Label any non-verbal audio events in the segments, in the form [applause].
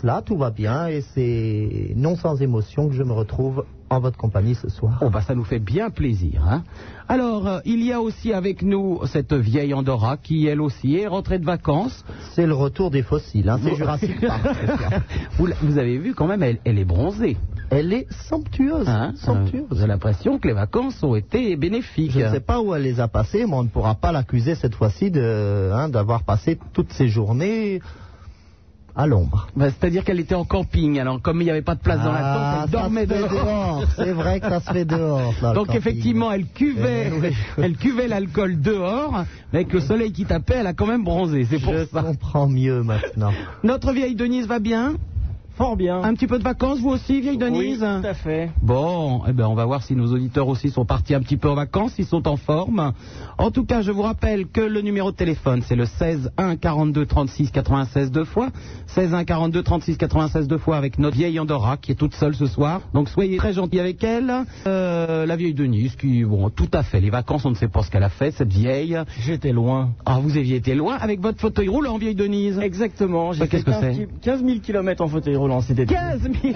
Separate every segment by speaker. Speaker 1: cela, tout va bien et c'est non sans émotion que je me retrouve en votre compagnie ce soir.
Speaker 2: Oh, bah, ça nous fait bien plaisir. Hein Alors, euh, il y a aussi avec nous cette vieille Andorra qui, elle aussi, est rentrée de vacances.
Speaker 1: C'est le retour des fossiles, hein, c'est Jurassic
Speaker 2: [laughs]
Speaker 1: Park. c'est ça.
Speaker 2: Vous, l- vous avez vu quand même, elle, elle est bronzée.
Speaker 1: Elle est somptueuse,
Speaker 2: Hein
Speaker 1: somptueuse.
Speaker 2: Euh, J'ai l'impression que les vacances ont été bénéfiques.
Speaker 1: Je ne sais pas où elle les a passées, mais on ne pourra pas l'accuser cette fois-ci de, hein, d'avoir passé toutes ses journées à l'ombre.
Speaker 2: Bah, C'est-à-dire qu'elle était en camping. Alors, comme il n'y avait pas de place dans la
Speaker 1: Ah,
Speaker 2: tente, elle
Speaker 1: ça
Speaker 2: dormait
Speaker 1: se fait
Speaker 2: dehors.
Speaker 1: dehors. C'est vrai que ça se fait dehors. ça, le
Speaker 2: Donc
Speaker 1: camping.
Speaker 2: effectivement, elle cuvait,
Speaker 1: Eh oui.
Speaker 2: [laughs] elle cuvait l'alcool dehors, mais avec le soleil qui tapait, elle a quand même bronzé. C'est pour
Speaker 1: Je
Speaker 2: ça.
Speaker 1: comprends mieux
Speaker 2: [laughs]
Speaker 1: maintenant.
Speaker 2: Notre vieille Denise va bien.
Speaker 3: Fort bien.
Speaker 2: Un petit peu de vacances, vous aussi, vieille
Speaker 3: Oui,
Speaker 2: Denise.
Speaker 3: tout à fait.
Speaker 2: Bon, eh ben on va voir si nos auditeurs aussi sont partis un petit peu en vacances, ils sont en forme. En tout cas, je vous rappelle que le numéro de téléphone, c'est le 16 1 42 36 96 deux fois. 16 1 42 36 96 deux fois avec notre vieille Andorra qui est toute seule ce soir. Donc soyez très gentils avec elle. Euh, la vieille Denise qui, bon, tout à fait, les vacances, on ne sait pas ce qu'elle a fait, cette vieille.
Speaker 3: J'étais loin.
Speaker 2: Ah, vous aviez été loin avec votre fauteuil roulant, vieille Denise.
Speaker 3: Exactement.
Speaker 2: Bah,
Speaker 3: J'ai
Speaker 2: qu'est-ce
Speaker 3: fait
Speaker 2: que
Speaker 3: 15,
Speaker 2: c'est
Speaker 3: ki- 15 000 km en fauteuil roulant cet été.
Speaker 2: 15 000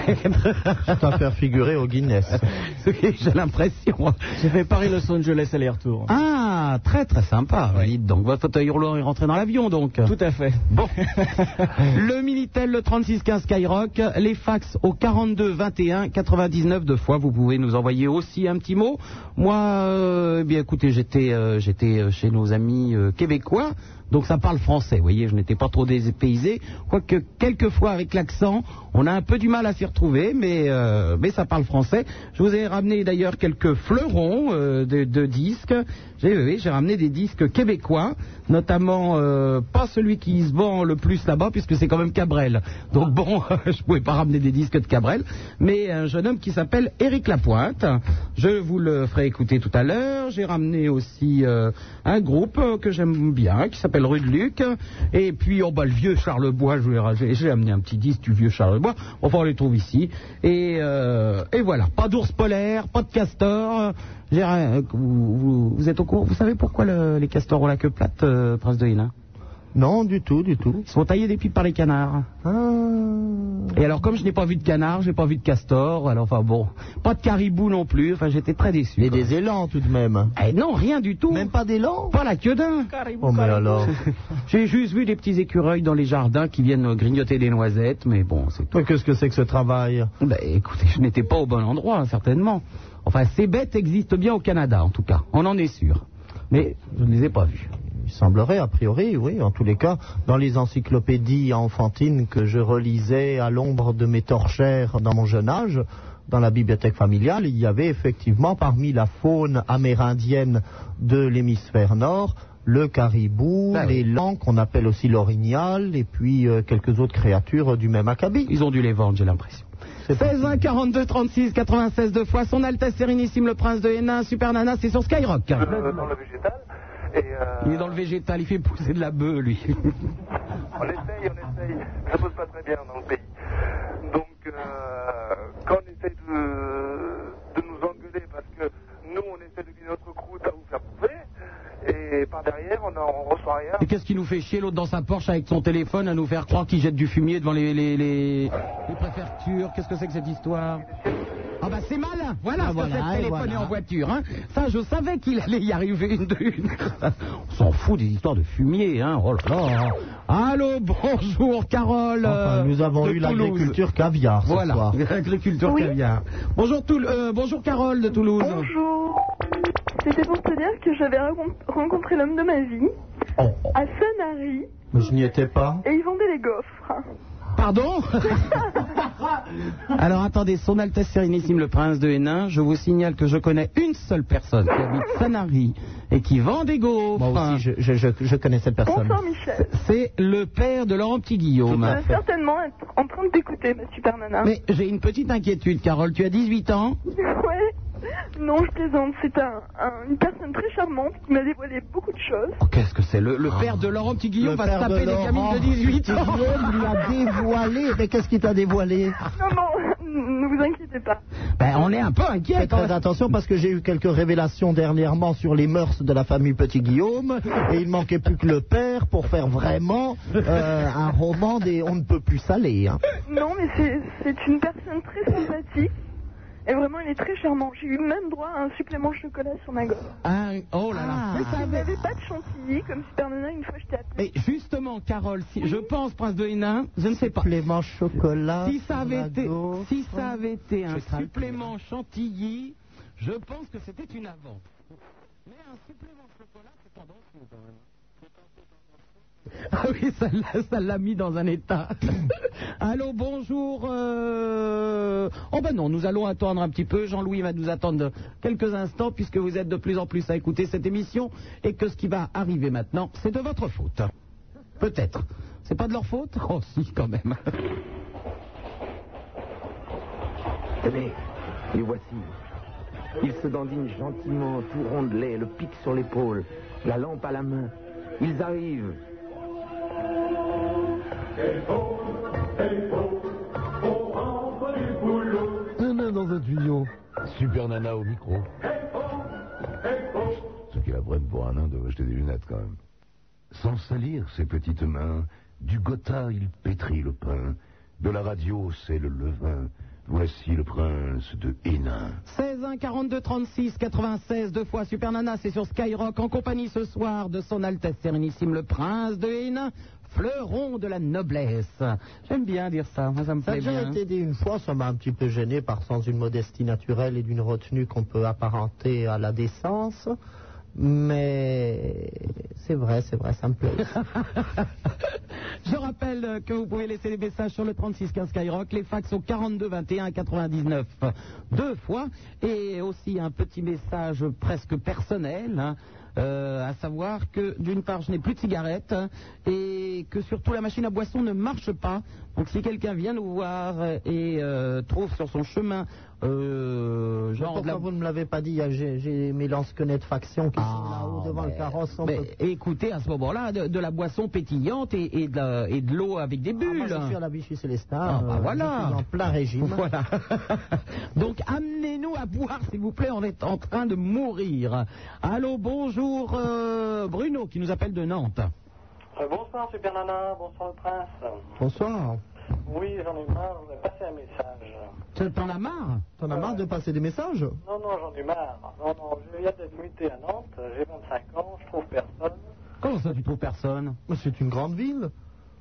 Speaker 2: kilomètres.
Speaker 1: Je t'en faire figurer au Guinness.
Speaker 2: [laughs] Oui, J'ai l'impression.
Speaker 3: J'ai fait Paris-Los Angeles aller-retour.
Speaker 2: Ah, très très sympa. Dites Donc votre fauteuil roulant est rentré dans l'avion donc.
Speaker 3: Tout à fait.
Speaker 2: Bon. [laughs] le Minitel, le 3615 Skyrock, les fax au 42 21 99 deux fois. Vous pouvez nous envoyer aussi un petit mot. Moi, euh, eh bien écoutez, j'étais euh, j'étais euh, chez nos amis euh, québécois, donc ça parle français. Vous voyez, je n'étais pas trop dépaysé, quoique quelquefois avec l'accent, on a un peu du mal à s'y retrouver, mais euh, mais ça parle français. Je vous ai ramené d'ailleurs quelques fleurons euh, de, de disques. J'ai oui, j'ai ramené des disques québécois, notamment euh, pas celui qui se vend le plus là-bas, puisque c'est quand même Cabrel. Donc bon, [laughs] je pouvais pas ramener des disques de Cabrel, mais un jeune homme qui s'appelle Éric Lapointe. Je vous le ferai écouter tout à l'heure. J'ai ramené aussi euh, un groupe euh, que j'aime bien, qui s'appelle Rue de Luc. Et puis, oh bah, le vieux Charlebois, je vais ra- j'ai j'ai amené un petit disque du vieux Charlebois. Enfin, on les trouve ici. Et, euh, et voilà, pas d'ours polaire, pas de castor. J'ai rien- euh, vous, vous- vous êtes au courant, vous savez pourquoi le- les castors ont la queue plate, euh, Prince de Hénin
Speaker 1: Non, du tout, du tout.
Speaker 2: Ils sont taillés des pipes par les canards.
Speaker 1: Ah.
Speaker 2: Et alors, comme je n'ai pas vu de canard, j'ai pas vu de castor, alors enfin bon, pas de caribou non plus, enfin j'étais très déçu.
Speaker 1: Mais
Speaker 2: quoi.
Speaker 1: des élans tout de même.
Speaker 2: Eh non, rien du tout.
Speaker 1: Même pas d'élan
Speaker 2: Pas la queue d'un.
Speaker 1: Oh mais alors.
Speaker 2: [laughs] J'ai juste vu des petits écureuils dans les jardins qui viennent euh, grignoter des noisettes, mais bon, c'est tout.
Speaker 1: Toi, qu'est-ce que c'est que ce travail
Speaker 2: Ben, écoutez, je n'étais pas au bon endroit, hein, certainement. Enfin, ces bêtes existent bien au Canada, en tout cas. On en est sûr. Mais je ne les ai pas vues.
Speaker 1: Il semblerait, a priori, oui, en tous les cas, dans les encyclopédies enfantines que je relisais à l'ombre de mes torchères dans mon jeune âge, dans la bibliothèque familiale, il y avait effectivement parmi la faune amérindienne de l'hémisphère nord le caribou,
Speaker 2: Ah oui.
Speaker 1: les lans qu'on appelle aussi l'orignal, et puis euh, quelques autres créatures du même acabit.
Speaker 2: Ils ont dû les vendre, j'ai l'impression.
Speaker 1: C'est
Speaker 2: 16 1 42 36 96 deux fois son Altesse Sérénissime le Prince de Hénin Super Nana c'est sur Skyrock.
Speaker 4: Euh, dans le végétal. Et euh,
Speaker 2: Il est dans le végétal, il fait pousser de la bœuf lui.
Speaker 4: on essaye, on essaye. Ça pousse pas très bien dans le pays. Donc, euh, quand on essaye de, de nous engueuler parce que nous, on essaie de vider notre croûte à vous faire bouffer, et par derrière, on, en- on reçoit rien.
Speaker 2: Et qu'est-ce qui nous fait chier l'autre dans sa Porsche avec son téléphone à nous faire croire qu'il jette du fumier devant les les, les, les préfectures Qu'est-ce que c'est que cette histoire ah bah c'est malin, voilà, ce que
Speaker 1: voilà,
Speaker 2: c'est de
Speaker 1: et
Speaker 2: téléphoner
Speaker 1: voilà.
Speaker 2: en voiture, hein. Ça je savais qu'il allait y arriver une de une. [laughs] On s'en fout des histoires de fumier, hein. Oh là là. Allô, bonjour Carole.
Speaker 1: Enfin,
Speaker 2: euh,
Speaker 1: nous avons
Speaker 2: de
Speaker 1: eu
Speaker 2: Toulouse.
Speaker 1: l'agriculture caviar ce
Speaker 2: Voilà, [laughs]
Speaker 1: soir.
Speaker 2: agriculture
Speaker 5: Oui.
Speaker 2: caviar. Bonjour, Toul- euh, bonjour Carole de Toulouse.
Speaker 5: Bonjour. C'était pour te dire que j'avais racon- rencontré l'homme de ma vie
Speaker 1: Oh, oh,
Speaker 5: à Sanary
Speaker 1: mais je n'y étais pas.
Speaker 5: et il vendait les gaufres.
Speaker 2: Pardon [laughs] Alors attendez, son Altesse Sérénissime le Prince de Hénin, je vous signale que je connais une seule personne qui habite Sanary et qui vend des gaufres.
Speaker 1: Moi aussi, je, je, je, je connais cette personne.
Speaker 5: Bonsoir Michel.
Speaker 2: C'est le père de Laurent Petit Guillaume.
Speaker 5: Je dois certainement être en train de t'écouter, ma super nana.
Speaker 2: Mais j'ai une petite inquiétude, Carole. Tu as 18 ans
Speaker 5: [laughs] Ouais. Non, je plaisante. C'est un- un- une personne très charmante qui m'a dévoilé beaucoup de choses.
Speaker 2: Oh, Qu'est-ce que c'est le, le père de Laurent Petit Guillaume
Speaker 1: Ah. Le
Speaker 2: va se
Speaker 1: père de
Speaker 2: taper des
Speaker 1: Laurent
Speaker 2: gamines de 18 ans.
Speaker 1: Guillaume lui a dévoilé. Mais qu'est-ce qu'il t'a dévoilé
Speaker 5: Non, non, ne vous inquiétez pas.
Speaker 2: Ben, on est un peu inquiet
Speaker 1: Faites
Speaker 2: quand
Speaker 1: très attention parce que j'ai eu quelques révélations dernièrement sur les mœurs de la famille Petit Guillaume et il manquait plus que le père pour faire vraiment euh, un roman des on ne peut plus saler. hein.
Speaker 5: Non, mais c'est- c'est une personne très sympathique. Et vraiment, il est très charmant. J'ai eu même droit à un supplément chocolat sur ma gomme.
Speaker 1: Ah,
Speaker 2: Un- Oh là là. Mais ça
Speaker 5: Je
Speaker 2: avait-
Speaker 5: n'avais pas de chantilly, comme Super Nana, une fois je t'ai appelé.
Speaker 2: Mais justement, Carole, si je pense, Prince de Hénin, je ne sais pas.
Speaker 1: Supplément chocolat.
Speaker 2: Si ça avait été,
Speaker 1: Lago.
Speaker 2: si ça avait été un
Speaker 1: Je crains le
Speaker 2: supplément chantilly, je pense que c'était une avance. Mais un supplément chocolat, c'est tendance quand même. Ah oui, ça l'a- ça l'a mis dans un [coughs] état. Allô, bonjour. euh, Oh ben non, nous allons attendre un petit peu. Jean-Louis va nous attendre quelques instants puisque vous êtes de plus en plus à écouter cette émission et que ce qui va arriver maintenant, c'est de votre faute. Peut-être. C'est pas de leur faute Oh si, quand même.
Speaker 6: Tenez, les voici. Ils se dandinent gentiment, tout rondelés, le pic sur l'épaule, la lampe à la main. Ils arrivent.
Speaker 7: dans un tuyau.
Speaker 8: Super Nana au micro. Ce qui la prenne pour un nain doit acheter des lunettes quand même. Sans salir ses petites mains, du gotha il pétrit le pain, de la radio c'est le levain. Voici le prince de Hénin.
Speaker 2: 16 1 42 36 96 deux fois Super Nana, c'est sur Skyrock en compagnie ce soir de son Altesse Sérénissime le Prince de Hénin, fleuron de la noblesse. J'aime bien dire ça, moi ça me
Speaker 1: Ça a
Speaker 2: plaît
Speaker 1: déjà
Speaker 2: bien.
Speaker 1: été dit une fois, ça m'a un petit peu gêné par sens d'une modestie naturelle et d'une retenue qu'on peut apparenter à la décence. Mais c'est vrai, c'est vrai, ça me plaît.
Speaker 2: Je rappelle euh, que vous pouvez laisser des messages sur le 36 15 Skyrock, les fax au 42 21 99 deux fois, et aussi un petit message presque personnel, hein, euh, à savoir que d'une part je n'ai plus de cigarette hein, et que surtout la machine à boisson ne marche pas. Donc si quelqu'un vient nous voir euh, et euh, trouve sur son chemin euh, genre de
Speaker 1: Pourquoi
Speaker 2: la
Speaker 1: vous ne me l'avez pas dit J'ai j'ai mes lance-quenettes faction qui sont
Speaker 2: ah,
Speaker 1: là-haut devant
Speaker 2: mais-
Speaker 1: le carrosse. on
Speaker 2: mais
Speaker 1: peut-
Speaker 2: écoutez, à ce moment-là, de, de la boisson pétillante et, et de la- et de l'eau avec des
Speaker 1: Ah, moi,
Speaker 2: bulles.
Speaker 1: je suis à la Vichy Célestin.
Speaker 2: Ah, bah
Speaker 1: euh,
Speaker 2: voilà.
Speaker 1: Je suis en plein régime.
Speaker 2: [laughs] Voilà. Donc amenez-nous à boire, s'il vous plaît, on est en train de mourir. Allô, bonjour, euh, Bruno qui nous appelle de Nantes.
Speaker 9: Euh, bonsoir Super Nana, bonsoir le prince.
Speaker 1: [laughs] Bonsoir.
Speaker 9: Oui, j'en ai marre, je vais passer un message.
Speaker 2: Tu- T'en as marre
Speaker 1: T'en as marre de passer des messages
Speaker 9: Non, non, j'en ai marre. Non, non, je viens d'être muté à Nantes, j'ai 25 ans, je trouve personne.
Speaker 2: Comment ça, tu trouves personne
Speaker 1: Mais C'est une grande ville.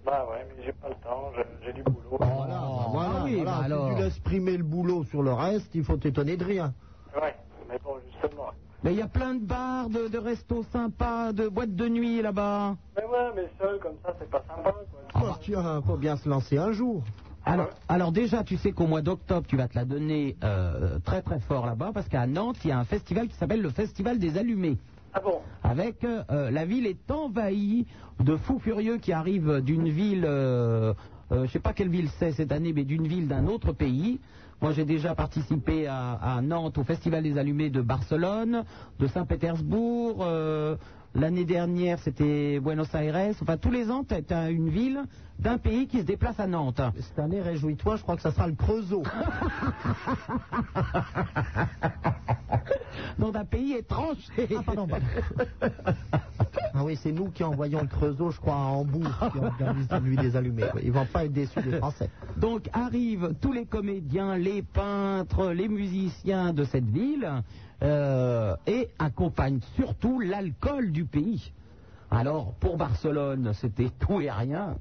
Speaker 9: Bah ouais, mais j'ai pas le temps, je- j'ai du boulot.
Speaker 1: Voilà,
Speaker 2: Oh,
Speaker 1: bah voilà,
Speaker 2: ah oui,
Speaker 1: voilà.
Speaker 2: bah
Speaker 1: Si
Speaker 2: alors.
Speaker 1: tu laisses primer le boulot sur le reste, il faut t'étonner de rien.
Speaker 9: Ouais, mais bon, justement.
Speaker 2: Mais il y a plein de bars, de, de restos sympas, de boîtes de nuit là-bas.
Speaker 9: Mais ouais, mais seul comme ça, c'est pas sympa
Speaker 2: Ah
Speaker 9: quoi.
Speaker 2: bah.
Speaker 1: Oh, tiens, faut bien se lancer un jour.
Speaker 2: Alors, alors déjà, tu sais qu'au mois d'octobre, tu vas te la donner euh, très très fort là-bas, parce qu'à Nantes, il y a un festival qui s'appelle le Festival des Allumés.
Speaker 9: Ah bon
Speaker 2: Avec euh, la ville est envahie de fous furieux qui arrivent d'une ville, euh, euh, je sais pas quelle ville c'est cette année, mais d'une ville d'un autre pays. Moi, j'ai déjà participé à, à Nantes au Festival des Allumés de Barcelone, de Saint-Pétersbourg. euh, L'année dernière, c'était Buenos Aires. Enfin, tous les ans, t'as t'as une ville d'un pays qui se déplace à Nantes.
Speaker 1: Cette année, réjouis-toi, je crois que ça sera le Creusot.
Speaker 2: Dans un pays étranger.
Speaker 1: Ah, pardon, pardon. [laughs] Ah oui, c'est nous qui envoyons le Creusot, je crois, à
Speaker 2: Ah.
Speaker 1: Hambourg, qui organise la nuit des allumés. Ils vont pas être déçus des Français.
Speaker 2: Donc arrivent tous les comédiens, les peintres, les musiciens de cette ville euh, et accompagnent surtout l'alcool du pays. Alors pour Barcelone, c'était [laughs] tout et rien.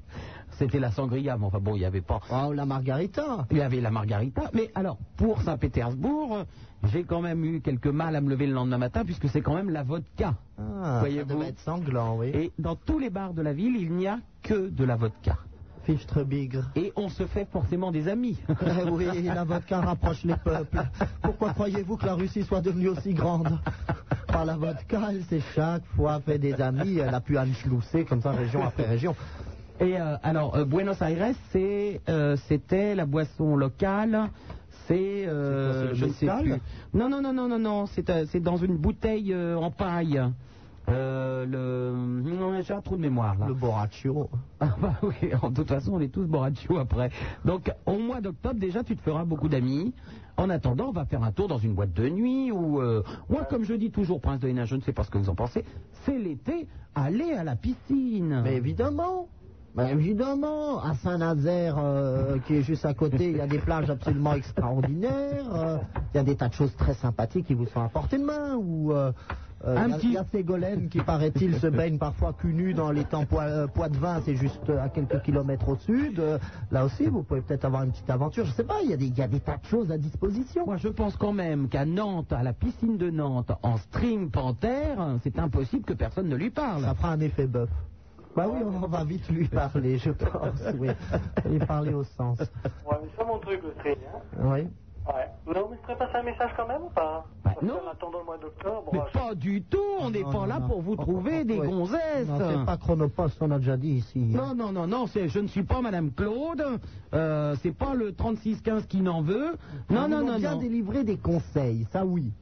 Speaker 2: C'était la sangria, mais enfin bon, il n'y avait pas.
Speaker 1: Oh, la Margarita
Speaker 2: Il y avait la margarita. Mais alors pour Saint-Pétersbourg, j'ai quand même eu quelques mal à me lever le lendemain matin puisque c'est quand même la vodka.
Speaker 1: Ah, ça
Speaker 2: Voyez-vous.
Speaker 1: devait être sanglant, oui.
Speaker 2: Et dans tous les bars de la ville, il n'y a que de la vodka.
Speaker 1: Fichtre bigre.
Speaker 2: Et on se fait forcément des amis.
Speaker 1: [laughs] Eh oui, la vodka rapproche les peuples. Pourquoi croyez-vous que la Russie soit devenue aussi grande Par la vodka, elle s'est chaque fois fait des amis, elle a pu anschlousser comme ça, région après région.
Speaker 2: Et euh, alors, euh, Buenos Aires, c'est, euh, c'était la boisson locale. C'est,
Speaker 1: C'est
Speaker 2: euh,
Speaker 1: quoi, c'est le
Speaker 2: je ne sais
Speaker 1: mezcal
Speaker 2: plus. Non, non, non, non, non, non. C'est, euh, c'est dans une bouteille euh, en paille. Euh, le... non, J'ai un trou de mémoire, là.
Speaker 1: Le Boraccio.
Speaker 2: Ah bah [laughs] oui, en toute façon, on est tous borrachio après. Donc, au mois d'octobre, déjà, tu te feras beaucoup d'amis. En attendant, on va faire un tour dans une boîte de nuit ou... euh, moi, comme je dis toujours, Prince de Hénin, je ne sais pas ce que vous en pensez, c'est l'été, allez à la piscine.
Speaker 1: Mais évidemment mais évidemment, à Saint-Nazaire, euh, qui est juste à côté, il y a des plages absolument extraordinaires. euh, Il y a des tas de choses très sympathiques qui vous sont à portée de main. Ou euh, euh,
Speaker 2: Un
Speaker 1: il y a-
Speaker 2: petit-
Speaker 1: il y a Ségolène qui, paraît-il, se baigne parfois cul nu dans les temps euh, poids, de vin. C'est juste euh, à quelques kilomètres au sud. Euh, là aussi, vous pouvez peut-être avoir une petite aventure. Je sais pas. Il y a des, il y a des tas de choses à disposition.
Speaker 2: Moi, je pense quand même qu'à Nantes, à la piscine de Nantes, en string panthère, c'est impossible que personne ne lui parle.
Speaker 1: Ça fera un effet bœuf. Bah oui, on va vite lui parler, je pense. Oui, lui parler au sens.
Speaker 9: Ouais, mais c'est mon truc, le tri, hein.
Speaker 1: Oui.
Speaker 9: Ouais. Non, mais je pourrais passer un message quand même ou pas
Speaker 2: Bah,
Speaker 9: Parce que
Speaker 2: non.
Speaker 9: en attendant le mois d'octobre.
Speaker 2: Mais
Speaker 9: euh,
Speaker 2: pas du tout, on n'est
Speaker 1: Ah non,
Speaker 2: pas
Speaker 1: non,
Speaker 2: là
Speaker 1: non.
Speaker 2: pour vous
Speaker 1: Oh,
Speaker 2: trouver
Speaker 1: oh,
Speaker 2: des
Speaker 1: oui.
Speaker 2: gonzesses.
Speaker 1: Non, c'est pas Chronopost, on a déjà dit ici.
Speaker 2: Non, non, non, non, c'est, je ne suis pas Madame Claude, euh, c'est pas le 3615 qui n'en veut. Non,
Speaker 1: Ils
Speaker 2: non,
Speaker 1: nous ont
Speaker 2: non,
Speaker 1: bien
Speaker 2: non.
Speaker 1: délivrer des conseils, ça oui.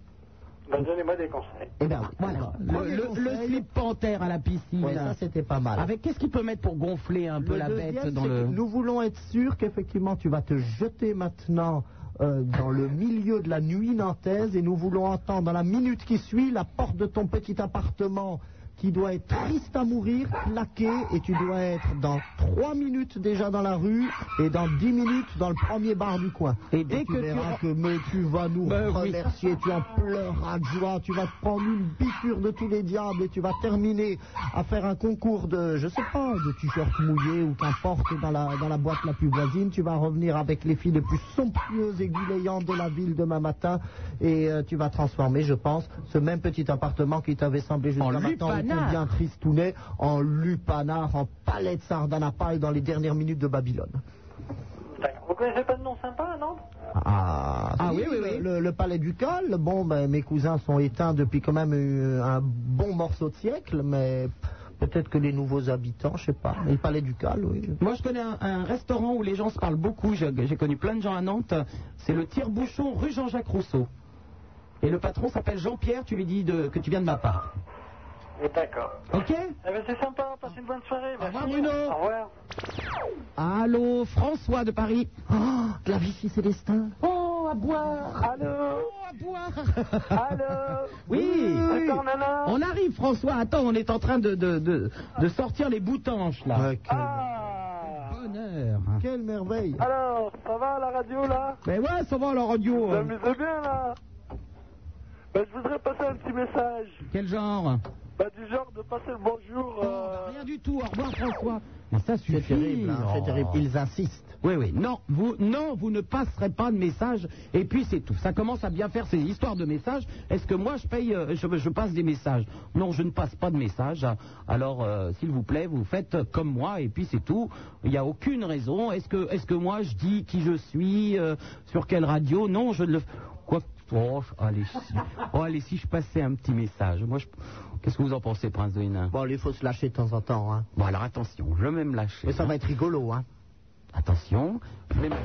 Speaker 9: bah, Donnez-moi des conseils.
Speaker 1: Eh ben oui, voilà.
Speaker 2: Le,
Speaker 1: Premier
Speaker 2: le- le
Speaker 1: conseil,
Speaker 2: slip panthère à la piscine.
Speaker 1: ouais, ça c'était pas mal.
Speaker 2: Avec qu'est-ce qu'il peut mettre pour gonfler un peu
Speaker 1: Le
Speaker 2: la
Speaker 1: deuxième,
Speaker 2: bête dans
Speaker 1: c'est
Speaker 2: le.
Speaker 1: que Nous voulons être sûrs qu'effectivement tu vas te jeter maintenant euh, dans le milieu de la nuit nantaise et nous voulons entendre dans la minute qui suit la porte de ton petit appartement qui doit être triste à mourir, claqué, et tu dois être dans trois minutes déjà dans la rue et dans dix minutes dans le premier bar du coin.
Speaker 2: Et dès
Speaker 1: Eh
Speaker 2: que
Speaker 1: ben, tu
Speaker 2: tu
Speaker 1: verras
Speaker 2: auras-
Speaker 1: que mais tu vas nous
Speaker 2: Ben oui.
Speaker 1: remercier, tu en pleureras de joie, tu vas te prendre une piqûre de tous les diables et tu vas terminer à faire un concours de, je sais pas, de t-shirts mouillés ou qu'importe dans la, dans la boîte la plus voisine. Tu vas revenir avec les filles les plus somptueuses et gulayantes de la ville demain matin et euh, tu vas transformer, je pense, ce même petit appartement qui t'avait semblé jusqu'à
Speaker 2: En
Speaker 1: maintenant
Speaker 2: lupanard.
Speaker 1: bien tristounet, en lupanard, en palais de sardanapa et dans les dernières minutes de Babylone.
Speaker 9: D'accord. Vous connaissez pas de nom sympa, non
Speaker 1: Ah,
Speaker 2: Ah
Speaker 1: si,
Speaker 2: oui, oui, oui.
Speaker 1: Le, le palais ducal, bon, ben, mes cousins sont éteints depuis quand même euh, un bon morceau de siècle, mais peut-être que les nouveaux habitants, je sais pas. Mais le palais ducal, oui.
Speaker 2: Moi, je connais un, un restaurant où les gens se parlent beaucoup. J'ai j'ai connu plein de gens à Nantes. C'est le tire-bouchon rue Jean-Jacques Rousseau. Et le patron s'appelle Jean-Pierre. Tu lui dis de- que tu viens de ma part.
Speaker 9: Et D'accord.
Speaker 2: Ok
Speaker 9: Eh ben, c'est sympa. Passez une bonne soirée. Au
Speaker 2: revoir, Bruno.
Speaker 9: Au revoir.
Speaker 2: Allô, François de Paris.
Speaker 1: Oh, de la Vichy Célestin.
Speaker 2: Oh, à boire.
Speaker 9: Allô
Speaker 2: Oh, à boire.
Speaker 9: [laughs] Allô
Speaker 2: Oui.
Speaker 9: D'accord, nana
Speaker 2: On arrive, François. Attends, on est en train de, de, de, de sortir les boutanches, là.
Speaker 1: Ouais, quelle,
Speaker 9: Ah
Speaker 2: Bonheur.
Speaker 1: quelle merveille.
Speaker 9: Alors, ça va la radio là
Speaker 2: Mais ouais, ça va, la radio.
Speaker 9: Vous
Speaker 2: hein.
Speaker 9: amusez bien là bah, Je voudrais passer un petit message.
Speaker 2: Quel genre
Speaker 9: Bah, du genre de passer le bonjour.
Speaker 2: Oh,
Speaker 9: euh,
Speaker 2: bah, Rien du tout. Au revoir, François. Mais ça suffit.
Speaker 1: C'est terrible, hein, c'est
Speaker 2: Oh.
Speaker 1: terrible. Ils insistent.
Speaker 2: Oui, oui. Non, vous, non, vous ne passerez pas de message. Et puis c'est tout. Ça commence à bien faire ces histoires de messages. Est-ce que moi je paye, euh, je, je passe des messages Non, je ne passe pas de messages. Alors, euh, s'il vous plaît, vous faites comme moi. Et puis c'est tout. Il n'y a aucune raison. Est-ce que, est-ce que moi je dis qui je suis, euh, sur quelle radio Non, je ne le. Quoi Oh, je- allez, si. Oh, allez, si je passais un petit message. Moi, je... qu'est-ce que vous en pensez, Prince de Hénin
Speaker 1: Bon, allez, il faut se lâcher de temps en temps, hein.
Speaker 2: Bon, alors attention, je vais même lâcher.
Speaker 1: Mais ça va être rigolo, hein.
Speaker 2: Attention, je vais me-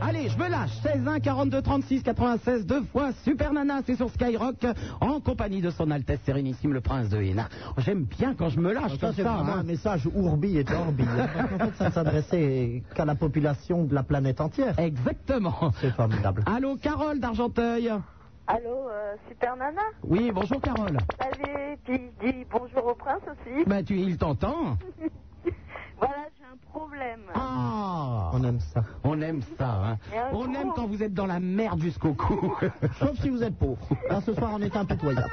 Speaker 2: Allez, je me lâche. 16 1 42 36 96 deux fois Super Nana, c'est sur Skyrock en compagnie de son Altesse Sérénissime le Prince de Hénin. Oh, J'aime bien quand Ah, je me lâche
Speaker 1: Ça,
Speaker 2: comme
Speaker 1: c'est
Speaker 2: ça. hein.
Speaker 1: vraiment
Speaker 2: moi.
Speaker 1: un message ourbi et orbi.
Speaker 2: [laughs]
Speaker 1: hein, parce qu'en fait, ça ne s'adressait qu'à la population de la planète entière.
Speaker 2: Eh, Exactement.
Speaker 1: C'est formidable.
Speaker 2: Allô, Carole d'Argenteuil.
Speaker 5: Allô, euh, Super Nana
Speaker 2: Oui, bonjour Carole.
Speaker 5: Allez, puis dis bonjour au prince aussi.
Speaker 1: Bah.
Speaker 2: Ben tu, il t'entend.
Speaker 5: [laughs] Voilà, j'ai un problème.
Speaker 2: Ah,
Speaker 1: On aime ça.
Speaker 2: on aime ça. hein.
Speaker 5: Et un
Speaker 2: On
Speaker 5: gros.
Speaker 2: aime quand vous êtes dans la merde jusqu'au cou.
Speaker 1: [laughs] Sauf si vous êtes pauvre.
Speaker 2: Hein,
Speaker 1: Là, ce soir, on est
Speaker 2: [laughs]
Speaker 1: impitoyable.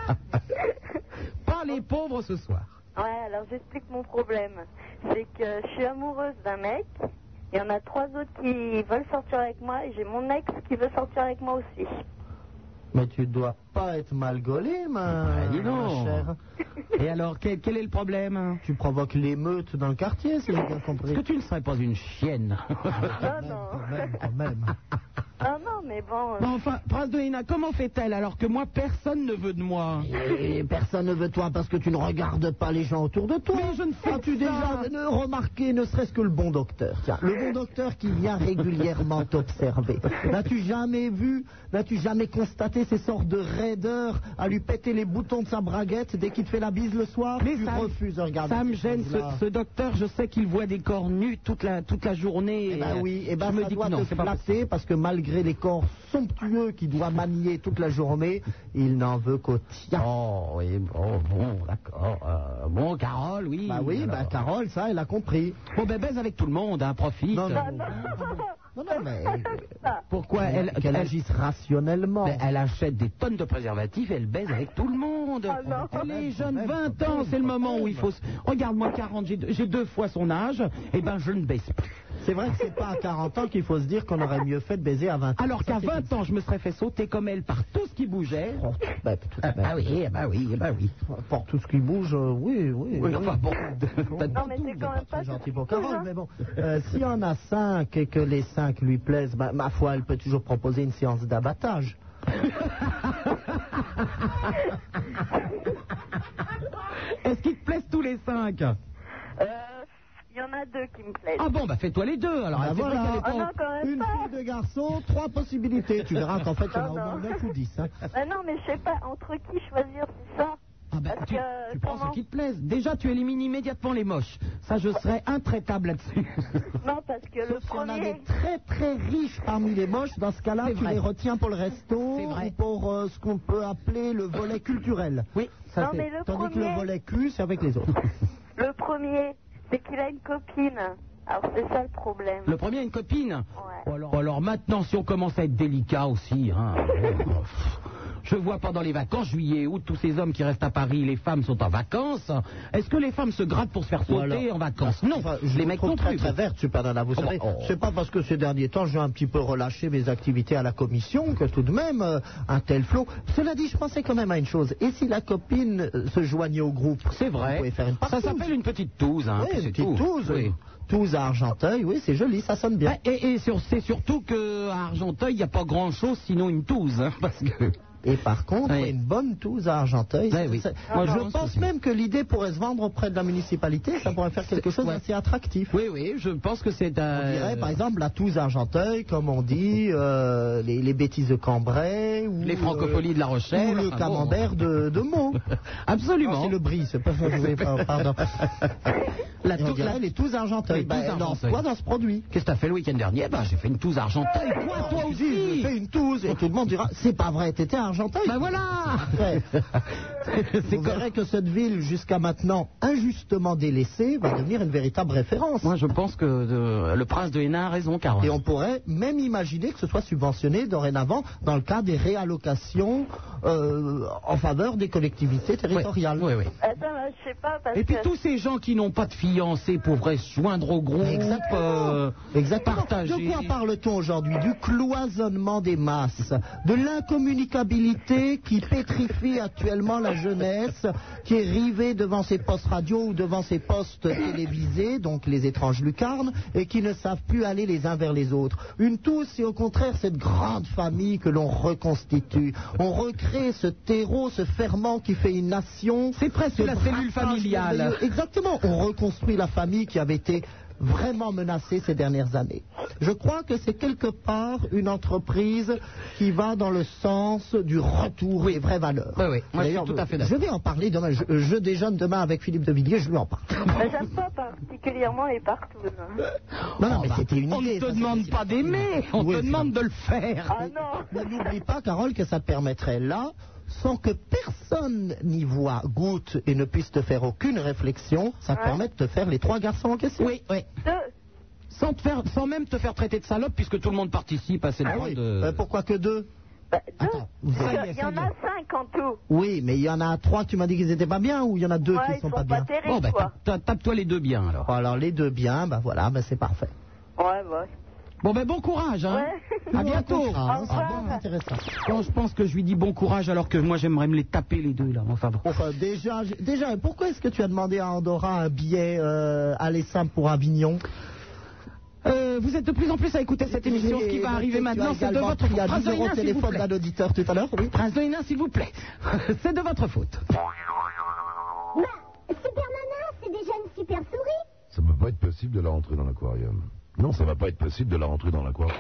Speaker 2: Pas les pauvres ce soir.
Speaker 5: Ouais, alors j'explique mon problème. C'est que je suis amoureuse d'un mec. Il y en a trois autres qui veulent sortir avec moi et j'ai mon ex qui veut sortir avec moi aussi.
Speaker 1: Mais tu dois pas être mal gaulé, ma,
Speaker 2: Ah, dis donc.
Speaker 1: ma chère.
Speaker 2: Et alors, quel, quel est le problème
Speaker 1: Tu provoques l'émeute dans le quartier, si j'ai bien
Speaker 2: Est-ce
Speaker 1: compris.
Speaker 2: [laughs]
Speaker 1: Ah,
Speaker 2: que tu ne serais pas une chienne
Speaker 5: Non, non.
Speaker 1: Quand même, quand même.
Speaker 5: Ah non, bien, mais bon. euh,
Speaker 2: Bon, enfin, Prince de Hénin, comment fait-elle alors que moi, personne ne veut de moi
Speaker 1: Et personne ne veut toi parce que tu ne regardes pas les gens autour de toi.
Speaker 2: Mais je ne fais
Speaker 1: As-tu
Speaker 2: que
Speaker 1: déjà
Speaker 2: ça.
Speaker 1: ne- remarqué ne serait-ce que le bon docteur Tiens, le bon docteur qui vient
Speaker 2: [laughs]
Speaker 1: régulièrement t'observer. N'as-tu jamais vu, n'as-tu jamais constaté ces sortes de raideurs à lui péter les boutons de sa braguette dès qu'il te fait la bise le soir
Speaker 2: Mais
Speaker 1: Tu
Speaker 2: ça me-
Speaker 1: refuses de regarder
Speaker 2: Ça me
Speaker 1: ces
Speaker 2: gêne, ce,
Speaker 1: choses-là.
Speaker 2: ce docteur, je sais qu'il voit des corps nus toute la, toute la journée.
Speaker 1: Eh ben
Speaker 2: euh,
Speaker 1: oui, eh ben
Speaker 2: je me
Speaker 1: ça
Speaker 2: dis
Speaker 1: doit
Speaker 2: que non,
Speaker 1: te
Speaker 2: c'est pas possible.
Speaker 1: flatter parce que malgré les corps somptueux qu'il doit manier toute la journée, il n'en veut qu'au tien.
Speaker 2: Oh, oui, bon, bon, d'accord. euh, bon, Carole, oui.
Speaker 1: Bah oui,
Speaker 2: alors.
Speaker 1: bah Carole, ça, elle a compris.
Speaker 2: Bon, ben baise avec tout le monde, hein, profite.
Speaker 1: Non, non, non, non, non,
Speaker 2: [laughs]
Speaker 1: mais
Speaker 2: Pourquoi
Speaker 1: elle,
Speaker 2: elle,
Speaker 1: qu'elle
Speaker 2: elle-
Speaker 1: agisse rationnellement.
Speaker 2: ben, elle achète des tonnes de préservatifs, elle baise avec tout le monde. Les jeunes, 20 ans, c'est le moment où il faut. se- Regarde-moi, 40, j'ai deux- j'ai deux fois son âge, et ben je ne baise plus.
Speaker 1: C'est vrai que c'est pas à 40 ans qu'il faut se dire qu'on aurait mieux fait de baiser à 20 ans.
Speaker 2: Alors
Speaker 1: Ça,
Speaker 2: qu'à
Speaker 1: c'est
Speaker 2: 20 ans, je me serais fait sauter comme elle par tout ce qui bougeait.
Speaker 1: pour tout- bah, tout-
Speaker 2: Ah, ah oui, ah bah oui, ah bah oui.
Speaker 1: Pour tout ce qui bouge, euh, oui, oui.
Speaker 2: Oui, enfin [laughs] bon, t'as-
Speaker 5: Non, mais c'est quand même pas
Speaker 1: C'est gentil
Speaker 5: ce
Speaker 1: pour
Speaker 5: qui bouge,
Speaker 1: Carole,
Speaker 5: hein.
Speaker 1: mais bon, euh, s'il y en a cinq et que les cinq lui plaisent, bah, ma foi, elle peut toujours proposer une séance d'abattage.
Speaker 2: est-ce qu'ils te plaisent tous les cinq
Speaker 5: euh, Il y en a deux qui me plaisent.
Speaker 2: Ah bon, bah fais-toi les deux, alors.
Speaker 1: Ah,
Speaker 2: c'est vrai
Speaker 1: voilà.
Speaker 2: qu'elle est pas-
Speaker 5: Ah non, quand même
Speaker 1: Une
Speaker 5: pas.
Speaker 1: fille, deux garçons, trois possibilités. Tu verras qu'en fait, il y en a au
Speaker 5: Non,
Speaker 1: moins
Speaker 5: non.
Speaker 1: 9 ou 10. hein.
Speaker 5: Ah non, mais je sais pas entre qui choisir, c'est ça.
Speaker 2: Ah bah,
Speaker 5: Parce
Speaker 2: tu,
Speaker 5: que
Speaker 2: tu prends
Speaker 5: comment-
Speaker 2: ce qui te plaise. Déjà, tu élimines immédiatement les moches. Ça, je serais intraitable là-dessus. [laughs]
Speaker 5: Non, parce que le
Speaker 1: Sauf s'il y en a
Speaker 5: premier.
Speaker 1: des très très riches parmi les moches. Dans ce cas-là,
Speaker 2: C'est
Speaker 1: tu
Speaker 2: vrai.
Speaker 1: les retiens pour le resto
Speaker 2: C'est vrai.
Speaker 1: ou pour euh, ce qu'on peut appeler le volet culturel.
Speaker 2: Oui, ça
Speaker 5: Non,
Speaker 2: c'est...
Speaker 5: mais le
Speaker 1: Tandis que le
Speaker 5: premier.
Speaker 1: volet cul, c'est avec les autres.
Speaker 5: Le premier, c'est qu'il a une copine. Alors c'est ça le problème.
Speaker 2: Le premier a une copine.
Speaker 5: Ouais.
Speaker 2: Ou alors, ou alors maintenant, si on commence à être délicat aussi, hein, bon, pff, je vois pendant les vacances, juillet, août, tous ces hommes qui restent à Paris, les femmes sont en vacances. Est-ce que les femmes se grattent pour se faire
Speaker 1: Ou
Speaker 2: sauter
Speaker 1: alors-
Speaker 2: en vacances [laughs] Non,
Speaker 1: Enfin, je
Speaker 2: les
Speaker 1: vous
Speaker 2: mecs
Speaker 1: trouve
Speaker 2: non
Speaker 1: très,
Speaker 2: plus.
Speaker 1: Très verte, super nana. Vous
Speaker 2: Oh,
Speaker 1: savez,
Speaker 2: oh.
Speaker 1: c'est pas parce que ces derniers temps j'ai un petit peu relâché mes activités à la commission que tout de même euh, un tel flot. Cela dit, je pensais quand même à une chose. Et si la copine euh, se joignait au groupe
Speaker 2: C'est
Speaker 1: Vous
Speaker 2: vrai.
Speaker 1: pouvez faire une
Speaker 2: ça
Speaker 1: partouze.
Speaker 2: s'appelle une petite touze. Hein,
Speaker 1: Oui,
Speaker 2: puis
Speaker 1: une
Speaker 2: c'est
Speaker 1: petite
Speaker 2: tout.
Speaker 1: touze.
Speaker 2: Oui.
Speaker 1: Touze à Argenteuil, oui, c'est joli, ça sonne bien.
Speaker 2: Ah, Et, et sur- c'est surtout qu'à Argenteuil, il n'y a pas grand-chose sinon une touze. hein,
Speaker 1: [laughs]
Speaker 2: parce que...
Speaker 1: Et par contre,
Speaker 2: Oui.
Speaker 1: une bonne touze à Argenteuil.
Speaker 2: Oui,
Speaker 1: c'est-
Speaker 2: oui. Ah,
Speaker 1: c'est-
Speaker 2: Moi,
Speaker 1: je
Speaker 2: je
Speaker 1: pense
Speaker 2: pense aussi.
Speaker 1: même que l'idée pourrait se vendre auprès de la municipalité. Ça pourrait faire quelque
Speaker 2: C'est-
Speaker 1: chose
Speaker 2: ouais. Euh,
Speaker 1: d'assez attractif.
Speaker 2: Oui, oui, je pense que c'est un...
Speaker 1: On dirait, par exemple, la Touze Argenteuil, comme on dit, euh, les, les bêtises de Cambrai, ou,
Speaker 2: Les francopholies de La Rochelle,
Speaker 1: euh, ou le
Speaker 2: enfin, bon.
Speaker 1: camembert de, de
Speaker 2: [laughs]
Speaker 1: Meaux.
Speaker 2: Absolument.
Speaker 1: Non, C'est le bris, c'est pas
Speaker 2: [laughs]
Speaker 1: oui, par- pardon.
Speaker 2: La
Speaker 1: Et on
Speaker 2: tou-
Speaker 1: dirait
Speaker 2: la-
Speaker 1: les Touze Argenteuil.
Speaker 2: Les
Speaker 1: Ben,
Speaker 2: Touzes
Speaker 1: elle lance
Speaker 2: Argenteuil.
Speaker 1: quoi dans ce produit
Speaker 2: Qu'est-ce que t'as fait le week-end dernier Bah j'ai fait une touze argenteuil. Quoi, toi
Speaker 1: Tu dis,
Speaker 2: aussi
Speaker 1: Oh, je fais une Touze, et tout le monde dira, c'est pas vrai, t'étais à Argenteuil.
Speaker 2: Bah voilà
Speaker 1: Ouais. Vous
Speaker 2: C'est [laughs] correct.
Speaker 1: verrez que cette ville, jusqu'à maintenant injustement délaissée, va devenir une véritable référence.
Speaker 2: Moi je pense que euh, le prince de Hénin a raison, Carole.
Speaker 1: Et on pourrait même imaginer que ce soit subventionné dorénavant dans le cas des réallocations euh, en faveur des collectivités
Speaker 2: Ouais.
Speaker 1: territoriales.
Speaker 2: Oui, oui.
Speaker 5: Attends, là, je sais pas parce
Speaker 2: Et puis
Speaker 5: que.
Speaker 2: tous ces gens qui n'ont pas de fiancé pourraient se joindre au groupe,
Speaker 1: Exactement.
Speaker 2: euh,
Speaker 1: Exactement.
Speaker 2: partager.
Speaker 1: De quoi parle-t-on aujourd'hui Du cloisonnement des masses, de l'incommunicabilité qui pétrifie actuellement la jeunesse, qui est rivée devant ses postes radio ou devant ses postes télévisés, donc les étranges lucarnes, et qui ne savent plus aller les uns vers les autres. Une tous, c'est au contraire cette grande famille que l'on reconstitue. On recrée ce terreau, ce ferment qui fait une nation.
Speaker 2: C'est presque
Speaker 1: ce
Speaker 2: la cellule
Speaker 1: brassage
Speaker 2: familiale.
Speaker 1: merveilleux. Exactement. On reconstruit la famille qui avait été vraiment menacée ces dernières années. Je crois que c'est quelque part une entreprise qui va dans le sens du retour des vraies valeurs.
Speaker 2: Oui, oui. Moi, je suis
Speaker 1: D'ailleurs,
Speaker 2: tout à fait
Speaker 1: Je
Speaker 2: d'accord.
Speaker 1: vais en parler demain. Je, euh, je déjeune demain avec Philippe de Villiers, je lui en
Speaker 2: [laughs]
Speaker 1: parle.
Speaker 5: Mais J'aime pas particulièrement les partouzes.
Speaker 1: Euh, Non, non,
Speaker 2: Oh,
Speaker 1: mais
Speaker 2: bah,
Speaker 1: c'était une
Speaker 2: on
Speaker 1: idée.
Speaker 2: ne te
Speaker 1: ça, c'est-
Speaker 2: demande pas d'aimer, on
Speaker 1: Oui,
Speaker 2: te
Speaker 1: c'est
Speaker 2: demande de le faire.
Speaker 5: Ah non
Speaker 1: euh, Mais n'oublie pas, Carole, que ça permettrait là, sans que personne n'y voit, goûte et ne puisse te faire aucune réflexion, ça te
Speaker 5: Ouais.
Speaker 1: permet de te faire les trois garçons en question.
Speaker 2: Oui, oui.
Speaker 5: Deux
Speaker 2: Sans, te faire, sans même te faire traiter de salope, puisque tout le monde participe à cette
Speaker 1: Ah
Speaker 2: bande
Speaker 1: oui.
Speaker 2: de-
Speaker 1: Euh, pourquoi que deux
Speaker 5: Bah, Deux
Speaker 1: Attends, vous
Speaker 5: Parce
Speaker 1: voyez,
Speaker 5: que Il y en
Speaker 1: ça y
Speaker 5: a cinq en tout.
Speaker 1: Oui, mais il y en a trois, tu m'as dit qu'ils n'étaient pas bien, ou il y en a deux
Speaker 5: Ouais,
Speaker 1: qui ne
Speaker 5: ils
Speaker 1: sont pas, bien
Speaker 5: terribles,
Speaker 2: Bon, bah,
Speaker 5: quoi.
Speaker 2: tape- tape-toi les deux bien, alors.
Speaker 1: Bon, Alors les deux bien, ben voilà, ben c'est parfait.
Speaker 5: Ouais,
Speaker 10: bah,
Speaker 5: ouais.
Speaker 2: Bon, ben, bon courage, hein.
Speaker 5: Ouais.
Speaker 2: À bientôt.
Speaker 1: Ah, hein, c'est
Speaker 5: revoir.
Speaker 1: vraiment intéressant.
Speaker 2: Quand je pense que je lui dis bon courage, alors que moi, j'aimerais me les taper, les deux, là. Enfin, bon.
Speaker 1: Enfin, déjà, j'ai- déjà, pourquoi est-ce que tu as demandé à Andorra un billet euh, aller simple pour Avignon
Speaker 2: Euh, vous êtes de plus en plus à écouter cette émission. Ce qui va arriver maintenant, c'est de votre
Speaker 1: Il y
Speaker 2: faute.
Speaker 1: a 10
Speaker 2: Prince de
Speaker 1: euros
Speaker 2: Hénin,
Speaker 1: de
Speaker 2: s'il vous
Speaker 1: téléphone
Speaker 2: plaît.
Speaker 1: d'un auditeur tout à l'heure, oui.
Speaker 2: Prince de Hénin, s'il vous plaît. [laughs] C'est de votre faute.
Speaker 11: Bah, Super Nana, c'est déjà une super souris.
Speaker 8: Ça ne peut pas être possible de la rentrer dans l'aquarium. Non, ça va pas être possible de la rentrer dans l'aquarium.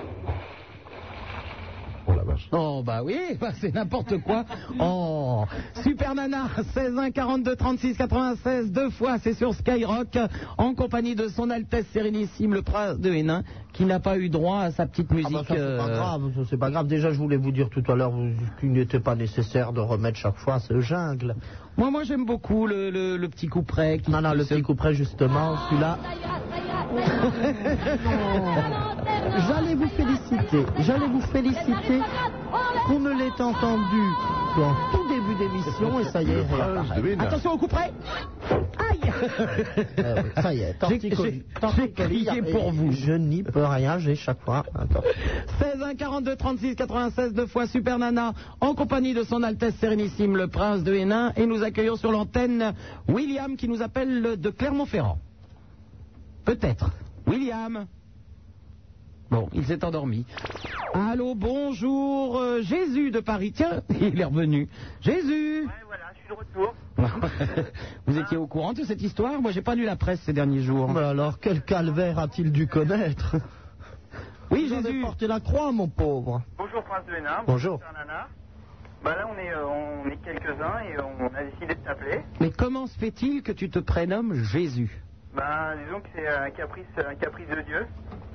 Speaker 8: Oh la vache.
Speaker 2: Oh bah oui, [laughs] bah c'est n'importe quoi. Oh, Super Nana, 16 1 42 36 96 deux fois, c'est sur Skyrock en compagnie de son Altesse Sérénissime le Prince de Hénin qui n'a pas eu droit à sa petite
Speaker 1: Ah
Speaker 2: musique.
Speaker 1: bah ça, c'est pas
Speaker 2: euh,
Speaker 1: grave, ça, c'est pas grave. Déjà, je voulais vous dire tout à l'heure vous- qu'il n'était pas nécessaire de remettre chaque fois ce jungle.
Speaker 2: Moi, moi j'aime beaucoup le, le, le petit coup près. Qui,
Speaker 1: Non, non,
Speaker 2: qui
Speaker 1: le
Speaker 2: se-
Speaker 1: petit coup près, justement, celui-là.
Speaker 2: [laughs]
Speaker 1: J'allais vous féliciter, j'allais vous féliciter qu'on ne l'ait entendu qu'en tout début d'émission, et ça y est,
Speaker 8: Le prince de Hénin.
Speaker 2: Attention au coup près
Speaker 1: euh, ça y est, torticolis.
Speaker 2: j'ai- j'ai crié
Speaker 1: Et
Speaker 2: pour vous.
Speaker 1: Je n'y peux rien, j'ai chaque fois un tort.
Speaker 2: 16 1 42 36 96 deux fois Super Nana en compagnie de son Altesse Sérénissime le Prince de Hénin et nous accueillons sur l'antenne William qui nous appelle de Clermont-Ferrand. Peut-être. William. Bon, il s'est endormi. Allô, bonjour, euh, Jésus de Paris. Tiens, [laughs] il est revenu. Jésus. [laughs]
Speaker 9: voilà, je suis de retour.
Speaker 2: Vous étiez au courant de cette histoire Moi, j'ai pas lu la presse ces derniers jours.
Speaker 1: Mais alors, quel calvaire a-t-il dû connaître
Speaker 2: Oui,
Speaker 1: Vous avez
Speaker 2: Jésus.
Speaker 1: porté la croix, mon pauvre.
Speaker 9: Bonjour Prince de Hénin.
Speaker 1: Bonjour.
Speaker 9: Super Nana. Bah là on est, euh, on est quelques-uns et euh, on a décidé de t'appeler.
Speaker 2: Mais comment se fait-il que tu te prénommes Jésus
Speaker 9: Bah disons que c'est un caprice, un caprice de Dieu.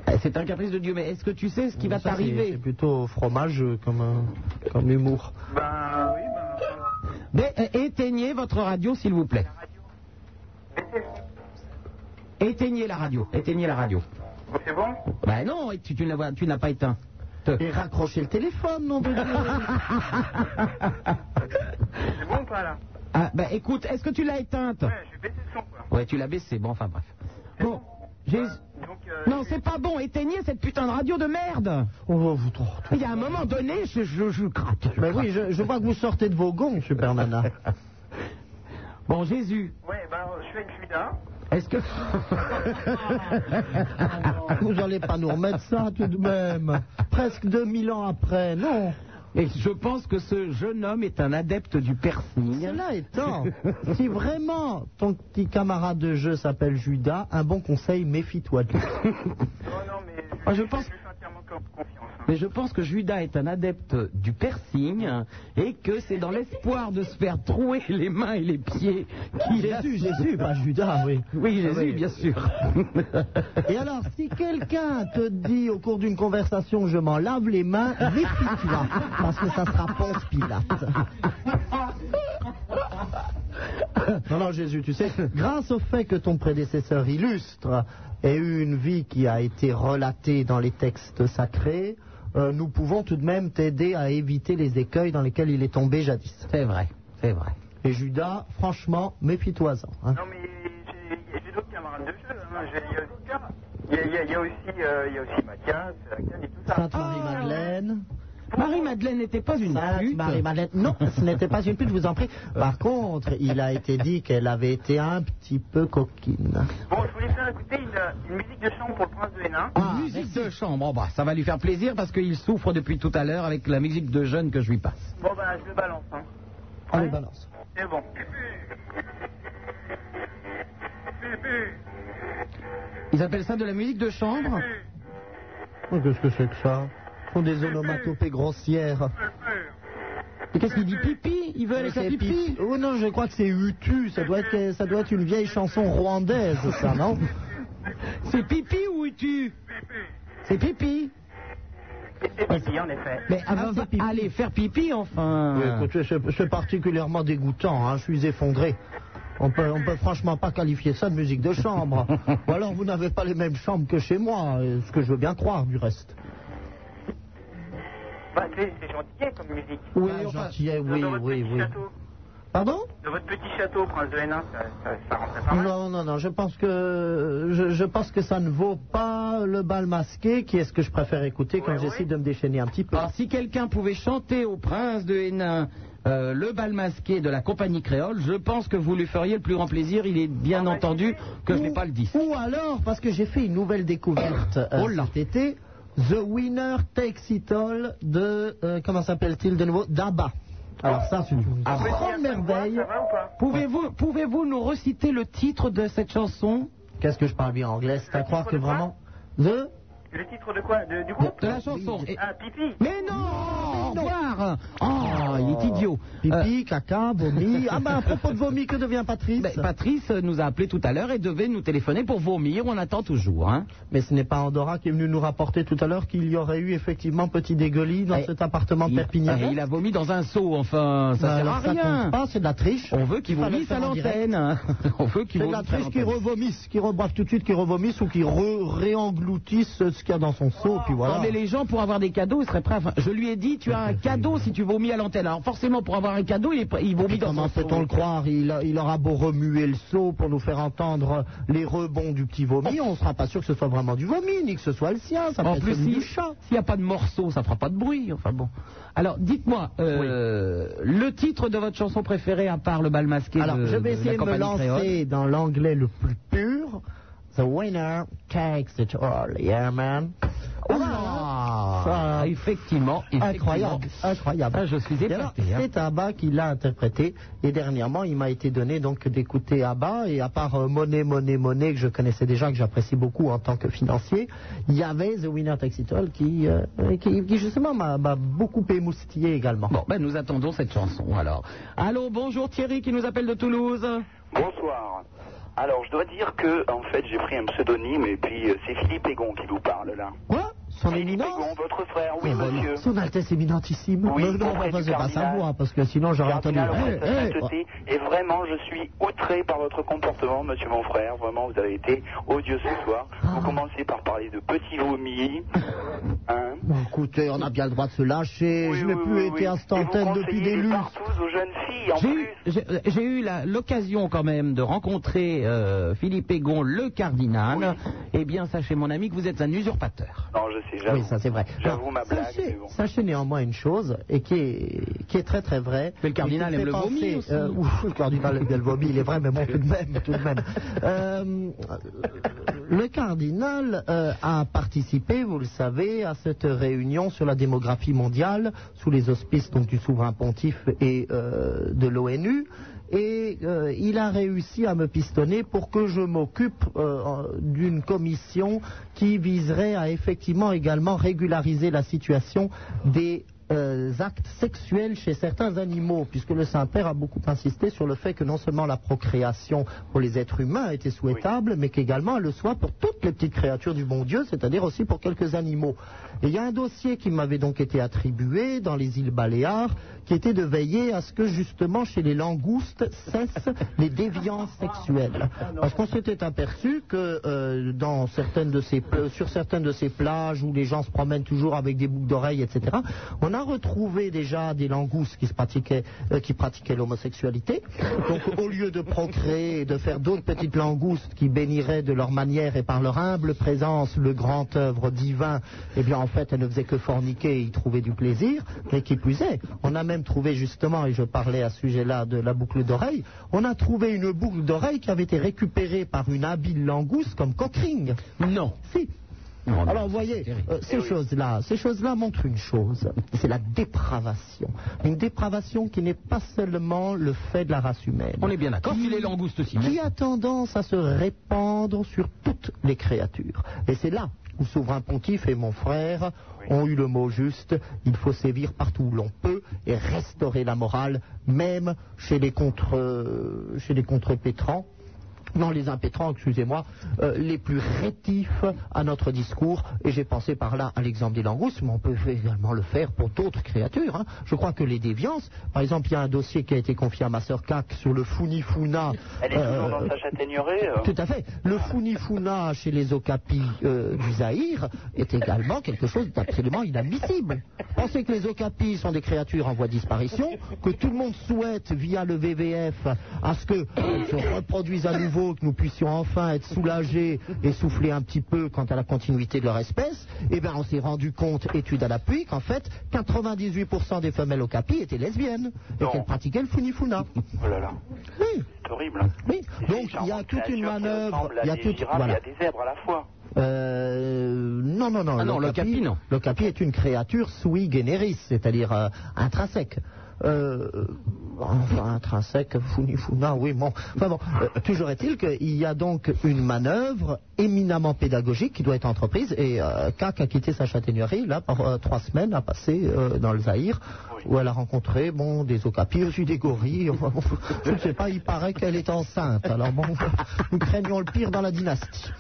Speaker 2: Eh, C'est un caprice de Dieu, mais est-ce que tu sais ce qui va
Speaker 1: Ça, c'est- C'est
Speaker 2: t'arriver
Speaker 1: plutôt fromage euh, comme, euh, comme humour.
Speaker 9: Bah oui, bah... euh,
Speaker 2: Mais, euh, Éteignez votre radio, s'il vous plaît.
Speaker 9: baissez le
Speaker 2: Éteignez la radio, éteignez la radio.
Speaker 9: son. C'est bon
Speaker 2: Bah non, tu, tu ne la vois- tu n'as pas éteint. Te-
Speaker 1: Et raccrochez le téléphone, non de Dieu.
Speaker 9: C'est bon ou pas là
Speaker 2: [laughs] Ah, bah écoute, est-ce que tu l'as éteinte
Speaker 9: Ouais, je vais baisser le son quoi.
Speaker 2: Ouais, tu l'as baissée, bon, enfin bref. Bon, Jésus.
Speaker 9: Donc, euh,
Speaker 2: Non, c'est pas bon, éteignez cette putain de radio de merde
Speaker 1: On va vous tromper.
Speaker 2: Il y a un moment donné, je, je, je gratte. je
Speaker 1: Mais
Speaker 2: gratte.
Speaker 1: oui, je, je vois que vous sortez de vos gonds, Super Nana.
Speaker 2: [laughs] Bon, Jésus,
Speaker 9: Ouais, bah je suis avec Judas.
Speaker 2: est-ce que... [laughs]
Speaker 1: Vous n'allez pas nous remettre ça tout de même. Presque 2000 ans après, non.
Speaker 2: Et je pense que ce jeune homme est un adepte du piercing.
Speaker 1: Cela étant, si vraiment ton petit camarade de jeu s'appelle Judas, un bon conseil, méfie-toi de lui.
Speaker 9: Non, non, mais
Speaker 2: Ah, je pense-
Speaker 9: Je lui fais entièrement co- confiance. hein.
Speaker 2: Mais je pense que Judas est un adepte du piercing et que c'est dans l'espoir de se faire trouer les mains et les pieds qu'il a...
Speaker 1: [laughs] Jésus, Jésus, pas Judas, oui.
Speaker 2: Oui, Jésus,
Speaker 1: Ah oui.
Speaker 2: bien sûr.
Speaker 1: Et alors, si quelqu'un te dit au cours d'une conversation, je m'en lave les mains, méfie-toi, parce que ça sera Ponce Pilate. Non, non, Jésus, tu sais, grâce au fait que ton prédécesseur illustre ait eu une vie qui a été relatée dans les textes sacrés, euh, nous pouvons tout de même t'aider à éviter les écueils dans lesquels il est tombé jadis.
Speaker 2: C'est vrai, c'est vrai.
Speaker 1: Et Judas, franchement, méfie-toi-en. hein.
Speaker 9: Non, mais j'ai- j'ai d'autres camarades de jeu. hein. J'ai- Il y a Oscar. Il y a- il y a- il y a aussi, euh, il y a aussi Mathias, Akane et tout ça.
Speaker 1: Sainte Marie-Madeleine.
Speaker 2: Marie-Madeleine n'était pas Ah, une
Speaker 1: Sainte
Speaker 2: pute.
Speaker 1: Marie-Madeleine. Non, ce n'était pas une pute, je vous en prie. Par contre, il a été dit qu'elle avait été un petit peu coquine.
Speaker 9: Bon, je voulais faire écouter une, une musique de chambre pour le prince de Hénin.
Speaker 2: Ah, musique de chambre, Oh, bah, ça va lui faire plaisir parce qu'il souffre depuis tout à l'heure avec la musique de jeune que je lui passe.
Speaker 9: Bon, bah, je le balance. Hein.
Speaker 1: Allez, balance.
Speaker 9: C'est bon.
Speaker 2: Ils appellent ça de la musique de chambre
Speaker 1: Oh, Qu'est-ce que c'est que ça Ce sont des onomatopées grossières.
Speaker 2: Mais Qu'est-ce qu'il dit Pipi Il veut aller faire
Speaker 1: C'est
Speaker 2: pipi
Speaker 1: pipi. Oh non, je crois que c'est Utu. Ça doit être, ça doit être une vieille chanson rwandaise, ça, non
Speaker 2: C'est pipi ou tu C'est pipi.
Speaker 9: C'est parti, en effet.
Speaker 2: Mais
Speaker 1: Ah, c'est pipi.
Speaker 2: allez faire pipi enfin.
Speaker 1: Oui, Ah. écoutez, c'est- c'est particulièrement dégoûtant. hein, Je suis effondré. On peut, on peut franchement pas qualifier ça de musique de chambre.
Speaker 2: [laughs]
Speaker 1: Ou alors vous n'avez pas les mêmes chambres que chez moi, euh, ce que je veux bien croire du reste.
Speaker 9: Bah, c'est c'est gentil comme musique.
Speaker 1: Oui,
Speaker 2: enfin,
Speaker 1: Ah, gentillet,
Speaker 9: Dans-
Speaker 1: oui,
Speaker 9: dans votre
Speaker 1: oui,
Speaker 9: petit
Speaker 1: oui.
Speaker 9: Château,
Speaker 1: Pardon
Speaker 9: dans votre petit château, prince de Hénin, ça, ça, ça rentrait pas mal.
Speaker 1: Non, non, non, je pense que je, je pense que ça ne vaut pas le bal masqué, qui est ce que je préfère écouter quand
Speaker 9: Ouais,
Speaker 1: j'essaie
Speaker 9: ouais.
Speaker 2: Ah,
Speaker 1: de me déchaîner un petit peu.
Speaker 2: Alors, si quelqu'un pouvait chanter au prince de Hénin euh, le bal masqué de la compagnie créole. Je pense que vous lui feriez le plus grand plaisir. Il est bien entendu que je n'ai pas le 10.
Speaker 1: Ou alors, parce que j'ai fait une nouvelle découverte euh,
Speaker 2: Oh là.
Speaker 1: cet été, The Winner Takes It All de, euh, comment s'appelle-t-il de nouveau Daba. Alors ça, c'est une grande merveille.
Speaker 9: Hein,
Speaker 2: Pouvez-vous pouvez nous reciter le titre de cette chanson
Speaker 1: Qu'est-ce que je parle bien anglais C'est à croire que vraiment... The...
Speaker 9: Le titre de quoi De- Du
Speaker 2: de,
Speaker 9: groupe
Speaker 2: de la chanson Et-
Speaker 9: Ah, pipi
Speaker 2: Mais non Au revoir Oh, il est idiot Euh,
Speaker 1: Pipi, caca, vomi. Ah ben, à propos de vomi, que devient Patrice
Speaker 2: ben, Patrice nous a appelé tout à l'heure et devait nous téléphoner pour vomir. On attend toujours. Hein.
Speaker 1: Mais ce n'est pas Andorra qui est venu nous rapporter tout à l'heure qu'il y aurait eu effectivement petit dégueulis dans
Speaker 2: Eh,
Speaker 1: cet appartement de
Speaker 2: Il,
Speaker 1: Perpignan.
Speaker 2: euh, il a vomi dans un seau, enfin, ça
Speaker 1: Ben,
Speaker 2: sert à
Speaker 1: alors,
Speaker 2: rien.
Speaker 1: compte pas, c'est de la triche.
Speaker 2: On veut qu'il
Speaker 1: Il fallait
Speaker 2: vomisse
Speaker 1: faire
Speaker 2: à
Speaker 1: en direct.
Speaker 2: l'antenne. [laughs] On veut qu'il
Speaker 1: C'est de la
Speaker 2: vomisse à
Speaker 1: triche qui
Speaker 2: l'antenne.
Speaker 1: revomisse, qui reboive tout de suite, qui revomisse ou qui re- réengloutisse ce qu'il y a dans son seau, puis
Speaker 2: Non,
Speaker 1: voilà.
Speaker 2: mais les gens, pour avoir des cadeaux, ils seraient prêts à... enfin, Je lui ai dit, tu as un cadeau si tu vomis à l'antenne. Alors forcément, pour avoir un cadeau, il, est pr- il vomit
Speaker 1: Puis
Speaker 2: dans
Speaker 1: Comment
Speaker 2: son
Speaker 1: peut-on le croire il, a- il aura beau remuer le seau pour nous faire entendre les rebonds du petit vomi, on ne sera pas sûr que ce soit vraiment du vomi, ni que ce soit le sien, ça peut
Speaker 2: En
Speaker 1: être
Speaker 2: plus,
Speaker 1: celui
Speaker 2: si-
Speaker 1: du chat.
Speaker 2: s'il n'y a pas de morceau, ça fera pas de bruit. Enfin bon. Alors, dites-moi, euh, le titre de votre chanson préférée, à part le bal masqué
Speaker 1: Alors,
Speaker 2: de,
Speaker 1: je vais
Speaker 2: de la
Speaker 1: essayer de me
Speaker 2: compagnie
Speaker 1: lancer
Speaker 2: créole
Speaker 1: dans l'anglais le plus pur. The winner takes it all, yeah man. Oh,
Speaker 2: Ah,
Speaker 1: Ça-
Speaker 2: effectivement, effectivement.
Speaker 1: Incroyable, incroyable.
Speaker 2: Ah, je suis
Speaker 1: Et alors,
Speaker 2: épaté. hein.
Speaker 1: C'est Abba qui l'a interprété. Et dernièrement, il m'a été donné donc d'écouter Abba. Et à part euh, Monet, Monet, Monet, que je connaissais déjà, que j'apprécie beaucoup en tant que financier, il y avait The Winner Takes It All qui, euh, qui, qui, justement m'a m'a beaucoup émoustillé également.
Speaker 2: Bon, ben nous attendons cette chanson alors. Allô, bonjour Thierry qui nous appelle de Toulouse.
Speaker 12: Bonsoir. Alors, je dois dire que, en fait, j'ai pris un pseudonyme et puis euh, c'est Philippe Egon qui vous parle là.
Speaker 1: Quoi Son
Speaker 12: Philippe
Speaker 1: éminence
Speaker 12: Egon, votre frère, oui,
Speaker 1: Son-
Speaker 12: monsieur.
Speaker 1: Son Altesse éminentissime.
Speaker 12: Oui,
Speaker 1: Ah bah, Non, non,
Speaker 12: auprès
Speaker 1: on va
Speaker 12: du
Speaker 1: pas- pas
Speaker 12: cardinal.
Speaker 1: savoir, parce que sinon j'aurais entendu.
Speaker 12: Cardinal
Speaker 1: Eh,
Speaker 12: Roche de
Speaker 1: eh,
Speaker 12: Sainteté, et vraiment, je suis outré par votre comportement, monsieur mon frère. Vraiment, vous avez été odieux ce soir.
Speaker 1: Ah.
Speaker 12: Vous commencez par parler de petits vomis. Hein
Speaker 1: oh, Bon, écoutez, on a bien le droit de se lâcher.
Speaker 12: Oui,
Speaker 1: je n'ai
Speaker 12: oui,
Speaker 1: plus
Speaker 12: oui,
Speaker 1: été
Speaker 12: oui.
Speaker 1: instantaine
Speaker 12: Et vous
Speaker 1: depuis
Speaker 12: conseillez
Speaker 1: des
Speaker 12: les
Speaker 1: lunes.
Speaker 12: partouzes aux jeunes filles, en
Speaker 2: J'ai
Speaker 12: plus.
Speaker 2: eu- j'ai- euh, j'ai eu la- l'occasion quand même de rencontrer euh, Philippe Egon, le cardinal. Eh bien, sachez mon ami que vous êtes un usurpateur.
Speaker 12: Non, je sais, j'avoue.
Speaker 1: Oui, ça c'est vrai.
Speaker 12: J'avoue ma blague,
Speaker 1: sachez,
Speaker 12: mais bon.
Speaker 1: sachez néanmoins une chose, et qui est, qui est très très vraie.
Speaker 2: Mais le cardinal
Speaker 1: Et qui
Speaker 2: aime
Speaker 1: me fait
Speaker 2: le vomi
Speaker 1: penser,
Speaker 2: aussi.
Speaker 1: euh, ouf, le cardinal aime bien le vomi, il est vrai, mais bon, tout de même, tout de même. Euh, le cardinal euh, a participé, vous le savez, à cette réunion sur la démographie mondiale, sous les auspices donc du souverain pontife et euh, de l'ONU. Et euh, il a réussi à me pistonner pour que je m'occupe euh, d'une commission qui viserait à effectivement également régulariser la situation des euh, actes sexuels chez certains animaux, puisque le Saint-Père a beaucoup insisté sur le fait que non seulement la procréation pour les êtres humains était souhaitable, mais qu'également elle le soit pour toutes les petites créatures du bon Dieu, c'est-à-dire aussi pour quelques animaux. Et il y a un dossier qui m'avait donc été attribué dans les îles Baléares, qui était de veiller à ce que justement chez les langoustes cessent les déviances sexuelles. Parce qu'on s'était aperçu que euh, dans certaines de ces, pla- sur certaines de ces plages où les gens se promènent toujours avec des boucles d'oreilles, etc., on a retrouvé déjà des langoustes qui, se pratiquaient, euh, qui pratiquaient l'homosexualité. Donc au lieu de procréer et de faire d'autres petites langoustes qui béniraient de leur manière et par leur humble présence le grand œuvre divin, eh bien en fait elles ne faisaient que forniquer et y trouver du plaisir, mais qui plus est, on a même trouvé justement, et je parlais à ce sujet-là de la boucle d'oreille, on a trouvé une boucle d'oreille qui avait été récupérée par une habile langouste comme Cockring.
Speaker 2: Non.
Speaker 1: Si. Alors, vous voyez, euh,
Speaker 2: Eh
Speaker 1: ces choses-là, ces choses-là montrent une chose, c'est la dépravation. Une dépravation qui n'est pas seulement le fait de la race humaine.
Speaker 2: On est bien d'accord. Si les langoustes aussi.
Speaker 1: Qui a tendance à se répandre sur toutes les créatures. Et c'est là où souverain pontife et mon frère ont eu le mot juste. Il faut sévir partout où l'on peut et restaurer la morale, même chez les contre, chez les contrepétrants. Non, les impétrants, excusez-moi, euh, les plus rétifs à notre discours. Et j'ai pensé par là à l'exemple des langoustes, mais on peut également le faire pour d'autres créatures. hein. Je crois que les déviances, par exemple, il y a un dossier qui a été confié à ma sœur Cac sur le Funifuna.
Speaker 12: Elle est toujours dans
Speaker 1: euh,
Speaker 12: sa châtaignerie. euh.
Speaker 1: tout à fait. Le funifuna chez les okapis euh, du Zaïre est également quelque chose d'absolument inadmissible. Pensez que les okapis sont des créatures en voie de disparition, que tout le monde souhaite via le VVF à ce qu'elles se reproduisent à nouveau animaux, que nous puissions enfin être soulagés et souffler un petit peu quant à la continuité de leur espèce, eh ben on s'est rendu compte, étude à l'appui, qu'en fait, 98% des femelles au capi étaient lesbiennes et qu'elles pratiquaient le funifuna.
Speaker 12: Oh là là.
Speaker 1: Oui.
Speaker 12: C'est horrible.
Speaker 1: Oui. Donc il y a toute une manœuvre, il y a toute, voilà.
Speaker 12: Il y a des zèbres à la fois.
Speaker 1: Euh, non, non, non.
Speaker 2: Ah non, le capi, non.
Speaker 1: Le capi est une créature sui generis, c'est-à-dire euh, intrinsèque. Euh, enfin, intrinsèque, funifuna, oui, bon. Enfin bon, euh, toujours est-il qu'il y a donc une manœuvre éminemment pédagogique qui doit être entreprise et euh, Kak a quitté sa châtaignerie, là, pour euh, trois semaines, a passé euh, dans le Zaïre, où elle a rencontré, bon, des okapis, aussi des gorilles, enfin, bon, [laughs] je ne sais pas, il paraît qu'elle est enceinte, alors bon, [laughs] nous craignons le pire dans la dynastie.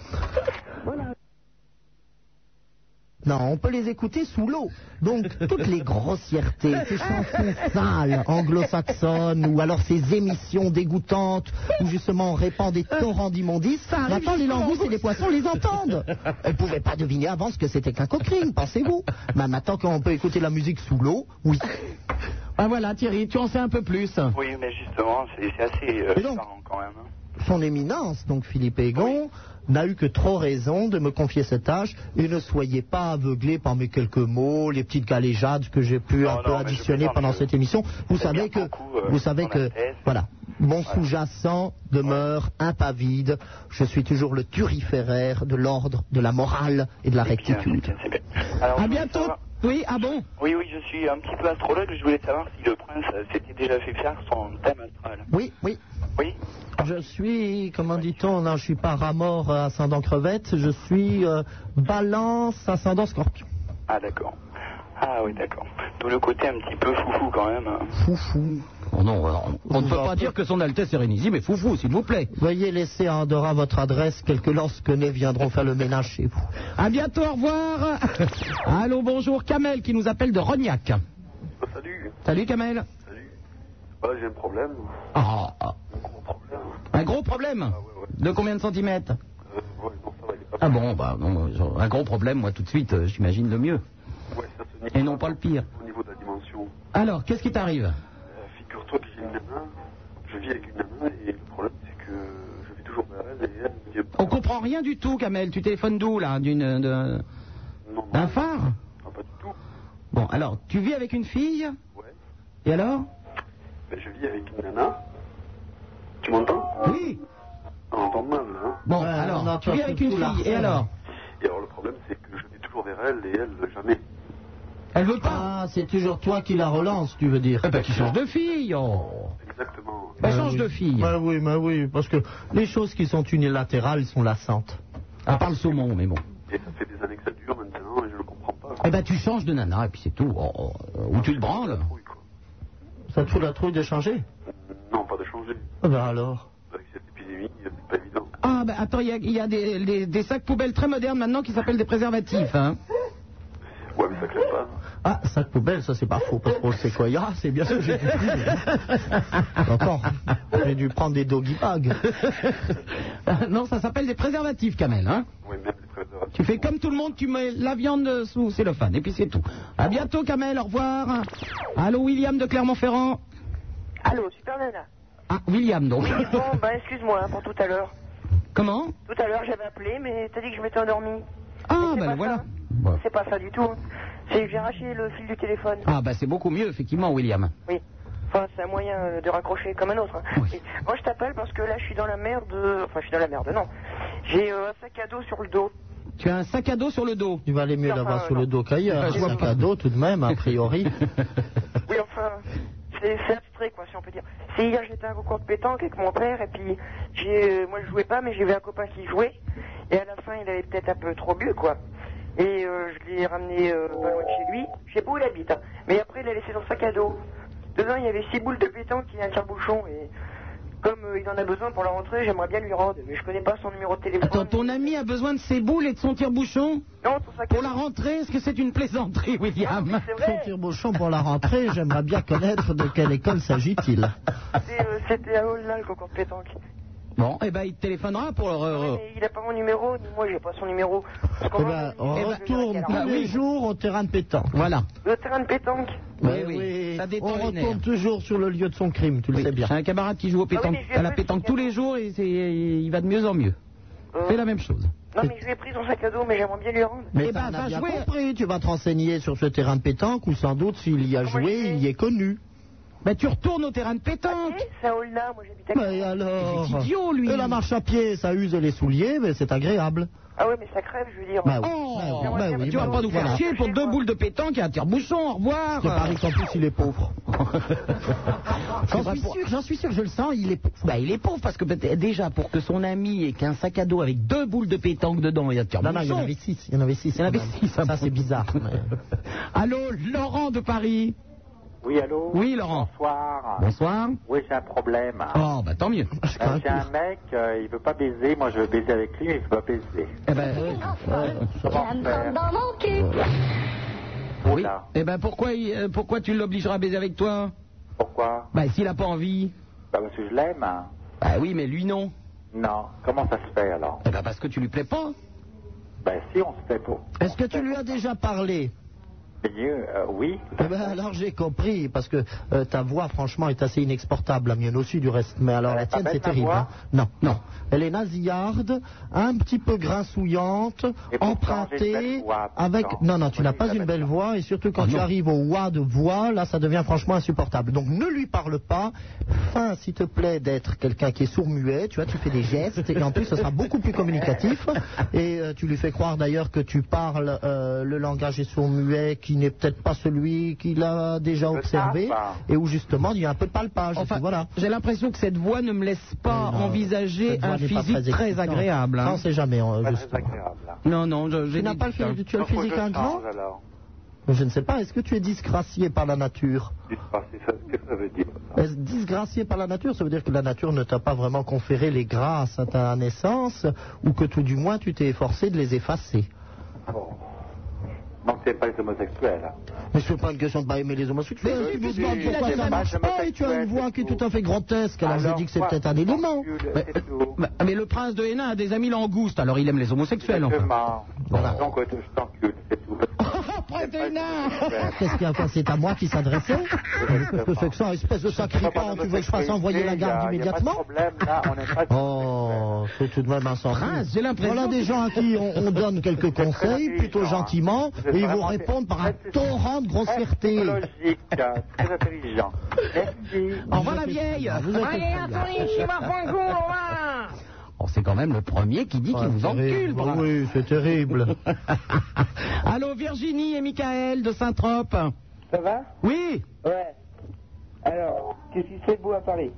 Speaker 1: Non, on peut les écouter sous l'eau. Donc, toutes les grossièretés, ces chansons sales anglo-saxonnes, ou alors ces émissions dégoûtantes, où justement on répand des torrents d'immondices, maintenant les langoustes et les poissons les entendent. Elles ne pouvaient pas deviner avant ce que c'était qu'un coquering, pensez-vous. Mais maintenant qu'on peut écouter la musique sous l'eau, oui.
Speaker 2: Ah voilà, Thierry, tu en sais un peu plus.
Speaker 12: Oui, mais justement, c'est c'est assez euh, marrant quand même. hein.
Speaker 1: Son éminence, donc Philippe Egon, n'a eu que trop raison de me confier cette tâche et ne soyez pas aveuglés par mes quelques mots, les petites galéjades que j'ai pu un
Speaker 12: non, mais
Speaker 1: peu
Speaker 12: je
Speaker 1: additionner
Speaker 12: plaisante,
Speaker 1: pendant
Speaker 12: je-
Speaker 1: cette émission. Vous
Speaker 12: j'aime bien
Speaker 1: savez que,
Speaker 12: beaucoup, euh,
Speaker 1: vous savez
Speaker 12: dans la
Speaker 1: que,
Speaker 12: thèse.
Speaker 1: voilà. Mon sous-jacent demeure impavide. Je suis toujours le turiféraire de l'ordre, de la morale et de la rectitude.
Speaker 12: Eh ben, Alors,
Speaker 2: À
Speaker 12: je voulais
Speaker 2: bientôt.
Speaker 12: savoir-
Speaker 2: Oui, ah bon
Speaker 12: Oui, oui, je suis un petit peu astrologue. Je voulais savoir si le prince euh, s'était déjà fait faire son thème astral.
Speaker 1: Oui, oui.
Speaker 12: Oui
Speaker 1: Je suis, comment dit-on, non, je suis pas ramor euh, ascendant crevette, je suis euh, balance ascendant scorpion.
Speaker 12: Ah, d'accord. Ah, oui, d'accord. D'où le côté un petit peu foufou quand même. hein.
Speaker 1: Foufou.
Speaker 2: Oh non, on- on ne peut pas dire que son Altesse Sérénissime est foufou, s'il vous plaît.
Speaker 1: Veuillez laisser à Andorra votre adresse, quelques lansquenets viendront faire le ménage chez vous.
Speaker 2: À bientôt,
Speaker 1: [laughs]
Speaker 2: au revoir. Allô, bonjour, Kamel qui nous appelle de Rognac.
Speaker 4: Oh, salut.
Speaker 2: Salut Kamel.
Speaker 4: Bah, j'ai un problème.
Speaker 2: Ah, ah. un gros problème.
Speaker 4: Ah,
Speaker 2: De combien de centimètres
Speaker 4: Euh,
Speaker 2: Ah bon, bah non, genre, un gros problème, moi tout de suite, euh, j'imagine le mieux.
Speaker 4: Ouais, ça se
Speaker 2: Et non pas le pire.
Speaker 4: au niveau de la dimension.
Speaker 2: Alors, qu'est-ce qui t'arrive
Speaker 4: Euh, Figure-toi que j'ai une nana. Je vis avec une nana et le problème, c'est que je vis toujours mal et elle me dit
Speaker 2: On comprend rien du tout, Kamel. Tu téléphones d'où là D'une euh, de- d'un phare
Speaker 4: Ah, pas du tout.
Speaker 2: Bon, alors, tu vis avec une fille
Speaker 4: Ouais.
Speaker 2: Et alors
Speaker 4: Ben, je vis avec une nana. Tu m'entends
Speaker 2: Oui.
Speaker 4: On entend mal, hein
Speaker 2: Bon,
Speaker 1: Ouais, on
Speaker 2: alors,
Speaker 1: entend
Speaker 2: tu vis avec une
Speaker 1: surtout
Speaker 2: fille.
Speaker 1: la-
Speaker 2: Et alors
Speaker 4: Et alors, le problème, c'est que je vis toujours vers elle et elle, jamais.
Speaker 2: Elle veut pas.
Speaker 1: Ah, c'est toujours toi qui la relance, tu veux dire
Speaker 2: Eh ben, qui change de fille. Oh.
Speaker 4: Exactement.
Speaker 2: Ben, change de fille.
Speaker 1: Bah oui, bah oui, parce que les choses qui sont unilatérales sont lassantes.
Speaker 2: À part le saumon, mais bon.
Speaker 4: Et ça fait des années que ça dure maintenant et je le comprends pas.
Speaker 2: Eh ben, tu changes de nana et puis c'est tout. Oh, oh, oh. Ou tu le branles.
Speaker 4: Oui, quoi.
Speaker 1: Ça te fout la trouille de changer
Speaker 4: Non, pas de changer.
Speaker 1: Ah ben alors
Speaker 4: Avec cette épidémie, c'est pas évident.
Speaker 2: Ah, ben attends, il y a, il y a des, des- des sacs poubelles très modernes maintenant qui s'appellent des
Speaker 1: [laughs]
Speaker 2: préservatifs. Hein. [laughs]
Speaker 4: Ouais, mais ça claque pas.
Speaker 1: Ah, sac poubelle, ça c'est pas faux, parce qu'on le sait quoi, il y a, c'est bien ce que j'ai dû [laughs] prendre. Encore, j'ai dû prendre des doggy bags.
Speaker 2: non, ça s'appelle des préservatifs, Kamel. Hein.
Speaker 4: Ouais, même les préservatifs.
Speaker 2: Tu fais comme tout le monde, tu mets la viande sous cellophane et puis c'est tout. À bientôt, Kamel, au revoir. Allô, William de Clermont-Ferrand.
Speaker 10: Allô,
Speaker 1: [laughs]
Speaker 10: super nana.
Speaker 2: Ah, William donc.
Speaker 10: Bon, bah excuse-moi hein, pour tout à l'heure.
Speaker 2: [laughs] Comment
Speaker 10: Tout à l'heure j'avais appelé, mais t'as dit que je m'étais endormie.
Speaker 2: Ah,
Speaker 10: C'est
Speaker 2: ben
Speaker 10: pas
Speaker 2: voilà.
Speaker 10: ça. C'est pas ça du tout. hein. C'est que j'ai arraché le fil du téléphone.
Speaker 2: Ah, ben c'est beaucoup mieux, effectivement, William.
Speaker 10: Oui. Enfin, c'est un moyen euh, de raccrocher comme un autre. hein. Mais Moi, je t'appelle parce que là, je suis dans la merde. Enfin, je suis dans la merde, non. J'ai euh, un sac à dos sur le dos.
Speaker 2: Tu as un sac à dos sur le dos.
Speaker 1: Il valait mieux
Speaker 10: Enfin,
Speaker 1: l'avoir
Speaker 10: euh,
Speaker 1: sur le dos
Speaker 2: Ah,
Speaker 1: qu'ailleurs.
Speaker 2: je
Speaker 1: C'est
Speaker 2: vois
Speaker 1: un
Speaker 2: pas.
Speaker 1: cadeau tout de même, a [laughs]
Speaker 2: [laughs]
Speaker 1: priori.
Speaker 10: Oui, enfin, c'est c'est abstrait, quoi, si on peut dire. C'est hier, j'étais à un concours de pétanque avec mon père, et puis, j'ai, euh, moi, je jouais pas, mais j'avais un copain qui jouait, et à la fin, il avait peut-être un peu trop bu, quoi. Et euh, je l'ai ramené euh, pas loin de chez lui, je sais pas où il habite, hein. mais après, il a laissé son sac à dos. Dedans, il y avait six boules de pétanque et un tire-bouchon, et comme euh, il en a besoin pour la rentrée, j'aimerais bien lui rendre, mais je connais pas son numéro de téléphone.
Speaker 2: Attends, ton ami a besoin de ses boules et de son tire-bouchon
Speaker 10: Non, son sac à
Speaker 2: Pour la
Speaker 10: dos.
Speaker 2: rentrée, est-ce que c'est une plaisanterie, [laughs] William
Speaker 10: C'est
Speaker 1: Son
Speaker 10: vrai,
Speaker 1: tire-bouchon pour la rentrée, j'aimerais bien connaître de quelle école s'agit-il.
Speaker 10: c'est, euh, c'était à Hollande, le concours de pétanque.
Speaker 2: Bon, eh ben, il te téléphonera pour leur... euh,
Speaker 10: Mais il a pas mon numéro, ni moi j'ai pas son numéro. Parce qu'on
Speaker 1: Eh
Speaker 10: va-
Speaker 2: bah,
Speaker 1: ben, on
Speaker 10: Eh ben,
Speaker 1: retourne
Speaker 10: alors,
Speaker 1: tous
Speaker 2: Ah
Speaker 1: les
Speaker 2: oui.
Speaker 1: jours au terrain de pétanque.
Speaker 2: Voilà. Eh
Speaker 10: Le terrain de pétanque.
Speaker 1: Mais
Speaker 2: Oui, oui.
Speaker 1: mais Eh on retourne toujours sur le lieu de son crime, tu le sais bien.
Speaker 2: J'ai un camarade qui joue au
Speaker 1: Ah oui,
Speaker 2: pétanque,
Speaker 1: mais j'ai
Speaker 2: à la
Speaker 1: vu,
Speaker 2: pétanque tous les jours et c'est- il va de mieux en mieux.
Speaker 1: Euh.
Speaker 2: Fais la même chose.
Speaker 10: Non, mais je lui ai pris son sac à dos, mais j'aimerais bien lui rendre.
Speaker 1: Mais t'en as bien compris, tu vas te renseigner sur ce terrain de pétanque où sans doute s'il y a joué, il y est connu.
Speaker 2: Mais Bah, tu retournes au terrain de pétanque
Speaker 10: C'est à Olna, moi j'habite à
Speaker 1: Mais alors
Speaker 10: Il est idiot, lui.
Speaker 1: Et Oh. la marche à pied, ça use les souliers, mais c'est agréable.
Speaker 10: Ah ouais, mais ça crève, je veux dire.
Speaker 1: Bah oui, bah oui, bah oui,
Speaker 2: Oh. tu vas
Speaker 1: bah
Speaker 2: pas
Speaker 1: oui,
Speaker 2: nous faire
Speaker 1: voilà.
Speaker 2: chier pour deux boules de pétanque et un tire-bouchon, au revoir
Speaker 1: Je parie qu'en plus il est pauvre.
Speaker 2: J'en Ah, suis sûr, j'en suis sûr, je le sens, il est, bah, il est pauvre parce que peut-être- déjà pour que son ami ait qu'un sac à dos avec deux boules de pétanque dedans et un tire
Speaker 1: Non, non, il y en avait six. Il y en avait six.
Speaker 2: Il y en avait
Speaker 1: quand même.
Speaker 2: six, ah
Speaker 1: Ça,
Speaker 2: bon.
Speaker 1: c'est bizarre. mais-
Speaker 2: Allô, Laurent de Paris
Speaker 9: Oui, allô
Speaker 2: Oui, Laurent.
Speaker 9: Bonsoir.
Speaker 2: Bonsoir.
Speaker 9: Oui, j'ai un problème.
Speaker 2: Oh, bah tant mieux.
Speaker 9: Euh, j'ai un mec, euh, il veut pas baiser. Moi, je veux baiser avec lui, mais il veut pas baiser.
Speaker 2: Eh ben,
Speaker 9: Comment faire
Speaker 2: oui. Eh ben pourquoi, il- euh, pourquoi tu l'obligeras à baiser avec toi
Speaker 9: Pourquoi
Speaker 2: Bah s'il a pas envie.
Speaker 9: Bah, parce que je l'aime.
Speaker 2: Bah oui, mais lui non.
Speaker 9: Non. Comment ça se fait alors
Speaker 2: Eh ben parce que tu lui plais pas.
Speaker 9: Ben si, on se fait pour.
Speaker 1: Est-ce que tu lui as déjà parlé
Speaker 9: Mieux, euh, oui.
Speaker 1: Eh ben, alors j'ai compris, parce que euh, ta voix, franchement, est assez inexportable, la mienne aussi du reste, mais alors la tienne,
Speaker 9: belle,
Speaker 1: c'est
Speaker 9: ma
Speaker 1: terrible.
Speaker 9: voix
Speaker 1: hein. Non, non. Elle est nasillarde, un petit peu grinsouillante,
Speaker 9: Et pourtant, j'ai une
Speaker 1: empruntée,
Speaker 9: belle voix, pourtant.
Speaker 1: avec... Non, non, tu n'as pas une belle voix, et surtout quand
Speaker 2: Ah,
Speaker 1: tu
Speaker 2: non.
Speaker 1: arrives au wa de voix, là, ça devient franchement insupportable. Donc ne lui parle pas, fin, s'il te plaît, d'être quelqu'un qui est sourd-muet, tu vois, tu fais des gestes, et en plus, ce sera beaucoup plus communicatif, et euh, tu lui fais croire d'ailleurs que tu parles euh, le langage est sourd-muet, qui n'est peut-être pas celui qu'il a déjà observé,
Speaker 9: taf.
Speaker 1: et où justement, il y a un peu de palpage.
Speaker 2: Enfin,
Speaker 1: voilà.
Speaker 2: J'ai l'impression que cette voix ne me laisse pas
Speaker 1: Mais non,
Speaker 2: envisager
Speaker 1: cette voix
Speaker 2: un
Speaker 1: n'est pas
Speaker 2: physique très,
Speaker 1: excitant.
Speaker 2: agréable.
Speaker 1: Ça,
Speaker 2: hein.
Speaker 1: on sait jamais. euh,
Speaker 9: Pas
Speaker 1: juste.
Speaker 9: très agréable. hein.
Speaker 2: Non, non, je- j'ai
Speaker 1: Tu n'as
Speaker 2: des-
Speaker 1: pas le, physique- tu as le
Speaker 9: Faut que
Speaker 1: physique
Speaker 9: je
Speaker 1: un grand
Speaker 9: change, alors.
Speaker 1: Je ne sais pas, est-ce que tu es disgracié par la nature
Speaker 9: Disgracié, ça- Qu'est-ce que ça veut dire
Speaker 1: Est-ce Disgracié Euh, par la nature, ça veut dire que la nature ne t'a pas vraiment conféré les grâces à ta naissance, ou que tout du moins tu t'es efforcé de les effacer.
Speaker 9: Bon. Donc, t'es pas les homosexuels. hein.
Speaker 1: Mais c'est pas une question de pas aimer les homosexuels.
Speaker 9: Mais
Speaker 1: tu
Speaker 9: oui,
Speaker 1: me
Speaker 9: mais
Speaker 1: demandes
Speaker 9: oui,
Speaker 1: pourquoi
Speaker 9: mais
Speaker 1: ça
Speaker 9: c'est
Speaker 1: marche
Speaker 9: pas
Speaker 1: pas et tu as une
Speaker 9: homosexuel,
Speaker 1: voix qui est
Speaker 9: c'est
Speaker 1: tout à fait grotesque. Alors, j'ai
Speaker 9: Alors,
Speaker 1: dit que c'est
Speaker 9: quoi,
Speaker 1: peut-être un élément.
Speaker 9: homosexuel,
Speaker 1: Mais- euh,
Speaker 9: c'est tout.
Speaker 2: Bah, mais le prince de Hénin a des amis langoustes, alors il aime les homosexuels. Enfin.
Speaker 9: Exactement.
Speaker 1: Voilà.
Speaker 9: Donc, euh, je t'encule, c'est tout.
Speaker 2: Oh, prince de Hénin
Speaker 1: [laughs] Qu'est-ce qu'il y a quoi C'est à moi qui s'adressait Qu'est-ce que c'est que ça Espèce de sacripant, tu veux que je fasse envoyer la garde immédiatement
Speaker 9: Il n'y a pas de problème, là, on n'est pas...
Speaker 1: [laughs] Oh, c'est tout de même un sens.
Speaker 2: Prince, j'ai l'impression
Speaker 1: Voilà des
Speaker 2: que-
Speaker 1: gens à qui on, on donne quelques conseils,
Speaker 9: intelligent,
Speaker 1: plutôt
Speaker 9: hein.
Speaker 1: gentiment,
Speaker 9: Vous êtes
Speaker 1: et ils vous
Speaker 9: vraiment-
Speaker 1: répondent par un
Speaker 9: Très-
Speaker 1: torrent de grossièreté.
Speaker 9: Logique,
Speaker 10: hein,
Speaker 9: très intelligent. Merci.
Speaker 2: Au revoir la vieille
Speaker 1: Ah, Vous êtes-
Speaker 2: Oh, C'est quand même le premier qui dit qu'il vous encule,
Speaker 1: Oh, Terrible.
Speaker 2: bravo.
Speaker 1: Oui, c'est terrible.
Speaker 2: [laughs] Allô, Virginie et Michael de Saint-Trope.
Speaker 10: Ça va
Speaker 2: Oui
Speaker 10: Ouais. Alors, qu'est-ce qui se fait de beau à Paris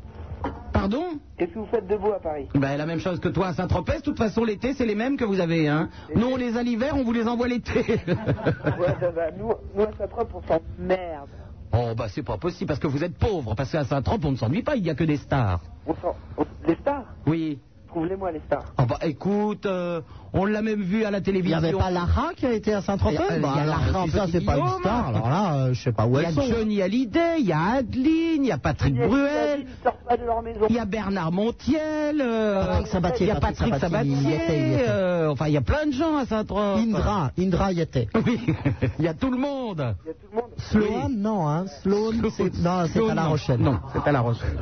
Speaker 2: Pardon
Speaker 10: Qu'est-ce que vous faites de beau à Paris
Speaker 2: ben, La même chose que toi à Saint-Tropez. De toute façon, l'été, c'est les mêmes que vous avez. Hein. Nous, on les a l'hiver, on vous les envoie l'été.
Speaker 10: Ouais, ça va. Nous, nous à sa propre, on s'emmerde.
Speaker 2: oh, bah c'est pas possible parce que vous êtes pauvres. Parce qu'à Saint-Tropez, on ne s'ennuie pas, il n'y a que des stars.
Speaker 10: On s'en... on- Les stars
Speaker 2: Oui.
Speaker 10: Trouve-les-moi, les stars.
Speaker 2: Oh, bah écoute, euh, on l'a même vu à la
Speaker 1: Il n'y
Speaker 2: télévision. euh,
Speaker 1: avait pas Lara qui a été à Saint-Tropez
Speaker 2: Il y a-
Speaker 1: Bah,
Speaker 2: il y a
Speaker 1: alors,
Speaker 2: Lara
Speaker 1: si ça,
Speaker 2: Petit
Speaker 1: c'est pas une
Speaker 2: Guillaume.
Speaker 1: star. Alors là, euh, je sais pas où
Speaker 2: Il y
Speaker 1: elles
Speaker 2: a
Speaker 1: sont.
Speaker 2: Johnny Hallyday, il y a Adeline, il y a Patrick
Speaker 10: Les
Speaker 2: Bruel,
Speaker 10: Ils sortent pas de leur maison.
Speaker 2: il y a Bernard Montiel, euh,
Speaker 1: Patrick Sabatier,
Speaker 2: il y a
Speaker 1: Patrick
Speaker 2: Patrick
Speaker 1: Sabatier,
Speaker 2: Sabatier,
Speaker 1: il y était, il y était.
Speaker 2: euh, enfin il y a plein de gens à Saint-Tropez.
Speaker 1: Indra, Indra y était.
Speaker 2: [laughs] Oui, il y a tout le monde.
Speaker 10: Il y a tout le monde.
Speaker 1: Sloan, non, hein. Sloan, c'est non, c'est à La
Speaker 2: non.
Speaker 1: Rochelle.
Speaker 2: Non, c'est à La Rochelle.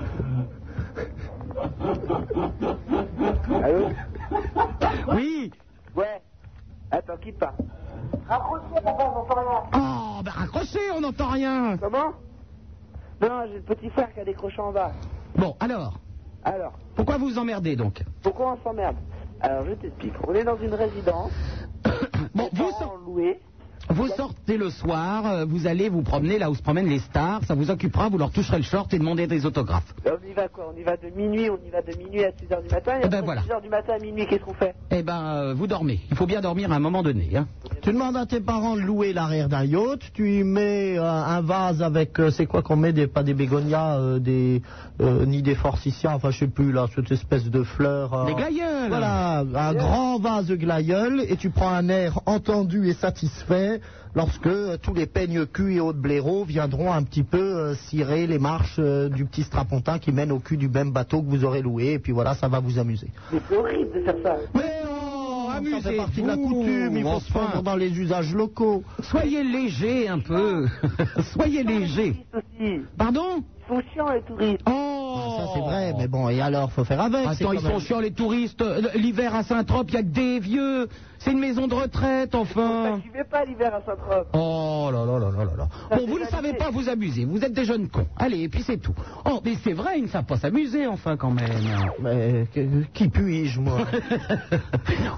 Speaker 10: Allô
Speaker 2: Oui.
Speaker 10: Ouais. Attends, quitte pas.
Speaker 2: Oh, ben raccrochez, on n'entend rien.
Speaker 10: Comment Non, j'ai le petit frère qui a décroché en bas.
Speaker 2: Bon, alors,
Speaker 10: Alors,
Speaker 2: pourquoi vous vous emmerdez donc
Speaker 10: pourquoi on s'emmerde Alors, je t'explique. On est dans une résidence.
Speaker 2: Bon,
Speaker 10: Les
Speaker 2: vous,
Speaker 10: parents
Speaker 2: sor-
Speaker 10: loués.
Speaker 2: vous sortez le soir, euh, vous allez vous promener là où se promènent les stars, ça vous occupera, vous leur toucherez le short et demandez des autographes.
Speaker 10: On y va quoi On y va de minuit, on y va de minuit à 6h du matin. Et,
Speaker 2: Eh ben voilà.
Speaker 10: 6h du matin à minuit, qu'est-ce qu'on fait
Speaker 2: Eh ben, euh, vous dormez. Il faut bien dormir à un moment donné. Hein.
Speaker 1: Tu demandes à tes parents de louer l'arrière d'un yacht, tu y mets euh, un vase avec, euh, c'est quoi qu'on met, des, pas des bégonias, euh, des, euh, ni des forsythias, enfin je sais plus là, cette espèce de fleur. euh,
Speaker 2: Des glaïeuls.
Speaker 1: Voilà, un grand vase glaïeul et tu prends un air entendu et satisfait lorsque euh, tous les peignes cul et hauts de blaireau viendront un petit peu euh, cirer les marches euh, du petit strapontin qui mène au cul du même bateau que vous aurez loué et puis voilà, ça va vous amuser.
Speaker 10: Mais c'est horrible de faire ça.
Speaker 2: Mais oh,
Speaker 1: ça fait partie de la
Speaker 2: amusez-vous,
Speaker 1: coutume, il faut se
Speaker 2: enfin.
Speaker 1: prendre dans les usages locaux.
Speaker 2: Soyez léger un peu.
Speaker 10: Ah.
Speaker 2: [laughs] Soyez léger. Pardon Oh.
Speaker 5: Ils sont chiants les touristes.
Speaker 1: Ah, ça c'est vrai, mais bon, et alors, faut faire avec. c'est
Speaker 2: Ah, Attends, ils
Speaker 1: comme-
Speaker 2: sont chiants les touristes. Euh, L'hiver à Saint-Trope, il n'y a que des vieux. C'est une maison de retraite, enfin.
Speaker 10: J'y vais pas l'hiver à Saint-Trope.
Speaker 2: Oh là là là là là là. Bon,
Speaker 10: Ça fait
Speaker 2: vous ne
Speaker 10: valider.
Speaker 2: savez pas vous amuser. Vous êtes des jeunes cons. Allez, et puis c'est tout. Oh, mais c'est vrai, ils ne savent pas s'amuser, enfin, quand même.
Speaker 1: Mais que- qui puis-je, [laughs] moi Ah,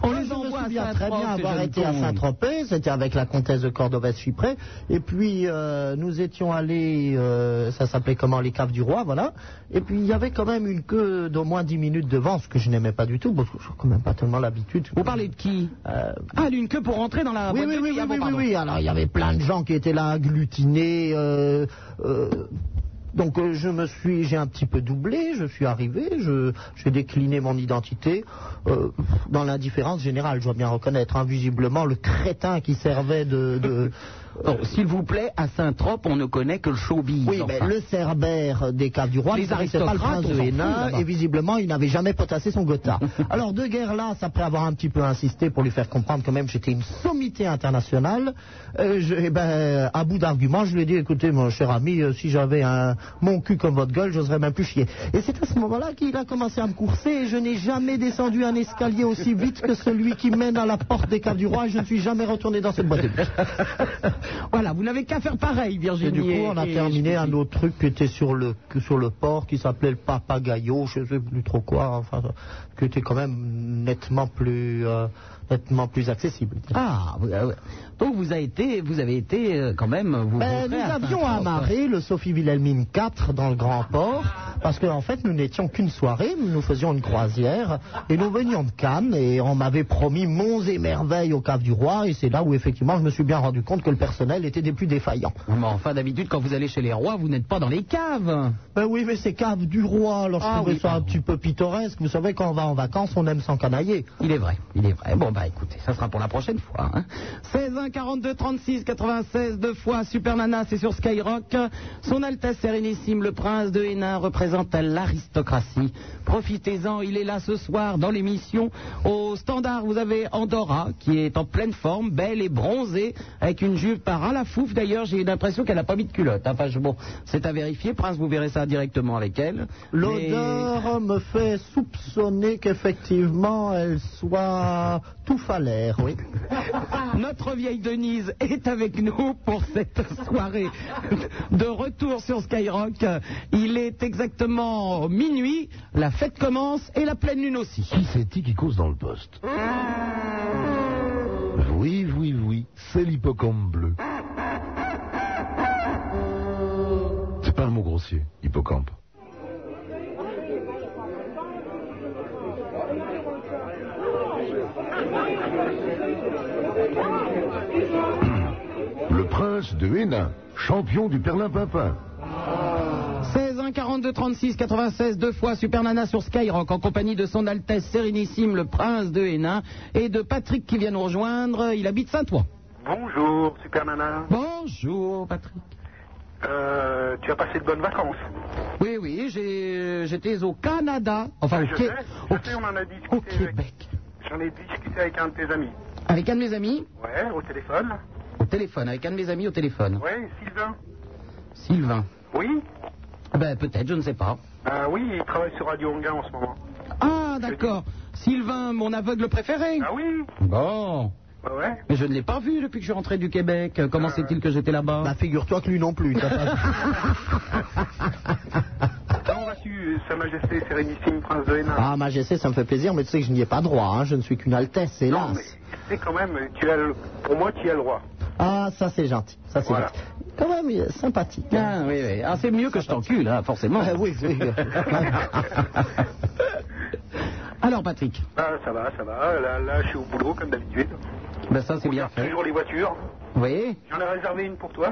Speaker 2: On les
Speaker 1: Je me
Speaker 2: envoie à
Speaker 1: souviens très
Speaker 2: Saint-Trope,
Speaker 1: bien
Speaker 2: ces
Speaker 1: avoir
Speaker 2: jeunes
Speaker 1: été à
Speaker 2: cons.
Speaker 1: Saint-Tropez, c'était avec la comtesse de Cordovès-Chyprès, et puis euh, nous étions allés, euh, ça s'appelait comment, les caves du roi, voilà, et puis il y avait quand même une queue d'au moins 10 minutes devant, ce que je n'aimais pas du tout, parce que je n'ai quand même pas tellement l'habitude.
Speaker 2: Vous parlez de qui Ah, d'une queue pour rentrer dans la
Speaker 1: Euh, Oui,
Speaker 2: boîte
Speaker 1: oui,
Speaker 2: de
Speaker 1: oui,
Speaker 2: nuit.
Speaker 1: oui,
Speaker 2: Ah, bon,
Speaker 1: oui, oui,
Speaker 2: pardon.
Speaker 1: oui. Alors, il y avait plein de gens qui étaient là agglutinés. euh, euh, donc, euh, je me suis, j'ai un petit peu doublé, je suis arrivé, je- j'ai décliné mon identité euh, dans l'indifférence générale. Je dois bien reconnaître, hein, visiblement, le crétin qui servait de.
Speaker 2: [laughs]
Speaker 1: de-
Speaker 2: Bon, Oh, s'il vous plaît, à Saint-Trope, on ne connaît que le showbiz.
Speaker 1: oui,
Speaker 2: enfin.
Speaker 1: mais le cerbère des caves du roi,
Speaker 2: Les
Speaker 1: ne connaissait pas le
Speaker 2: aristocrates,
Speaker 1: prince de
Speaker 2: on s'en fout,
Speaker 1: Hénin,
Speaker 2: là-bas.
Speaker 1: et visiblement, il n'avait jamais potassé son
Speaker 2: [laughs]
Speaker 1: Gotha. Alors, De Guerlas, après avoir un petit peu insisté pour lui faire comprendre que même j'étais une sommité internationale, euh, je- eh ben, à bout d'arguments, je lui ai dit, écoutez, mon cher ami, euh, si j'avais un, mon cul comme votre gueule, j'oserais même plus chier. Et c'est à ce moment-là qu'il a commencé à me courser, et je n'ai jamais descendu un escalier aussi vite que celui qui mène à la porte des caves du roi, et je ne suis jamais retourné dans cette boîte de nuit.
Speaker 2: Voilà, vous n'avez qu'à faire pareil,
Speaker 1: Et
Speaker 2: Virginie.
Speaker 1: du coup, on a
Speaker 2: et-
Speaker 1: terminé un autre truc qui était sur le, que sur le port, qui s'appelait le Papagayo, je sais plus trop quoi, enfin, qui était quand même nettement plus, euh, nettement plus accessible.
Speaker 2: Ah, vous- ah ouais. donc vous avez été, vous avez été euh, quand même. Vous
Speaker 1: Ben,
Speaker 2: rentrez
Speaker 1: nous
Speaker 2: à
Speaker 1: avions
Speaker 2: Saint-Trope.
Speaker 1: amarré le Sophie Wilhelmine IV dans le Grand Port, parce qu'en en fait, nous n'étions qu'une soirée, mais nous faisions une croisière, et nous venions de Cannes, et on m'avait promis monts et merveilles au Cave du Roi, et c'est là où effectivement je me suis bien rendu compte que le personnel était des plus défaillants.
Speaker 2: Mais enfin, d'habitude, quand vous allez chez les rois, vous n'êtes pas dans les caves.
Speaker 1: Ben oui, mais c'est cave du roi. Alors je
Speaker 2: Ah
Speaker 1: trouvais
Speaker 2: oui,
Speaker 1: ça un
Speaker 2: pardon.
Speaker 1: petit peu pittoresque. Vous savez, quand on va en vacances, on aime s'encanailler.
Speaker 2: Il est vrai, il est vrai. Bon, bah écoutez, ça sera pour la prochaine fois. Hein. 16 1 42 36 96 deux fois Super Nana, c'est sur Skyrock. Son Altesse Sérénissime, le prince de Hénin, représente l'aristocratie. Profitez-en, il est là ce soir dans l'émission. Au standard, vous avez Andorra qui est en pleine forme, belle et bronzée, avec une jupe par à la fouf. D'ailleurs, j'ai l'impression qu'elle n'a pas mis de culotte. hein. Enfin, je- bon, c'est à vérifier. Prince, vous verrez ça directement avec elle. Mais-
Speaker 1: L'odeur me fait soupçonner qu'effectivement elle soit tout falaire, oui.
Speaker 2: Notre vieille Denise est avec nous pour cette soirée de retour sur Skyrock. Il est exactement minuit, la fête commence et la pleine lune aussi.
Speaker 8: Qui c'est-il Ah, qui cause dans le poste Oui, oui, oui, c'est l'hippocampe bleu. C'est pas un mot grossier, hippocampe. Le prince de Hénin, champion du Perlin-Pimpin.
Speaker 2: 16 1 42 36 96 deux fois Super Nana sur Skyrock en compagnie de son Altesse Sérénissime le Prince de Hénin et de Patrick qui vient nous rejoindre. Il habite Saint-Ouen.
Speaker 9: Bonjour, Super Nana.
Speaker 2: Bonjour Patrick.
Speaker 9: Euh, tu as passé de bonnes vacances.
Speaker 2: Oui oui j'ai- j'étais au Canada enfin au,
Speaker 9: je
Speaker 2: Qué-
Speaker 9: sais,
Speaker 2: au-
Speaker 9: je sais, on en a discuté.
Speaker 2: au Québec
Speaker 9: avec- J'en ai discuté avec un de tes amis.
Speaker 2: avec un de mes amis
Speaker 9: Ouais, au téléphone.
Speaker 2: au téléphone avec un de mes amis au téléphone.
Speaker 9: Ouais, Sylvain.
Speaker 2: Sylvain.
Speaker 9: Oui.
Speaker 2: Ben peut-être, je ne sais pas.
Speaker 9: Euh, oui, il travaille sur Radio Honga en ce moment.
Speaker 2: Ah d'accord. Sylvain, mon aveugle préféré.
Speaker 9: Ah oui.
Speaker 2: Bon.
Speaker 9: Ouais, ouais.
Speaker 2: Mais je ne l'ai pas vu depuis que je suis rentré du Québec. Euh, Comment s'est-il que j'étais là-bas
Speaker 1: Bah figure-toi que lui non plus. t'as pas
Speaker 2: [laughs]
Speaker 1: vu.
Speaker 9: Comment vas-tu, Sa Majesté Sérénissime Prince de Hénin
Speaker 1: ah Majesté, ça me fait plaisir, mais tu sais que je n'y ai pas droit. hein. Je ne suis qu'une altesse, hélas.
Speaker 9: Non, mais c'est quand même, tu as le- pour moi, tu as le droit.
Speaker 1: Ah ça c'est gentil, ça c'est
Speaker 9: Voilà.
Speaker 1: gentil. Quand même il est sympathique. hein.
Speaker 2: Ah oui, oui. Ah, c'est mieux que je t'encule, hein, forcément.
Speaker 1: Ah, oui, oui.
Speaker 2: [laughs] Alors Patrick,
Speaker 9: Ah, ça va, ça va. Là, là, je suis au boulot, comme d'habitude.
Speaker 2: ben ça c'est bien
Speaker 9: Regarde
Speaker 2: fait.
Speaker 9: toujours les voitures.
Speaker 2: Vous voyez
Speaker 9: J'en ai réservé une pour
Speaker 13: [laughs]
Speaker 9: toi.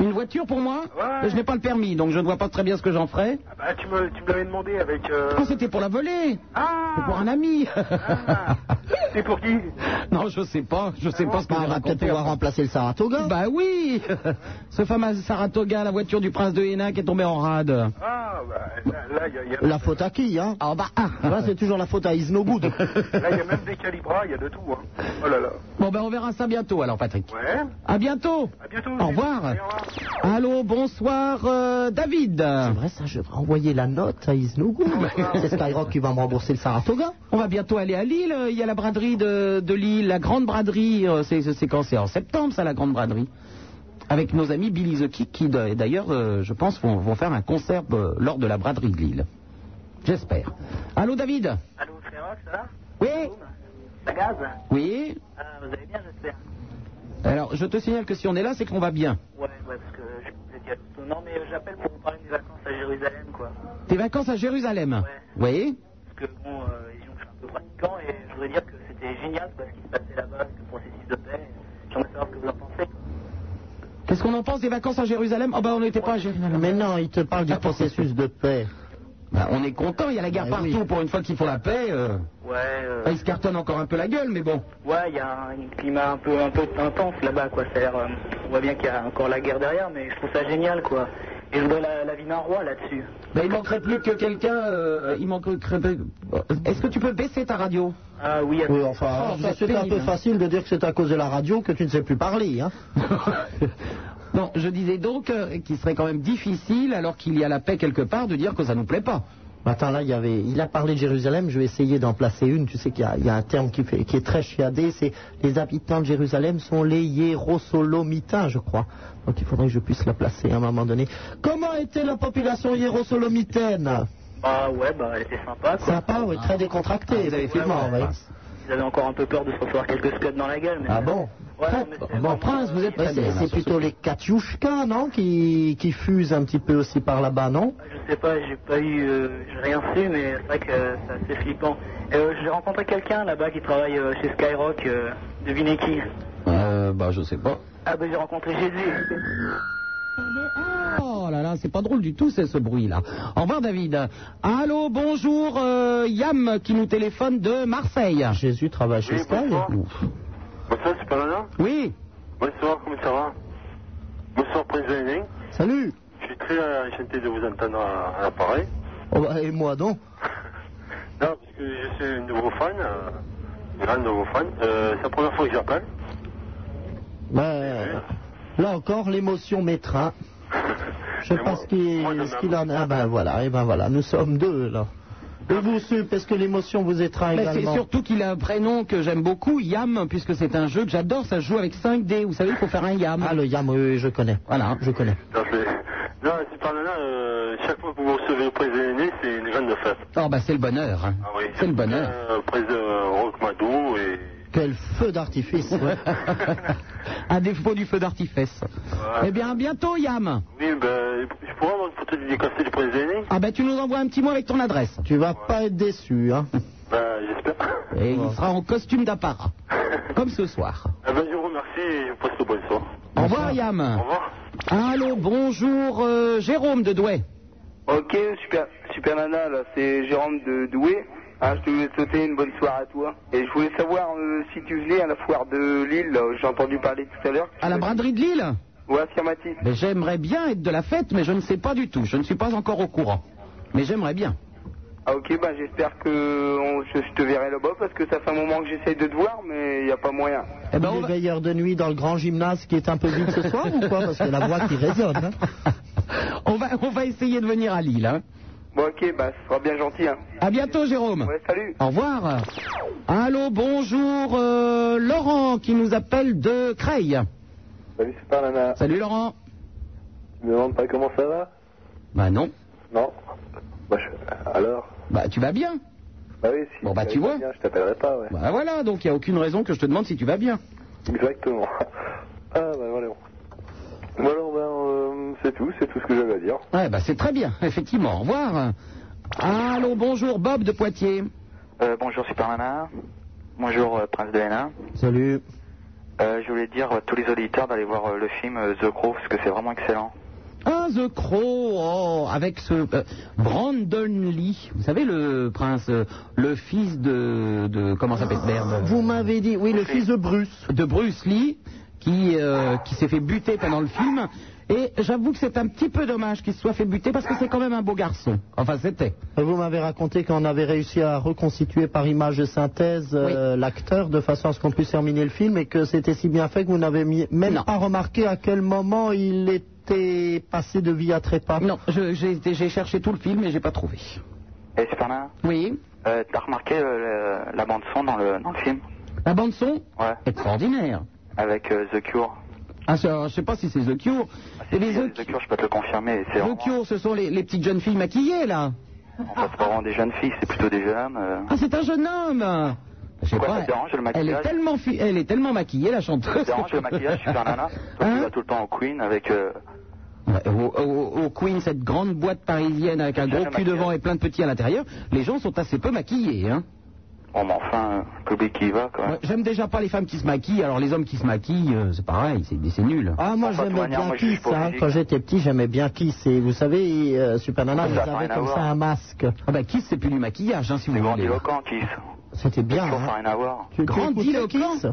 Speaker 2: Une voiture pour moi
Speaker 9: Ouais.
Speaker 2: Je n'ai pas le permis, donc je ne vois pas très bien ce que j'en ferai.
Speaker 9: Ah bah, tu me, tu me l'avais demandé avec. euh,
Speaker 2: Ah, c'était pour la voler
Speaker 9: Ah
Speaker 2: Pour un ami
Speaker 9: Ah.
Speaker 13: C'est pour qui
Speaker 2: [laughs] Non, je sais pas. Je sais pas ce qu'on
Speaker 1: On
Speaker 9: bah,
Speaker 2: va
Speaker 1: va peut-être
Speaker 2: raconter.
Speaker 1: pouvoir remplacer le Saratoga.
Speaker 2: Bah oui [laughs] Ce fameux Saratoga, la voiture du prince de Hénin qui est tombée en rade.
Speaker 13: Ah, bah, là, là, il y a- il y a-
Speaker 1: La faute à qui, hein
Speaker 2: Ah bah
Speaker 1: Là, c'est toujours la faute à
Speaker 2: [laughs]
Speaker 1: Isnoboud.
Speaker 13: là, il y a même des calibras, il y a de tout. Hein. Oh là là.
Speaker 2: Bon ben on verra ça bientôt alors Patrick.
Speaker 13: Ouais.
Speaker 2: À bientôt.
Speaker 13: À bientôt.
Speaker 2: Au revoir. Allô, bonsoir euh, David.
Speaker 1: C'est vrai, ça, je vais renvoyer la note à Isnoboud.
Speaker 2: Ah, bah,
Speaker 1: c'est Skyrock qui va me rembourser le Saratoga.
Speaker 2: On va bientôt aller à Lille. Il y a la braderie de, de Lille, la grande braderie. euh, C'est c'est quand C'est en septembre, ça, la grande braderie. Avec nos amis Billy the Kick, qui d- d'ailleurs, euh, je pense, vont, vont faire un concert euh, lors de la braderie de Lille. J'espère. Allô, David
Speaker 13: Allô, Skyrock, ça va
Speaker 2: Oui
Speaker 13: Ça gaz
Speaker 2: Oui
Speaker 13: Ah, Vous allez bien, j'espère
Speaker 2: Alors, je te signale que si on est là, c'est qu'on va bien.
Speaker 13: Ouais, ouais, parce que je vous ai dit à tout. Non, mais euh, j'appelle pour vous parler des vacances à Jérusalem, quoi.
Speaker 2: Tes vacances à Jérusalem Oui
Speaker 13: Parce que bon, euh, disons que je suis un peu pratiquant et je voudrais dire que c'était génial, quoi, ce qui se passait là-bas, ce processus de paix. J'aimerais savoir ce que vous en pensez.
Speaker 2: Qu'est-ce qu'on en pense des vacances à Jérusalem Oh, bah, on n'était pas à Jérusalem.
Speaker 1: Mais non, il te parle du processus de paix.
Speaker 2: Bah, on est content, il y a la guerre
Speaker 1: Bah
Speaker 2: partout.
Speaker 1: oui.
Speaker 2: Pour une fois qu'ils font la paix, euh,
Speaker 13: Ouais, euh,
Speaker 2: bah, ils se cartonnent encore un peu la gueule, mais bon.
Speaker 13: ouais, il y a un climat un peu, un peu intense là-bas, quoi. C'est-à-dire, euh, on voit bien qu'il y a encore la guerre derrière, mais je trouve ça génial, quoi. Et je voudrais la, la vie d'un roi là-dessus.
Speaker 2: Bah, il manquerait plus que quelqu'un. euh, il manquerait. Est-ce que tu peux baisser ta radio
Speaker 13: Ah oui,
Speaker 1: Oui,
Speaker 13: attends.
Speaker 1: enfin,
Speaker 2: Oh, vous
Speaker 1: ça,
Speaker 2: êtes
Speaker 1: c'est un
Speaker 2: pénible,
Speaker 1: peu
Speaker 2: hein.
Speaker 1: facile de dire que c'est à cause de la radio que tu ne sais plus parler. Hein.
Speaker 2: [laughs] Non, je disais donc euh, qu'il serait quand même difficile, alors qu'il y a la paix quelque part, de dire que ça nous plaît pas.
Speaker 1: Attends, là, il, y avait, il a parlé de Jérusalem, je vais essayer d'en placer une. Tu sais qu'il y a- il y, a un terme qui, fait, qui est très chiadé, c'est les habitants de Jérusalem sont les Hierosolomitains, je crois. Donc il faudrait que je puisse la placer à un moment donné. Comment était la population Hierosolomitaine
Speaker 13: Bah ouais, bah elle était sympa, quoi.
Speaker 1: Sympa, oui, très décontractée,
Speaker 2: Ah, vous avez fait le
Speaker 1: effectivement.
Speaker 2: mort,
Speaker 1: oui.
Speaker 2: ouais.
Speaker 13: Ils avaient encore un peu peur de se recevoir quelques scuds dans la gueule. Mais...
Speaker 1: Ah bon
Speaker 13: Ouais,
Speaker 1: Très-
Speaker 13: mais c'est
Speaker 1: Bon,
Speaker 13: vraiment-
Speaker 1: Prince, vous êtes
Speaker 13: Ouais,
Speaker 1: très
Speaker 13: c'est-
Speaker 1: bien, là, C'est plutôt les Katyushkas, non qui, qui fusent un petit peu aussi par là-bas, non
Speaker 13: Je sais pas, j'ai pas eu, euh, j'ai rien su, mais c'est vrai que euh, c'est assez flippant. Euh, j'ai rencontré quelqu'un là-bas qui travaille euh, chez Skyrock, euh, devinez qui
Speaker 2: Euh, bah, je sais pas.
Speaker 13: Ah ben j'ai rencontré Jésus.
Speaker 2: Oh là là, c'est pas drôle du tout, c'est ce bruit-là. Au revoir, David. Allô, bonjour, euh, Yam qui nous téléphone de Marseille.
Speaker 1: Jésus travaille chez
Speaker 14: Oui,
Speaker 1: Sky.
Speaker 14: bonsoir.
Speaker 1: Ouf.
Speaker 14: Bonsoir, c'est Panana.
Speaker 2: Oui.
Speaker 14: Bonsoir, comment ça va Bonsoir, président Hénin.
Speaker 1: Salut
Speaker 14: Je suis très euh, enchanté de vous entendre à, à l'appareil.
Speaker 1: Oh, bah, Et moi, donc
Speaker 14: Non, parce que je suis un de vos fans, euh, grand de vos fans. Euh, c'est la première fois que j'appelle.
Speaker 1: Ben, là encore, l'émotion m'étreint. Je sais pas ce qu'il ce qu'il en a. Ah ben voilà, et ben voilà, nous sommes deux là. Et vous, Sup, est-ce que l'émotion vous étreint
Speaker 2: Mais c'est
Speaker 1: également
Speaker 2: surtout qu'il a un prénom que j'aime beaucoup, Yam, puisque c'est un jeu que j'adore, ça se joue avec 5D. Vous savez, il faut faire un Yam.
Speaker 1: Ah, le Yam, oui, oui, je connais.
Speaker 2: Voilà.
Speaker 1: Je connais.
Speaker 14: Non, c'est- non, c'est Panana, euh, chaque fois que vous recevez le président Hénin, c'est une grande fête.
Speaker 2: Oh, bah, c'est le bonheur. hein.
Speaker 14: Ah oui.
Speaker 2: C'est le bonheur.
Speaker 14: Euh, président euh, Roch Madou et.
Speaker 1: Quel feu d'artifice ouais.
Speaker 2: [laughs] à défaut du feu d'artifice. Eh bien, à bientôt, Yam.
Speaker 14: Oui, ben, je pourrais avoir une photo dédicacée du président Hénin
Speaker 2: Ah, bah, tu nous envoies un petit mot avec ton adresse.
Speaker 1: Tu vas pas être déçu, hein
Speaker 14: Ben, j'espère.
Speaker 2: Et il sera en
Speaker 14: [laughs]
Speaker 2: costume d'apparat. Comme ce soir.
Speaker 14: Eh ben, je vous remercie et je vous passe le bonsoir.
Speaker 2: Au revoir, Yam. Ah,
Speaker 14: Au revoir.
Speaker 2: Allô, bonjour, euh, Jérôme de Douai.
Speaker 13: Ok, super, super nana, là, c'est Jérôme de Douai. Ah, je te voulais te souhaiter une bonne soirée à toi. Et je voulais savoir euh, si tu venais à la foire de Lille, là, j'ai entendu parler tout à l'heure.
Speaker 2: À la braderie de Lille
Speaker 13: Ou affirmatif.
Speaker 2: Mais j'aimerais bien être de la fête, mais je ne sais pas du tout. Je ne suis pas encore au courant. Mais j'aimerais bien. [laughs]
Speaker 13: Ah ok, bah j'espère que on- je, je te verrai là-bas parce que ça fait un moment que j'essaye de te voir, mais il n'y a pas moyen.
Speaker 2: Eh ben, on
Speaker 1: Les
Speaker 2: va-
Speaker 1: veilleurs de nuit dans le grand gymnase qui est un peu vide ce soir ou quoi Parce que la voix qui résonne. hein.
Speaker 2: on, va, on va essayer de venir à Lille. Hein.
Speaker 13: Bon ok, bah ce sera bien gentil. Hein.
Speaker 2: À bientôt, Jérôme.
Speaker 13: Ouais, salut.
Speaker 2: Au revoir. Allô, bonjour, euh, Laurent qui nous appelle de Creil.
Speaker 15: Salut Super Nana,
Speaker 2: Salut, Laurent.
Speaker 15: tu me demandes pas comment ça va
Speaker 2: Bah non.
Speaker 15: Non bah, je- Alors
Speaker 2: Bah tu vas bien.
Speaker 15: Bah oui, si
Speaker 2: Bon, bah,
Speaker 15: j'allais
Speaker 2: tu
Speaker 15: pas
Speaker 2: vois.
Speaker 15: bien, je t'appellerai pas, ouais.
Speaker 2: Bah voilà, donc il n'y a aucune raison que je te demande si tu vas bien.
Speaker 15: Exactement. [laughs] Ah bah voilà. Voilà, ben, euh, c'est tout, c'est tout ce que j'avais à dire.
Speaker 2: Ouais, bah c'est très bien, effectivement. Au revoir. Allô, bonjour, Bob de Poitiers.
Speaker 13: Euh, bonjour Super Nana. Bonjour euh, Prince de Hénin.
Speaker 1: Salut.
Speaker 13: Euh, je voulais dire à tous les auditeurs d'aller voir euh, le film euh, The Crow parce que c'est vraiment excellent.
Speaker 2: Ah, The Crow, oh, avec ce euh, Brandon Lee. Vous savez, le prince, euh, le fils de. de comment s'appelle merde
Speaker 1: Vous m'avez dit, oui, le fils de Bruce.
Speaker 2: De Bruce Lee, qui, euh, qui s'est fait buter pendant le film. Et j'avoue que c'est un petit peu dommage qu'il se soit fait buter parce que c'est quand même un beau garçon. Enfin, c'était.
Speaker 1: Vous m'avez raconté qu'on avait réussi à reconstituer par image de synthèse euh, l'acteur de façon à ce qu'on puisse terminer le film et que c'était si bien fait que vous n'avez mi- même pas remarqué à quel moment il était passé de vie à trépas.
Speaker 2: Non, je- j'ai été- j'ai cherché tout le film et j'ai pas trouvé.
Speaker 12: Et Superman
Speaker 2: Oui.
Speaker 12: Eh, Euh, T'as remarqué euh, le- la bande son dans le, dans le film
Speaker 2: La bande son
Speaker 12: Ouais.
Speaker 2: Extraordinaire.
Speaker 12: Avec euh, The Cure.
Speaker 2: Ah, ça, je sais pas si c'est The Cure.
Speaker 12: Et les Ah, The Cure, hein. je peux te le confirmer. C'est
Speaker 2: The Cure, ce sont les, les petites jeunes filles maquillées, là.
Speaker 12: vraiment- enfin, c'est pas vraiment des jeunes filles, c'est plutôt des jeunes hommes.
Speaker 2: [laughs]
Speaker 12: euh.
Speaker 2: Ah, c'est un jeune homme. Je sais
Speaker 12: Pourquoi
Speaker 2: pas,
Speaker 12: ça te dérange, le
Speaker 2: elle est
Speaker 12: maquillage
Speaker 2: tellement fi- elle est tellement maquillée la chanteuse.
Speaker 12: Ça te dérange le maquillage, super nana Toi,
Speaker 2: Hein?
Speaker 12: tu vas tout le temps au Queen avec. euh,
Speaker 2: [laughs] Ouais, au, au- au Queen, cette grande boîte parisienne avec un gros cul devant et plein de petits à l'intérieur, les gens sont assez peu maquillés. Hein.
Speaker 12: Bon, mais enfin, Kobe qui y va, quand même.
Speaker 2: Moi, J'aime déjà pas les femmes qui se maquillent, alors les hommes qui se maquillent, euh, c'est pareil, c'est c'est nul.
Speaker 1: Ah, moi
Speaker 12: Enfin, de
Speaker 1: j'aimais
Speaker 12: manière,
Speaker 1: bien
Speaker 12: moi, je suis
Speaker 1: Kiss,
Speaker 12: pas
Speaker 1: hein.
Speaker 12: obligé.
Speaker 1: quand j'étais petit j'aimais bien Kiss et vous savez, euh, Super Nana,
Speaker 12: Ça
Speaker 1: ils
Speaker 12: n'a rien
Speaker 1: avaient
Speaker 12: à
Speaker 1: comme
Speaker 12: voir.
Speaker 1: ça un masque.
Speaker 2: Ah bah Kiss, c'est plus du maquillage, hein, si vous voulez.
Speaker 12: Grandiloquent, Kiss.
Speaker 1: C'était bien.
Speaker 12: Ça n'a
Speaker 1: Hein.
Speaker 12: rien à voir.
Speaker 1: Tu- tu écoutais Kiss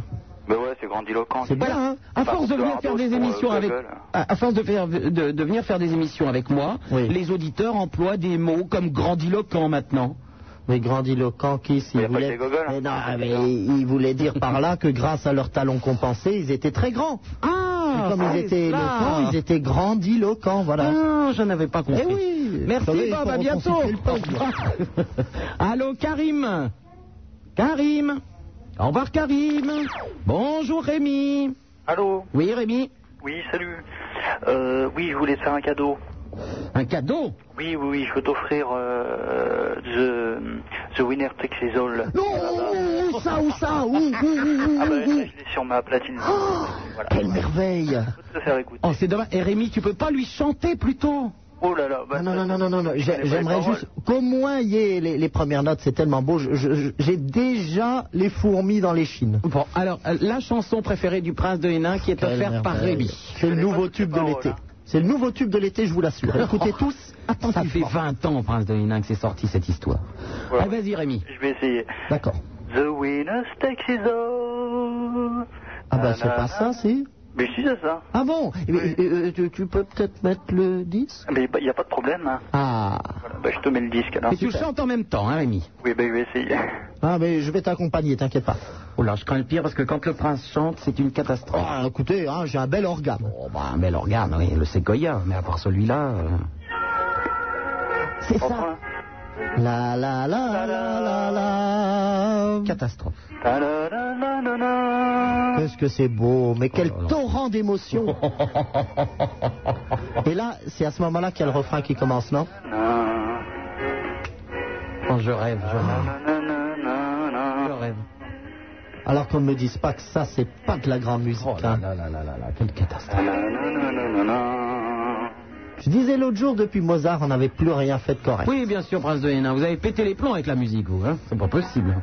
Speaker 12: Mais ouais, c'est grandiloquent.
Speaker 2: C'est bien, hein. À
Speaker 12: Enfin,
Speaker 2: force de venir
Speaker 12: Eduardo
Speaker 2: faire des
Speaker 12: sur, euh,
Speaker 2: émissions avec,
Speaker 12: Google.
Speaker 2: à à force de, faire, de, de venir faire des émissions avec moi, les auditeurs emploient des mots comme grandiloquent maintenant.
Speaker 1: Mais grandiloquent Kiss, ils voulaient...
Speaker 12: hein.
Speaker 1: Mais non,
Speaker 12: Ah,
Speaker 1: mais ils voulaient dire par là que grâce à leurs talons compensés, ils étaient très grands.
Speaker 2: Ah,
Speaker 1: Et comme ils
Speaker 2: c'est
Speaker 1: étaient
Speaker 2: ça.
Speaker 1: éloquents, ils étaient grandiloquents, voilà.
Speaker 2: Ah, je n'avais pas compris.
Speaker 1: Eh oui
Speaker 2: Merci
Speaker 1: Vous savez,
Speaker 2: Bob,
Speaker 1: il faut
Speaker 2: à bientôt.
Speaker 1: reconstituer le puzzle.
Speaker 2: [laughs] Allô, Karim Karim Au revoir, Karim Bonjour, Ah, Rémi
Speaker 13: Allô
Speaker 2: Oui, Rémi
Speaker 13: Oui, salut. Euh, oui, je voulais te faire un cadeau.
Speaker 2: Un cadeau
Speaker 13: Oui, oui, oui, je veux t'offrir euh, The, The Winner Takes It All.
Speaker 1: Non, où Oh, ça, où ça, où, où, où, où,
Speaker 13: Ah bah,
Speaker 1: où, où.
Speaker 13: je l'ai sur ma
Speaker 1: Oh,
Speaker 13: platine. voilà.
Speaker 1: Quelle merveille
Speaker 13: Je peux te faire écouter.
Speaker 2: Oh, c'est dommage. Et Rémi, tu peux pas lui chanter plutôt
Speaker 13: Oh là là.
Speaker 2: Ah,
Speaker 1: non, non, non, non, non, non, j'ai-
Speaker 13: connais pas les
Speaker 1: j'aimerais
Speaker 13: paroles.
Speaker 1: juste qu'au moins il y ait les, les premières notes, c'est tellement beau, Je- je- je- j'ai déjà les fourmis dans les chines.
Speaker 2: Bon, alors, euh, la chanson préférée du prince de Hénin qui est
Speaker 1: Quelle
Speaker 2: offerte par
Speaker 1: merveille.
Speaker 2: Rémi.
Speaker 1: C'est le nouveau tube de
Speaker 2: hein.
Speaker 1: l'été. C'est le nouveau tube de l'été, je vous l'assure.
Speaker 2: Ah,
Speaker 1: Écoutez tous,
Speaker 2: Ça fait 20 ans, prince de Hénin, que c'est sorti cette histoire.
Speaker 13: Ouais.
Speaker 2: Ah, vas-y, Rémi.
Speaker 13: Je vais essayer.
Speaker 1: D'accord.
Speaker 13: The Winner Takes It All.
Speaker 1: Ah bah c'est pas ça, si
Speaker 13: Mais si, c'est ça.
Speaker 1: Ah bon Eh bien, euh, euh, tu, tu peux peut-être mettre le 10
Speaker 13: Mais il n'y a pas de problème. hein.
Speaker 1: Ah,
Speaker 13: Voilà, bah, je te mets le disque alors.
Speaker 2: Et tu le chantes en même temps, hein, Rémi
Speaker 13: Oui, bah, je vais essayer.
Speaker 1: ah mais je vais t'accompagner, t'inquiète pas.
Speaker 2: Oh là, je crains le pire parce que quand le prince chante, c'est une catastrophe.
Speaker 1: Ah, écoutez, hein, j'ai un bel organe.
Speaker 2: Oh, bah, un bel organe, oui, le séquoia, mais à part celui-là. euh,
Speaker 1: C'est ça. La la la la la la.
Speaker 2: Catastrophe.
Speaker 1: Qu'est-ce que c'est beau, mais quel torrent d'émotions. Et là, c'est à ce moment-là qu'il y a le refrain qui commence, non
Speaker 2: Oh, je rêve, je rêve. Je rêve.
Speaker 1: Alors qu'on ne me dise pas que ça, c'est pas de la grande
Speaker 2: Oh
Speaker 1: musique. hein.
Speaker 2: Quelle catastrophe.
Speaker 1: Je disais l'autre jour, depuis Mozart, on n'avait plus rien fait de correct.
Speaker 2: Oui, bien sûr, prince de Hénin, vous avez pété les plombs avec la musique, vous, hein C'est pas possible.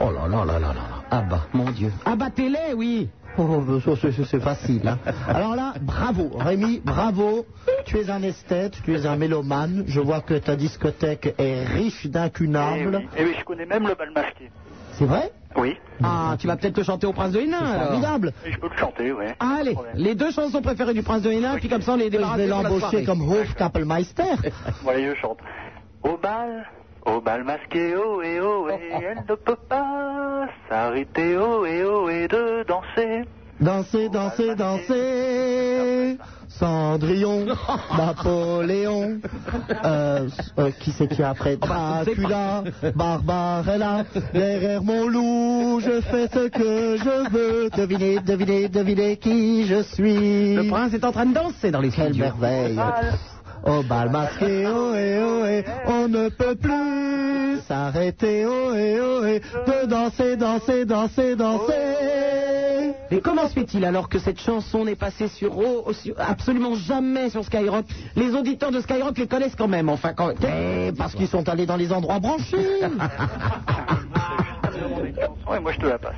Speaker 2: Oh là là là là là là. Ah bah, mon Dieu. Abattez-les, oui
Speaker 1: Oh, ben, ça, c'est- c'est- c'est facile. hein. Alors là, bravo, Rémi, bravo. Tu es un esthète, tu es un mélomane. Je vois que ta discothèque est riche
Speaker 13: Et
Speaker 1: d'incunables.
Speaker 13: oui. Eh oui, je connais même le bal masqué.
Speaker 1: C'est vrai
Speaker 13: Oui.
Speaker 2: Ah, tu vas peut-être le chanter au prince de Hénin,
Speaker 1: C'est
Speaker 2: alors.
Speaker 1: formidable.
Speaker 13: Et je peux le chanter, ouais.
Speaker 2: Ah, allez,
Speaker 13: Pas de problème.
Speaker 2: les deux chansons préférées du prince de Hénin, puis comme ça on les
Speaker 1: Je
Speaker 2: débarrasse
Speaker 1: vais
Speaker 2: de toute la
Speaker 1: l'embaucher
Speaker 2: soirée.
Speaker 1: comme Hofkapellmeister.
Speaker 13: Voilà, je chante. Au bal, au bal masqué, oh et oh et, elle ne peut pas s'arrêter, oh et oh et de danser.
Speaker 1: [laughs] Danser, danser, danser. Cendrillon, Napoléon, euh, euh, qui c'est qui a après
Speaker 2: bah, je sais
Speaker 1: Dracula, Barbarella, derrière mon loup, je fais ce que je veux. Devinez, devinez, devinez qui je suis.
Speaker 2: Le prince est en train de danser dans les
Speaker 1: Quelle
Speaker 2: studios.
Speaker 1: merveille. Au bal oh, masqué, ohé, ohé, eh. on ne peut plus s'arrêter, oh, ohé, ohé, eh. de danser, danser, danser, danser.
Speaker 2: Mais comment se fait-il alors que cette chanson n'est passée sur, au- sur- absolument jamais sur Skyrock Les auditeurs de Skyrock les connaissent quand même, enfin quand...
Speaker 1: Eh, parce qu'ils sont allés dans les
Speaker 2: [laughs]
Speaker 1: endroits branchés.
Speaker 13: Ouais, moi je te la passe.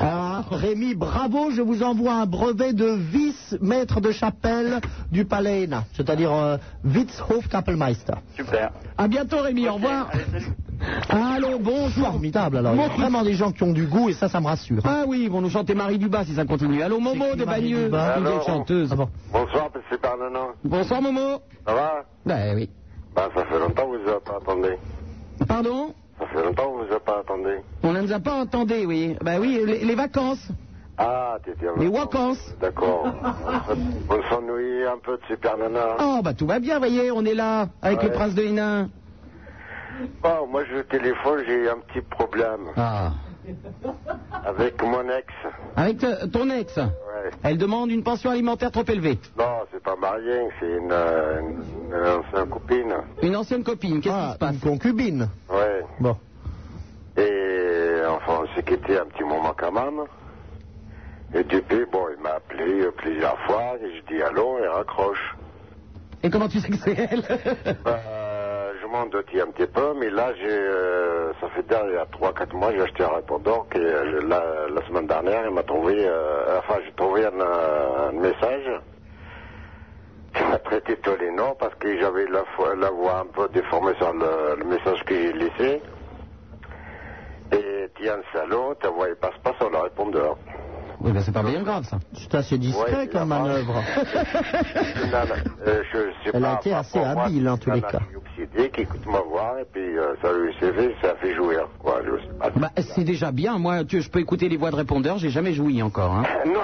Speaker 1: Ah, Rémi, bravo, je vous envoie un brevet de vice-maître de chapelle du Palais Hénin, c'est-à-dire euh, Witzhofkapellmeister.
Speaker 16: Super.
Speaker 2: À bientôt, Rémi, au revoir. Allô, bonjour.
Speaker 1: Formidable, alors. Il y a vraiment des gens qui ont du goût et ça, ça me rassure.
Speaker 2: Ah oui, ils vont nous chanter Marie Dubas si ça continue. Allô, Momo
Speaker 1: qui,
Speaker 2: de
Speaker 1: Marie
Speaker 2: Bagneux,
Speaker 1: Dubas
Speaker 13: Ah,
Speaker 2: une vieille
Speaker 1: Alors
Speaker 2: chanteuse.
Speaker 13: Bonsoir, c'est Bernard.
Speaker 2: Bonsoir, Momo.
Speaker 13: Ça va
Speaker 2: Ben oui.
Speaker 13: Ben, ça fait longtemps que vous n'avez pas attendu.
Speaker 2: Pardon
Speaker 13: Ça fait longtemps que vous n'avez pas attendu.
Speaker 2: On ne nous a pas entendu, oui. Ben oui, les, les vacances.
Speaker 13: Ah, t'étais en
Speaker 2: Les vacances.
Speaker 13: [laughs] D'accord. On s'ennuie un peu de Super Nana.
Speaker 2: Oh, bah tout va bien, voyez, on est là, avec
Speaker 13: Ouais.
Speaker 2: le prince de Hénin.
Speaker 13: Bon, moi, je téléphone, j'ai un petit problème
Speaker 2: Ah.
Speaker 13: avec mon ex.
Speaker 2: Avec euh, ton ex
Speaker 13: Ouais.
Speaker 2: Elle demande une pension alimentaire trop élevée.
Speaker 13: Non, c'est pas marié, c'est une, euh, une, une ancienne copine. Ah.
Speaker 2: Une ancienne copine, qu'est-ce qui se passe
Speaker 1: Ah, Une concubine.
Speaker 13: Ouais.
Speaker 1: Bon.
Speaker 13: Et enfin, on s'est quitté un petit moment quand même. Et depuis, bon, il m'a appelé euh, plusieurs fois, et je dis allô, et raccroche.
Speaker 2: Et comment tu sais que c'est elle
Speaker 13: Euh, je m'en doutais un petit peu, mais là, j'ai, euh, ça fait derrière 3-4 mois, j'ai acheté un répondant qui, euh, la, la semaine dernière, il m'a trouvé, euh, enfin, j'ai trouvé un, euh, un message qui m'a traité tous les noms parce que j'avais la, fo- la voix un peu déformée sur le, le message que j'ai laissé. Et tiens, le salaud, ta voix, il passe pas sur le répondeur.
Speaker 2: [laughs] Oui, ben c'est pas bien grave ça.
Speaker 1: C'est assez discret
Speaker 13: Ouais,
Speaker 1: comme
Speaker 13: la vache.
Speaker 1: manœuvre.
Speaker 13: Non, non, euh, je sais
Speaker 1: Elle a
Speaker 13: pas,
Speaker 1: été
Speaker 13: pas
Speaker 1: assez
Speaker 13: pour moi,
Speaker 1: habile, en tous les
Speaker 13: la
Speaker 1: cas.
Speaker 13: obsédée qui écoute ma voix et puis euh, ça lui s'est fait, ça fait jouir. Quoi, je sais pas.
Speaker 2: Bah, c'est déjà bien, moi, tu, je peux écouter les voix de répondeurs, j'ai jamais joui encore. hein.
Speaker 13: [laughs] Non,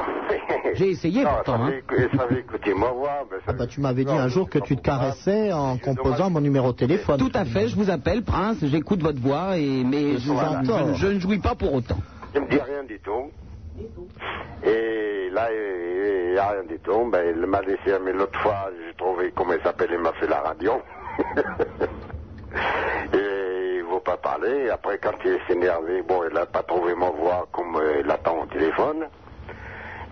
Speaker 2: J'ai essayé
Speaker 13: non,
Speaker 2: pourtant.
Speaker 13: ça
Speaker 2: hein.
Speaker 13: fait écou- ça fait écouter ma voix, mais ça
Speaker 1: Bah, tu m'avais dit un jour que tu te caressais en composant mon numéro de téléphone.
Speaker 2: Tout à fait, je vous appelle, Prince, j'écoute votre voix, et, mais je,
Speaker 1: Voilà.
Speaker 2: je- je- je ne jouis pas pour autant.
Speaker 13: ne me dit rien du tout. Et là, il n'y a rien du tout. Ben, il m'a laissé, mais l'autre fois, j'ai trouvé comment il s'appelle, il m'a fait la radio. [laughs] et il ne veut pas parler. Et après, quand il s'est énervé, bon, il n'a pas trouvé ma voix comme euh, il attend au téléphone.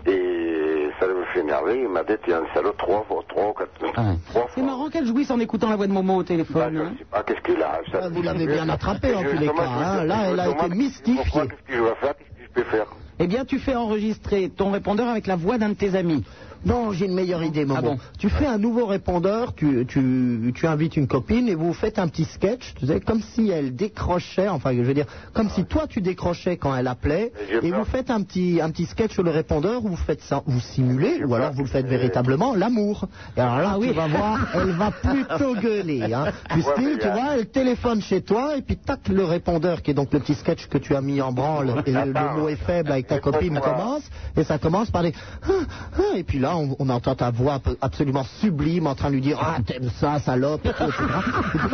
Speaker 13: Et ça me fait énerver. Il m'a dit, tiens, salaud, trois fois, trois, quatre,
Speaker 1: Ah,
Speaker 13: trois
Speaker 2: C'est marrant qu'elle jouisse en écoutant la voix de Momo au téléphone. hein.
Speaker 13: Ah, qu'est-ce qu'il a ça-
Speaker 1: Vous l'avez bien attrapé en tous les cas. hein. Là, elle a été mystifiée.
Speaker 13: Qu'est-ce que je vais faire Qu'est-ce que je peux faire
Speaker 2: Eh bien, tu fais enregistrer ton répondeur avec la voix d'un de tes amis.
Speaker 1: Non, j'ai une meilleure idée, Momo.
Speaker 2: Ah bon
Speaker 1: tu fais un nouveau répondeur, tu, tu, tu invites une copine et vous faites un petit sketch, tu sais, comme si elle décrochait, enfin, je veux dire, comme si toi tu décrochais quand elle appelait,
Speaker 13: J'ai
Speaker 1: et
Speaker 13: peur.
Speaker 1: vous faites un petit, un petit sketch sur le répondeur où vous faites ça, vous simulez, ou alors vous le faites
Speaker 13: Euh,
Speaker 1: véritablement, l'amour. Et alors
Speaker 2: Ah
Speaker 1: là, tu vas voir, elle
Speaker 2: [laughs]
Speaker 1: va plutôt gueuler, hein. Du
Speaker 13: Ouais,
Speaker 1: style,
Speaker 13: mais,
Speaker 1: tu
Speaker 13: euh,
Speaker 1: vois, elle téléphone chez toi, et puis tac, le répondeur, qui est donc le petit sketch que tu as mis en branle, et le,
Speaker 13: [laughs]
Speaker 1: le mot est faible avec ta
Speaker 13: Attends.
Speaker 1: copine
Speaker 13: Pourquoi
Speaker 1: commence, et ça commence par des Ah, ah et puis là on, on entend ta voix p- absolument sublime en train de lui dire ah t'aimes ça salope
Speaker 13: [laughs]
Speaker 1: et tout, etc.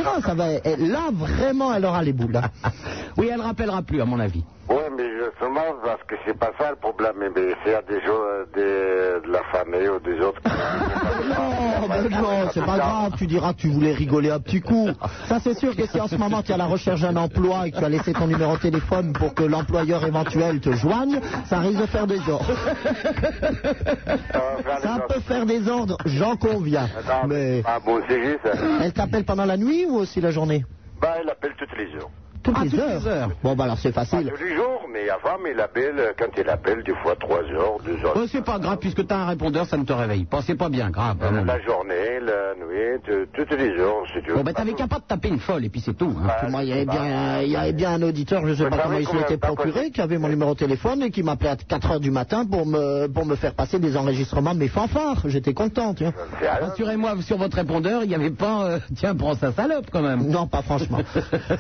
Speaker 1: Non, ça va, et là vraiment elle aura les boules. hein.
Speaker 13: [laughs]
Speaker 2: Oui, elle rappellera plus, à mon avis.
Speaker 13: Oui, mais justement, parce que c'est pas ça le problème, mais- mais c'est à des gens euh, des- de la famille ou des
Speaker 1: [laughs]
Speaker 13: autres.
Speaker 1: Non, mais non, c'est pas grave, tu diras que tu voulais rigoler un petit coup. Ça c'est sûr que si en ce moment tu es à la recherche d'un emploi et que tu as laissé ton numéro de téléphone pour que l'employeur éventuel te joigne, ça risque de faire des ordres.
Speaker 13: Ah,
Speaker 1: Ça peut faire des ordres, j'en conviens.
Speaker 13: Attends,
Speaker 1: Mais
Speaker 13: Ah bon, c'est juste. hein.
Speaker 1: elle t'appelle pendant la nuit ou aussi la journée
Speaker 13: Bah, il appelle toutes les heures.
Speaker 1: toutes,
Speaker 2: Ah,
Speaker 1: les,
Speaker 2: toutes
Speaker 1: heures.
Speaker 2: les heures.
Speaker 1: Bon, bah alors c'est
Speaker 13: Pas
Speaker 1: facile.
Speaker 13: tous les jours, mais avant, mais il appelle, euh, quand il appelle, des fois 3 heures, 2 heures.
Speaker 2: Oh, c'est pas grave, puisque t'as un répondeur, ça ne te réveille pas. C'est pas bien grave. hein,
Speaker 13: Euh,
Speaker 2: vraiment.
Speaker 13: La journée, la nuit, tu- toutes les heures, si tu veux.
Speaker 2: Bon, ben t'avais qu'à pas de taper une folle, et puis c'est tout. hein.
Speaker 13: Bah,
Speaker 1: Puis moi, il y
Speaker 13: je
Speaker 1: avait
Speaker 13: sais pas.
Speaker 1: bien, il y avait bien un auditeur, je ne sais
Speaker 13: Vous
Speaker 1: pas
Speaker 13: savez
Speaker 1: comment il se
Speaker 13: combien
Speaker 1: l'était
Speaker 13: de temps
Speaker 1: procuré,
Speaker 13: que-
Speaker 1: qui avait mon numéro de téléphone et qui m'appelait à 4 heures du matin pour me, pour me faire passer des enregistrements de mes fanfares. J'étais content, tu vois.
Speaker 2: Bah,
Speaker 13: C'est rien.
Speaker 2: Rassurez-moi, sur votre répondeur, il n'y avait pas... euh, [laughs] Tiens, prends sa salope, quand [laughs] même.
Speaker 1: Non, pas franchement.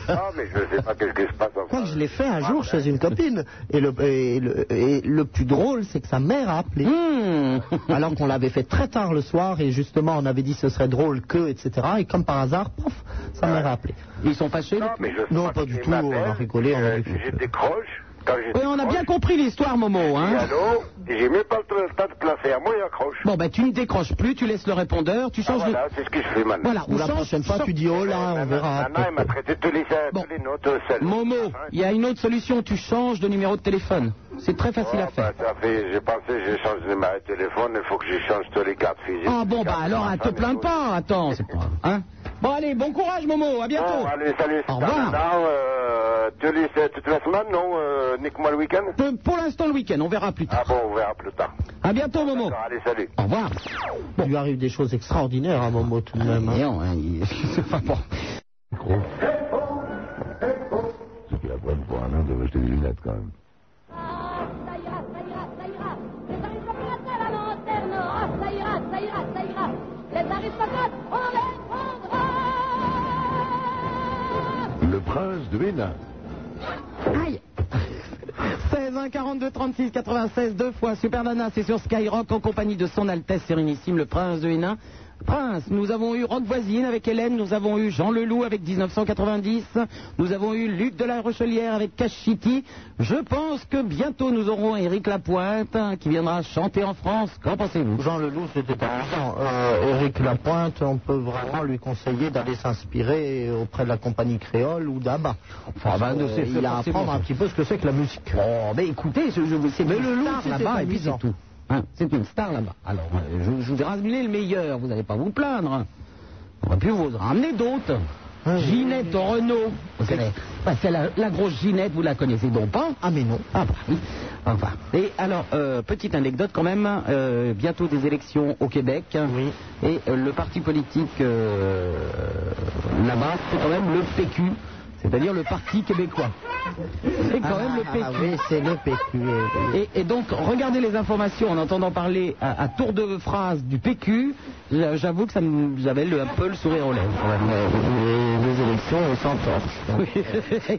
Speaker 13: Ah, mais je sais pas qu'est-ce qui se passe en
Speaker 1: Quoi que je l'ai fait un jour chez une copine. Et le, et le, et le plus drôle, c'est que sa mère a appelé.
Speaker 2: Hmm.
Speaker 1: Alors qu'on l'avait fait très tard le soir et justement on avait dit ce serait drôle que, etc. Et comme par hasard, pof, sa mère a appelé.
Speaker 2: Ils sont fâchés
Speaker 13: Non, mais je sais
Speaker 1: Non, pas du
Speaker 13: qui
Speaker 1: tout, on a
Speaker 13: m'appelle,
Speaker 1: rigolé, on a
Speaker 13: euh,
Speaker 1: rigolé.
Speaker 13: Je décroche. Quand je
Speaker 2: Oui, on a
Speaker 13: décroche,
Speaker 2: bien compris l'histoire, Momo.
Speaker 13: Et
Speaker 2: Hein.
Speaker 13: allô Et J'ai même pas le temps de placer à moi, il accroche.
Speaker 2: Bon, ben tu ne décroches plus, tu laisses le répondeur, tu
Speaker 13: Ah,
Speaker 2: changes
Speaker 13: voilà, c'est ce que je fais
Speaker 2: de...
Speaker 13: maintenant.
Speaker 2: Voilà,
Speaker 1: Ou
Speaker 2: on
Speaker 1: la
Speaker 2: change...
Speaker 1: prochaine fois,
Speaker 2: change-
Speaker 1: tu dis oh là, on verra.
Speaker 13: Maintenant, il m'a traité tous les,
Speaker 2: Bon.
Speaker 13: tous les notes euh, salut.
Speaker 2: Momo,
Speaker 13: Ah,
Speaker 2: il y a une autre solution, tu changes de numéro de téléphone. C'est très
Speaker 1: ah,
Speaker 2: facile à
Speaker 13: bah,
Speaker 2: faire.
Speaker 13: ça fait, j'ai pensé, j'ai changé de ma téléphone, il faut que je change tous les cartes physiques.
Speaker 2: Ah bon, bah alors, ah, te plains pas, attends, c'est pas... Hein Bon, allez, bon courage, Momo. À bientôt.
Speaker 17: Bon, allez, salut.
Speaker 2: Au revoir.
Speaker 17: Bernard, euh, tu lis euh, toute la semaine, non euh, Nique-moi le week-end
Speaker 2: Peu- Pour l'instant, le week-end, on verra plus tard.
Speaker 17: Ah bon, on verra plus tard.
Speaker 2: À bientôt, Momo.
Speaker 17: D'accord, allez, salut.
Speaker 2: Au revoir.
Speaker 1: Ah, bah, Il lui arrive des choses extraordinaires à Momo tout de même. hein.
Speaker 2: Non, hein, il- [laughs] c'est pas bon.
Speaker 8: Ce qui la prenne pour un nain de acheter des lunettes, quand même.
Speaker 11: Ah, ça ira, ça ira, ça ira. Les aristocrates, on les
Speaker 8: Le prince de Hénin.
Speaker 2: Aïe 16 1 42 36 96 deux fois Super Nana c'est sur Skyrock en compagnie de son Altesse Sérénissime le Prince de Hénin. Prince, nous avons eu Rock Voisine avec Hélène, nous avons eu Jean Leloup avec 1990, nous avons eu Luc de la Rochelière avec Cachiti. Je pense que bientôt nous aurons Éric Lapointe hein, qui viendra chanter en France. Qu'en pensez-vous
Speaker 1: Jean Leloup, c'était important. Euh, Éric Lapointe, on peut vraiment lui conseiller d'aller s'inspirer auprès de la compagnie créole ou d'Abba.
Speaker 2: Ah bah, nous, c'est-
Speaker 1: Euh, il a à
Speaker 2: forcément.
Speaker 1: apprendre un petit peu ce que c'est que la musique.
Speaker 2: Oh, mais écoutez, je, je, c'est
Speaker 1: Mais
Speaker 2: une
Speaker 1: le loup,
Speaker 2: star
Speaker 1: c'était
Speaker 2: là-bas, et puis
Speaker 1: amusant.
Speaker 2: c'est tout. Hein, c'est une star là-bas. Alors, euh, je, je vous ai ramené le meilleur, vous n'allez pas vous plaindre. On aurait pu vous ramener d'autres. Ginette Renault. Vous savez, Ah parce que la, la grosse Ginette, vous la connaissez donc pas
Speaker 1: Ah mais non.
Speaker 2: Ah bah oui. Enfin. Et alors, euh, petite anecdote quand même, euh, bientôt des élections au Québec. Et euh, le parti politique euh, là-bas, c'est quand même le PQ, c'est-à-dire le Parti québécois. C'est quand même le
Speaker 1: Ah,
Speaker 2: PQ.
Speaker 1: Ah oui, c'est le PQ. euh, oui.
Speaker 2: Et, et donc, regardez les informations en entendant parler à, à tour de phrase du PQ. là, J'avoue que ça me- j'avais le- un peu le sourire aux lèvres. quand même. Euh,
Speaker 1: Les, les élections, on s'entorche.
Speaker 2: Oui,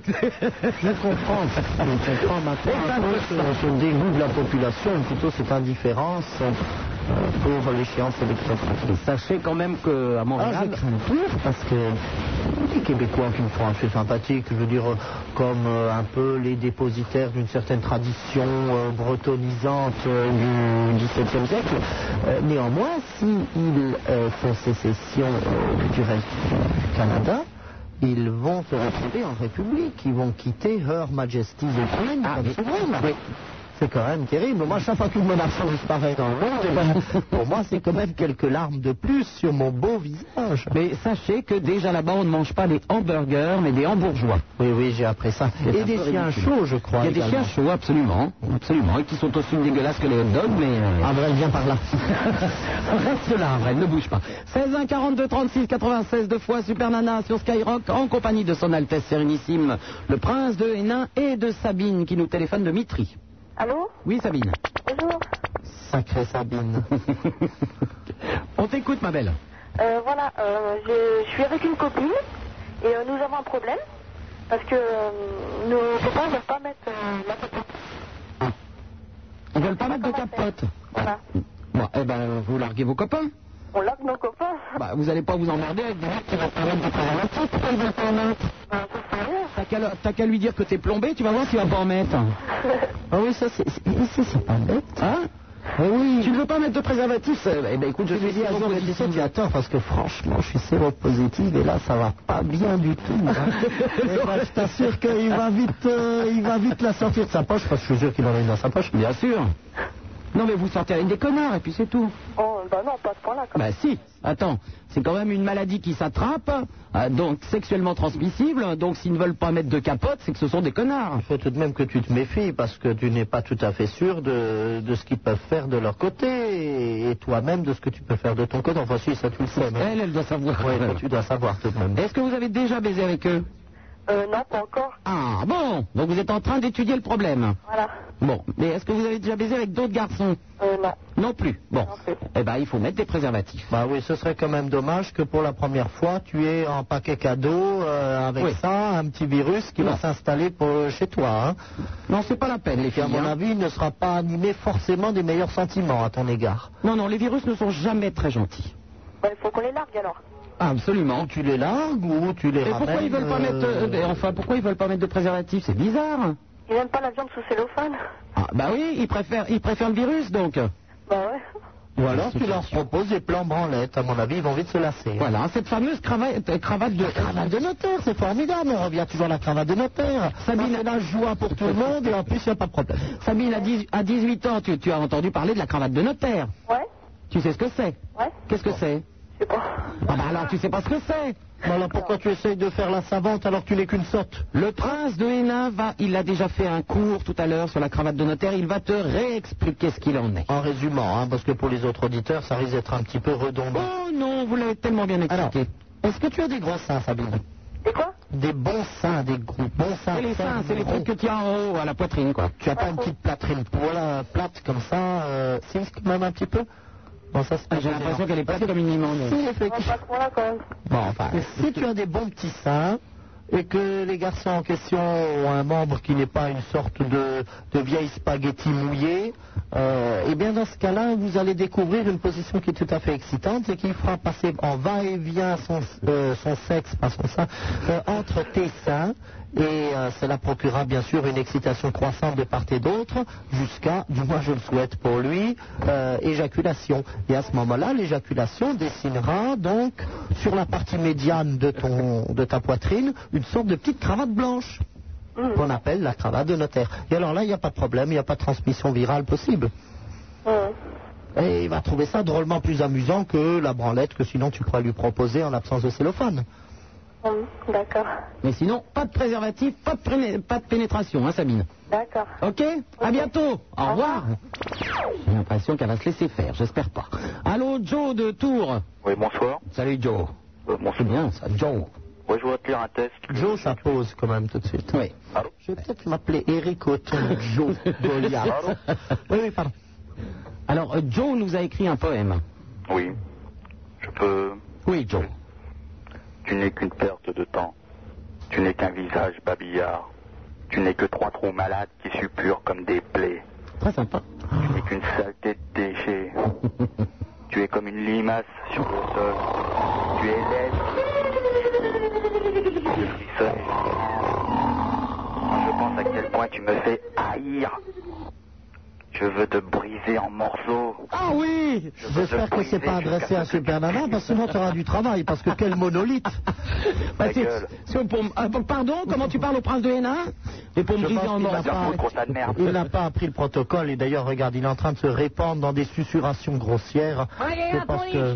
Speaker 1: Je comprends, je comprends maintenant un peu ce, ce dégoût de la population, ou plutôt cette indifférence euh, pour l'échéance électorale.
Speaker 2: Sachez quand même qu'à
Speaker 1: Ah, je
Speaker 2: Montréal,
Speaker 1: crains pire parce que les Québécois qui me font assez sympathique, je veux dire, euh, comme euh, un peu les dépositaires d'une certaine tradition euh, bretonisante euh, du XVIIe siècle. Euh, néanmoins, s'ils euh, font sécession euh, du reste du Canada, ils vont se retrouver en République, ils vont quitter Her Majesty the Queen
Speaker 2: Ah,
Speaker 1: comme souveraine. C'est quand même terrible. Moi, chaque fois qu'une monarchie disparaît dans le monde, eh ben, pour moi, c'est quand même quelques larmes de plus sur mon beau visage.
Speaker 2: mais sachez que déjà là-bas, on ne mange pas des hamburgers, mais des hambourgeois.
Speaker 1: Oui, oui, j'ai appris ça.
Speaker 2: C'est
Speaker 1: Et
Speaker 2: un
Speaker 1: des
Speaker 2: peu
Speaker 1: chiens
Speaker 2: ridicule.
Speaker 1: chauds, je crois.
Speaker 2: Il y a des
Speaker 1: également.
Speaker 2: chiens chauds, absolument, absolument, et qui sont aussi dégueulasses que les hot dogs, mais... euh,
Speaker 1: Ah, vrai, viens
Speaker 2: [laughs]
Speaker 1: par là.
Speaker 2: Reste là, Avrel, ne bouge pas. 16 1 42 36 96 deux fois Super Nana sur Skyrock en compagnie de son Altesse Sérénissime, le prince de Hénin et de Sabine qui nous téléphone de Mitri.
Speaker 5: Allô
Speaker 2: Oui, Sabine.
Speaker 5: Bonjour.
Speaker 1: Sacré Sabine.
Speaker 2: [laughs] On t'écoute, ma belle.
Speaker 5: Euh, voilà, euh, je, je suis avec une copine et euh, nous avons un problème parce que euh, nos copains ne veulent pas mettre euh, la capote.
Speaker 2: Ils veulent pas mettre de capote.
Speaker 5: Voilà.
Speaker 2: Bon, eh ben, vous larguez vos copains.
Speaker 5: On lâche nos copains. [laughs]
Speaker 2: Bah, vous allez pas vous emmerder avec des mecs qui vont pas mettre de préservatif. Pourquoi ils veulent pas en mettre
Speaker 5: Ben,
Speaker 2: T'as qu'à le- T'as qu'à lui dire que t'es plombé, tu vas voir s'il va pas en mettre.
Speaker 1: Ah oui, ça, c'est- c'est c'est- c'est pas bête. Ah
Speaker 2: Hein
Speaker 1: oui.
Speaker 2: Tu ne veux pas mettre de préservatif euh, Eh ben, écoute, je
Speaker 1: Je
Speaker 2: vais
Speaker 1: lui dis
Speaker 2: dire
Speaker 1: à Jean Baptiste, tu as tort parce que franchement, je suis séropositive et là, ça va pas bien du tout.
Speaker 2: [laughs]
Speaker 1: hein. Et bah, je t'assure qu'il va vite, euh, il va vite la sortir de sa poche parce que je suis sûr qu'il en a une dans sa poche.
Speaker 2: Bien sûr. Non, mais vous sortez avec des connards, et puis c'est tout.
Speaker 5: Oh, bah non, pas à ce point-là quand même.
Speaker 2: Bah si, attends, c'est quand même une maladie qui s'attrape, euh, donc sexuellement transmissible, donc s'ils ne veulent pas mettre de capote, c'est que ce sont des connards.
Speaker 1: Il faut tout de même que tu te méfies parce que tu n'es pas tout à fait sûr de, de ce qu'ils peuvent faire de leur côté et, et toi-même de ce que tu peux faire de ton côté. Enfin, si, ça tu le sais. non
Speaker 2: Elle, elle doit savoir.
Speaker 1: Ouais, toi, tu dois savoir tout de même.
Speaker 2: Est-ce que vous avez déjà baisé avec eux
Speaker 5: Euh, non, pas encore.
Speaker 2: Ah bon, donc vous êtes en train d'étudier le problème.
Speaker 5: Voilà.
Speaker 2: Bon, mais est-ce que vous avez déjà baisé avec d'autres garçons
Speaker 5: Euh, non.
Speaker 2: Non plus. Bon,
Speaker 5: Non plus.
Speaker 2: eh ben il faut mettre des préservatifs.
Speaker 1: Bah oui, ce serait quand même dommage que pour la première fois, tu aies un paquet cadeau euh, avec
Speaker 2: Oui.
Speaker 1: ça, un petit virus qui
Speaker 2: Non.
Speaker 1: va s'installer pour- chez toi. Hein.
Speaker 2: Non, c'est pas la peine les
Speaker 1: Qui,
Speaker 2: filles.
Speaker 1: à mon
Speaker 2: hein.
Speaker 1: avis, ne sera pas animé forcément des meilleurs sentiments à ton égard.
Speaker 2: Non, non, les virus ne sont jamais très gentils.
Speaker 5: Bah, il faut qu'on les largue alors.
Speaker 2: Absolument.
Speaker 1: Tu les largues ou tu les
Speaker 2: Et
Speaker 1: ramènes
Speaker 2: pourquoi ils veulent pas
Speaker 1: euh,
Speaker 2: mettre, euh, ben, enfin pourquoi ils veulent pas mettre de préservatifs C'est bizarre.
Speaker 5: Ils n'aiment pas la viande sous cellophane.
Speaker 2: Ah, bah oui, ils préfèrent, ils préfèrent le virus donc.
Speaker 5: Bah ouais.
Speaker 1: Ou alors tu leur proposes des plans branlettes. À mon avis, ils vont vite se lasser. hein.
Speaker 2: Voilà, cette fameuse cravate, euh, cravate de.
Speaker 1: La cravate de notaire, c'est formidable. On revient toujours à la cravate de notaire.
Speaker 2: Sabine,
Speaker 1: Ça, c'est la joie pour tout le monde et en plus, il n'y a pas de problème.
Speaker 2: Sabine, à, 10 à 18 ans, tu, tu as entendu parler de la cravate de notaire.
Speaker 5: Ouais.
Speaker 2: Tu sais ce que c'est
Speaker 5: Ouais.
Speaker 2: Qu'est-ce que c'est Ah bah alors tu sais pas ce que c'est
Speaker 1: Bah alors pourquoi tu essayes de faire la savante alors que tu n'es qu'une sotte
Speaker 2: Le prince de Hénin va, il a déjà fait un cours tout à l'heure sur la cravate de notaire, il va te réexpliquer ce qu'il en est.
Speaker 1: En résumant, hein, parce que pour les autres auditeurs, ça risque d'être un petit peu redondant.
Speaker 2: Oh non, vous l'avez tellement bien expliqué.
Speaker 1: Alors, est-ce que tu as des gros seins, Sabine
Speaker 10: Et quoi
Speaker 1: Des bons seins, des gros bons seins.
Speaker 2: C'est les seins,
Speaker 1: fermes,
Speaker 2: c'est les
Speaker 1: gros.
Speaker 2: trucs que tu as en haut à la poitrine quoi.
Speaker 1: Tu as pas une petite poitrine voilà, plate comme ça, euh, si, même un petit peu Bon, ça, c'est
Speaker 2: Ah,
Speaker 1: pas
Speaker 2: J'ai l'impression
Speaker 1: gênant.
Speaker 2: qu'elle est plate comme une limande.
Speaker 1: Si, effectivement.
Speaker 10: Pas trop là quand même.
Speaker 1: Bon, enfin, si tu as des bons petits seins et que les garçons en question ont un membre qui n'est pas une sorte de, de vieille spaghetti mouillée, euh, eh bien dans ce cas-là, vous allez découvrir une position qui est tout à fait excitante et qui fera passer en va-et-vient son, euh, son sexe, pas son sein, euh, entre tes seins. Et euh, cela procurera bien sûr une excitation croissante de part et d'autre, jusqu'à, du moins je le souhaite pour lui, euh, éjaculation. Et à ce moment-là, l'éjaculation dessinera donc sur la partie médiane de, ton, de ta poitrine une sorte de petite cravate blanche qu'on appelle la cravate de notaire. Et alors là, il n'y a pas de problème, il n'y a pas de transmission virale possible.
Speaker 5: Mmh.
Speaker 1: Et il va trouver ça drôlement plus amusant que la branlette que sinon tu pourras lui proposer en l'absence de cellophane.
Speaker 5: Hum, D'accord.
Speaker 2: Mais sinon, pas de préservatif, pas de, préné- pas de pénétration, hein Sabine.
Speaker 5: D'accord.
Speaker 2: Ok À bientôt. Au revoir. J'ai l'impression qu'elle va se laisser faire, j'espère pas. Allô, Joe de Tours.
Speaker 13: Oui, bonsoir. Euh,
Speaker 2: Salut, Joe. C'est bien, ça, Joe.
Speaker 13: Ouais, je voudrais te lire un test.
Speaker 1: Joe, ça pose quand même tout de suite.
Speaker 2: Oui.
Speaker 1: Je vais peut-être m'appeler Eric
Speaker 2: [laughs]
Speaker 1: Auton Joe Goliath. oui, oui, pardon.
Speaker 2: Alors, euh, Joe nous a écrit un poème.
Speaker 13: Oui. Je peux.
Speaker 2: Oui, Joe.
Speaker 13: Tu n'es qu'une perte de temps. Tu n'es qu'un visage babillard. Tu n'es que trois trous malades qui suppurent comme des plaies.
Speaker 2: Très sympa.
Speaker 13: Tu n'es qu'une saleté
Speaker 1: [laughs]
Speaker 13: de déchets. tu es comme une limace sur le sol. Tu es laide. Tu frissonnes. Quand je pense à quel point tu me fais haïr. Je veux te briser en morceaux.
Speaker 2: Ah oui
Speaker 1: J'espère que c'est pas adressé à Super Nana, parce que sinon tu auras du travail, parce que quel monolithe
Speaker 2: Bah,
Speaker 13: Ta
Speaker 2: c'est-
Speaker 13: gueule.
Speaker 2: c'est pour- euh, pour- Pardon, comment tu parles au prince de Hénin Et pour me
Speaker 1: Je
Speaker 2: briser
Speaker 1: pense
Speaker 2: en
Speaker 1: qu'il
Speaker 2: mort.
Speaker 1: va
Speaker 13: Viens foutre, gros tas de merde.
Speaker 1: Il n'a pas appris le protocole, et d'ailleurs, regarde, il est en train de se répandre dans des susurrations grossières. Je pense que-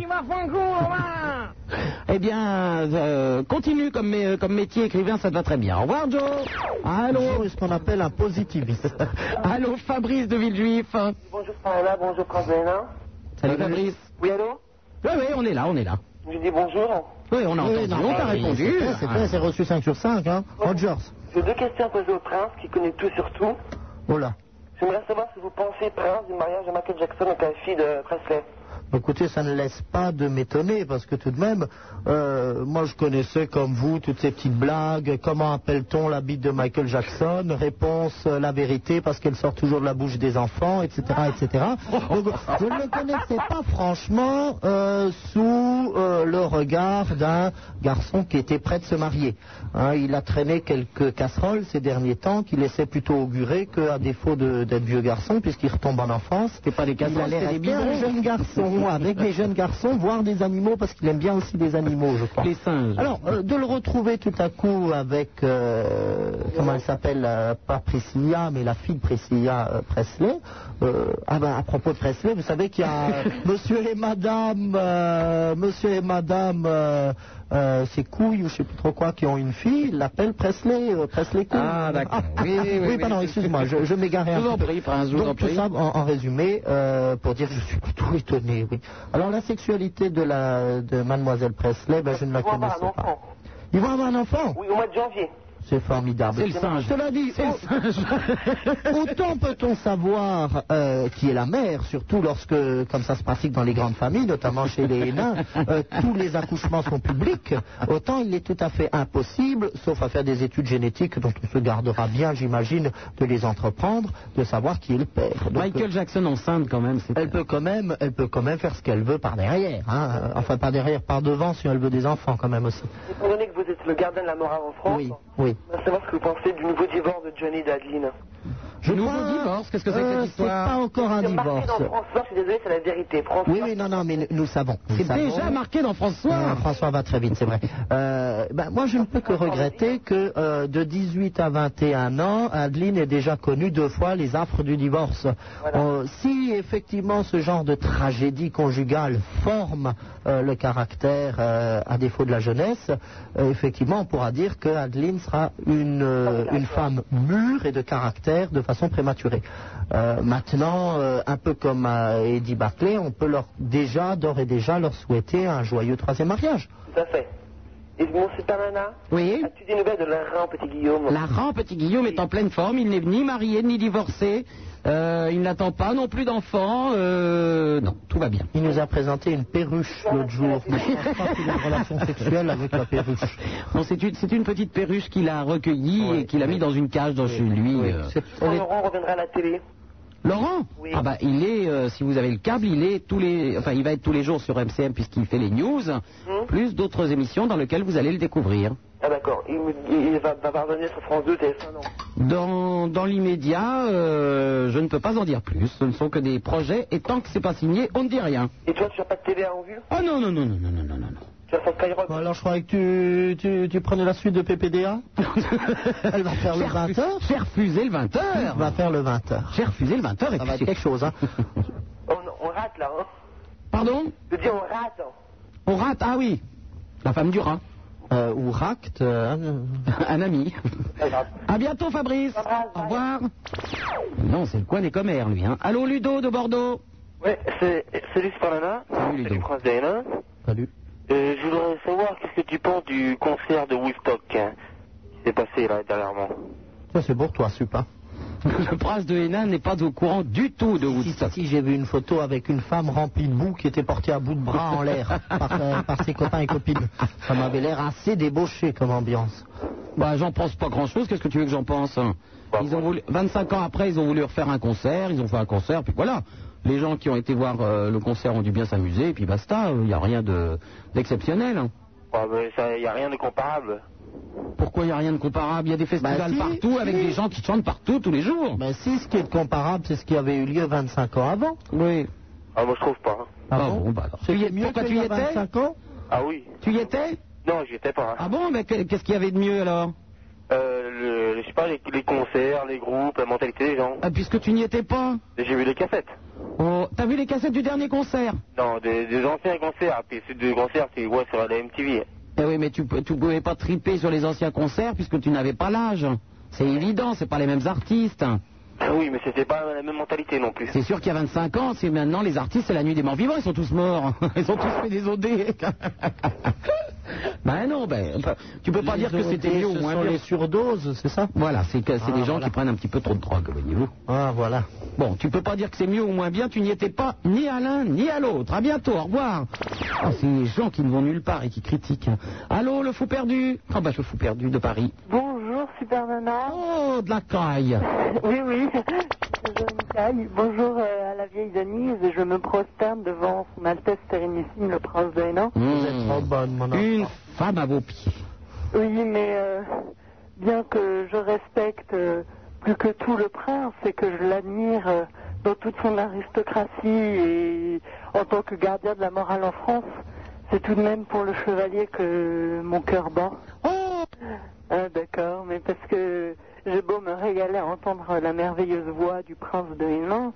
Speaker 2: Eh bien, euh, continue comme, mé- comme métier écrivain, ça te va très bien. Au revoir, Joe. Allô,
Speaker 1: [laughs] Joe est ce qu'on appelle un positiviste.
Speaker 2: allô Fabrice de Villejuif.
Speaker 10: Bonjour Sarah, bonjour Franzena.
Speaker 2: Salut, Fabrice.
Speaker 10: Oui, allô
Speaker 2: Oui, oui, on est là, on est là.
Speaker 10: Je dis bonjour.
Speaker 2: Oui, on a
Speaker 1: Oui,
Speaker 2: entendu, Oh.
Speaker 1: non,
Speaker 2: on t'a
Speaker 1: oui,
Speaker 2: répondu. Ah.
Speaker 1: C'est vrai, c'est vrai, c'est reçu 5 sur 5, hein. Rogers.
Speaker 10: J'ai deux questions à poser au prince qui connaît tout sur tout.
Speaker 1: Oh là.
Speaker 10: J'aimerais savoir si vous pensez, prince, du mariage de Michael Jackson avec la fille de Presley.
Speaker 1: Bah, Écoutez, ça ne laisse pas de m'étonner parce que tout de même, euh, moi je connaissais comme vous toutes ces petites blagues. Comment appelle-t-on la bite de Michael Jackson Réponse euh, la vérité parce qu'elle sort toujours de la bouche des enfants, etc., etc. Donc, je ne le connaissais pas franchement euh, sous euh, le regard d'un garçon qui était prêt de se marier. Hein, il a traîné quelques casseroles ces derniers temps qui laissaient plutôt augurer qu'à défaut de- d'être vieux garçon, puisqu'il retombe en enfance,
Speaker 2: C'était pas des casseroles,
Speaker 1: il a l'air
Speaker 2: c'était des
Speaker 1: bien
Speaker 2: biberons.
Speaker 1: jeune garçon, avec des jeunes garçons, voire des animaux, parce qu'il aime bien aussi des animaux, je crois.
Speaker 2: Les singes.
Speaker 1: Alors, euh, de le retrouver tout à coup avec, euh, comment elle s'appelle, euh, pas Priscilla, mais la fille de Priscilla euh, Presley. Euh, ah ben, à propos de Presley, vous savez qu'il y a
Speaker 2: [laughs]
Speaker 1: euh, monsieur et madame, euh, monsieur et madame, euh, euh, ses couilles ou je sais plus trop quoi, qui ont une fille, ils l'appellent Presley, euh, Presley couille.
Speaker 2: Ah, d'accord. Oui, oui, oui,
Speaker 1: oui, pardon,
Speaker 2: oui.
Speaker 1: excuse-moi, je, je m'égarais un
Speaker 2: Je vous en
Speaker 1: petit peu.
Speaker 2: prie, prince, je vous en
Speaker 1: Donc, tout
Speaker 2: prie.
Speaker 1: ça, en, en résumé, euh, pour dire je suis plutôt [laughs] étonné, oui. Alors la sexualité de la de mademoiselle Presley, ben, je ne la
Speaker 10: Ils vont avoir un
Speaker 1: connaissais pas.
Speaker 10: enfant.
Speaker 1: Ils vont avoir un enfant
Speaker 10: Oui, au mois de janvier.
Speaker 1: C'est formidable.
Speaker 2: C'est le singe.
Speaker 1: Cela dit,
Speaker 2: C'est le singe.
Speaker 1: [laughs] autant peut-on savoir euh, qui est la mère, surtout lorsque, comme ça se pratique dans les grandes familles, notamment chez les nains,
Speaker 2: [laughs]
Speaker 1: euh, tous les accouchements sont publics, autant il est tout à fait impossible, sauf à faire des études génétiques dont on se gardera bien, j'imagine, de les entreprendre, de savoir qui est le père. Donc, euh,
Speaker 2: Michael Jackson enceinte quand même, c'est
Speaker 1: elle peut quand même, elle peut quand même faire ce qu'elle veut par derrière, hein. enfin par derrière, par devant si elle veut des enfants quand même aussi.
Speaker 10: Étant donné que vous êtes le gardien de la morale en France,
Speaker 1: Oui, oui.
Speaker 10: on va savoir ce que vous pensez du nouveau divorce de Johnny et d'Adeline.
Speaker 1: Je
Speaker 2: Nouveau
Speaker 1: crois-
Speaker 2: divorce, qu'est-ce que c'est que cette
Speaker 1: Euh,
Speaker 2: histoire
Speaker 1: C'est pas encore un
Speaker 10: C'est marqué
Speaker 1: divorce.
Speaker 10: dans François, je suis désolé, c'est la vérité. François,
Speaker 1: Oui, oui, non, non, mais nous- nous savons. nous
Speaker 2: C'est
Speaker 1: savons.
Speaker 2: déjà marqué dans François.
Speaker 1: Ah, François va très vite, c'est vrai. Euh, ben, moi, je ne peux que regretter que euh, de 18 à 21 ans, Adeline ait déjà connu deux fois les affres du divorce. Euh, si effectivement ce genre de tragédie conjugale forme euh, le caractère euh, à défaut de la jeunesse, euh, effectivement, on pourra dire que Adeline sera une, euh, une femme mûre et de caractère de façon prématurée. Euh, maintenant, euh, un peu comme euh, Eddie Barclay, on peut leur déjà, d'ores et déjà, leur souhaiter un joyeux troisième mariage.
Speaker 10: tout à fait. Et mon super nana
Speaker 1: Oui
Speaker 10: As-tu des nouvelles de Laurent Petit Guillaume
Speaker 2: Laurent Petit Guillaume est en pleine forme, il n'est ni marié ni divorcé, Euh, il n'attend pas non plus d'enfants, euh, non, tout va bien.
Speaker 1: Il nous a présenté une perruche l'autre jour. Mais je pense pas qu'il ait une relation sexuelle avec la perruche.
Speaker 2: Bon, c'est une, c'est une petite perruche qu'il a recueillie et qu'il a mis dans une cage dans chez lui. euh.
Speaker 10: Quand Laurent reviendra à la télé.
Speaker 2: Laurent Ah bah il est, euh, si vous avez le câble, il est tous les, enfin il va être tous les jours sur MCM puisqu'il fait les news, plus d'autres émissions dans lesquelles vous allez le découvrir.
Speaker 10: Ah d'accord, il, me- il va, va parvenir sur France 2, TF1, non
Speaker 2: Dans, dans l'immédiat, euh, je ne peux pas en dire plus. Ce ne sont que des projets et tant que c'est pas signé, on ne dit rien.
Speaker 10: Et toi, tu n'as pas de télé en vue
Speaker 2: Ah non, non, non, non, non, non, non, non.
Speaker 1: Bon, alors, je croyais que tu, tu, tu prenais la suite de PPDA [laughs] [laughs] Elle va faire le 20h
Speaker 2: J'ai refusé le 20h
Speaker 1: Elle va faire le 20h.
Speaker 2: J'ai refusé le 20h et
Speaker 1: Ça
Speaker 2: puis
Speaker 1: va être
Speaker 2: c'est-
Speaker 1: quelque chose, hein.
Speaker 15: Oh,
Speaker 10: on, on rate là, hein
Speaker 2: [laughs] Pardon
Speaker 10: Je dis on rate, hein.
Speaker 2: On rate, ah oui, la femme du rat. [laughs]
Speaker 1: Euh, ou Ract, euh,
Speaker 2: Un [laughs] ami. à bientôt Fabrice. Au revoir. Non, c'est le coin des commères lui. Hein. Allô Ludo de Bordeaux.
Speaker 13: Ouais, c'est salut Sparlana, c'est le prince d'Aina.
Speaker 1: Salut.
Speaker 13: Euh, je voudrais savoir qu'est-ce que tu penses du concert de Woodstock hein, qui s'est passé là dernièrement.
Speaker 1: Ça, c'est pour toi, hein. Supin.
Speaker 2: [laughs] Le prince de Hénin n'est pas au courant du tout de Woodstock.
Speaker 1: Si, j'ai vu une photo avec une femme remplie de boue qui était portée à bout de bras en l'air par, euh, par ses copains et copines. Ça m'avait l'air assez débauché comme ambiance.
Speaker 2: Bah, j'en pense pas grand chose. Qu'est-ce que tu veux que j'en pense hein Ils ont voulu, 25 ans après, ils ont voulu refaire un concert. Ils ont fait un concert, puis voilà. Les gens qui ont été voir euh, le concert ont dû bien s'amuser, et puis basta. Il n'y a rien de- d'exceptionnel. hein.
Speaker 13: Ouais, Ah, mais ça, y a rien de comparable.
Speaker 2: Pourquoi il n'y a rien de comparable Il y a des festivals
Speaker 1: Bah, si,
Speaker 2: partout avec
Speaker 1: si.
Speaker 2: des gens qui chantent partout tous les jours.
Speaker 1: Mais si, ce qui est comparable, c'est ce qui avait eu lieu 25 ans avant.
Speaker 2: Oui.
Speaker 13: Ah, moi je trouve pas. hein.
Speaker 1: Ah
Speaker 2: bon,
Speaker 1: bon
Speaker 2: bah alors.
Speaker 1: C'est
Speaker 2: Tu y-
Speaker 1: mieux
Speaker 2: pourquoi
Speaker 1: que
Speaker 2: tu
Speaker 1: il
Speaker 2: y
Speaker 1: y a
Speaker 2: étais
Speaker 1: 25 ans
Speaker 13: Ah oui
Speaker 2: Tu y étais
Speaker 13: Non, j'y étais pas. hein.
Speaker 2: Ah bon Mais que- qu'est-ce qu'il y avait de mieux alors
Speaker 13: Euh, le, le- je sais pas, les, les concerts, les groupes, la mentalité des gens.
Speaker 2: Ah, Puisque tu n'y étais pas.
Speaker 13: Et J'ai vu les cassettes.
Speaker 2: Oh, T'as vu les cassettes du dernier concert
Speaker 13: Non, des, des anciens concerts. Puis c'est des concerts, c'est ouais, sur la MTV.
Speaker 2: Eh oui, mais tu ne pouvais pas triper sur les anciens concerts puisque tu n'avais pas l'âge. C'est évident, c'est pas les mêmes artistes.
Speaker 13: Ah Oui, mais c'était pas la même mentalité non plus.
Speaker 2: C'est sûr qu'il y a 25 ans, c'est maintenant les artistes, c'est la nuit des morts vivants, ils sont tous morts. [laughs] Ils sont tous fait des OD. [laughs] ben non, ben, enfin, tu peux pas
Speaker 1: Les
Speaker 2: dire que
Speaker 1: OD,
Speaker 2: c'était mieux ou
Speaker 1: ce
Speaker 2: moins
Speaker 1: sont
Speaker 2: bien.
Speaker 1: les surdoses, c'est ça
Speaker 2: Voilà, c'est que- c'est
Speaker 1: Ah,
Speaker 2: des gens
Speaker 1: voilà.
Speaker 2: qui prennent un petit peu trop de drogue, voyez-vous.
Speaker 1: Ah, voilà.
Speaker 2: Bon, tu peux pas dire que c'est mieux ou moins bien, tu n'y étais pas ni à l'un ni à l'autre. À bientôt, au revoir. Ah, c'est des gens qui ne vont nulle part et qui critiquent. Allô, le fou perdu Ah bah, je fou perdu de Paris.
Speaker 18: Bonjour Super Nana.
Speaker 2: Oh, de la caille
Speaker 18: Oui, oui. Jean-Michel, Bonjour euh, à la vieille Denise. Je me prosterne devant son Altesse Sérénissime, le prince de Hénin.
Speaker 1: Vous
Speaker 2: Hmm.
Speaker 1: êtes trop bonne, Oh, bah, mon enfant.
Speaker 2: Une femme à vos pieds.
Speaker 18: Oui, mais euh, bien que je respecte euh, plus que tout le prince et que je l'admire euh, dans toute son aristocratie et en tant que gardien de la morale en France, c'est tout de même pour le chevalier que mon cœur bat. Ah, d'accord, mais parce que j'ai beau me régaler à entendre la merveilleuse voix du prince de Hénin,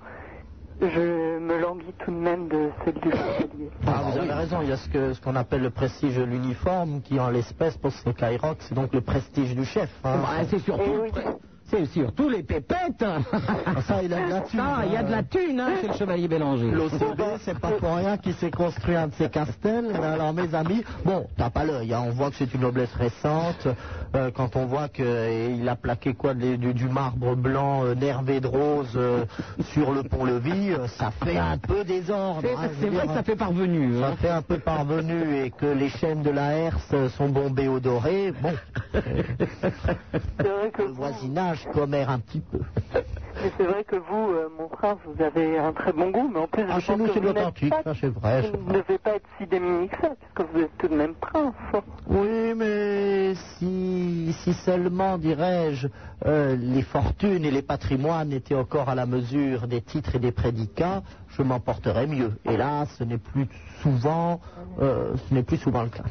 Speaker 18: je me languis tout de même de celle du chevalier.
Speaker 1: Ah, vous avez raison, il y a ce que- ce qu'on appelle le prestige de l'uniforme, qui en l'espèce, pour ce Skyrock, c'est donc le prestige du chef. hein.
Speaker 2: Bah, c'est surtout... C'est surtout les pépettes
Speaker 1: Ah, Ça, il a de la thune,
Speaker 2: Ça, il y a de la thune, hein, chez le chevalier Bélanger.
Speaker 1: L'OCB, c'est pas pour rien qu'il s'est construit un de ses castels. Mais alors, mes amis, bon, t'as pas l'œil. hein. On voit que c'est une noblesse récente. Euh, quand on voit qu'il a plaqué quoi des- du, du marbre blanc euh, nervé de rose euh, sur le pont-levis, euh, ça fait un peu désordre.
Speaker 2: C'est
Speaker 1: hein, je
Speaker 2: c'est
Speaker 1: veux
Speaker 2: vrai
Speaker 1: dire,
Speaker 2: que ça fait parvenu.
Speaker 1: ça
Speaker 2: hein.
Speaker 1: fait un peu parvenu et que les chaînes de la Herse sont bombées au doré.
Speaker 2: [laughs]
Speaker 1: Bon,
Speaker 18: C'est vrai que
Speaker 1: le voisinage commère un petit peu.
Speaker 10: Mais c'est vrai que vous, euh, mon prince, vous avez un très bon goût, mais en plus,
Speaker 1: Ah,
Speaker 10: je
Speaker 1: chez
Speaker 10: pense
Speaker 1: nous,
Speaker 10: que
Speaker 1: c'est de
Speaker 10: vous n'êtes
Speaker 1: l'authentique,
Speaker 10: pas-
Speaker 1: ça, c'est vrai, c'est
Speaker 10: Vous ne devez pas être si démunis que ça, puisque vous êtes tout de même prince.
Speaker 1: Oui, mais si, si seulement, dirais-je, euh, les fortunes et les patrimoines étaient encore à la mesure des titres et des prédicats, je m'en porterais mieux. Et là, ce n'est plus souvent, euh, ce n'est plus souvent le cas.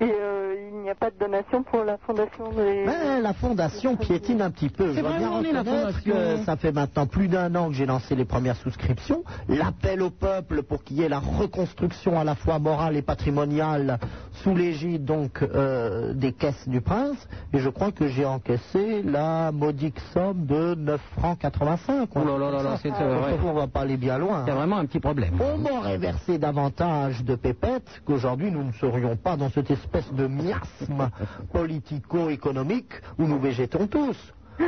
Speaker 10: Et euh, il n'y a pas de donation pour la fondation des...
Speaker 1: Mais Ben, la fondation piétine un petit peu.
Speaker 10: C'est
Speaker 1: Je dois
Speaker 10: vrai,
Speaker 1: bien
Speaker 10: on est la
Speaker 1: reconnaître
Speaker 10: fondation.
Speaker 1: que ça fait maintenant plus d'un an que j'ai lancé les premières souscriptions. L'appel au peuple pour qu'il y ait la reconstruction à la fois morale et patrimoniale sous l'égide donc euh, des caisses du prince. Et je crois que j'ai encaissé la modique somme de 9 francs 85.
Speaker 2: Oh là là là là, c'est, euh, ouais.
Speaker 1: On va pas aller bien loin.
Speaker 2: C'est vraiment un petit problème.
Speaker 1: On m'aurait versé davantage de pépettes qu'aujourd'hui nous ne serions pas dans cette espèce de miasme politico-économique où nous végétons tous.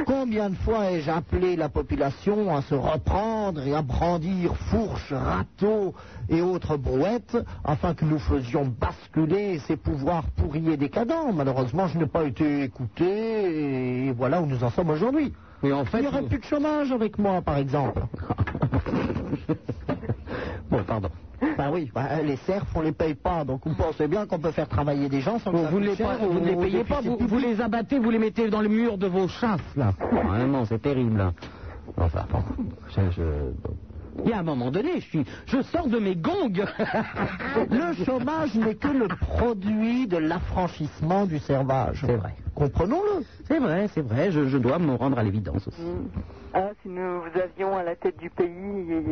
Speaker 1: Combien de fois ai-je appelé la population à se reprendre et à brandir fourches, râteaux et autres brouettes afin que nous faisions basculer ces pouvoirs pourris et décadents Malheureusement, je n'ai pas été écouté et voilà où nous en sommes aujourd'hui.
Speaker 2: Mais en fait,
Speaker 1: Il n'y aurait plus de chômage avec moi, par exemple. Bon, pardon. Ben oui, ben, les serfs, on les paye pas, donc vous pensez bien qu'on peut faire travailler des gens sans que
Speaker 2: Vous,
Speaker 1: ça
Speaker 2: vous
Speaker 1: coûte
Speaker 2: ne les,
Speaker 1: cher
Speaker 2: pas- vous ne les
Speaker 1: au
Speaker 2: payez pas,
Speaker 1: déficit
Speaker 2: vous,
Speaker 1: public.
Speaker 2: vous les abattez, vous les mettez dans le mur de vos chasses, là. Vraiment, c'est terrible. Enfin, bon, je- je- bon. Il y a un moment donné, je, suis, je sors de mes gongs.
Speaker 1: Le chômage n'est que le produit de l'affranchissement du servage. C'est vrai. Comprenons-le.
Speaker 2: C'est vrai, c'est vrai, je, je dois me rendre à l'évidence aussi.
Speaker 10: Ah, si nous vous avions à la tête du pays,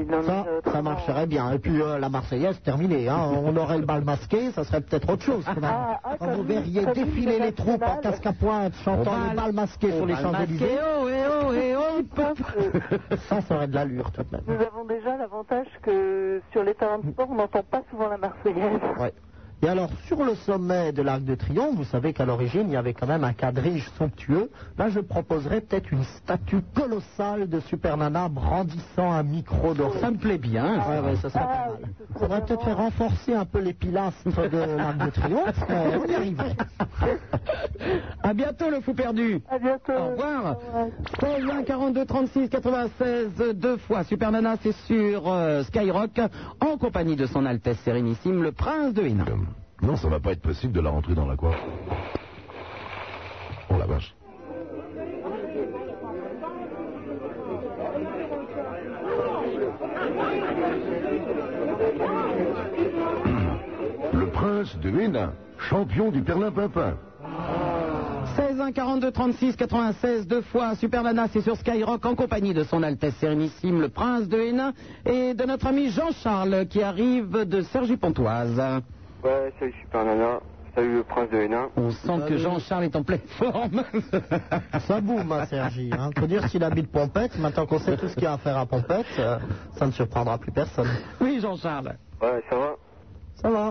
Speaker 10: il en
Speaker 1: Ça, ça marcherait bien. Et puis euh, la Marseillaise, terminée. hein. On aurait le bal masqué, ça serait peut-être autre chose. Quand, même.
Speaker 10: Ah, ah,
Speaker 1: Quand vous
Speaker 10: comme-
Speaker 1: verriez
Speaker 10: comme
Speaker 1: défiler
Speaker 10: l'hymne
Speaker 1: les troupes en
Speaker 10: national.
Speaker 1: casque à pointe, chantant
Speaker 2: Au
Speaker 1: le
Speaker 2: bal-
Speaker 1: bal masqué
Speaker 2: au
Speaker 1: sur les
Speaker 2: bal masqué,
Speaker 1: Champs-Élysées,
Speaker 2: oh, eh oh, eh oh, papa.
Speaker 1: ça serait de l'allure tout de même.
Speaker 10: Nous avons déjà l'avantage que sur les terrains de sport, on n'entend pas souvent la Marseillaise.
Speaker 1: Ouais. Et alors, sur le sommet de l'Arc de Triomphe, vous savez qu'à l'origine, il y avait quand même un quadrige somptueux. Là, je proposerais peut-être une statue colossale de Super Nana brandissant un micro d'or.
Speaker 2: Ça me plaît bien.
Speaker 1: Ouais, ouais, ça serait pas mal. faudrait peut-être faire renforcer un peu les pilastres de l'Arc de Triomphe. mais on y arriverait.
Speaker 2: À bientôt, le fou perdu.
Speaker 10: À bientôt.
Speaker 1: Euh.
Speaker 2: Au revoir. 101 42 36 96 deux fois. Super Nana, c'est sur euh, Skyrock en compagnie de son Altesse Sérénissime, le Prince de Hénin.
Speaker 8: Non, ça va pas être possible de la rentrer dans l'aquarium. Oh la vache. Le prince de Hénin, champion du Perlin-Pimpin.
Speaker 2: 16 1 42 36 96 deux fois. Super Nana, c'est sur Skyrock en compagnie de son Altesse Sérénissime, le Prince de Hénin et de notre ami Jean-Charles qui arrive de Sergi-Pontoise.
Speaker 13: Ouais, salut Super Nana, salut le prince de Hénin.
Speaker 2: On sent que Jean-Charles est en pleine forme.
Speaker 1: [laughs] Ça boum, hein, Sergi. Hein. Faut dire s'il habite Pompette, maintenant qu'on sait tout ce qu'il y a à faire à Pompette, euh, ça ne surprendra plus personne.
Speaker 2: Oui, Jean-Charles.
Speaker 13: Ouais, ça va
Speaker 1: Ça va.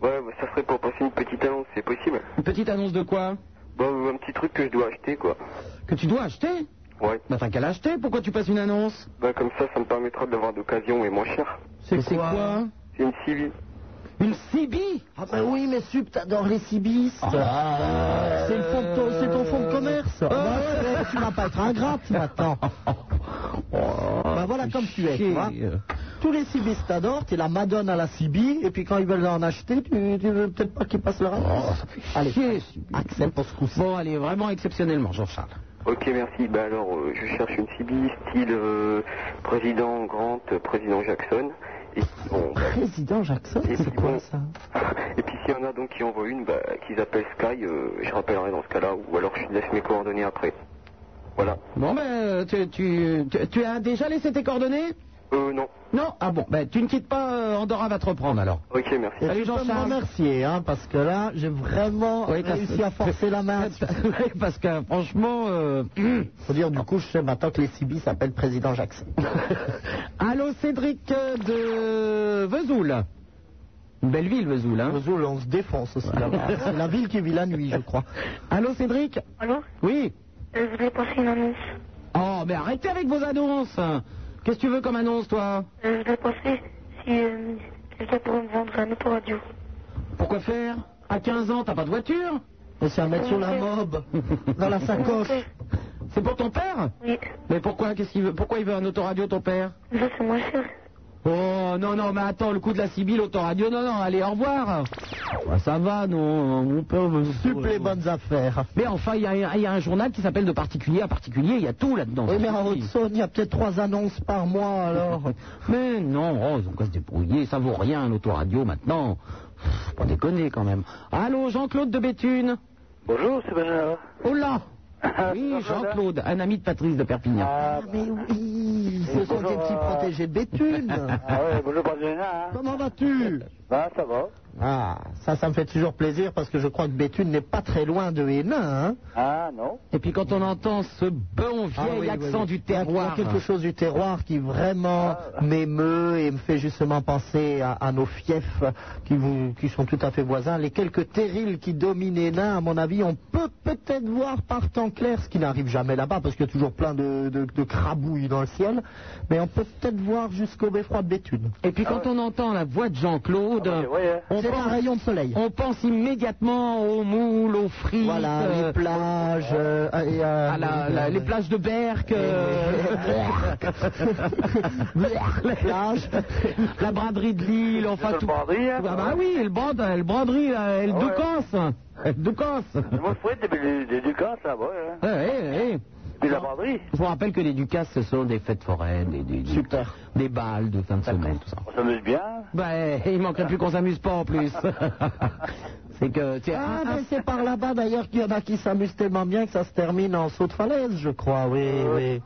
Speaker 13: Ouais, bah, ça serait pour passer une petite annonce, c'est possible
Speaker 2: Une petite annonce de quoi
Speaker 13: Bon, un petit truc que je dois acheter, quoi.
Speaker 2: Que tu dois acheter
Speaker 13: Ouais.
Speaker 2: Bah t'as qu'à l'acheter, pourquoi tu passes une annonce
Speaker 13: Bah, comme ça, ça me permettra de l'avoir d'occasion et moins cher.
Speaker 2: C'est quoi,
Speaker 13: C'est une civile.
Speaker 2: Une CB
Speaker 1: Ah ben oui, mais Sup, t'adores les cibistes.
Speaker 2: Ah.
Speaker 1: c'est le fond de ton, c'est ton fonds de commerce. Ah ben
Speaker 2: Oh.
Speaker 1: ouais, ouais, tu vas pas être ingrate maintenant.
Speaker 2: Oh,
Speaker 1: ben voilà comme tu es, tu vois. Tous les cibistes t'adorent, t'es la madone à la cibi, et puis quand ils veulent en acheter, tu, tu veux peut-être pas qu'ils passent leur
Speaker 2: Ah,
Speaker 1: annonce. Allez, Ah, accepte pour ce coup
Speaker 2: Bon, allez, vraiment exceptionnellement, Jean-Charles.
Speaker 13: Ok, merci. Bah, alors, euh, je cherche une civile style euh, président Grant, euh, président Jackson. Et si- bon, bah,
Speaker 1: Président Jackson, c'est quoi ça
Speaker 13: et puis s'il y en a donc qui envoient une, bah, qu'ils appellent Sky, euh, je rappellerai dans ce cas-là, ou alors je laisse mes coordonnées après. Voilà.
Speaker 2: Bon, ben, euh, tu, tu, tu, tu as déjà laissé tes coordonnées
Speaker 13: Euh, non.
Speaker 2: Non Ah bon, ben, tu ne quittes pas, euh, Andorra va te reprendre alors.
Speaker 13: Ok, merci.
Speaker 1: Et
Speaker 2: Salut,
Speaker 1: tu peux me
Speaker 2: Jean-Charles.
Speaker 1: remercier, hein, parce que là, j'ai vraiment
Speaker 2: Oui, t'as-
Speaker 1: réussi à forcer la
Speaker 2: [laughs]
Speaker 1: main.
Speaker 2: Ouais, Parce que franchement... euh,
Speaker 1: Faut dire, du coup, je sais maintenant que les cibis s'appellent président Jackson.
Speaker 2: [laughs] Allô, Cédric euh, de Vesoul. Hein Une belle ville, Vesoul, hein
Speaker 1: Vesoul, on se défonce aussi là-bas. C'est la ville qui vit la nuit, je crois.
Speaker 2: Allô, Cédric
Speaker 19: Allô
Speaker 2: Oui
Speaker 19: Euh, Je voulais passer une annonce.
Speaker 2: Oh, mais arrêtez avec vos annonces Qu'est-ce que tu veux comme annonce, toi
Speaker 19: Euh, je voulais passer si euh, quelqu'un pourrait me vendre un autoradio.
Speaker 2: Pourquoi faire À 15 ans, t'as pas de voiture
Speaker 1: [laughs] Et c'est un mettre sur la mob, dans la sacoche.
Speaker 2: C'est pour ton père
Speaker 20: Oui.
Speaker 2: Mais pourquoi Qu'est-ce qu'il veut Pourquoi il veut un autoradio, ton père
Speaker 20: Ça, c'est moins cher.
Speaker 2: Oh non, non, mais attends, le coup de la Sibylle, autoradio, non, non, allez, au revoir. Bah, ça va, non, on peut... Sup les bonnes affaires. Mais enfin, il y, a- il y a un journal qui s'appelle De particulier à particulier, il y a tout là-dedans.
Speaker 1: Oui, mais en Haute-Saône, il y a peut-être trois annonces par mois, alors.
Speaker 2: Mais non, Rose, on va se débrouiller, ça vaut rien, un autoradio, maintenant. Pff, Faut pas déconner, quand même. Allô, Jean-Claude de Béthune
Speaker 13: Bonjour, c'est Benjamin.
Speaker 2: Oh là
Speaker 1: [laughs]
Speaker 2: Oui, Jean-Claude, un ami de Patrice de Perpignan.
Speaker 13: Ah,
Speaker 1: mais oui,
Speaker 13: ce sont des
Speaker 2: euh,
Speaker 13: petits protégés
Speaker 1: de Béthune.
Speaker 2: [laughs]
Speaker 13: Ah ouais, bonjour, Benjamin.
Speaker 1: Comment vas-tu
Speaker 13: Bah, ça va.
Speaker 1: Ah, ça, ça me fait toujours plaisir parce que je crois que Béthune n'est pas très loin de Hénin. Hein
Speaker 13: Ah, non.
Speaker 2: Et puis quand on entend ce bon vieil
Speaker 1: Ah oui, oui,
Speaker 2: accent
Speaker 1: oui.
Speaker 2: du
Speaker 1: Il y a-
Speaker 2: terroir. hein Ah.
Speaker 1: il y a quelque chose du terroir qui vraiment m'émeut et me fait justement penser à, à nos fiefs qui, vous- qui sont tout à fait voisins. Les quelques terrils qui dominent Hénin, à mon avis, on peut peut-être voir par temps clair, ce qui n'arrive jamais là-bas parce qu'il y a toujours plein de, de- de crabouilles dans le ciel, mais on peut peut-être voir jusqu'au beffroi de Béthune.
Speaker 2: Et puis quand on entend la voix de Jean-Claude,
Speaker 1: Ah
Speaker 15: hein.
Speaker 2: on
Speaker 1: C'est un
Speaker 2: pense-
Speaker 1: rayon de soleil.
Speaker 2: On pense immédiatement aux moules, aux frites,
Speaker 1: Voilà,
Speaker 2: euh,
Speaker 1: les plages, euh, et, euh,
Speaker 2: à la- la- les plages de Berck, euh, les plages, [laughs] la braderie de Lille, enfin tout. [laughs] ah bah oui, elle brande, elle braderie, euh,
Speaker 1: Ah
Speaker 2: elle Ducasse, elle Ducasse.
Speaker 13: Moi, je pourrais être des, des, des ducats, là, ouais. hein.
Speaker 2: Eh, eh, eh.
Speaker 13: Puis la braderie.
Speaker 2: Je vous rappelle que les Ducasses, ce sont des fêtes foraines, des, des, des- des balles de fin de semaine, tout ça.
Speaker 13: On s'amuse bien.
Speaker 2: Bah, eh, il manquerait plus qu'on s'amuse pas en [laughs] plus. c'est que, tiens,
Speaker 1: Ah,
Speaker 2: un- un-
Speaker 1: mais c'est par là-bas d'ailleurs qu'il y en a qui s'amusent tellement bien que ça se termine en saut de falaise, je crois, oui, oui.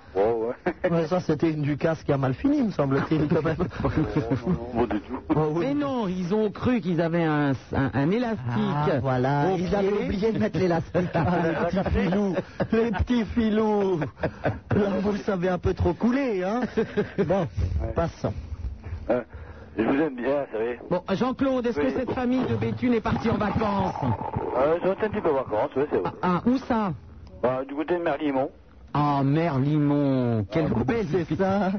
Speaker 1: Ouais, ça, c'était une Ducasse qui a mal fini, me semble-t-il, quand [laughs] même. Oh, oui.
Speaker 2: Mais non, ils ont cru qu'ils avaient un, un- un élastique.
Speaker 1: Ah, voilà,
Speaker 2: au
Speaker 1: ils
Speaker 2: pied.
Speaker 1: avaient oublié de mettre
Speaker 2: [laughs]
Speaker 1: l'élastique. [laughs] Ah, les petits filous, les petits filous. Là, vous savez un peu trop couler, hein. Bon, passons.
Speaker 13: Hein. Je vous aime bien, c'est vrai.
Speaker 2: Bon, Jean-Claude, est-ce
Speaker 13: Oui.
Speaker 2: que cette famille de Béthune est partie en vacances
Speaker 13: Euh, J'ai été un petit peu en vacances, oui, c'est vrai.
Speaker 2: Ah, où ça
Speaker 13: Bah, du côté de Merlimont.
Speaker 2: Ah, Merlimon, quel bel
Speaker 1: C'est [laughs] ça.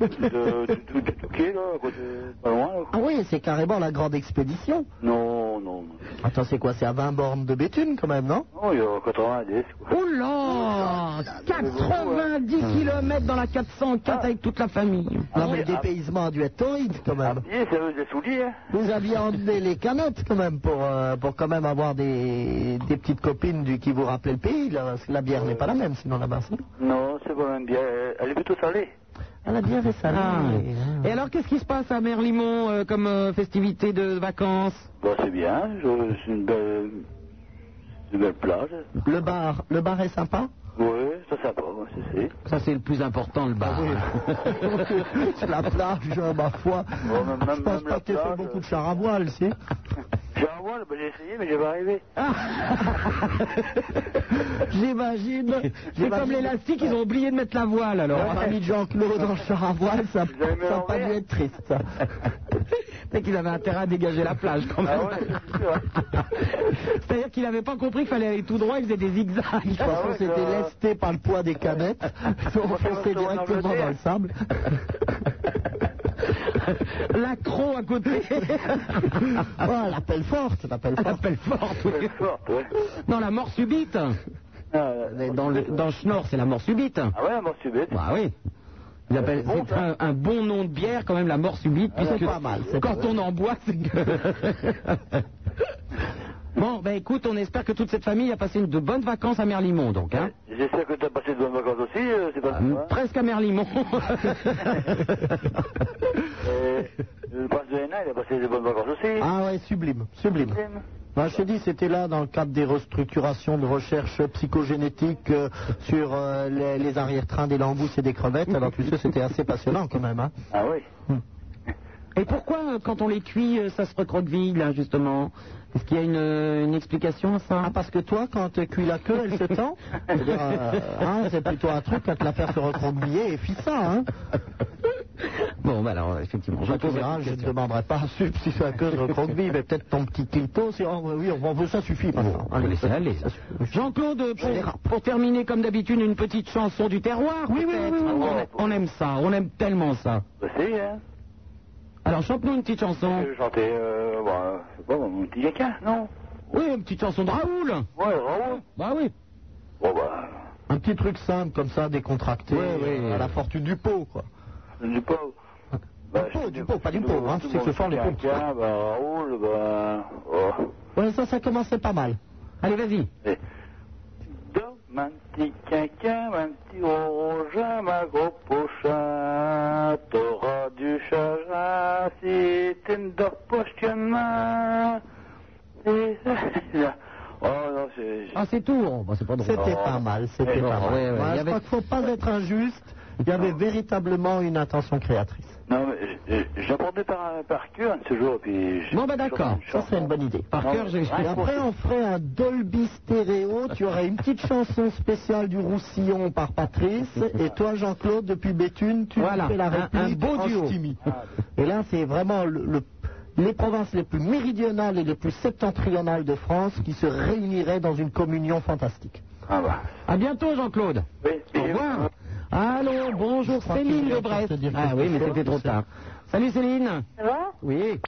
Speaker 13: de, du, du, du Touquet, là, à côté, pas loin. là.
Speaker 1: Ah oui, c'est carrément la grande expédition.
Speaker 13: Non, non.
Speaker 1: Attends, c'est quoi C'est à 20 bornes de Béthune, quand même, non
Speaker 13: Non, il y a 90, quoi.
Speaker 2: Oh là 90 km dans la 404 avec toute la famille.
Speaker 1: Non, mais le dépaysement a dû être horrible, quand même.
Speaker 13: Et ça veut des souliers, hein.
Speaker 1: Vous aviez emmené les canettes quand même pour, euh, pour quand même avoir des, des petites copines du, qui vous rappelaient le pays. là, parce que la bière n'est pas la même sinon là-bas. c'est-
Speaker 13: Non, c'est pas même bien. Elle est plutôt salée.
Speaker 1: Ah, la bière est salée.
Speaker 2: Ah.
Speaker 1: hein.
Speaker 2: Et alors, qu'est-ce qui se passe à Merlimon euh, comme euh, festivité de vacances
Speaker 13: Bah, c'est bien. je- C'est une belle, c'est une belle plage.
Speaker 1: Le bar, le bar est sympa
Speaker 13: Oui, ça, ça va, c'est c'est.
Speaker 2: Ça, c'est le plus important, le [laughs]
Speaker 13: Bah
Speaker 2: bar.
Speaker 1: [laughs] La plage, euh, ma foi.
Speaker 13: Bon, même-
Speaker 1: Je
Speaker 13: même-
Speaker 1: pense
Speaker 13: même
Speaker 1: pas
Speaker 13: la
Speaker 1: que tu fait
Speaker 13: plage,
Speaker 1: beaucoup
Speaker 13: euh,
Speaker 1: de char à voile, si.
Speaker 13: J'ai un voile, bah, j'ai essayé, mais j'ai pas arrivé.
Speaker 2: Ah.
Speaker 1: J'imagine.
Speaker 2: C'est comme l'élastique, ils ont oublié de mettre la voile, alors.
Speaker 1: Leur ami de
Speaker 2: [laughs]
Speaker 1: Jean-Claude en char à voile, ça
Speaker 13: Vous avez mis
Speaker 1: n'a pas
Speaker 13: l'envers
Speaker 1: dû être triste. ça.
Speaker 2: C'est qu'il avait intérêt à dégager la plage, quand même.
Speaker 13: Ah ouais, c'est sûr.
Speaker 15: hein.
Speaker 2: C'est-à-dire qu'il n'avait pas compris qu'il fallait aller tout droit, il faisait des
Speaker 1: Je
Speaker 2: zigzags.
Speaker 1: pense
Speaker 13: ouais,
Speaker 1: que c'était
Speaker 13: ça-
Speaker 1: lesté par le poids des canettes.
Speaker 13: [laughs]
Speaker 1: Ils sont
Speaker 13: Moi, ça me
Speaker 1: enfoncés
Speaker 13: retourne en
Speaker 1: directement dans le
Speaker 13: Angleterre.
Speaker 1: sable.
Speaker 2: [laughs] L'accro à côté.
Speaker 1: [laughs] Oh, l'appel forte, l'appel forte.
Speaker 2: L'appel forte,
Speaker 13: [laughs]
Speaker 2: oui.
Speaker 13: Forte, ouais.
Speaker 2: Non, la mort subite.
Speaker 13: Ah,
Speaker 2: Mais Dans, le, dans Schnorr, c'est la mort subite.
Speaker 13: ah ouais, moi, c'est bête.
Speaker 2: Bah oui.
Speaker 1: Euh,
Speaker 2: Ils appellent-
Speaker 13: C'est bon,
Speaker 2: c'est un, un bon nom de bière, quand même, la mort subite, puisque
Speaker 1: Ah, c'est pas mal, c'est
Speaker 2: quand
Speaker 1: pas
Speaker 2: on en boit, c'est que... [laughs] bon, ben écoute, on espère que toute cette famille a passé une- de bonnes vacances à Merlimont, donc, hein
Speaker 13: J'espère que t'as passé de bonnes vacances aussi, euh, c'est pas
Speaker 2: Euh, Presque
Speaker 1: [laughs]
Speaker 2: à Merlimont.
Speaker 13: [laughs] Et Euh, le prince de Hénin, il a passé de bonnes vacances aussi.
Speaker 1: Ah ouais, sublime, sublime. Ben, je te dis, c'était là dans le cadre des restructurations de recherche psychogénétique euh, sur euh, les, les arrière-trains des langoustes et des crevettes. Alors tu sais, c'était assez passionnant quand même. Hein.
Speaker 13: Ah oui.
Speaker 2: Et pourquoi, euh, quand on les cuit, euh, ça se recroqueville, là, justement Est-ce qu'il y a une, euh, une explication à ça
Speaker 1: [laughs] Ah, parce que toi, quand tu cuis la queue, elle se tend. C'est-à-dire, euh, hein, c'est plutôt un truc quand la faire se recroqueviller et fit ça. Hein.
Speaker 2: Bon, bah alors, effectivement,
Speaker 1: Je te verras, je ne demanderai pas à Sup si c'est à queue de recroqueville, mais peut-être ton petit clito. Si, oh, oui, on veut ça suffit. maintenant.
Speaker 2: On va laisser aller.
Speaker 1: Ça suffit.
Speaker 2: Jean-Claude, pour, pour terminer comme d'habitude, une petite chanson du terroir.
Speaker 1: Oui, oui,
Speaker 2: peut-être.
Speaker 1: oui, oui, oui.
Speaker 2: On, on aime ça, on aime tellement ça.
Speaker 13: Bah si, hein.
Speaker 2: Alors chante-nous une petite chanson.
Speaker 13: Je chantais, euh, bah, je sais pas, mon petit caca, non
Speaker 2: Oui, une petite chanson de Raoul.
Speaker 13: Ouais, Raoul.
Speaker 2: Bah oui.
Speaker 13: Bon, bah,
Speaker 1: Un petit truc simple comme ça, décontracté, euh, à la fortune du pot, quoi.
Speaker 13: Du Bah, pauvre.
Speaker 1: du pauvre, du pauvre, pas du pauvre, hein, c'est ce sont les pauvres.
Speaker 13: Quelqu'un, bah, Raoul, bah. Oh.
Speaker 1: Ouais, ça, ça commençait pas mal. Allez, vas-y.
Speaker 13: Mon petit quinquin, mon petit orange, ma gros pochin, t'auras du chagrin si tu ne dors pas, je tiens main. Et [laughs] là, oh non, c'est...
Speaker 1: Ah, c'est tout, c'est pas
Speaker 13: drôle.
Speaker 1: C'était pas mal, c'était
Speaker 13: Eh
Speaker 1: pas
Speaker 13: ben,
Speaker 1: mal.
Speaker 13: ouais, ouais,
Speaker 1: Moi,
Speaker 13: il y
Speaker 1: je
Speaker 13: avait-
Speaker 1: crois qu'il faut pas être injuste, il y avait véritablement une intention créatrice.
Speaker 13: Non, mais j- j- j'apportais par, par cœur ce jour, puis...
Speaker 1: Bon, ben
Speaker 2: bah,
Speaker 1: d'accord, ça serait une bonne idée.
Speaker 13: Par cœur, j'ai-
Speaker 1: Et après, on ferait un Dolby stéréo. Tu aurais une petite chanson spéciale du Roussillon par Patrice. Et toi, Jean-Claude, depuis Béthune, tu
Speaker 2: Voilà,
Speaker 1: fais la
Speaker 2: un-
Speaker 1: réplique
Speaker 2: un beau
Speaker 1: en
Speaker 2: duo.
Speaker 1: ch'timi. Et là, c'est vraiment le- le- les provinces les plus méridionales et les plus septentrionales de France qui se réuniraient dans une communion fantastique.
Speaker 13: Ah bah.
Speaker 2: À bientôt, Jean-Claude. Au revoir. Allô, bonjour,
Speaker 1: crois
Speaker 2: Céline
Speaker 1: qu'il
Speaker 2: de
Speaker 1: vient pour
Speaker 2: Brest.
Speaker 1: te dire
Speaker 2: Ah
Speaker 1: quelque
Speaker 2: oui, mais
Speaker 1: chose,
Speaker 2: c'était trop
Speaker 1: ça.
Speaker 2: tard. Salut, Céline.
Speaker 21: Ça va
Speaker 2: Oui.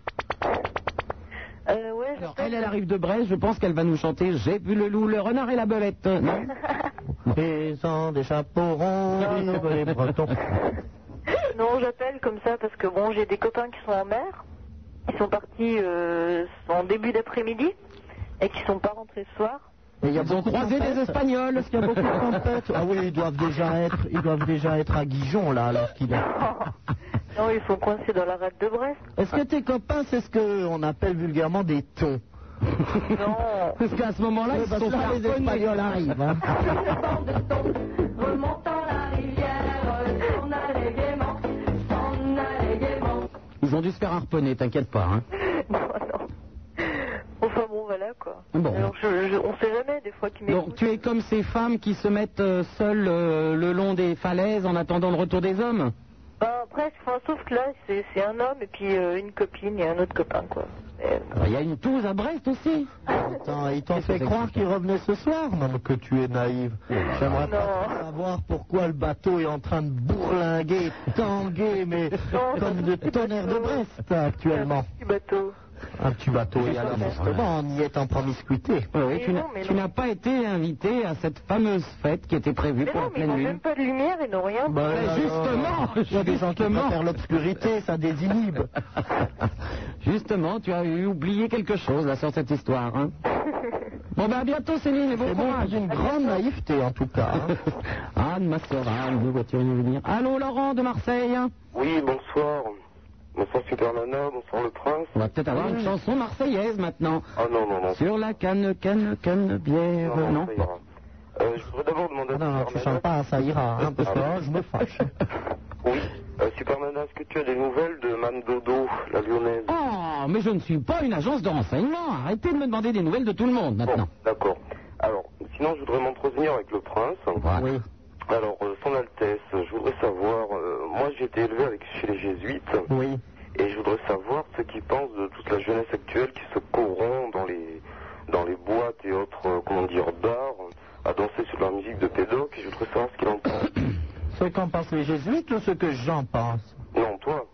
Speaker 21: Euh, ouais, je
Speaker 2: Alors,
Speaker 21: pense
Speaker 2: elle,
Speaker 21: que-
Speaker 2: elle arrive de Brest, je pense qu'elle va nous chanter J'ai vu le loup, le renard et la belette. Non
Speaker 1: Faisant des chapeaux
Speaker 13: [laughs]
Speaker 1: ronds, vive les Bretons.
Speaker 10: [laughs] Non, j'appelle comme ça parce que bon, j'ai des copains qui sont en mer, qui sont partis euh, en début d'après-midi et qui sont pas rentrés ce soir.
Speaker 1: Mais il y a
Speaker 2: Ils ont
Speaker 1: beaucoup de
Speaker 2: croisé
Speaker 1: tempêtes.
Speaker 2: des Espagnols.
Speaker 1: Est-ce qu'il y a beaucoup de [laughs] tempêtes Ah oui, ils doivent déjà être, ils doivent déjà être à Guijon là, alors qu'il est.
Speaker 10: Non, ils sont coincés dans la rade de Brest. [laughs]
Speaker 1: Est-ce que tes copains, c'est ce qu'on appelle vulgairement des tons
Speaker 10: Non.
Speaker 2: Parce qu'à ce moment-là,
Speaker 10: Euh,
Speaker 1: Ouais,
Speaker 2: ils
Speaker 1: [laughs]
Speaker 2: se
Speaker 10: bah,
Speaker 1: parce
Speaker 2: sont
Speaker 1: que là,
Speaker 2: fait
Speaker 1: les
Speaker 2: harponner.
Speaker 1: Espagnols arrivent. hein.
Speaker 2: Ils ont dû se faire harponner, t'inquiète pas. hein.
Speaker 10: Enfin bon, voilà quoi.
Speaker 2: Bon.
Speaker 10: Alors, je, je- on sait jamais des fois qu'ils
Speaker 2: Donc
Speaker 10: m'écoutent.
Speaker 2: tu es comme ces femmes qui se mettent euh, seules euh, le long des falaises en attendant le retour des hommes.
Speaker 10: Ben, presque, enfin, sauf que là, c'est c'est un homme et puis euh, une copine et un autre copain quoi. Mais- euh,
Speaker 2: Alors, Euh, Il y a une touze à Brest aussi.
Speaker 1: Attends, ils t'ont fait croire qu'ils revenaient ce soir Non, mais que tu es naïve. J'aimerais pas savoir pourquoi le bateau est en train de bourlinguer, tanguer, mais comme de tonnerre de Brest actuellement.
Speaker 10: petit bateau.
Speaker 1: Un petit bateau, et alors justement, on y est en promiscuité.
Speaker 2: Euh, Oui, oui,
Speaker 10: Mais
Speaker 2: tu n'as-
Speaker 10: non, mais
Speaker 2: tu
Speaker 10: non.
Speaker 2: n'as pas été invité à cette fameuse fête qui était prévue
Speaker 10: Mais
Speaker 2: pour
Speaker 10: non,
Speaker 2: la
Speaker 10: mais ils
Speaker 2: pleine
Speaker 10: n'ont
Speaker 2: lune.
Speaker 10: même pas de lumière, ils n'ont rien.
Speaker 1: Bah,
Speaker 2: Mais
Speaker 1: alors,
Speaker 2: justement,
Speaker 1: il y a des gens qui
Speaker 2: justement.
Speaker 1: préfèrent l'obscurité, ça
Speaker 2: [laughs]
Speaker 1: désinhibe.
Speaker 2: [laughs] Justement, tu as eu oublié quelque chose là sur cette histoire.
Speaker 10: [laughs]
Speaker 2: hein. bon ben à bientôt Céline et bon
Speaker 1: C'est bon,
Speaker 2: courage.
Speaker 1: une grande naïveté en tout cas. hein.
Speaker 2: [laughs] Anne, ma soeur Anne, d'où vas-tu nous venir Allô Laurent de Marseille
Speaker 15: Oui, bonsoir. Bonsoir Super Nana, bonsoir le prince.
Speaker 2: On va peut-être avoir une chanson marseillaise maintenant.
Speaker 15: Ah non, non, non.
Speaker 2: Sur la canne, canne, canne, bière,
Speaker 15: Non,
Speaker 2: non
Speaker 15: non, ça ira. Euh, je voudrais d'abord demander à
Speaker 1: Ah non,
Speaker 15: Super
Speaker 1: tu
Speaker 15: Nana.
Speaker 1: chantes pas, ça ira, hein, parce que là, je me
Speaker 2: [laughs]
Speaker 1: fâche.
Speaker 15: Oui. Euh, Super Nana, est-ce que tu as des nouvelles de Mme Dodo, la lyonnaise
Speaker 2: Oh, mais je ne suis pas une agence de renseignement. Arrêtez de me demander des nouvelles de tout le monde
Speaker 1: Ah,
Speaker 2: maintenant.
Speaker 15: D'accord. Alors, sinon, je voudrais m'entretenir avec le prince.
Speaker 1: Oui.
Speaker 15: Alors, euh, son Altesse, je voudrais savoir. euh, moi, j'ai été élevé avec, chez les Jésuites.
Speaker 1: Oui.
Speaker 15: Et je voudrais savoir ce qu'ils pensent de toute la jeunesse actuelle qui se corrompt dans les, dans les boîtes et autres, euh, comment dire, bars, à danser sur de la musique de pédoc. Et je voudrais savoir ce qu'ils en pensent.
Speaker 1: Ce qu'en pensent les jésuites ou ce que j'en pense
Speaker 15: Non, toi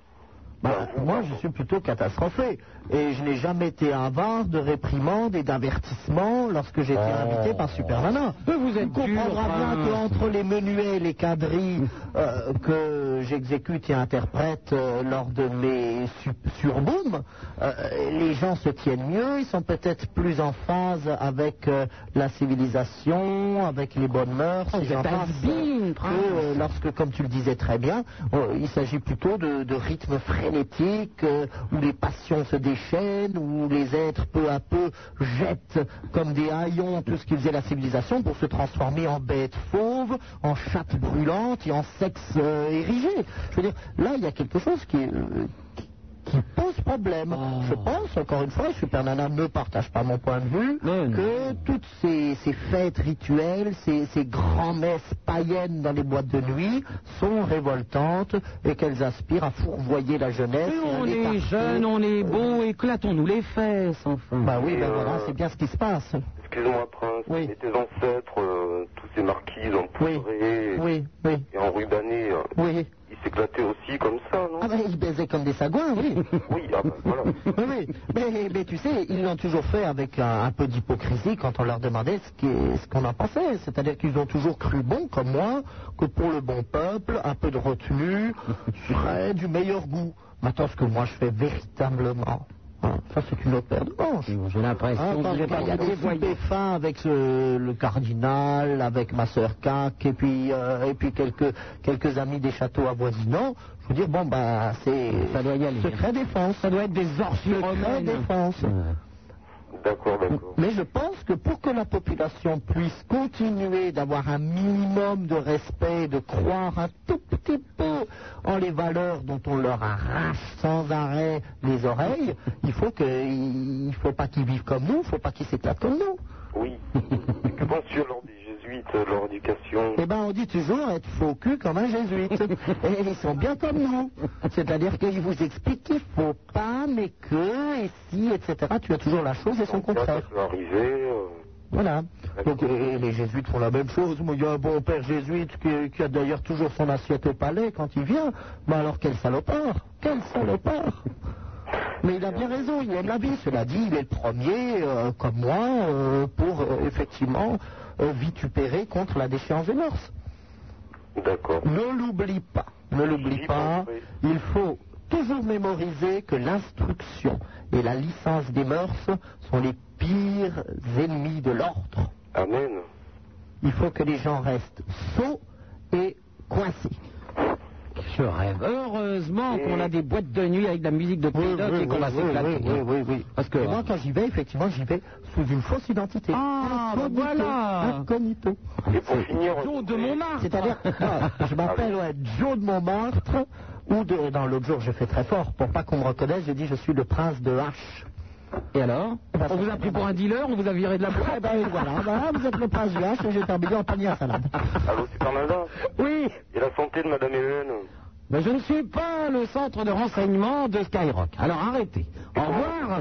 Speaker 1: Bah, moi, je suis plutôt catastrophé. Et je n'ai jamais été avare de réprimandes et d'avertissements lorsque j'ai été
Speaker 2: Ah.
Speaker 1: invité par Super Nana.
Speaker 2: Vous
Speaker 1: Tu
Speaker 2: êtes dur, hein.
Speaker 1: comprendras bien
Speaker 2: prince.
Speaker 1: qu'entre les menuets et les quadrilles euh, que j'exécute et interprète euh, lors de mes su- surbooms, euh, les gens se tiennent mieux, ils sont peut-être plus en phase avec euh, la civilisation, avec les bonnes mœurs,
Speaker 2: Oh,
Speaker 1: et
Speaker 2: vous
Speaker 1: j'en
Speaker 2: êtes
Speaker 1: passe,
Speaker 2: has-been,
Speaker 1: que,
Speaker 2: prince.
Speaker 1: euh, lorsque, comme tu le disais très bien, euh, il s'agit plutôt de, de rythmes frénétiques euh, où les passions se déchaînent, où les êtres peu à peu jettent comme des haillons tout ce qu'ils aient la civilisation pour se transformer en bêtes fauves, en chattes brûlantes et en sexe euh, érigé. Je veux dire, là, il y a quelque chose qui est, euh, qui- qui pose problème. Je pense, encore une fois, Super Nana ne partage pas mon point de vue, que toutes ces, ces fêtes rituelles, ces, ces grands-messes païennes dans les boîtes de nuit sont révoltantes et qu'elles aspirent à fourvoyer la jeunesse.
Speaker 2: Mais
Speaker 1: et à
Speaker 2: on
Speaker 1: l'écarter.
Speaker 2: est jeune, on est beau, éclatons-nous les fesses, enfin.
Speaker 1: Bah
Speaker 2: [laughs]
Speaker 1: oui, ben
Speaker 15: Et,
Speaker 1: voilà,
Speaker 15: euh,
Speaker 1: c'est bien ce qui se passe.
Speaker 15: Excuse-moi, Prince, mais tes ancêtres, euh, tous ces marquis ont
Speaker 1: Oui.
Speaker 15: poussé
Speaker 1: Oui, oui,
Speaker 15: et enrubanné. euh,
Speaker 1: oui.
Speaker 15: Ils
Speaker 22: s'éclater aussi comme ça, non
Speaker 1: Ah bah. ben, ils baisaient comme des sagouins, oui.
Speaker 22: Oui, ah
Speaker 15: bah,
Speaker 22: ben, voilà.
Speaker 1: oui, oui. Mais, mais tu sais, ils l'ont toujours fait avec un, un peu d'hypocrisie quand on leur demandait ce qui- ce qu'on en pensait. C'est-à-dire qu'ils ont toujours cru bon, comme moi, que pour le bon peuple, un peu de retenue serait du meilleur goût. Maintenant, ce que moi je fais véritablement, hein, ça c'est une autre paire de manches.
Speaker 23: J'ai l'impression
Speaker 1: Quand il y a des fin avec ce- le cardinal, avec ma sœur Cac, et puis, euh, et puis quelques, quelques amis des châteaux avoisinants, je veux dire, bon, bah, c'est. Ça doit y aller.
Speaker 2: hein.
Speaker 1: Secret défense. Ça doit être des orgies Secret défense.
Speaker 22: D'accord, d'accord.
Speaker 1: Mais je pense que pour que la population puisse continuer d'avoir un minimum de respect, de croire un tout petit peu en les valeurs dont on leur arrache sans arrêt les oreilles, il faut que, il faut pas qu'ils vivent comme nous, il faut pas qu'ils s'éclatent comme nous.
Speaker 22: Oui. Et que penses-tu alors des jésuites, euh, leur éducation
Speaker 1: Eh ben, on dit toujours être faux cul comme un [laughs] jésuite. Et ils sont bien comme nous. C'est-à-dire qu'ils vous expliquent qu'il faut pas, mais que, et si, etc. Tu as toujours la chose et son contraire.
Speaker 22: Arrivé, euh,
Speaker 1: Voilà. Donc et les jésuites font la même chose. Moi, il y a un bon père jésuite qui, qui a d'ailleurs toujours son assiette au palais quand il vient. Mais alors quel salopard Quel salopard mais il a bien raison, il aime la vie. Cela dit, il est le premier, euh, comme moi, euh, pour euh, effectivement euh, vitupérer contre la déchéance des mœurs.
Speaker 22: D'accord.
Speaker 1: Ne l'oublie pas. Ne l'oublie pas. Il faut toujours mémoriser que l'instruction et la licence des mœurs sont les pires ennemis de l'ordre.
Speaker 22: Amen.
Speaker 1: Il faut que les gens restent sots et coincés.
Speaker 2: Je rêve. Heureusement qu'on a des boîtes de nuit avec de la musique de Pédoc et qu'on va s'éclater. Parce que
Speaker 1: Et moi, quand j'y vais, effectivement, j'y vais sous une fausse identité.
Speaker 2: Ah, bah voilà.
Speaker 1: Incognito.
Speaker 2: Joe de Montmartre.
Speaker 1: C'est-à-dire, moi, je m'appelle
Speaker 2: Ah
Speaker 1: ouais, Joe de Montmartre, ou de, dans l'autre jour, j'ai fait très fort, pour pas qu'on me reconnaisse, j'ai dit je suis le prince de H.
Speaker 2: Et alors On vous a pris pour un dealer, on vous a viré de la boîte.
Speaker 1: Eh ben voilà, voilà, vous êtes le prince de H, et j'ai terminé en panier à salade.
Speaker 22: Allô, c'est par
Speaker 2: Oui.
Speaker 22: Et la santé de Madame Hélène
Speaker 2: Mais je ne suis pas le centre de renseignement de Skyrock. Alors arrêtez.
Speaker 1: [laughs]
Speaker 2: Au revoir.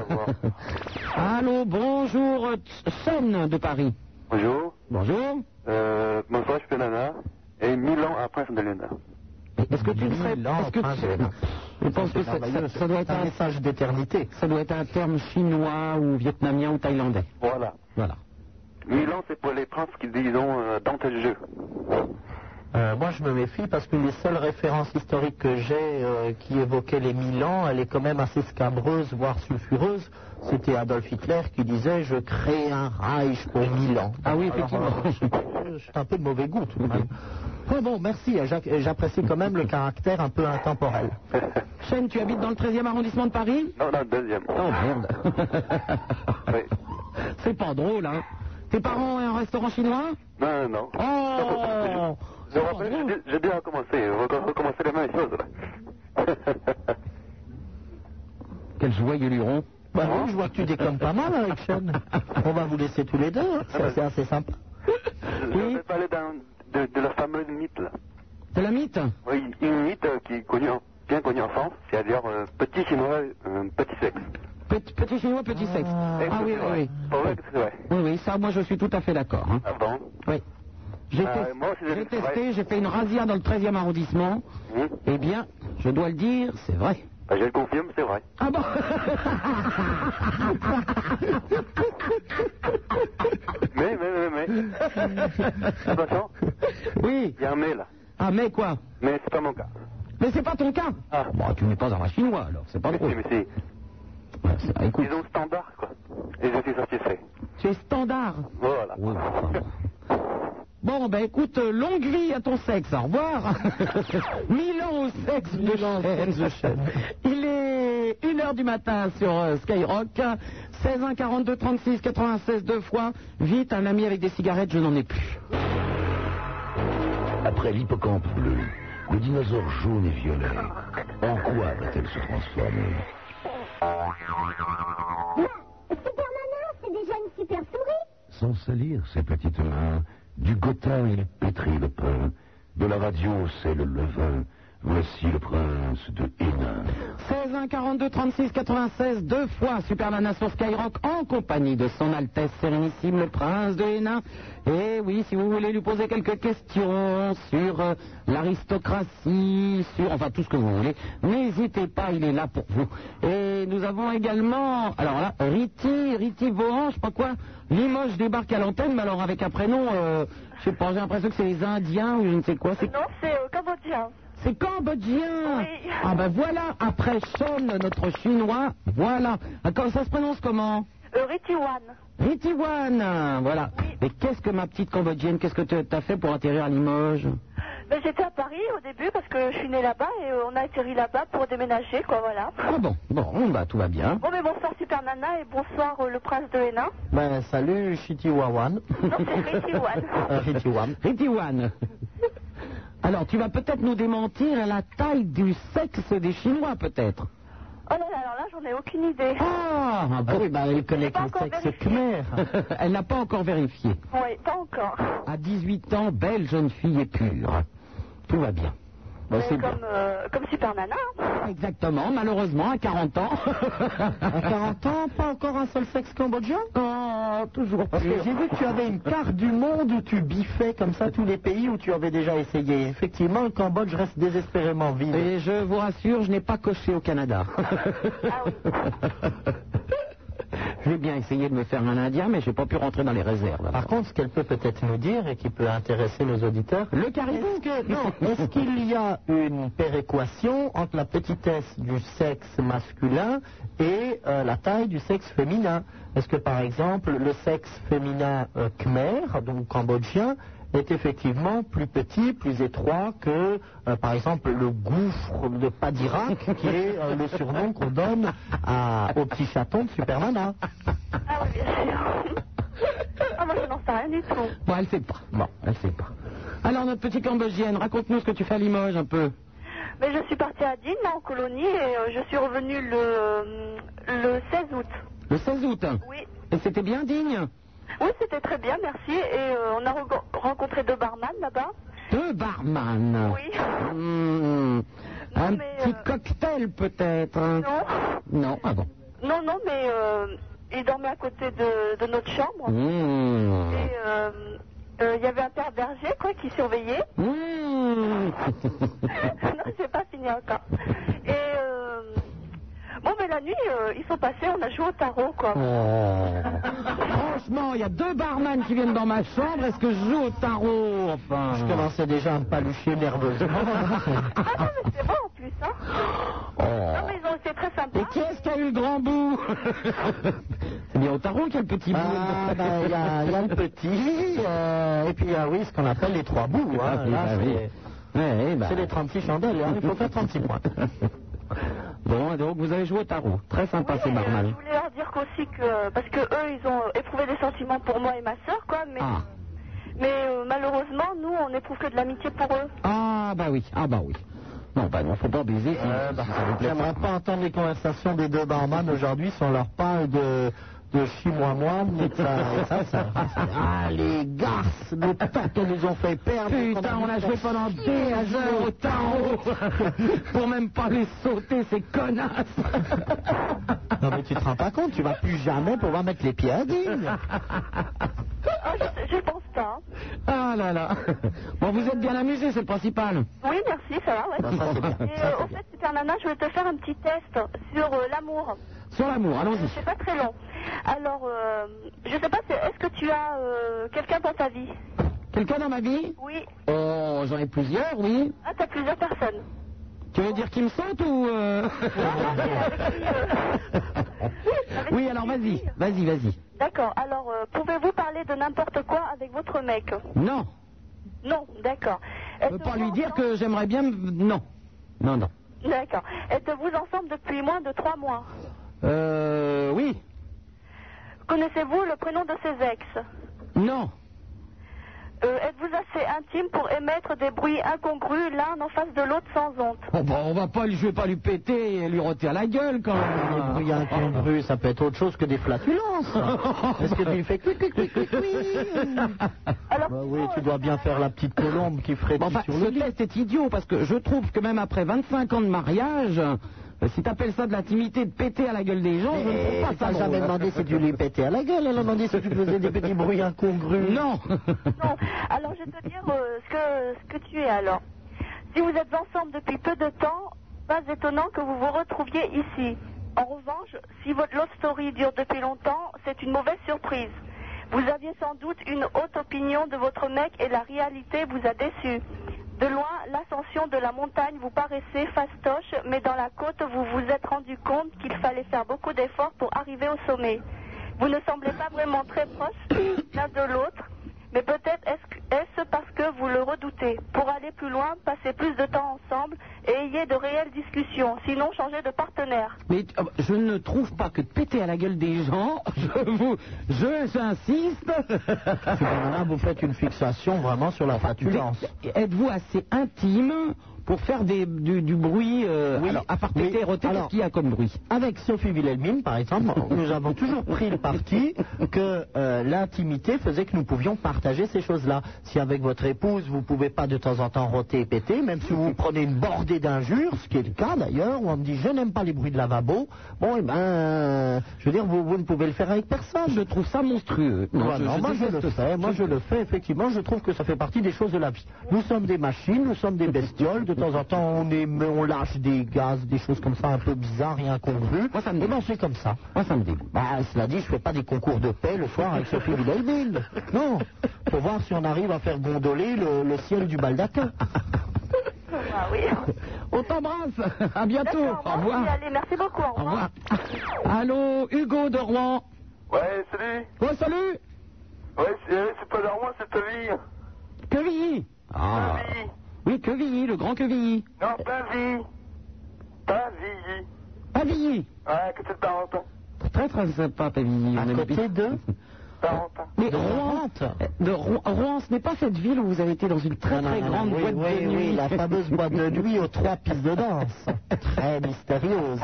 Speaker 2: Allô, bonjour, euh, Son de Paris.
Speaker 13: Bonjour.
Speaker 2: Bonjour.
Speaker 13: Euh, bonsoir, je suis Nana. Et mille ans après de Lena.
Speaker 2: Est-ce que tu ne serais Est-ce que tu- Je pense que ça, ça- ça doit être un message d'éternité. Ça doit être un terme chinois ou vietnamien ou thaïlandais.
Speaker 13: Voilà.
Speaker 2: Voilà.
Speaker 13: Mille ans, c'est pour les princes qui disons euh, dans tel jeu. [laughs]
Speaker 1: Euh, moi, je me méfie parce que les seules références historiques que j'ai euh, qui évoquaient les Milans, elle est quand même assez scabreuse, voire sulfureuse. C'était Adolf Hitler qui disait Je crée un Reich pour Milan. Ah oui, effectivement. C'est euh, un peu de mauvais goût tout de même. Bon, bon, merci. J'a- J'apprécie quand même le caractère un peu intemporel.
Speaker 2: Chen, tu habites dans le 13e arrondissement de Paris
Speaker 13: Non, non, deuxième.
Speaker 2: Oh [laughs] merde.
Speaker 13: [laughs]
Speaker 2: C'est pas drôle, hein. Tes parents ont un restaurant chinois
Speaker 13: Non, non, non.
Speaker 2: Oh
Speaker 13: Oh. Je me rappelle, j'ai dû- j'ai dû recommencer, reco- recommencer les mêmes choses. là. [laughs]
Speaker 2: Quel joyeux luron.
Speaker 1: Bah oui, je vois que tu déconnes pas mal avec Sean. On va vous laisser tous les deux. hein. Ça, C'est assez sympa.
Speaker 13: Ah bah. Je vais parler d'un- de, de la fameuse mythe, là.
Speaker 2: De la mythe
Speaker 13: Oui, une mythe euh, qui est connue en- bien connue en France, c'est-à-dire euh, petit chinois, euh, petit sexe.
Speaker 2: Petit, petit chinois, petit sexe. Ah oui, oui, oui.
Speaker 13: Pour vrai Oh, que c'est vrai.
Speaker 2: Oui, oui, ça, moi, je suis tout à fait d'accord. hein.
Speaker 13: Ah bon
Speaker 2: Oui. J'ai
Speaker 13: Ah,
Speaker 2: testé-
Speaker 13: moi aussi,
Speaker 2: Euh, j'ai
Speaker 13: j'ai-
Speaker 2: testé,
Speaker 13: ouais.
Speaker 2: j'ai fait une razzia dans le 13e arrondissement.
Speaker 13: Hum.
Speaker 2: Eh bien, je dois le dire, c'est vrai.
Speaker 13: Bah, je le confirme, c'est vrai.
Speaker 2: Ah bon
Speaker 13: Mais, mais, mais, mais. Attention.
Speaker 2: Oui.
Speaker 13: Il y a un mais là.
Speaker 2: Ah, mais quoi
Speaker 13: Mais c'est pas mon cas.
Speaker 2: Mais c'est pas ton cas
Speaker 13: Ah.
Speaker 2: Bon, tu n'es pas un chinois, alors, c'est pas
Speaker 13: mais
Speaker 2: drôle.
Speaker 13: si, mais si.
Speaker 2: Ouais, c'est- ah, écoute,
Speaker 13: Ils ont standard, quoi. Et je suis satisfait.
Speaker 2: tu es standard.
Speaker 13: Voilà.
Speaker 2: Bon, ben écoute, euh, longue vie à ton sexe, au revoir. [laughs] Mille ans au sexe de Chêne. Il est 1h du matin sur euh, Skyrock. 16 1 42 36 96 deux fois. Vite, un ami avec des cigarettes, je n'en ai plus.
Speaker 8: Après l'hippocampe bleu, le dinosaure jaune et violet, en quoi va-t-elle se transformer
Speaker 11: Super Nana, c'est déjà une super souris.
Speaker 8: Sans salir ses petites mains, du gotin il pétrit le pain, de la radio c'est le levain, Voici le prince de Hénin.
Speaker 2: 16 1 42 36 96 deux fois Superman sur Skyrock en compagnie de son Altesse Sérénissime le Prince de Hénin. Et oui, si vous voulez lui poser quelques questions sur euh, l'aristocratie, sur enfin tout ce que vous voulez, n'hésitez pas, il est là pour vous. Et nous avons également, alors là, Riti, Riti Vohan, je sais pas quoi, Limoges débarque à l'antenne, mais alors avec un prénom, euh, je sais pas, j'ai l'impression que c'est les Indiens ou je ne sais quoi. c'est-
Speaker 10: Non, c'est euh, cambodgien.
Speaker 2: c'est cambodgien
Speaker 10: Oui.
Speaker 2: Ah ben voilà, après Sean, notre chinois, voilà. Ah, quand- Ça se prononce comment
Speaker 10: Euh, Ritiwan.
Speaker 2: Ritiwan, voilà. Mais qu'est-ce que ma petite cambodgienne, qu'est-ce que tu as fait pour atterrir à Limoges
Speaker 10: Mais j'étais à Paris au début parce que je suis née là-bas et euh, on a atterri là-bas pour déménager, quoi, voilà.
Speaker 2: [laughs] Ah bon, bon, bah tout va bien.
Speaker 10: Bon, mais bonsoir Super Nana et bonsoir euh, le prince de Hénin.
Speaker 24: Ben, salut, Chitiwawan.
Speaker 10: Ritiwan.
Speaker 24: Euh, Ritiwan.
Speaker 2: Ritiwan. Alors, tu vas peut-être nous démentir la taille du sexe des Chinois, peut-être
Speaker 10: Oh là là, alors là, j'en ai aucune idée.
Speaker 2: Ah, bon. oui, bah, elle connaît [laughs]
Speaker 10: pas le encore sexe vérifié. khmer.
Speaker 2: elle n'a pas encore vérifié.
Speaker 10: Oui, pas encore.
Speaker 2: À 18 ans, belle jeune fille et pure. Tout va bien. Bon,
Speaker 10: Mais
Speaker 2: c'est bien.
Speaker 10: comme, euh, comme hein. Super Nana.
Speaker 2: Exactement, malheureusement, à 40 ans. [laughs] à 40 ans, pas encore un seul sexe cambodgien Oh, toujours.
Speaker 1: Parce que j'ai vu que tu avais une carte du monde où tu biffais comme ça tous les pays où tu avais déjà essayé. Effectivement, le Cambodge reste désespérément vide.
Speaker 2: Et je vous rassure, je n'ai pas coché au Canada. [laughs] J'ai bien essayé de me faire un Indien, mais j'ai pas pu rentrer dans les réserves.
Speaker 1: Par contre, ce qu'elle peut peut-être nous dire et qui peut intéresser nos auditeurs,
Speaker 2: le caribou.
Speaker 1: Est-ce Ah, que- [laughs] non,
Speaker 2: [laughs]
Speaker 1: est-ce qu'il y a une péréquation entre la petitesse du sexe masculin et euh, la taille du sexe féminin Est-ce que par exemple le sexe féminin euh, khmer, donc cambodgien, est effectivement plus petit, plus étroit que euh, par exemple le gouffre de Padirac, qui est euh, le surnom qu'on donne à- au petit chaton de Superman
Speaker 10: Ah oui, bien sûr. [laughs] ah, moi, je n'en sais rien du tout.
Speaker 2: Bon, elle sait pas. Bon, elle sait pas. Alors, notre petite cambodgienne, raconte-nous ce que tu fais à Limoges un peu.
Speaker 10: Mais je suis partie à Digne, là, en colonie, et euh, je suis revenue le, le 16 août.
Speaker 2: Le 16 août. hein.
Speaker 10: Oui.
Speaker 2: Et c'était bien digne.
Speaker 10: Oui, c'était très bien, merci. Et euh, on a re- rencontré deux barman là-bas.
Speaker 2: Deux barman.
Speaker 10: Oui.
Speaker 2: Mmh. un petit
Speaker 1: euh,
Speaker 2: cocktail peut-être. hein.
Speaker 10: Non.
Speaker 2: Non, ah bon.
Speaker 10: Non, non, mais euh, ils dormaient à côté de, de notre chambre.
Speaker 2: Hmm. Mmh.
Speaker 10: Et euh, euh, il y avait un père berger, quoi, qui surveillait.
Speaker 2: Hmm.
Speaker 1: [laughs] Hmm.
Speaker 10: non, j'ai pas fini encore. Et euh, bon, mais la nuit, euh, ils sont passés, on a joué au tarot, quoi.
Speaker 2: Euh, Franchement, il y a deux barman qui viennent dans ma chambre. Est-ce que je joue au tarot Enfin.
Speaker 1: Je commençais déjà à me palucher
Speaker 2: [laughs]
Speaker 1: nerveusement.
Speaker 10: Ah non, mais c'est bon en plus, hein. Non, mais ils ont été très sympas.
Speaker 2: Et qui est-ce qui a eu le
Speaker 1: [laughs]
Speaker 2: grand bout C'est bien au tarot qu'il y a le petit bout.
Speaker 1: Ah, ben, il y, a il y a le
Speaker 2: [laughs]
Speaker 1: petit, euh, et puis il y a, oui, ce qu'on appelle les trois bouts.
Speaker 2: Ah,
Speaker 1: Hein,
Speaker 2: oui,
Speaker 1: Là,
Speaker 2: bah
Speaker 1: c'est
Speaker 2: oui. Ouais, ouais, bah. Euh,
Speaker 1: c'est les 36 chandelles, hein, il faut faire 36 points.
Speaker 2: [laughs] Bon, donc vous avez joué au tarot. Très sympa ces
Speaker 10: Euh,
Speaker 2: barman.
Speaker 10: je voulais leur dire qu'aussi que. Parce que eux, ils ont éprouvé des sentiments pour moi et ma sœur, quoi, mais.
Speaker 2: Ah.
Speaker 10: Mais euh, malheureusement, nous, on n'éprouve que de l'amitié pour eux.
Speaker 2: Ah, bah oui, ah, bah oui. Non, bah non, faut pas baiser. sinon, si ça vous plaît
Speaker 1: Euh, bah, J'aimerais pas entendre les conversations des deux barman aujourd'hui si on leur parle de, de chinois moine et de ça, et ça, ça. Ah, les garces, le temps qu'elles nous ont fait perdre.
Speaker 2: Putain, on a joué pendant des heures
Speaker 1: [laughs]
Speaker 2: au tarot pour même pas les sauter, ces connasses.
Speaker 1: Non, mais tu te rends pas compte, tu vas plus jamais pouvoir mettre les pieds à Digne.
Speaker 10: Ah, je, je pense pas.
Speaker 2: Ah là là. Bon, vous êtes bien amusés, c'est le principal.
Speaker 10: Oui, merci, ça va, ouais.
Speaker 2: Bah, ça, c'est bien,
Speaker 10: Et
Speaker 2: ça,
Speaker 10: euh,
Speaker 2: c'est
Speaker 10: au fait, Super Nana, je vais te faire un petit test sur euh, l'amour.
Speaker 2: Sur l'amour, allons-y.
Speaker 10: C'est pas très long. Alors, euh, je sais pas, c'est- est-ce que tu as euh, quelqu'un dans ta vie
Speaker 2: Quelqu'un dans ma vie
Speaker 10: Oui.
Speaker 2: Oh, j'en ai plusieurs, oui.
Speaker 10: Ah, t'as plusieurs personnes.
Speaker 2: Tu veux dire qu'ils me sentent ou...
Speaker 1: [laughs]
Speaker 2: euh oui, alors vas-y, vas-y, vas-y.
Speaker 10: D'accord. Alors, euh, pouvez-vous parler de n'importe quoi avec votre mec
Speaker 2: Non,
Speaker 10: Non, d'accord.
Speaker 2: ne
Speaker 10: Êtes-vous
Speaker 2: pas lui
Speaker 10: en-
Speaker 2: dire que j'aimerais bien... me- Non, non, non.
Speaker 10: D'accord. Êtes-vous ensemble depuis moins de trois mois
Speaker 2: Euh, oui,
Speaker 10: Connaissez-vous le prénom de ses ex
Speaker 2: non,
Speaker 10: Euh, Êtes-vous assez intime pour émettre des bruits incongrus l'un en face de l'autre sans honte
Speaker 2: Oh, bah, on va pas lui, je vais pas lui péter et lui roter à la gueule quand même.
Speaker 1: Les bruits incongrus, Ah, ça peut être autre chose que des
Speaker 2: [laughs]
Speaker 1: flatulences. Est-ce que tu lui fais clic, clic, clic, clic, clic Bah oui, tu dois bien faire la petite colombe qui ferait
Speaker 2: Bon, enfin,
Speaker 1: sur
Speaker 2: ce
Speaker 1: le lit.
Speaker 2: test est idiot parce que je trouve que même après 25 ans de mariage, euh, si t'appelles ça de l'intimité de péter à la gueule des gens, je ne
Speaker 1: Et
Speaker 2: trouve pas ça
Speaker 1: t'as
Speaker 2: drôle.
Speaker 1: jamais demandé si tu lui pétais à la gueule, elle a demandé si tu faisais des petits bruits incongrus.
Speaker 2: Non
Speaker 10: Alors, je vais te dire euh, ce, que, ce que tu es alors. Si vous êtes ensemble depuis peu de temps, pas étonnant que vous vous retrouviez ici. En revanche, si votre love story dure depuis longtemps, c'est une mauvaise surprise. Vous aviez sans doute une haute opinion de votre mec et la réalité vous a déçu. De loin, l'ascension de la montagne vous paraissait fastoche, mais dans la côte, vous vous êtes rendu compte qu'il fallait faire beaucoup d'efforts pour arriver au sommet. Vous ne semblez pas vraiment très proches l'un de l'autre, mais peut-être est-ce que- est-ce parce que vous le redoutez. Pour aller plus loin, passez plus de temps ensemble et ayez de réelles discussions, sinon changez de partenaire.
Speaker 2: Mais euh, je ne trouve pas que de péter à la gueule
Speaker 1: [laughs]
Speaker 2: des gens, je vous, je, [laughs] j'insiste.
Speaker 1: Là, vous faites une fixation vraiment sur la fatulence.
Speaker 2: Êtes-vous assez intime pour faire des, du, du bruit, euh, alors, à part péter et roter,
Speaker 1: Alors,
Speaker 2: qu'est-ce qu'il y a comme bruit
Speaker 1: Avec Sophie Wilhelmine, par [laughs] exemple, nous avons toujours pris le parti que euh, l'intimité faisait que nous pouvions partager ces choses-là. Si avec votre épouse, vous ne pouvez pas de temps en temps roter et péter, même si vous prenez une bordée d'injures, ce qui est le cas d'ailleurs, où on me dit je n'aime pas les bruits de lavabo, bon, eh ben, euh, je veux dire, vous, vous ne pouvez le faire avec personne.
Speaker 2: Je trouve ça monstrueux. Non,
Speaker 1: Voilà,
Speaker 2: Bah, je- je
Speaker 1: moi je
Speaker 2: déteste
Speaker 1: le
Speaker 2: ça.
Speaker 1: fais, moi je le fais, effectivement, je trouve que ça fait partie des choses de la vie. Nous sommes des machines, nous sommes des bestioles, de temps en temps on, émet- on lâche des gaz, des choses comme ça un peu bizarres et incongrues. Moi ça me dégoûte. c'est comme ça.
Speaker 2: Moi ça me dégoûte.
Speaker 1: Bah, cela dit, je fais pas des concours de paix le soir avec Sophie
Speaker 2: [laughs]
Speaker 1: Wilhelmine. Non, faut voir si on arrive à faire gondoler le, le ciel du baldaquin.
Speaker 10: Ah oui.
Speaker 2: On t'embrasse. À bientôt. Au
Speaker 10: D'accord, moi, je
Speaker 2: revoir.
Speaker 10: vais y aller. Merci beaucoup. Au
Speaker 2: Au
Speaker 10: revoir.
Speaker 2: revoir. Allô, Hugo de Rouen.
Speaker 15: Ouais, salut
Speaker 2: Ouais, salut.
Speaker 15: Ouais, c'est euh, c'est pas Laurent, c'est Toby
Speaker 2: Quevilly. Ah. Oui, Quevilly, le grand Quevilly.
Speaker 15: Non, Pavie Pavie
Speaker 2: Pavilly.
Speaker 15: Ouais, que c'est Parenton
Speaker 2: Très très sympa, Pavilly.
Speaker 1: À
Speaker 2: On aime bien.
Speaker 1: côté de
Speaker 15: Parenton
Speaker 2: Mais
Speaker 1: de
Speaker 2: Rouen, euh,
Speaker 1: Rente.
Speaker 2: de Rouen, Rouen, ce n'est pas cette ville où vous avez été dans une très
Speaker 1: Non, non,
Speaker 2: très
Speaker 1: non,
Speaker 2: grande
Speaker 1: oui,
Speaker 2: boîte
Speaker 1: oui,
Speaker 2: de
Speaker 1: oui,
Speaker 2: nuit.
Speaker 1: la fameuse boîte de nuit aux trois pistes de danse. Très mystérieuse.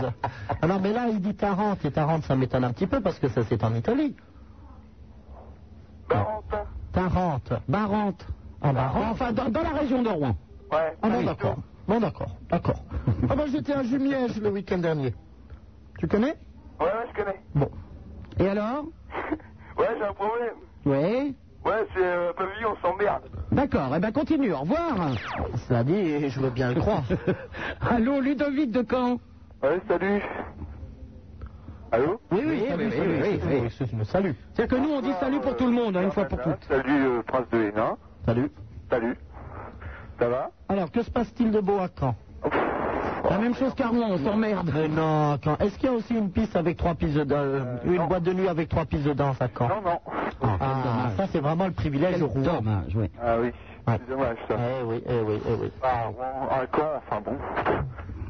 Speaker 1: Alors, mais là, il dit Tarente, et Tarente, ça m'étonne un petit peu parce que ça, c'est en Italie.
Speaker 15: Parenton
Speaker 1: Tarente.
Speaker 2: Barante.
Speaker 1: Ah, bah, Rente.
Speaker 2: Enfin, dans, dans la région de Rouen.
Speaker 15: Ouais,
Speaker 1: Ah, bon, d'accord. Bon, d'accord. D'accord. Ah, ben, j'étais à Jumièges le week-end dernier. Tu connais
Speaker 15: ouais, ouais, je connais.
Speaker 1: Bon.
Speaker 2: Et alors
Speaker 15: Ouais, j'ai un problème.
Speaker 2: Oui.
Speaker 15: Ouais, c'est euh, Pavillon, on s'emmerde.
Speaker 2: D'accord, eh ben continue, au revoir.
Speaker 1: Cela dit, je veux bien le [laughs] croire.
Speaker 2: Allô, Ludovic de Caen.
Speaker 15: Ouais, salut Allô
Speaker 1: Oui, oui,
Speaker 2: Oui,
Speaker 1: salut,
Speaker 2: oui,
Speaker 1: salut,
Speaker 2: oui,
Speaker 1: salut,
Speaker 2: oui.
Speaker 1: salut, salut.
Speaker 2: C'est-à-dire que nous, on dit salut pour tout le monde, hein, une fois pour
Speaker 15: Voilà,
Speaker 2: toutes.
Speaker 15: Salut, euh, Prince de Hénin.
Speaker 1: Salut.
Speaker 15: Salut. Ça va
Speaker 1: Alors, que se passe-t-il de beau à Caen
Speaker 2: La même chose qu'à Rouen, on s'emmerde.
Speaker 1: Mais non, à Caen. Est-ce qu'il y a aussi une piste avec trois pistes de euh, une boîte de nuit avec trois pistes de danse à Caen
Speaker 15: Non, non.
Speaker 1: Ah, ça c'est vraiment le privilège
Speaker 2: Quel
Speaker 1: de Rouen.
Speaker 2: dommage, oui.
Speaker 15: Ah oui,
Speaker 1: Ouais.
Speaker 15: c'est dommage ça.
Speaker 1: Eh oui, eh oui, eh oui.
Speaker 15: Ah, bon, ah, quoi Enfin bon,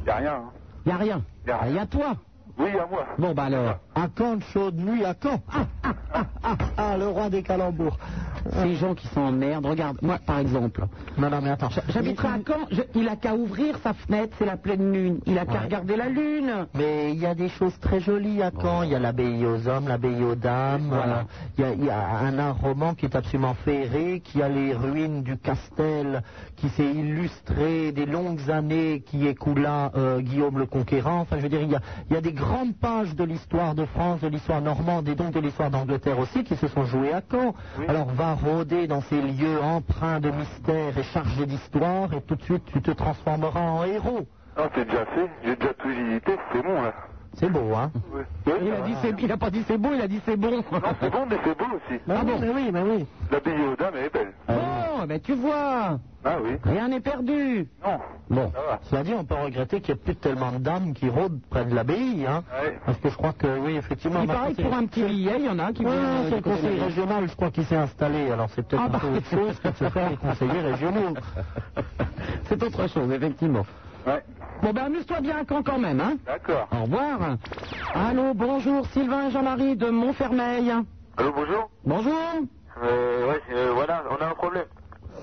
Speaker 15: y a rien. hein.
Speaker 2: Y a rien.
Speaker 15: Y a
Speaker 2: Ah,
Speaker 15: rien.
Speaker 2: Y a toi.
Speaker 15: Oui, à moi.
Speaker 2: Bon, bah alors.
Speaker 1: À Caen, de chaude nuit, à Caen. Ah, ah, ah, ah, ah, le roi des calembours.
Speaker 2: Ces gens qui s'emmerdent, regarde, moi par exemple,
Speaker 1: Non, non, mais attends.
Speaker 2: j'habiterai à Caen, je- il a qu'à ouvrir sa fenêtre, c'est la pleine lune, il a qu'à
Speaker 1: Ouais.
Speaker 2: regarder la lune.
Speaker 1: Mais il y a des choses très jolies à Caen. Il y a l'abbaye aux hommes, l'abbaye aux dames.
Speaker 2: Voilà.
Speaker 1: euh, Il y, a, il y a un art roman qui est absolument féerique. Il y a les ruines du castel qui s'est illustré des longues années qui écoula euh, Guillaume le Conquérant. Enfin, je veux dire, il y a, il y a des grandes pages de l'histoire de France, de l'histoire normande et donc de l'histoire d'Angleterre aussi qui se sont jouées à Caen. Alors, va rôder dans ces lieux empreints de mystère et chargés d'histoire et tout de suite, tu te transformeras en héros.
Speaker 15: Non, c'est déjà fait. J'ai déjà tout visité, c'est bon là.
Speaker 1: C'est beau, hein
Speaker 15: Oui.
Speaker 2: Il a, dit c'est- il a pas dit c'est beau, il a dit c'est [laughs] bon.
Speaker 15: Non, c'est bon, mais c'est beau aussi.
Speaker 1: Ah bon Mais oui, mais oui.
Speaker 15: L'abbaye aux dames, elle est belle.
Speaker 2: Bon, ben tu vois,
Speaker 15: Ah oui.
Speaker 2: rien n'est perdu.
Speaker 15: Non.
Speaker 1: Bon,
Speaker 15: Ça va.
Speaker 1: cela dit, on peut regretter qu'il n'y ait plus tellement de dames qui rôdent près de l'abbaye, hein.
Speaker 15: Ouais.
Speaker 1: Parce que je crois que, oui, effectivement...
Speaker 2: Il
Speaker 1: maintenant,
Speaker 2: paraît que
Speaker 1: c'est-
Speaker 2: pour un petit billet, il y en a qui
Speaker 1: Ouais,
Speaker 2: viennent, euh,
Speaker 1: c'est le
Speaker 2: du côté de
Speaker 1: conseil
Speaker 2: la-
Speaker 1: régional, je crois, qui s'est installé. Alors, c'est peut-être
Speaker 2: Ah
Speaker 1: un
Speaker 2: bah.
Speaker 1: peu autre chose que de se faire les conseillers
Speaker 2: [laughs]
Speaker 1: régionaux.
Speaker 2: C'est autre chose, effectivement.
Speaker 15: Ouais.
Speaker 2: Bon, ben amuse-toi bien à Caen quand même, hein.
Speaker 15: D'accord.
Speaker 2: Au revoir. Allô, bonjour, Sylvain et Jean-Marie de Montfermeil.
Speaker 13: Allô, bonjour
Speaker 2: Bonjour.
Speaker 13: euh, Ouais, c'est- euh, voilà, on a un problème.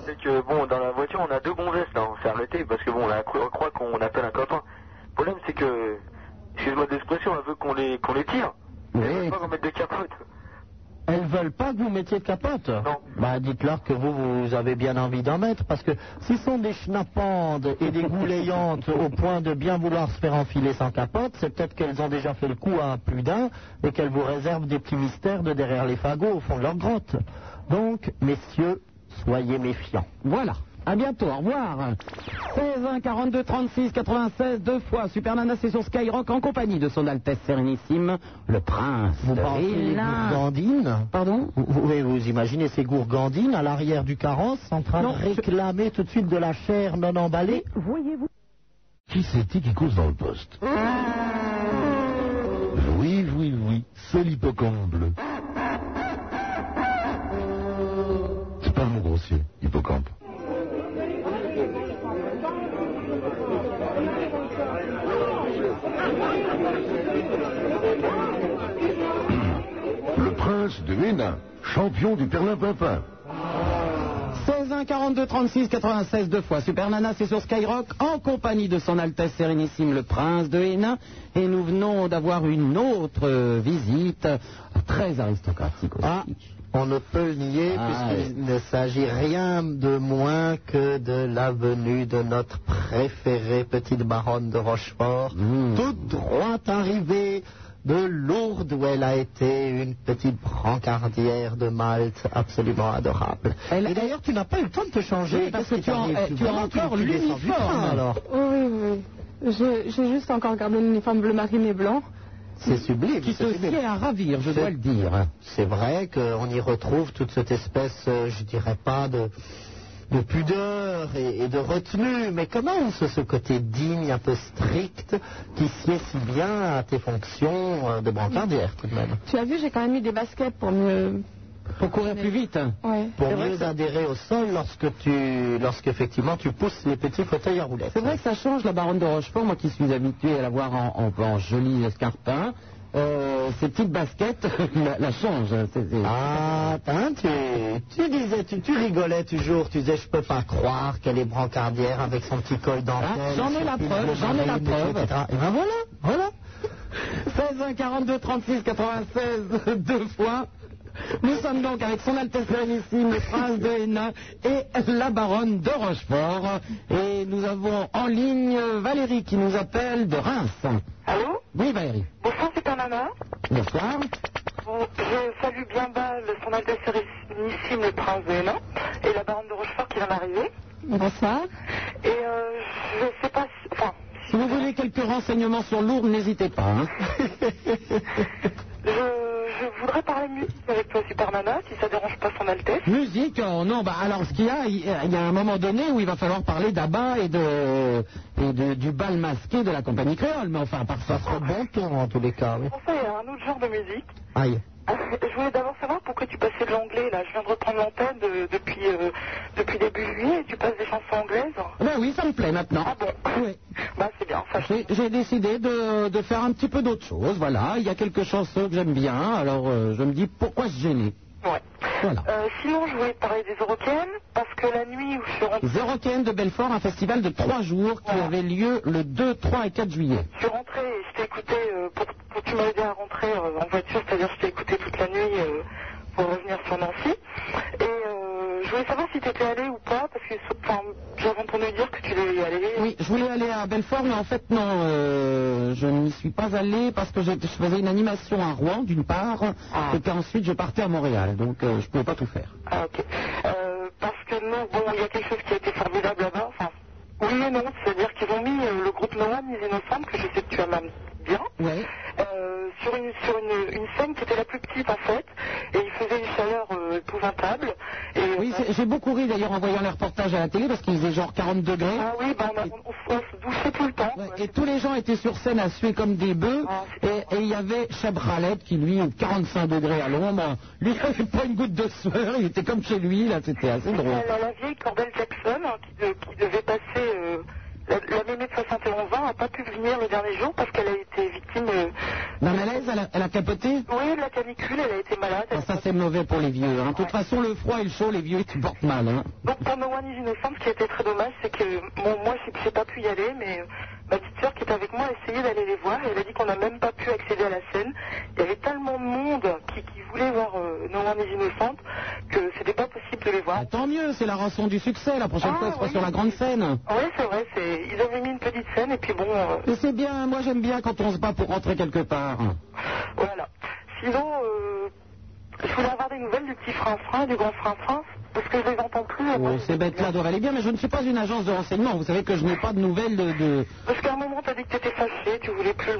Speaker 13: c'est que bon, dans la voiture, on a deux bons gestes. hein. On s'est arrêté parce que bon, on a cru- on croit qu'on appelle un copain. Le problème, c'est que, excuse-moi de l'expression, elle veut qu'on les, qu'on les tire. Elle veut pas qu'on mette de capote.
Speaker 1: Elles veulent pas que vous mettiez de capote. Bah dites-leur que vous, vous avez bien envie d'en mettre, parce que s'ils sont des schnappandes et des gouléantes au point de bien vouloir se faire enfiler sans capote, c'est peut-être qu'elles ont déjà fait le coup à plus d'un et qu'elles vous réservent des petits mystères de derrière les fagots au fond de leur grotte. Donc, messieurs, soyez méfiants.
Speaker 2: Voilà. À bientôt, au revoir. 16 1 42 36 96 deux fois. Super Nana c'est sur Skyrock en compagnie de son Altesse Sérénissime, le prince.
Speaker 1: Vous pensez les gourgandines
Speaker 2: Pardon
Speaker 1: vous, vous- vous imaginez ces gourgandines à l'arrière du carrosse en train
Speaker 2: Non,
Speaker 1: de
Speaker 2: je-
Speaker 1: réclamer tout de suite de la chair non emballée
Speaker 2: Voyez-vous.
Speaker 8: Qui c'est-il qui cause dans le poste Oui, oui, oui, c'est l'hippocampe bleu. C'est pas un mot grossier, hippocampe. Le prince de Hénin, champion du Perlin-Pimpin.
Speaker 2: 16 1 42 36 96 deux fois. Super Nana, c'est sur Skyrock en compagnie de son Altesse Sérénissime le Prince de Hénin. Et nous venons d'avoir une autre euh, visite très aristocratique
Speaker 1: Ah.
Speaker 2: aussi.
Speaker 1: On ne peut le nier
Speaker 2: Ah,
Speaker 1: puisqu'il ne s'agit rien de moins que de la venue de notre préférée petite baronne de Rochefort, toute droite arrivée de Lourdes où elle a été une petite brancardière de Malte absolument adorable. Et d'ailleurs, tu n'as pas eu le temps de te changer
Speaker 25: Oui, parce
Speaker 1: qu'est-ce
Speaker 25: que tu en-
Speaker 1: t'arrives
Speaker 25: eh, tu as
Speaker 1: vraiment,
Speaker 25: encore
Speaker 1: tu descends du train,
Speaker 25: l'uniforme.
Speaker 1: alors.
Speaker 25: Oui, oui. Je- J'ai juste encore gardé l'uniforme bleu marine et blanc.
Speaker 1: C'est sublime.
Speaker 25: Qui
Speaker 1: c'est
Speaker 25: se
Speaker 1: sublime.
Speaker 25: sied à ravir, je
Speaker 1: C'est-
Speaker 25: dois le
Speaker 2: dire.
Speaker 1: C'est vrai qu'on y retrouve toute cette espèce, euh, je dirais pas, de, de pudeur et, et de retenue, mais quand même ce, ce côté digne, un peu strict, qui sied si bien à tes fonctions euh, de brancardière tout de même.
Speaker 25: Tu as vu, j'ai quand même mis des baskets pour mieux.
Speaker 2: Pour courir plus vite
Speaker 25: Ouais.
Speaker 1: Pour
Speaker 25: C'est vrai que
Speaker 1: mieux
Speaker 25: ça-
Speaker 1: adhérer au sol lorsque tu, lorsqu'effectivement tu pousses les petits fauteuils à roulettes.
Speaker 2: C'est vrai que ça change la baronne de Rochefort, moi qui suis habitué à la voir en, en, en joli escarpin. Euh, ces petites baskets [laughs] la, la changent. hein, c'est- c'est-
Speaker 1: Ah, hein, tu, tu disais, tu, tu rigolais toujours, tu disais, je peux pas croire qu'elle est brancardière avec son petit col dentelle.
Speaker 2: Ah, j'en ai la preuve, j'en ai la preuve.
Speaker 1: Et ben voilà, voilà.
Speaker 2: 16 1 42 36 96 [laughs] deux fois. Nous sommes donc avec son Altesse Sérénissime, le prince de Hénin et la baronne de Rochefort. Et nous avons en ligne Valérie qui nous appelle de Reims.
Speaker 10: Allô
Speaker 2: Oui Valérie.
Speaker 10: Bonsoir, c'est un nana.
Speaker 2: Bonsoir.
Speaker 10: Bon, je salue bien bas le- son Altesse Sérénissime, le prince de Hénin, et la baronne de Rochefort qui vient d'arriver.
Speaker 25: Bonsoir.
Speaker 10: Et euh, je sais pas si... Enfin,
Speaker 2: Si vous voulez quelques renseignements sur Lourdes, n'hésitez pas. hein.
Speaker 10: je, je voudrais parler musique avec toi, Super Nana, si ça dérange pas son Altesse.
Speaker 2: Musique, oh non, bah alors ce qu'il y a, il il y a un moment donné où il va falloir parler d'abat et, de, et de- du bal masqué de la compagnie créole, mais enfin, par ça sera bon ton en tous les cas.
Speaker 10: Pour ça, il y a un autre genre de musique.
Speaker 1: Aïe.
Speaker 10: Ah, Je voulais d'abord savoir pourquoi tu passais de l'anglais, là. Je viens de reprendre l'antenne de- depuis, euh, depuis début juillet et tu passes des chansons anglaises. Ah,
Speaker 2: Ben oui, ça me plaît maintenant. Oui.
Speaker 10: Bah, c'est bien, ça.
Speaker 2: J'ai- J'ai décidé de, de faire un petit peu d'autre chose, voilà. Il y a quelques chansons que j'aime bien, alors euh, je me dis pourquoi se gêner
Speaker 10: Ouais. Euh, sinon, je voulais te parler des Eurocaines, parce que la nuit où je suis rentrée,
Speaker 2: The Rockéenne de Belfort, un festival de trois jours qui avait lieu le 2, 3 et 4 juillet.
Speaker 10: je suis rentrée et je t'ai écouté euh, pour, pour tu m'as aidé à rentrer euh, en voiture, c'est-à-dire je t'ai écouté toute la nuit euh, pour revenir sur Nancy. Et euh, je voulais savoir si tu étais allée ou pas, parce que enfin, j'avais entendu dire que tu devais y aller.
Speaker 2: Oui, je voulais aller à Belfort, mais en fait, non, euh, je n'y suis pas allé parce que je, je faisais une animation à Rouen, d'une part, et qu'ensuite je partais à Montréal, donc euh, je ne pouvais pas tout faire.
Speaker 10: Ah, Euh, Parce que non, bon, il y a quelque chose qui a été formidable là-bas. Enfin, oui et non, c'est-à-dire qu'ils ont mis euh, le groupe Noam, les Innocents, que je sais que tu aimes bien, euh, sur, une, sur une, une scène qui était la plus petite en fait, et il faisait une chaleur euh, épouvantable. euh,
Speaker 2: Oui, c'est- j'ai beaucoup ri d'ailleurs en voyant les reportages à la télé parce qu'il faisait genre 40 degrés.
Speaker 10: Ah oui, ben, on, a- on- on se douchait tout le temps.
Speaker 2: Ouais, et tous les gens étaient sur scène à suer comme des bœufs. et et il y avait Cheb Khaled qui, lui, au 45 degrés à l'ombre, lui, [laughs] il n'avait pas une goutte de sueur. Il était comme chez lui, là, c'était assez drôle.
Speaker 10: Alors la vieille Cordell Jackson, hein, qui, de- qui devait passer euh, la, la mémé de 71 ans, n'a pas pu venir les derniers jours parce qu'elle a été victime euh,
Speaker 2: D'un malaise, elle a, elle a capoté
Speaker 10: Oui, de la canicule, elle a été malade.
Speaker 2: Ah, ça, c'est mauvais pour les vieux. hein. De toute façon, le froid et le chaud, les vieux, ils supportent mal. hein.
Speaker 10: Donc pour No One me semble, ce qui était très dommage, c'est que bon, moi, j'ai- j'ai pas pu y aller, mais ma petite sœur qui est avec moi a essayé d'aller les voir et elle a dit qu'on n'a même pas pu accéder à la scène. Il y avait tellement de monde qui, qui voulait voir euh, No One is Innocent que c'était pas possible de les voir.
Speaker 2: Ah, Tant mieux, c'est la rançon du succès. La prochaine
Speaker 10: Ah,
Speaker 2: fois, ce sera
Speaker 10: oui.
Speaker 2: sur la grande scène.
Speaker 10: Oui, c'est vrai, c'est- ils avaient mis une petite scène et puis bon, euh,
Speaker 2: Mais c'est bien, moi j'aime bien quand on se bat pour rentrer quelque part.
Speaker 10: sinon, euh, je voulais avoir des nouvelles du petit frein-frein, du grand frein-frein, parce que je les entends plus. et moi,
Speaker 2: Oh, ces bêtes-là doivent aller bien, mais je ne suis pas une agence de renseignement. Vous savez que je n'ai pas de nouvelles de... de-
Speaker 10: Parce qu'à un moment, t'as dit que t'étais fâché, tu voulais plus.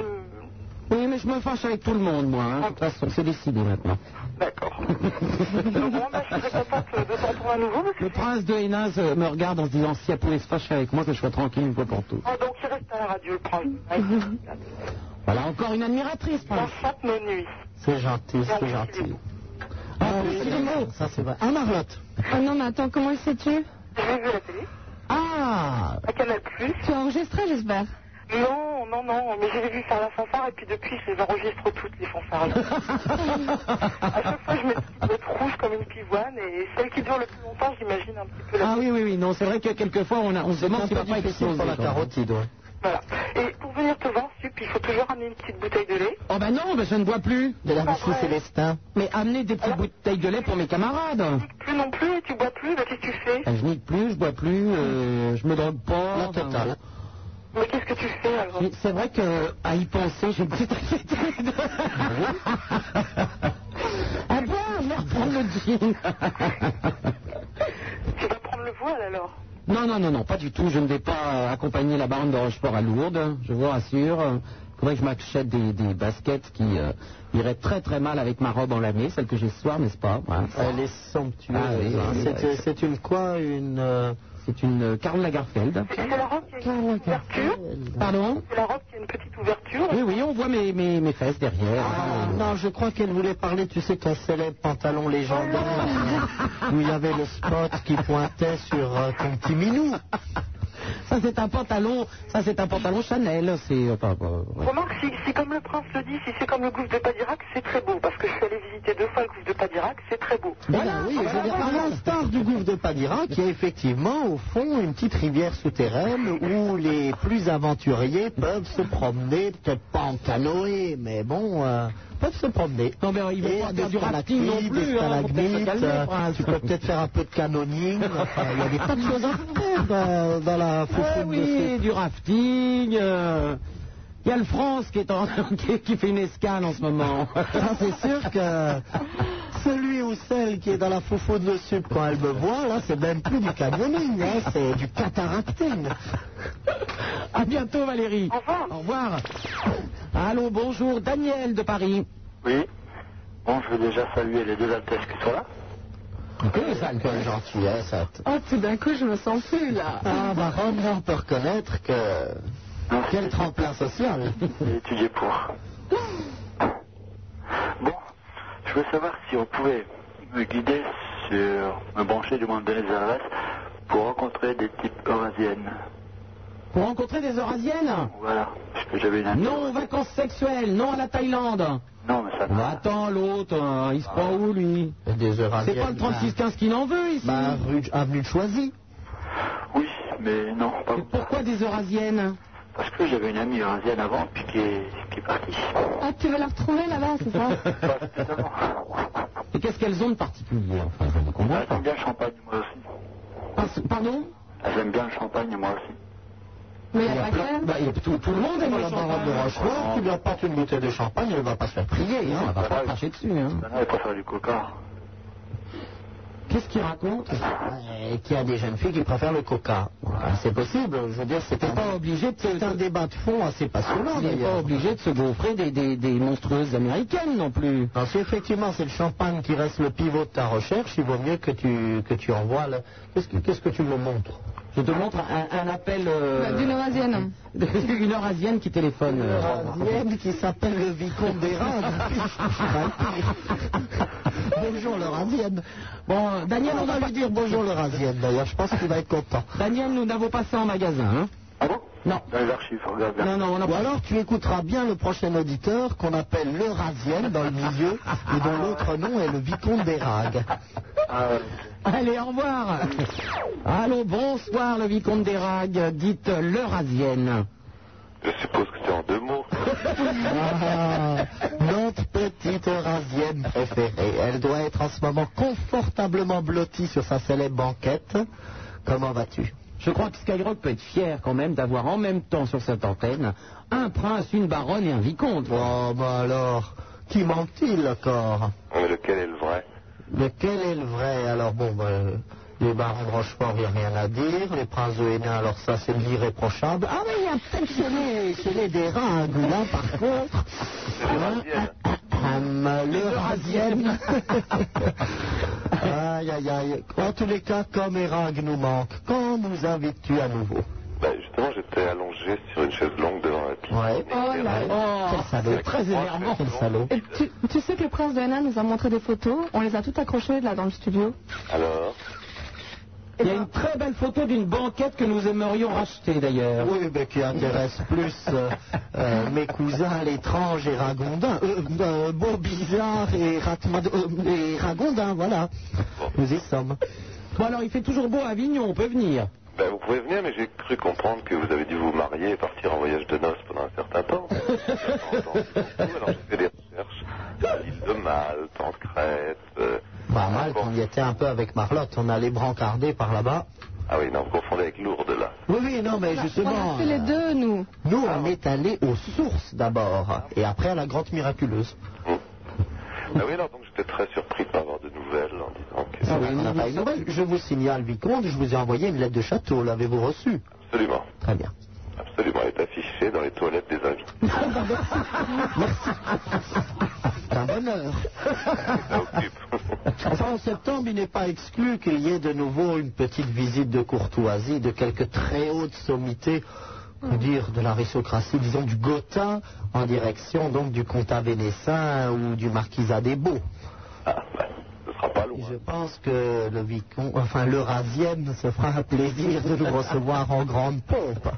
Speaker 2: Oui, mais je me fâche avec tout le monde, moi. hein. De toute façon, c'est décidé maintenant. [laughs] Le prince de Hénin euh, me regarde en se disant si elle pouvait se fâcher avec moi, que je sois tranquille une fois pour toutes.
Speaker 10: Ah, donc il reste à la radio, le prince.
Speaker 2: Mhm. Voilà encore une admiratrice, prince.
Speaker 10: Chante nos nuits.
Speaker 2: C'est gentil, c'est gentil. Ah, oui,
Speaker 26: ça c'est vrai. Ah, Marlotte.
Speaker 27: Oh non, mais attends, comment le sais-tu
Speaker 10: J'ai vu la télé.
Speaker 27: Ah
Speaker 10: À Canal Plus.
Speaker 27: Tu as enregistré, j'espère
Speaker 10: Non, non, non, mais je les ai vu faire la fanfare et puis depuis, je les enregistre toutes,
Speaker 2: [laughs]
Speaker 10: les fanfares. à chaque fois, je mets une petite boîte rouge comme une pivoine et celle qui dure le plus longtemps, j'imagine un petit peu.
Speaker 2: Ah oui, oui, oui, non, c'est vrai que quelquefois on, a- on se demande
Speaker 1: C'est
Speaker 2: s'il
Speaker 1: un
Speaker 2: va
Speaker 1: peu
Speaker 2: pas
Speaker 1: difficile
Speaker 2: exploser.
Speaker 1: pour la
Speaker 2: quand même.
Speaker 1: carotide, ouais.
Speaker 10: Et pour venir te voir, Sup, il faut toujours amener une petite bouteille de lait.
Speaker 2: Oh ben non, ben je ne bois plus.
Speaker 1: De la Vichy Célestin.
Speaker 2: Mais amenez des petites bouteilles de lait pour mes camarades.
Speaker 10: Plus non plus, tu bois plus, bah, qu'est-ce que tu fais
Speaker 2: Ben, je nique plus, je bois plus, euh, je me drogue pas. La totale.
Speaker 10: Mais qu'est-ce que tu fais alors
Speaker 2: C'est vrai que à y penser, j'ai une petite inquiétude. [laughs] ah bon, je vais reprendre le jean.
Speaker 10: Prendre le voile alors
Speaker 2: non, non, non, non, pas du tout. Je ne vais pas euh, accompagner la baronne de Rochefort à Lourdes, je vous rassure. euh, Il faudrait que je m'achète des, des baskets qui euh, iraient très très mal avec ma robe en lamé, celle que j'ai ce soir, n'est-ce pas Ouais.
Speaker 1: Elle est somptueuse.
Speaker 2: Ah oui,
Speaker 1: hein.
Speaker 2: oui,
Speaker 1: C'est-
Speaker 2: oui.
Speaker 1: C'est une quoi Une. euh,
Speaker 2: C'est une euh, Karl Lagerfeld.
Speaker 10: C'est la robe qui a une petite ouverture.
Speaker 2: Pardon
Speaker 10: C'est la robe qui a une petite ouverture.
Speaker 2: Oui, oui, on voit mes, mes, mes fesses derrière.
Speaker 1: Ah,
Speaker 2: Ah,
Speaker 1: Non, je crois qu'elle voulait parler, tu sais, ton célèbre pantalon légendaire euh, où il y avait le spot qui pointait sur euh, ton petit minou.
Speaker 2: Ça c'est un pantalon, ça c'est un pantalon Chanel, c'est euh, pas- pas- ouais.
Speaker 10: Remarque, si, si comme le prince le dit, si c'est comme le gouffre de Padirac, c'est très beau. Parce que je suis allée visiter deux fois le gouffre de Padirac, c'est très beau.
Speaker 1: Voilà, oui, je veux dire, à l'instar du gouffre de Padira, qui est effectivement au fond une petite rivière souterraine où les plus aventuriers peuvent se promener, peut-être pas en canoë, mais bon, euh, peuvent se promener.
Speaker 2: Non, mais ils vont
Speaker 1: Et
Speaker 2: pas
Speaker 1: des
Speaker 2: faire du rafting
Speaker 1: stalactites,
Speaker 2: non plus,
Speaker 1: des
Speaker 2: hein, faut peut-être se
Speaker 1: stalagmites,
Speaker 2: calmer, hein, Ah,
Speaker 1: euh,
Speaker 2: Prince.
Speaker 1: tu peux peut-être faire un peu de
Speaker 2: [laughs]
Speaker 1: canoning, enfin, il y a des tas de choses à faire dans, dans la
Speaker 2: Ah
Speaker 1: foufoune de
Speaker 2: oui, du rafting. euh, Il y a le France qui, est en- [laughs] qui, qui fait une escale en ce moment.
Speaker 1: Ah, c'est sûr que celui ou celle qui est dans la foufou de sup quand elle me voit, là, c'est même plus du canyoning, hein, c'est du cataracting.
Speaker 2: À bientôt Valérie. Au
Speaker 10: revoir.
Speaker 2: Au revoir. Allô, bonjour Daniel de Paris.
Speaker 13: Oui. Bon, je veux déjà saluer les deux altesses qui sont là.
Speaker 1: Que ça, quelle gentillesse. ça.
Speaker 27: Oh, tout d'un coup, je me sens plus, là.
Speaker 1: Ah, bah, Rome, on peut reconnaître que. Quel tremplin social.
Speaker 13: J'ai étudié pour. Bon, je veux savoir si on pouvait me guider sur, me brancher du moins me donner des adresses pour rencontrer des types eurasiennes.
Speaker 2: Pour rencontrer des Eurasiennes
Speaker 13: Voilà, parce que j'avais une amie.
Speaker 2: Non aux vacances sexuelles, non à la Thaïlande.
Speaker 13: Non, mais ça.
Speaker 2: Bah, attends, l'autre, hein, il se prend où lui
Speaker 1: Des
Speaker 2: C'est pas le 36-15 qui l'en veut ici.
Speaker 1: Bah, rue, avenue de Choisy.
Speaker 13: Oui, mais non, pas
Speaker 2: Pourquoi des Eurasiennes
Speaker 13: parce que j'avais une amie eurasienne avant, puis qui est, qui est partie.
Speaker 27: Ah, tu veux la retrouver là-bas, c'est ça
Speaker 2: [laughs] Et qu'est-ce qu'elles ont de particulier enfin, je ne comprends
Speaker 13: J'aime bien le champagne, moi aussi.
Speaker 2: pas. Pardon
Speaker 13: J'aime bien le champagne, moi aussi.
Speaker 27: Mais
Speaker 1: il y a plein- bah, il y a tout, tout le monde aime la baronne de Rochefort. Tu lui apportes une bouteille de champagne, elle va pas se faire prier. Hein. Elle va pas cracher dessus. Hein.
Speaker 13: Maintenant, elle préfère du coca.
Speaker 1: Qu'est-ce qu'il raconte Euh, Qu'il y a des jeunes filles qui préfèrent le coca. Voilà, C'est possible. Je veux dire, c'est pas
Speaker 2: obligé de.
Speaker 1: C'est un débat de fond assez passionnant.
Speaker 2: On n'est pas obligé de se gaufrer des, des, des monstrueuses américaines non plus.
Speaker 1: Alors, si effectivement c'est le champagne qui reste le pivot de ta recherche, il vaut mieux que tu, que tu envoies. le- Qu'est-ce que, qu'est-ce que tu me montres
Speaker 2: Je te montre un, un appel. euh,
Speaker 27: Bah, D'une eurasienne.
Speaker 2: Une eurasienne qui téléphone. euh.
Speaker 1: Eurasienne qui s'appelle le vicomte
Speaker 2: [laughs]
Speaker 1: d'Hérade. bonjour l'Eurasienne.
Speaker 2: Bon, Daniel, on
Speaker 1: va lui dire bonjour l'Eurasienne d'ailleurs, je pense qu'il va être content.
Speaker 2: Daniel, nous n'avons pas ça en magasin. Hein
Speaker 1: Non.
Speaker 13: Ah Dans les archives, regarde bien.
Speaker 2: Non, non, on n'a
Speaker 1: Ou
Speaker 2: pas.
Speaker 1: alors tu écouteras bien le prochain auditeur qu'on appelle l'Eurasienne dans le milieu et dont l'autre nom est le vicomte d'Hérade.
Speaker 13: Ah, ouais.
Speaker 2: Allez,
Speaker 1: [laughs]
Speaker 2: au revoir. Allô, bonsoir, le vicomte des Ragues, dites l'Eurasienne.
Speaker 8: Je suppose que c'est en deux mots.
Speaker 1: Ah, notre petite Eurasienne préférée. Elle doit être en ce moment confortablement blottie sur sa célèbre banquette. Comment vas-tu
Speaker 2: Je crois que Skyrock peut être fier quand même d'avoir en même temps sur cette antenne un prince, une baronne et un vicomte.
Speaker 1: Oh, bah alors, qui manque-t-il encore
Speaker 8: Mais lequel est le vrai
Speaker 1: Mais quel est le vrai Alors bon, ben, euh, les barons de Rochefort, il n'y a rien à dire. Les princes de Hénin, alors ça, c'est de l'irréprochable. Ah, mais il y a peut-être chez les, chez les des rats, là, par contre. Hein? Hum, L'Eurasienne. [laughs] aïe, aïe, aïe. En tous les cas, comme Érag nous manque, quand nous invites-tu à nouveau
Speaker 8: Ben, justement, j'étais allongé sur une chaise longue devant la piscine.
Speaker 1: Ouais.
Speaker 8: Oh là
Speaker 1: Quel salaud. Très énervant, quel salaud.
Speaker 27: Et tu, tu sais que le prince de Hénin nous a montré des photos, on les a toutes accrochées là dans le studio.
Speaker 8: Alors
Speaker 2: Il y a une très belle photo d'une banquette que nous aimerions racheter d'ailleurs.
Speaker 1: Oui, mais qui intéresse plus euh, euh, mes cousins, l'étrange et ragondin. Euh, euh, beau bizarre et, ratmado- euh, et ragondin, voilà. Nous y sommes.
Speaker 2: Bon, alors il fait toujours beau à Avignon, on peut venir.
Speaker 8: Ben, vous pouvez venir, mais j'ai cru comprendre que vous avez dû vous marier et partir en voyage de noces pendant un
Speaker 2: [laughs]
Speaker 8: certain temps. J'ai entendu beaucoup, alors j'ai fait des recherches à l'île de Malte, en Crète. euh,
Speaker 2: Bah,
Speaker 1: Pas mal qu'on y était un peu avec Marlotte, on allait brancarder par là-bas.
Speaker 8: Ah oui, non, vous confondez avec Lourdes, là.
Speaker 1: Oui, oui, non, mais
Speaker 27: on
Speaker 1: justement, euh,
Speaker 27: a fait les deux, nous.
Speaker 1: nous, on est allés aux sources d'abord, et après à la grotte miraculeuse.
Speaker 8: Ah oui, alors, donc j'étais très surpris de pas avoir de nouvelles en disant que...
Speaker 1: Ah oui, on n'a pas eu de nouvelles. Je vous signale, Vicomte, je vous ai envoyé une lettre de château, l'avez-vous reçue
Speaker 8: Absolument,
Speaker 1: Très bien.
Speaker 8: absolument, elle est affichée dans les toilettes des invités.
Speaker 1: C'est un bonheur.
Speaker 2: [laughs]
Speaker 1: Enfin, en septembre, il n'est pas exclu qu'il y ait de nouveau une petite visite de courtoisie de quelques très hautes sommités, on dire de l'aristocratie, disons du Gotha, en direction donc du comtat vénessin ou du marquisat des Beaux.
Speaker 8: Ce sera pas loin.
Speaker 1: Je pense que le vicomte, enfin l'Eurasienne, se fera un plaisir de nous recevoir en grande pompe.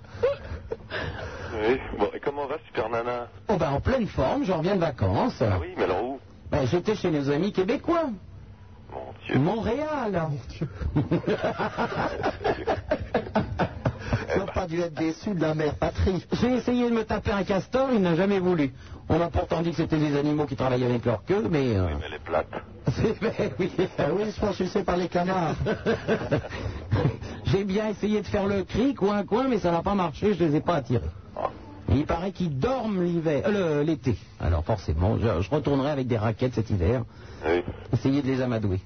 Speaker 8: Oui, bon, et comment va Super Nana
Speaker 2: Oh ben en pleine forme, je reviens de vacances.
Speaker 8: Ah oui, mais alors où
Speaker 2: Ben, j'étais chez nos amis québécois.
Speaker 8: Mon Dieu.
Speaker 2: Montréal. [laughs]
Speaker 1: Ils n'ont pas dû être déçus de la mère patrie.
Speaker 2: J'ai essayé de me taper un castor, il n'a jamais voulu. On m'a pourtant dit que c'était des animaux qui travaillaient avec leur queue, mais... euh,
Speaker 8: Elle est plate.
Speaker 2: [laughs] c'est- ben oui.
Speaker 1: Ah oui, ils se font sucer par les canards.
Speaker 2: [laughs] J'ai bien essayé de faire le cri, coin, coin, mais ça n'a pas marché, je les ai pas attirés. Et il paraît qu'ils dorment l'hiver, euh, le- l'été. Alors forcément, je, je retournerai avec des raquettes cet hiver,
Speaker 8: Oui.
Speaker 2: essayer de les amadouer.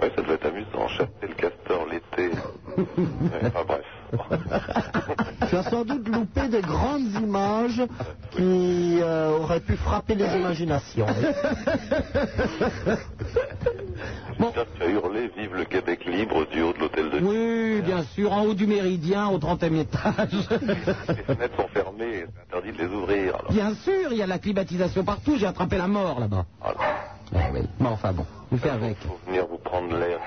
Speaker 8: Oui, ça devait être amusant, chasser le castor l'été. Oui, enfin bref.
Speaker 1: Tu as sans doute loupé de grandes images qui euh, auraient pu frapper les imaginations.
Speaker 8: J'espère que tu as hurlé Vive le Québec libre du haut de l'hôtel de
Speaker 2: Oui, bien sûr, en haut du méridien, au
Speaker 1: [laughs]
Speaker 2: 30e étage.
Speaker 8: Les fenêtres sont fermées, c'est interdit de les ouvrir. Alors.
Speaker 2: bien sûr, il y a de la climatisation partout, j'ai attrapé la mort là-bas.
Speaker 8: Voilà.
Speaker 2: Ah oui, mais enfin bon, on fait avec.
Speaker 8: Faut venir vous prendre l'air.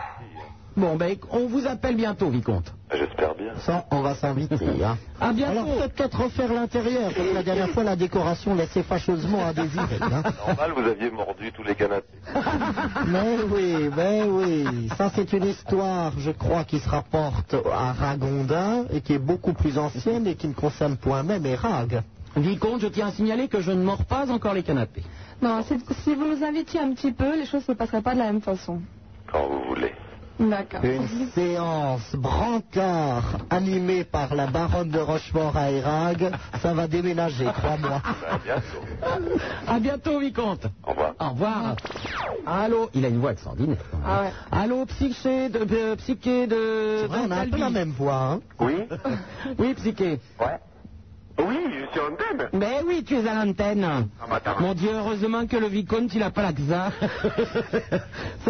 Speaker 2: Bon, ben, on vous appelle bientôt, Vicomte.
Speaker 8: J'espère bien.
Speaker 1: Ça, on va s'inviter. Hein.
Speaker 8: Ah,
Speaker 2: À bientôt.
Speaker 1: Alors peut-être peut-être refaire l'intérieur, parce que la dernière fois, la décoration laissait fâcheusement à désirer. hein.
Speaker 8: Normal, vous aviez mordu tous les canapés.
Speaker 1: [laughs] Mais oui, mais oui. Ça, c'est une histoire, je crois, qui se rapporte à Ragondin et qui est beaucoup plus ancienne et qui ne concerne point même Érag.
Speaker 2: Vicomte, je tiens à signaler que je ne mords pas encore les canapés.
Speaker 27: Non, c'est- si vous nous invitiez un petit peu, les choses ne se passeraient pas de la même façon.
Speaker 8: Quand vous voulez.
Speaker 27: D'accord.
Speaker 1: Une séance brancard animée par la baronne de Rochefort à Érag, ça va déménager,
Speaker 8: [laughs]
Speaker 1: crois-moi.
Speaker 8: Bah, À bientôt.
Speaker 2: À bientôt, Vicomte.
Speaker 8: Au revoir.
Speaker 2: Au revoir. Allô, il a une voix extraordinaire.
Speaker 27: Ah ouais.
Speaker 2: Allô, psyché de, euh, psyché de.
Speaker 1: C'est vrai, on a un peu
Speaker 2: d'Albi.
Speaker 1: la même voix, hein.
Speaker 15: Oui
Speaker 2: [laughs] Oui, psyché.
Speaker 15: Ouais. Oui, je suis en antenne.
Speaker 2: Mais oui, tu es à l'antenne.
Speaker 15: Ah, bah, attends.
Speaker 2: Mon Dieu, heureusement que le vicomte, il n'a pas l'accent. [laughs] Ce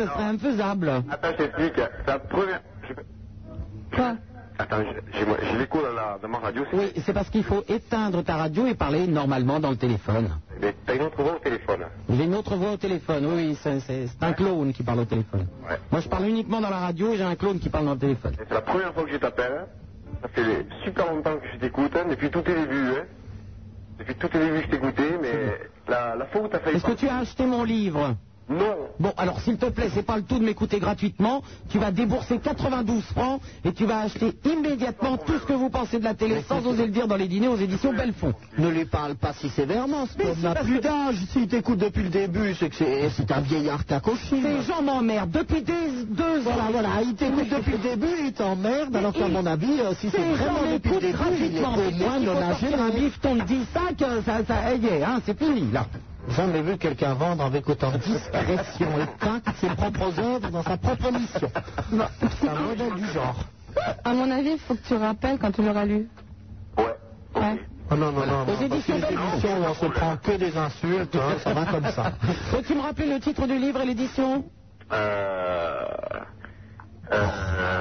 Speaker 2: serait infaisable.
Speaker 15: Attends, je t'explique. C'est la première. je-
Speaker 27: Quoi
Speaker 15: Attends, je, je, je l'écoute à la- dans ma radio. c'est-
Speaker 2: Oui, c'est parce qu'il faut éteindre ta radio et parler normalement dans le téléphone.
Speaker 15: Mais t'as une autre voix au téléphone.
Speaker 2: J'ai une autre voix au téléphone, oui, oui, c'est- c'est c'est un clone qui parle au téléphone.
Speaker 15: Ouais.
Speaker 2: Moi, je parle uniquement dans la radio et j'ai un clone qui parle dans le téléphone.
Speaker 15: Et C'est la première fois que je t'appelle. Ça fait super longtemps que je t'écoute, hein, depuis tout tes débuts. Hein. Depuis tout tes débuts, je t'écoutais, mais la, la fois où t'as failli.
Speaker 2: Est-ce que tu as acheté mon livre
Speaker 1: Bon, alors s'il te plaît, c'est pas le tout de m'écouter gratuitement. Tu vas débourser 92 francs et tu vas acheter immédiatement tout ce que vous pensez de la télé sans oser le dire dans les dîners aux éditions Belfond.
Speaker 2: Ne lui parle pas si sévèrement, ce
Speaker 1: Mais
Speaker 2: pauvre
Speaker 1: si,
Speaker 2: n'a
Speaker 1: parce
Speaker 2: plus
Speaker 1: que-
Speaker 2: d'âge. S'il t'écoute depuis le début, c'est que c'est eh, c'est un vieillard cacochy.
Speaker 1: Ces gens m'emmerdent depuis des- deux ans.
Speaker 2: Voilà, voilà, il t'écoute depuis le début, il t'emmerde, alors qu'à
Speaker 1: il-
Speaker 2: mon avis, euh, si c'est
Speaker 1: Ces
Speaker 2: vraiment
Speaker 1: gens
Speaker 2: depuis le
Speaker 1: m'écoutent
Speaker 2: début, il est
Speaker 1: gratuitement.
Speaker 2: au moins
Speaker 1: Il faut
Speaker 2: non
Speaker 1: sortir un
Speaker 2: âgé.
Speaker 1: bifton de 10 sacs, euh, ça, ça, ça y est, hein, c'est fini, là.
Speaker 2: Jamais vu quelqu'un vendre avec autant de discrétion et tact ses propres œuvres dans sa propre mission. C'est un modèle du genre.
Speaker 28: À mon avis, il faut que tu rappelles quand tu l'auras lu. Ouais.
Speaker 2: Oh non, non, non, non,
Speaker 28: Aux
Speaker 2: parce que
Speaker 28: éditions
Speaker 2: les
Speaker 28: Belfond.
Speaker 2: émissions où on se prend que des insultes, hein, ça va comme
Speaker 1: [laughs]
Speaker 2: ça.
Speaker 1: Peux-tu me rappeler le titre du livre et l'édition
Speaker 15: Euh... Euh...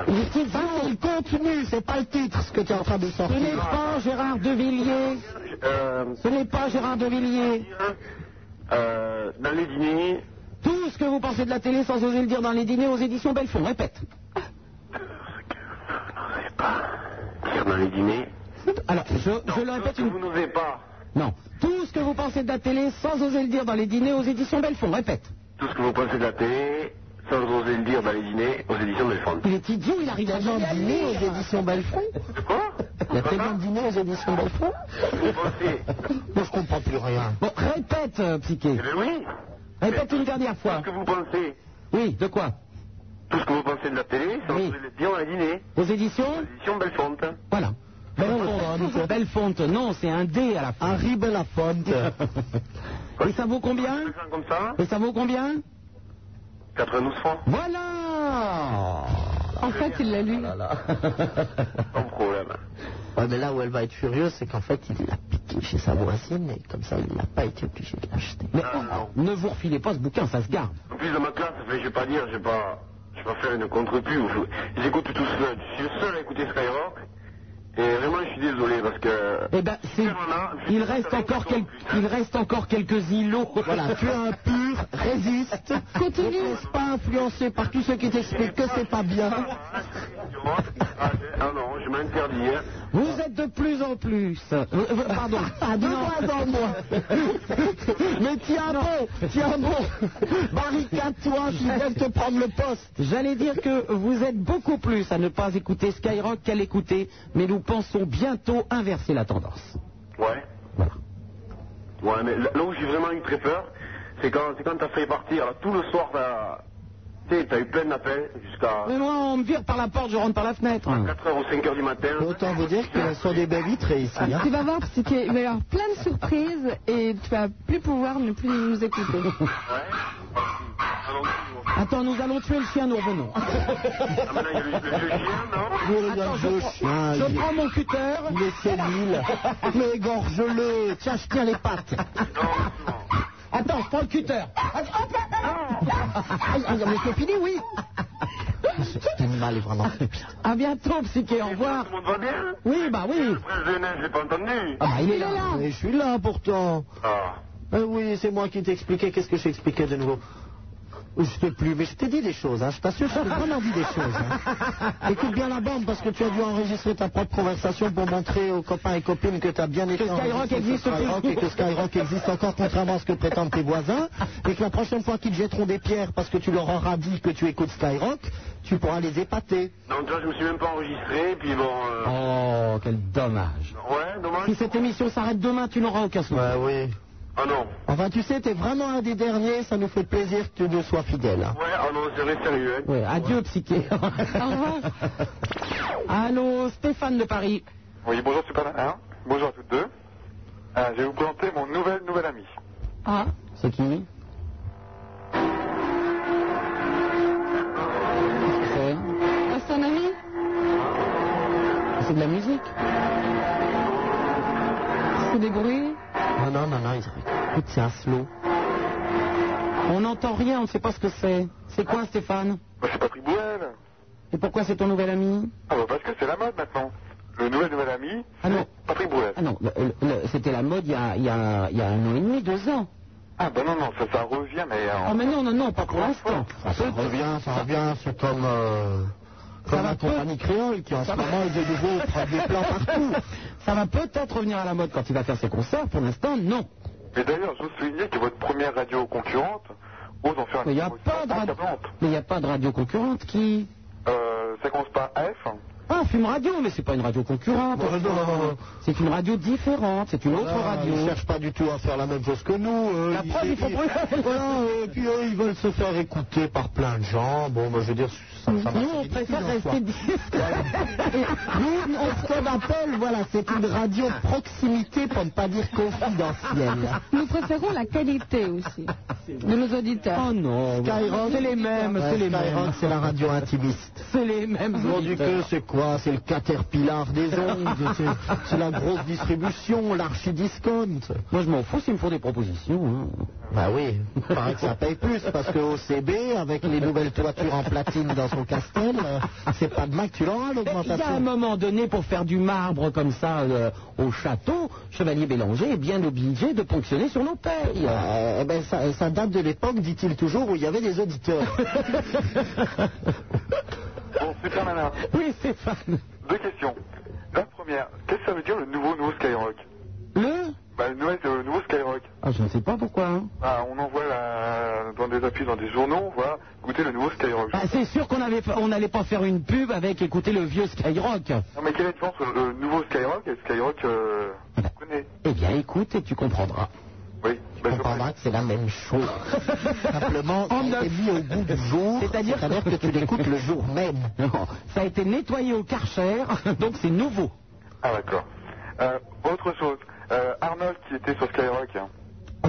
Speaker 2: Le titre, il continue, c'est pas le titre ce que tu es en train de
Speaker 1: Ce
Speaker 2: sortir.
Speaker 1: n'est pas Gérard Devilliers.
Speaker 15: Euh...
Speaker 1: Ce n'est pas Gérard Devilliers.
Speaker 15: Euh... Dans les dîners...
Speaker 1: Tout ce que vous pensez de la télé sans oser le dire dans les dîners aux éditions Belfond, répète.
Speaker 15: Dire dans les dîners...
Speaker 1: Alors, je, je le répète une...
Speaker 15: Vous n'osez pas.
Speaker 1: Non. Tout ce que vous pensez de la télé sans oser le dire dans les dîners aux éditions Belfond, répète.
Speaker 15: Tout ce que vous pensez de la télé, sans oser le dire dans les dîners aux éditions de Belfond.
Speaker 1: Il est idiot, il arrive à
Speaker 2: Tellement
Speaker 1: jamais à le
Speaker 2: dîner aux
Speaker 1: lire.
Speaker 2: éditions Belfond. Il y a tellement de dîners aux éditions Belfond. Moi, je comprends plus rien.
Speaker 1: Bon, répète, euh, Psyché.
Speaker 15: Eh ben oui.
Speaker 1: Répète une dernière
Speaker 2: Ah.
Speaker 1: fois.
Speaker 15: Tout ce que vous pensez,
Speaker 1: Oui, de quoi
Speaker 15: tout ce que vous pensez de la télé, sans oser le dire dans les dîners.
Speaker 1: Aux éditions
Speaker 15: Aux éditions Belfond.
Speaker 1: Voilà. Bellefonte, Bellefonte, non, c'est un D à la fin.
Speaker 2: Harry Belafonte.
Speaker 1: [laughs] Et ça vaut combien
Speaker 15: Comme ça,
Speaker 1: Et ça vaut combien
Speaker 15: 92 francs.
Speaker 1: Voilà Ah
Speaker 28: En fait, il l'a lu.
Speaker 15: Sans problème.
Speaker 2: Ouais, mais là où elle va être furieuse, c'est qu'en fait, il l'a piqué chez sa voisine et comme ça, il n'a pas été obligé de l'acheter.
Speaker 1: [laughs] Mais
Speaker 28: Ah
Speaker 1: oh, ne vous refilez pas ce bouquin, ça se garde.
Speaker 15: En plus de ma classe, enfin, je vais pas dire, je vais pas, je vais pas faire une contre-pub. Je- J'écoute tout seul. Je suis le seul à écouter Skyrock. Et vraiment, je suis désolé parce que.
Speaker 1: Eh ben, c'est- il reste encore quel- il reste encore quelques îlots.
Speaker 2: [laughs] Voilà, tu es un pur, résiste, continue. Ne te laisse pas influencer par tous ceux qui t'expliquent que c'est pas bien.
Speaker 15: Ah non, je m'interdis. hein.
Speaker 1: Vous êtes de plus en plus. Euh, euh, [laughs] Pardon.
Speaker 2: Ah, de moins en moins. Mais tiens bon, tiens bon. Barricade-toi, qui viennent te prendre le poste.
Speaker 1: J'allais dire que vous êtes beaucoup plus à ne pas écouter Skyrock qu'à l'écouter, mais nous pensons bientôt inverser la tendance.
Speaker 15: Ouais. Ouais, mais là là où j'ai vraiment eu très peur, c'est quand, c'est quand t'as fait partir. là, tout le soir, t'as, tu sais, t'as eu plein d'appels jusqu'à
Speaker 1: Mais moi, on me vire par la porte, je rentre par la fenêtre.
Speaker 15: 4h ou 5h du matin.
Speaker 1: Oh.
Speaker 2: Autant vous dire qu'elles sont des belles vitrées ici. hein.
Speaker 28: Tu vas voir, parce qu'il va y avoir plein de surprises et tu vas plus pouvoir ne plus nous écouter.
Speaker 1: Attends, nous allons tuer le chien, nous revenons.
Speaker 15: Ah, mais là, il y a le, le vieux chien, non
Speaker 2: Vous, les gars,
Speaker 1: Attends, je
Speaker 2: vos
Speaker 1: prends-
Speaker 2: chiens,
Speaker 1: Je
Speaker 2: il-
Speaker 1: prends mon cutter.
Speaker 2: il est
Speaker 1: [laughs]
Speaker 2: sénile. Mais égorge-le. Tiens, je tiens les pattes. Ah,
Speaker 1: Attends, je prends le cutter. Ah,
Speaker 2: Aïe, aïe, mais c'est fini, oui. Cet animal est vraiment
Speaker 1: À bientôt, psyché, au revoir.
Speaker 15: Tout le monde va bien
Speaker 1: Oui, bah oui.
Speaker 15: Le prince de Hénin, je l'ai pas entendu.
Speaker 2: Ah, il est là. Mais je suis là pourtant.
Speaker 15: Ah.
Speaker 2: Eh oui, c'est moi qui t'expliquais. Qu'est-ce que je t'expliquais de nouveau Je sais plus, mais je t'ai dit des choses. Hein. Je t'assure, je t'ai vraiment dit des choses.
Speaker 1: [laughs]
Speaker 2: hein. Écoute bien la bande parce que tu as dû enregistrer ta propre conversation pour montrer aux copains et copines que tu as bien été
Speaker 1: Que Skyrock
Speaker 2: enregistré
Speaker 1: existe
Speaker 2: sur Skyrock
Speaker 1: toujours.
Speaker 2: et que Skyrock existe encore contrairement à ce que prétendent tes voisins et que la prochaine fois qu'ils te jetteront des pierres parce que tu leur auras dit que tu écoutes Skyrock, tu pourras les épater.
Speaker 15: Donc là, je me suis même pas enregistré, puis bon. euh,
Speaker 1: Oh, quel dommage.
Speaker 15: Ouais, dommage.
Speaker 1: Si cette émission s'arrête demain, tu n'auras aucun souci.
Speaker 2: Bah oui.
Speaker 15: Ah non.
Speaker 2: Enfin, tu sais, t'es vraiment un des derniers. Ça nous fait plaisir que tu nous sois fidèle. hein.
Speaker 15: Ouais, ah non, c'est vrai, sérieux. Hein.
Speaker 1: Ouais, adieu, psyché. [laughs] Au revoir. Allô, Stéphane de Paris.
Speaker 29: Oui, bonjour Superman
Speaker 15: hein.
Speaker 29: bonjour à toutes deux.
Speaker 15: Ah,
Speaker 29: Euh, je vais vous présenter mon nouvel nouvel ami.
Speaker 28: Ah,
Speaker 1: C'est qui C'est
Speaker 28: ah, c'est un ami
Speaker 1: c'est de la musique.
Speaker 28: C'est des bruits
Speaker 2: Non, non, non, non, il se- écoute, c'est un slow.
Speaker 1: On n'entend rien, on ne sait pas ce que c'est. C'est quoi, Stéphane
Speaker 29: Moi,
Speaker 15: Bah,
Speaker 29: c'est Patrick Bouel.
Speaker 1: Et pourquoi c'est ton nouvel ami
Speaker 29: Ah bah parce que c'est la mode maintenant. Le nouvel nouvel ami,
Speaker 1: Ah non,
Speaker 29: Patrick Bouel.
Speaker 1: ah non le- le- c'était la mode il y, a, il, y a, il y a un an et demi, deux ans.
Speaker 29: Ah bah non, non, ça, ça revient, mais... Ah, euh,
Speaker 1: Oh, mais non, non, non, pas pour l'instant.
Speaker 2: Ça, ça revient, ça revient, c'est comme, euh, comme
Speaker 1: va
Speaker 2: la
Speaker 1: peu-
Speaker 2: compagnie créole qui en ce
Speaker 1: Ça va-
Speaker 2: moment est
Speaker 1: [laughs]
Speaker 2: de nouveau prend des plans partout.
Speaker 1: Ça va peut-être revenir à la mode quand il va faire ses concerts, pour l'instant, non.
Speaker 29: Mais d'ailleurs, je vous souligner que votre première radio concurrente,
Speaker 15: Ose en faire
Speaker 30: Mais il n'y a,
Speaker 15: une
Speaker 30: pas de radio- mais il y a pas de radio concurrente qui.
Speaker 15: Euh, ça commence par F.
Speaker 30: Ah, Fume Radio, mais c'est pas une radio concurrente. C'est une radio différente, c'est une autre
Speaker 2: Voilà,
Speaker 30: radio.
Speaker 2: Ah, Ils cherchent pas du tout à faire la même chose que nous. euh,
Speaker 30: La preuve,
Speaker 2: ils-
Speaker 30: ils font pas la-
Speaker 2: Voilà, euh, et puis eux, ils veulent se faire écouter par plein de gens. Bon, moi, je veux dire, ça, ça
Speaker 31: Nous, on préfère rester discret. Nous, on- ce qu'on appelle, voilà, c'est une radio proximité pour ne pas dire confidentielle.
Speaker 32: Nous préférons la qualité aussi de nos auditeurs.
Speaker 1: Oh non,
Speaker 32: Skyrock.
Speaker 1: c'est les mêmes,
Speaker 2: Ouais,
Speaker 1: c'est les mêmes.
Speaker 2: Skyrock, c'est la radio intimiste.
Speaker 1: C'est les mêmes.
Speaker 2: Mon Dieu,
Speaker 1: auditeurs.
Speaker 2: que c'est quoi C'est le caterpillar des ondes. c'est- C'est la grosse distribution, l'archidiscount.
Speaker 30: Moi, je m'en fous s'ils me font des propositions. hein.
Speaker 2: Bah oui, il paraît que ça paye plus parce que OCB, avec les nouvelles toitures en platine dans son castel, euh, c'est pas demain que tu l'auras
Speaker 1: Il y a un
Speaker 2: l'augmentation.
Speaker 1: moment donné pour faire du marbre comme ça euh, au château, Chevalier Bélanger est bien obligé de ponctionner sur nos payes.
Speaker 2: Eh ben, ça, ça date de l'époque, dit-il toujours, où il y avait des auditeurs.
Speaker 15: Bon, super nana.
Speaker 1: [laughs] Oui, Stéphane.
Speaker 15: Deux questions. La première, qu'est-ce que ça veut dire le nouveau nouveau Skyrock
Speaker 1: Le
Speaker 15: Bah, le nouvel- le nouveau Skyrock.
Speaker 1: Ah, je ne sais pas pourquoi. hein.
Speaker 15: Ah, on envoie la- dans des affiches, dans des journaux, voilà, goûter le nouveau Skyrock.
Speaker 1: Ah, c'est sûr qu'on avait, on n'allait pas faire une pub avec écoutez le vieux Skyrock.
Speaker 15: Non, mais quelle est la différence entre le nouveau Skyrock et le Skyrock euh, qu'on connaît
Speaker 30: Eh bien, écoute et tu comprendras.
Speaker 15: Oui, Bah,
Speaker 30: tu comprendras que c'est la même
Speaker 1: [laughs]
Speaker 30: chose.
Speaker 2: Simplement,
Speaker 30: En
Speaker 2: ça a été
Speaker 30: neuf.
Speaker 2: mis au bout du jour,
Speaker 1: C'est-à-dire
Speaker 2: c'est-à-dire que tu l'écoutes le jour même.
Speaker 1: [laughs] Non, ça a été nettoyé au Karcher, [laughs] donc c'est nouveau.
Speaker 15: Ah, d'accord. Euh, autre chose, euh, Arnold qui était sur Skyrock, hein.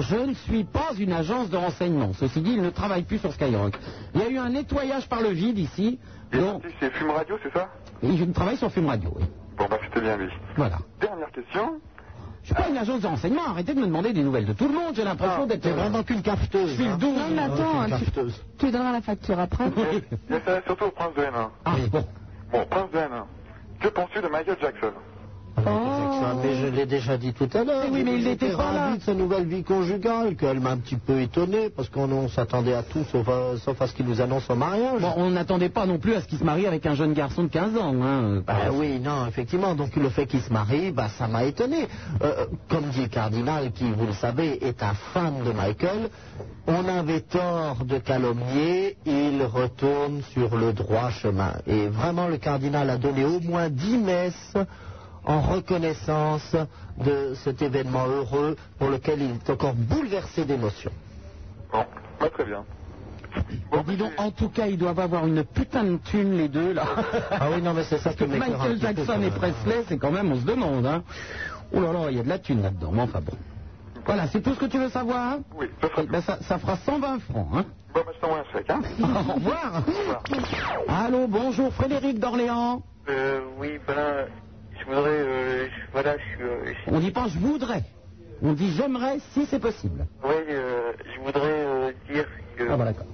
Speaker 1: Je ne suis pas une agence de renseignement. Ceci dit, il ne travaille plus sur Skyrock. Il y a eu un nettoyage par le vide ici.
Speaker 15: il est
Speaker 1: Donc,
Speaker 15: parti chez Fume Radio, c'est ça
Speaker 1: il travaille sur Fume Radio. oui.
Speaker 15: Bon, bah, c'était bien lui.
Speaker 1: Voilà.
Speaker 15: Dernière question.
Speaker 1: Je suis pas une agence de renseignement. Arrêtez de me demander des nouvelles de tout le monde. J'ai l'impression d'être vraiment
Speaker 2: Ah, qu'une cafeteuse.
Speaker 1: Je suis le
Speaker 32: Non, mais attends, hein, tu, tu donneras la facture après.
Speaker 15: Il y a ça surtout au Prince de Hénin.
Speaker 1: Ah, bon.
Speaker 15: Bon, Prince de Hénin, que penses-tu de Michael Jackson
Speaker 32: Oh.
Speaker 2: Ça, mais je l'ai déjà dit tout à l'heure.
Speaker 1: Mais Eh oui, mais il
Speaker 2: J'étais
Speaker 1: n'était pas
Speaker 2: ravi
Speaker 1: là.
Speaker 2: de sa nouvelle vie conjugale, qu'elle m'a un petit peu étonné, parce qu'on on s'attendait à tout, sauf à, sauf à ce qu'il nous annonce au mariage.
Speaker 1: Bon, on n'attendait pas non plus à ce qu'il se marie avec un jeune garçon de 15 ans. Hein.
Speaker 2: Bah oui, non, effectivement. Donc le fait qu'il se marie, bah, ça m'a étonné. Euh, comme dit le cardinal, qui, vous le savez, est un fan de Michael, on avait tort de calomnier, il retourne sur le droit chemin. Et vraiment, le cardinal a donné au moins dix messes en reconnaissance de cet événement heureux pour lequel il est encore bouleversé d'émotion.
Speaker 15: Bon, pas très bien.
Speaker 1: Bon, dis donc, en tout cas, ils doivent avoir une putain de thune, les deux, là.
Speaker 2: Ah oui, non, mais c'est ça
Speaker 1: Parce que
Speaker 2: qui m'écoeure un
Speaker 1: Michael
Speaker 2: petit peu, quand
Speaker 1: Jackson et
Speaker 2: même.
Speaker 1: Presley, c'est quand même, on se demande, hein. Oh là là, il y a de la thune là-dedans, mais enfin bon. Voilà, c'est tout ce que tu veux savoir
Speaker 15: Oui,
Speaker 1: Eh ben, ça, ça fera 120 francs, hein.
Speaker 15: Bon, bah, je t'envoie un chèque, hein
Speaker 1: Au revoir. Allô, bonjour, Frédéric d'Orléans.
Speaker 13: Euh, oui, ben, je voudrais, euh, je- voilà, je suis, euh, je-
Speaker 1: On dit pas je voudrais. On dit j'aimerais si c'est possible.
Speaker 13: ouais, euh, je voudrais euh, dire que,
Speaker 1: Ah, bah d'accord.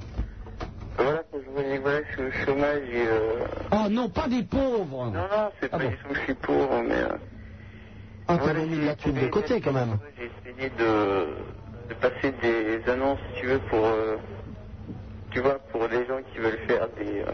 Speaker 13: voilà, que je voulais, voilà, je suis au chômage et, euh,
Speaker 1: Oh non, pas des pauvres.
Speaker 13: non, non, c'est pas du tout que je suis pauvre, mais, euh,
Speaker 2: Ah, t'as mis de la thune de côté, quand même.
Speaker 13: j'ai essayé de, de passer des annonces, si tu veux, pour, euh, tu vois, pour les gens qui veulent faire des, euh,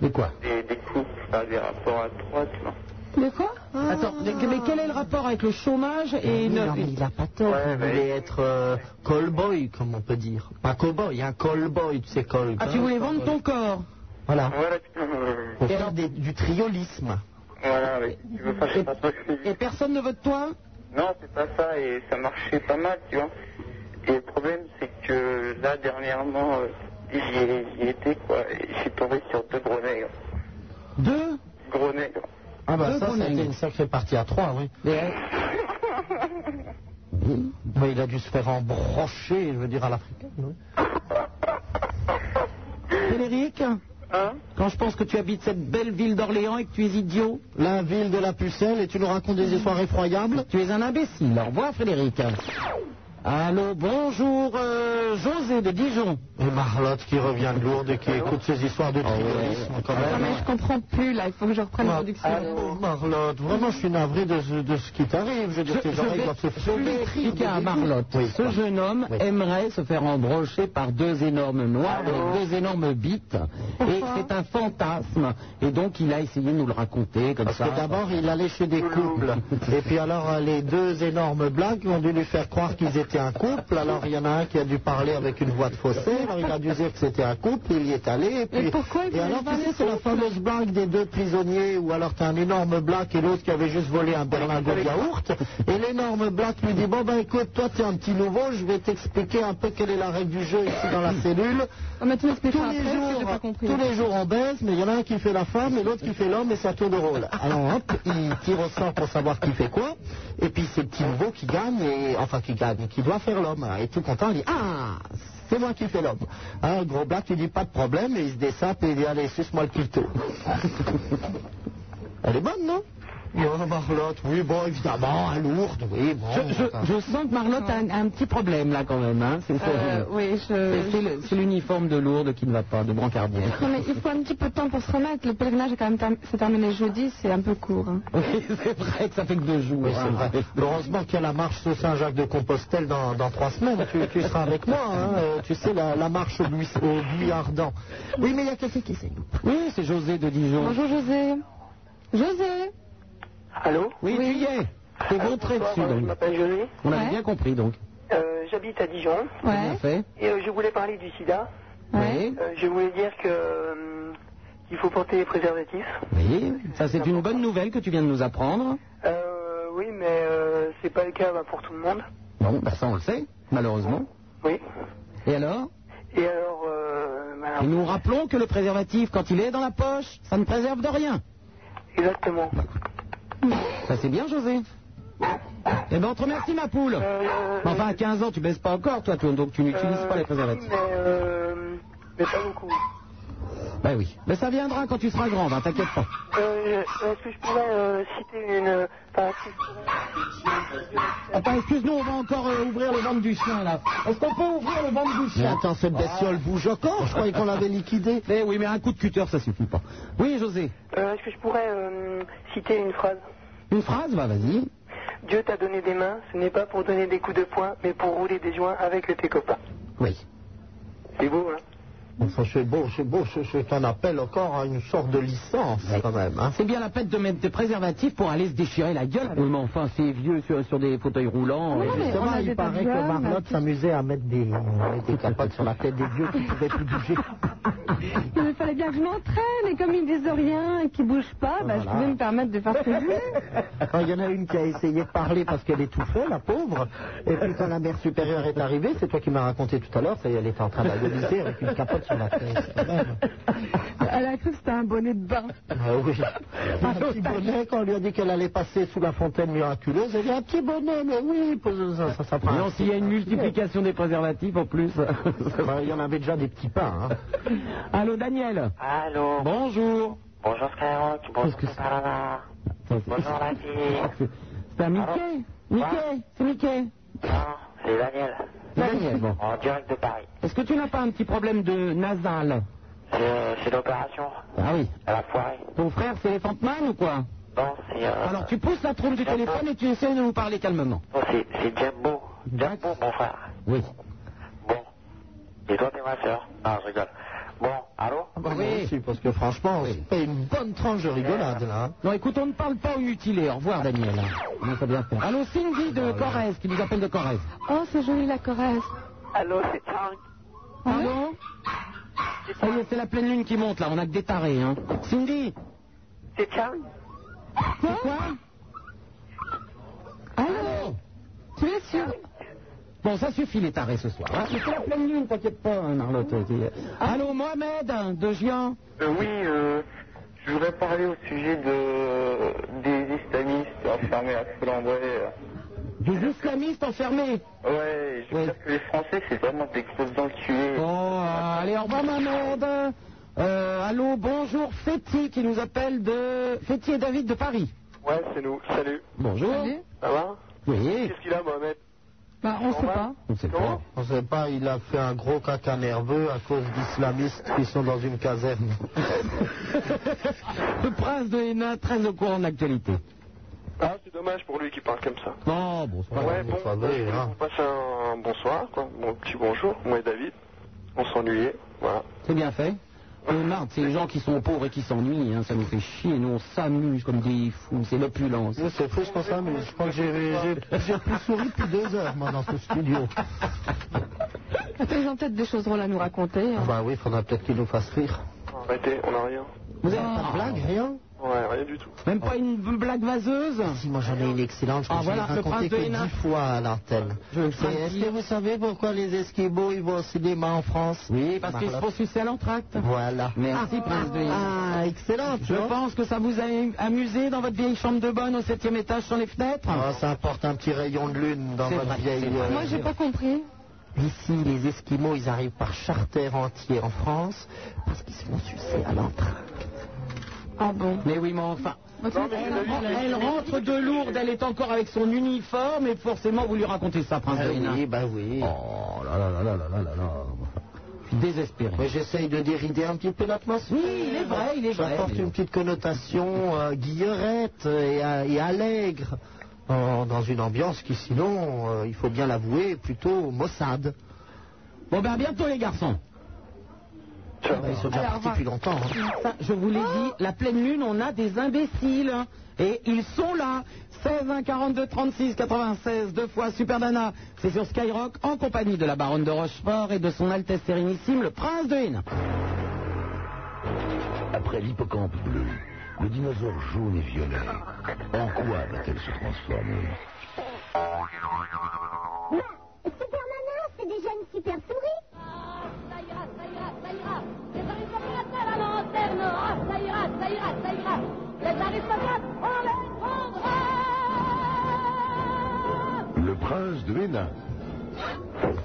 Speaker 2: De quoi
Speaker 13: des, des couples, enfin, des rapports à trois, tu vois.
Speaker 32: De quoi
Speaker 1: Attends, mais mais quel est le rapport avec le chômage et...
Speaker 2: Et
Speaker 1: ne-
Speaker 2: non, mais il a pas tort. il voulait être euh, callboy, comme on peut dire. Pas cowboy, un callboy, tu sais, call.
Speaker 1: Ah, tu voulais vendre ton corps
Speaker 2: Voilà.
Speaker 13: Voilà, euh,
Speaker 2: Pour faire des- du triolisme.
Speaker 13: voilà, mais si tu veux pas, je sais pas trop ce que je
Speaker 1: Et personne ne veut de toi
Speaker 13: Non, c'est pas ça, et ça marchait pas mal, tu vois. Et le problème, c'est que là, dernièrement, euh, j'y ai- j'y étais, quoi, et je suis tombé sur deux gros nègres.
Speaker 1: Deux
Speaker 13: Gros nègres.
Speaker 2: Ah bah
Speaker 1: Deux
Speaker 2: ça,
Speaker 1: connings.
Speaker 2: c'était une sacrée partie à trois, oui. Mais il a dû se faire embrocher, je veux dire, à l'africaine. oui.
Speaker 1: Frédéric
Speaker 13: Hein
Speaker 1: Quand je pense que tu habites cette belle ville d'Orléans et que tu es idiot,
Speaker 2: La ville de la pucelle, et tu nous racontes des histoires effroyables
Speaker 1: tu es un imbécile. Au revoir Frédéric. Allô, bonjour, euh, José de Dijon. Ah
Speaker 2: Et Marlotte qui revient de Lourdes et qui écoute ces histoires de triolisme, quand
Speaker 32: Non,
Speaker 2: même.
Speaker 32: mais je comprends plus là, il faut que je reprenne la production.
Speaker 2: Ah, pauvre Marlotte, vraiment, je suis navré de ce, de ce qui t'arrive. Je veux
Speaker 1: Je,
Speaker 2: dire, tes
Speaker 1: je
Speaker 2: oreilles
Speaker 1: vais,
Speaker 2: doivent se
Speaker 1: je vais expliquer à Marlotte.
Speaker 2: Oui,
Speaker 1: Ce
Speaker 2: pardon.
Speaker 1: jeune homme
Speaker 2: Oui.
Speaker 1: aimerait se faire embrocher par deux énormes noirs avec deux énormes bites. Et c'est un fantasme. Et donc il a essayé de nous le raconter comme
Speaker 2: Parce
Speaker 1: ça.
Speaker 2: que d'abord, il allait chez des couples. Et puis alors, euh, les deux énormes blagues ont dû lui faire croire qu'ils étaient
Speaker 1: c'était un couple, alors il y en a un qui a dû parler avec une voix de fossé, alors il a dû dire que c'était un couple, il y est allé, et puis...
Speaker 27: Mais pourquoi il
Speaker 1: et
Speaker 27: voulait
Speaker 1: alors,
Speaker 27: voir
Speaker 1: tu
Speaker 27: le
Speaker 1: sais, c'est la
Speaker 27: couple
Speaker 1: fameuse blague des deux prisonniers, où alors t'as un énorme black et l'autre qui avait juste volé un berlingot de yaourt, et l'énorme black lui dit, bon ben écoute, toi t'es un petit nouveau, je vais t'expliquer un peu quelle est la règle du jeu ici dans la cellule. tous les
Speaker 27: après, parce que j'ai pas
Speaker 1: jours,
Speaker 27: compris. hein.
Speaker 1: tous les jours on baise, mais il y en a un qui fait la femme et l'autre qui fait l'homme et c'est à tour de rôle. Alors hop, il tire au sort pour savoir qui fait quoi. Et puis c'est le petit nouveau qui gagne, et, enfin qui gagne, qui doit faire l'homme. Et tout content, il dit Ah, c'est moi qui fais l'homme. Hein, le gros black, il dit pas de problème, et il se dessape et il dit Allez, suce-moi le culto. [laughs] Elle est bonne, non Et on a Marlotte, oui, bon, évidemment, à lourde, oui, bon.
Speaker 2: Je, je- je sens que Marlotte a un, un petit problème là quand même. Hein. C'est
Speaker 11: Euh, oui, je-
Speaker 2: c'est- c'est le- c'est l'uniforme de Lourdes qui ne va pas, de brancardière.
Speaker 11: [laughs] Non, mais il faut un petit peu de temps pour se remettre. Le pèlerinage est quand même term- s'est terminé jeudi, c'est un peu court. hein.
Speaker 1: Oui, c'est vrai que ça fait que deux jours.
Speaker 2: hein.
Speaker 1: Heureusement qu'il y a la marche au Saint-Jacques de Compostelle dans, dans trois semaines. Tu, tu seras avec moi, hein, euh, tu sais, la, la marche au buis, au buis ardent. Oui, mais il y a quelqu'un qui essaye.
Speaker 2: Oui, c'est José de Dijon.
Speaker 11: Bonjour José. José
Speaker 2: Allô Oui, tu y es. C'est votre dessus
Speaker 10: Ah, bonsoir, euh,
Speaker 2: donc.
Speaker 10: je m'appelle José.
Speaker 2: On avait
Speaker 10: Ouais.
Speaker 2: bien compris donc.
Speaker 10: Euh, J'habite à Dijon.
Speaker 2: Bien fait.
Speaker 10: Et euh, je voulais parler du sida. Euh, je voulais dire que euh, qu'il faut porter les préservatifs.
Speaker 2: Oui, ça c'est une bonne nouvelle que tu viens de nous apprendre.
Speaker 10: Euh, oui, mais euh, c'est pas le cas bah, pour tout le monde.
Speaker 2: Bon, bah ça on le sait, malheureusement.
Speaker 10: Oui.
Speaker 2: Et alors
Speaker 10: Et alors, euh, bah,
Speaker 2: Et nous rappelons que le préservatif, quand il est dans la poche, ça ne préserve de rien.
Speaker 10: exactement.
Speaker 2: Ça c'est bien, José. Eh ben, on te remercie, ma poule.
Speaker 1: Euh.
Speaker 10: euh,
Speaker 2: Mais enfin, à 15 ans, tu baisses pas encore, toi, tu- donc tu n'utilises pas les préservatifs.
Speaker 10: Mais, euh, mais pas beaucoup.
Speaker 2: Ben oui. Mais ça viendra quand tu seras grande, hein, t'inquiète pas.
Speaker 10: Euh, je- Est-ce que je pourrais euh, citer une. Enfin, est-ce que je pourrais-
Speaker 2: Attends, excuse-nous, on va encore euh, ouvrir le ventre du chien, là. Est-ce qu'on peut ouvrir le ventre du
Speaker 1: Mais
Speaker 2: chien
Speaker 1: attends, cette bestiole bouge encore, je croyais qu'on l'avait liquidée.
Speaker 2: Eh oui, mais un coup de cutter, ça suffit pas. Oui, José.
Speaker 10: Euh, Est-ce que je pourrais euh, citer une phrase
Speaker 2: Une phrase, bah vas-y.
Speaker 10: Dieu t'a donné des mains, ce n'est pas pour donner des coups de poing, mais pour rouler des joints avec tes copains.
Speaker 2: Oui.
Speaker 10: C'est beau, hein
Speaker 1: Enfin, c'est beau, c'est beau, c'est- c'est un appel encore à une sorte de licence, quand même. hein.
Speaker 2: C'est bien la peine de mettre des préservatifs pour aller se déchirer la gueule. Oui, mais enfin, ces vieux sur, sur des fauteuils roulants.
Speaker 1: Et
Speaker 2: euh,
Speaker 1: justement, il paraît que Marlotte s'amusait à mettre des, des capotes sur la tête des vieux qui ne pouvaient plus bouger.
Speaker 11: Mais [laughs] Il fallait bien que je m'entraîne et comme ils disent rien et qu'ils bougent pas, bah, je
Speaker 1: Voilà.
Speaker 11: pouvais me permettre de faire ce que je voulais.
Speaker 1: Enfin, Il y en a une qui a essayé de parler parce qu'elle étouffait, la pauvre. Et puis quand la mère supérieure est arrivée, c'est toi qui m'as raconté tout à l'heure, ça y est, elle était en train d'agoniser avec une capote sur la tête. quand même.
Speaker 11: Elle a cru que c'était un bonnet de bain.
Speaker 1: Ah oui. Un petit bonnet, quand on lui a dit qu'elle allait passer sous la fontaine miraculeuse, elle dit un petit bonnet, mais oui, pose- ça, ça, ça prend.
Speaker 2: Non, s'il y a une multiplication des préservatifs en plus.
Speaker 1: Enfin, Il y en avait déjà des petits pains. hein.
Speaker 2: [laughs] Allô, Daniel
Speaker 10: Allô
Speaker 2: Bonjour
Speaker 10: Bonjour Skyrock, bonjour Parana. Bonjour la fille.
Speaker 2: C'est un Mickey Mickey C'est Mickey
Speaker 10: Non, c'est Daniel.
Speaker 2: Daniel, bon.
Speaker 10: En direct de Paris.
Speaker 2: Est-ce que tu n'as pas un petit problème de nasal
Speaker 10: C'est euh, c'est l'opération.
Speaker 2: Ah oui.
Speaker 10: Elle a foiré.
Speaker 2: Ton frère, c'est Elephant Man ou quoi
Speaker 10: Non, c'est. Euh,
Speaker 2: Alors tu pousses la trompe du téléphone et tu essaies de nous parler calmement.
Speaker 10: non, c'est- c'est Jumbo. Jumbo, mon frère.
Speaker 2: Oui.
Speaker 10: Et toi, t'es ma soeur.
Speaker 15: Ah,
Speaker 10: Non, je rigole. Bon, allô
Speaker 1: Ah bah, moi aussi, parce que franchement, on se paye une bonne tranche de rigolade, là. hein.
Speaker 2: Non, écoute, on ne parle pas aux mutilés. Au revoir, Daniel. Oui, ça doit faire. Allô, Cindy
Speaker 1: Ah,
Speaker 2: de Corrèze, qui nous appelle de Corrèze. Ah,
Speaker 11: Oh, c'est joli la Corrèze.
Speaker 10: Allô, c'est Tank.
Speaker 2: Allô Ça y est, c'est la pleine lune qui monte, là. On a que des tarés, hein. Cindy
Speaker 10: C'est Tchang
Speaker 2: C'est quoi
Speaker 11: Allô Tu es sûr
Speaker 2: Bon, ça suffit, les tarés, ce soir.
Speaker 1: Ah,
Speaker 2: hein. C'est la pleine lune, t'inquiète pas, hein, Marlotte. Allô, Mohamed, de Gian
Speaker 13: Euh, oui, euh, je voudrais parler au sujet de, des islamistes enfermés à Colombray.
Speaker 2: Des islamistes enfermés
Speaker 13: Ouais, je veux dire que les Français, c'est vraiment des grosses enculés.
Speaker 2: Oh, allez, au revoir, Mohamed. Euh, allô, bonjour, Féti, qui nous appelle de... Féti et David de Paris.
Speaker 15: Ouais, c'est nous. Salut.
Speaker 2: Bonjour.
Speaker 15: Ça va
Speaker 2: Oui.
Speaker 15: Qu'est-ce qu'il a, Mohamed
Speaker 11: Bah, on sait pas.
Speaker 2: On sait
Speaker 1: pas. On sait pas, il a fait un gros caca nerveux à cause d'islamistes qui sont dans une
Speaker 2: [laughs]
Speaker 1: caserne.
Speaker 2: [laughs] Le prince de Hénin, très au courant de l'actualité.
Speaker 15: Ah, c'est dommage pour lui qui parle comme ça.
Speaker 2: Non, bon, c'est pas
Speaker 15: ouais, hein.
Speaker 2: grave.
Speaker 15: bon, je voulais vous passe un bonsoir, quoi. Bon petit bonjour. Moi et David, on s'ennuyait, voilà.
Speaker 2: C'est bien fait. Et marde, c'est les gens qui sont pauvres et qui s'ennuient, hein, ça nous fait chier. Nous, on s'amuse comme des fous, c'est l'opulence.
Speaker 1: C'est fou, je pense ça, mais je crois que j'ai j'ai- j'ai plus souri depuis deux heures, moi, dans ce studio.
Speaker 27: Ils ont peut-être des choses drôles à nous raconter. hein.
Speaker 1: Bah oui, faudra peut-être qu'il nous fasse rire.
Speaker 15: Arrêtez, on a rien.
Speaker 1: Vous avez
Speaker 27: Ah.
Speaker 1: pas de blague, rien
Speaker 15: Ouais, rien du tout.
Speaker 2: Même pas une blague vaseuse
Speaker 1: Si, moi j'en ai une excellente, je
Speaker 6: Ah,
Speaker 1: pense que
Speaker 6: voilà,
Speaker 1: je l'ai
Speaker 6: le
Speaker 1: racontée
Speaker 6: prince de
Speaker 1: que
Speaker 6: Hénin.
Speaker 1: dix fois à l'antenne.
Speaker 6: Je le
Speaker 1: C'est-
Speaker 6: crains
Speaker 1: Est-ce que vous savez pourquoi les Esquimaux ils vont au cinéma en France
Speaker 2: Oui, parce qu'ils se font sucer à l'entracte.
Speaker 1: Voilà.
Speaker 2: Merci, Prince de Hénin.
Speaker 1: Ah, excellent.
Speaker 2: Je
Speaker 1: non
Speaker 2: pense que ça vous a amusé dans votre vieille chambre de bonne au septième étage sans les fenêtres.
Speaker 1: Ah, ça apporte un petit rayon de lune dans
Speaker 2: C'est
Speaker 1: votre
Speaker 2: vrai,
Speaker 1: vieille.
Speaker 2: c'est vrai.
Speaker 1: euh,
Speaker 27: Moi, j'ai pas compris.
Speaker 1: Ici, les Esquimaux, ils arrivent par charter entier en France parce qu'ils se font sucer à l'entrée.
Speaker 27: Ah bon
Speaker 2: Mais oui, mais enfin. Elle rentre de Lourdes, elle est encore avec son uniforme et forcément vous lui racontez ça, Prince de Hénin.
Speaker 1: oui, bah oui.
Speaker 8: Oh là là là là là là là là.
Speaker 2: Je suis désespéré.
Speaker 1: Mais j'essaye de dérider un petit peu l'atmosphère.
Speaker 2: Oui, il est vrai, il est vrai.
Speaker 1: J'apporte une petite connotation euh, guillerette et, euh, et allègre en- dans une ambiance qui, sinon, euh, il faut bien l'avouer, est plutôt maussade.
Speaker 2: Bon, ben à bientôt les garçons.
Speaker 1: Ah bah, ils sont déjà
Speaker 2: Alors,
Speaker 1: partis depuis longtemps. hein.
Speaker 2: Ça, je vous l'ai dit, la pleine lune, on a des imbéciles. hein. Et ils sont là. 16 1 42 36 96 deux fois Super Nana. C'est sur Skyrock en compagnie de la baronne de Rochefort et de son Altesse Sérénissime, le prince de Hénin.
Speaker 8: Après l'hippocampe bleu, le dinosaure jaune et violet, en quoi va-t-elle se transformer
Speaker 11: Super Nana, c'est déjà une super souris.
Speaker 4: Ça ira, ça ira, ça ira. Les aristocrates à la lanterne. Ah, ça ira, ça ira, ça ira. Les aristocrates, on les prendra.
Speaker 8: Le prince de Hénin.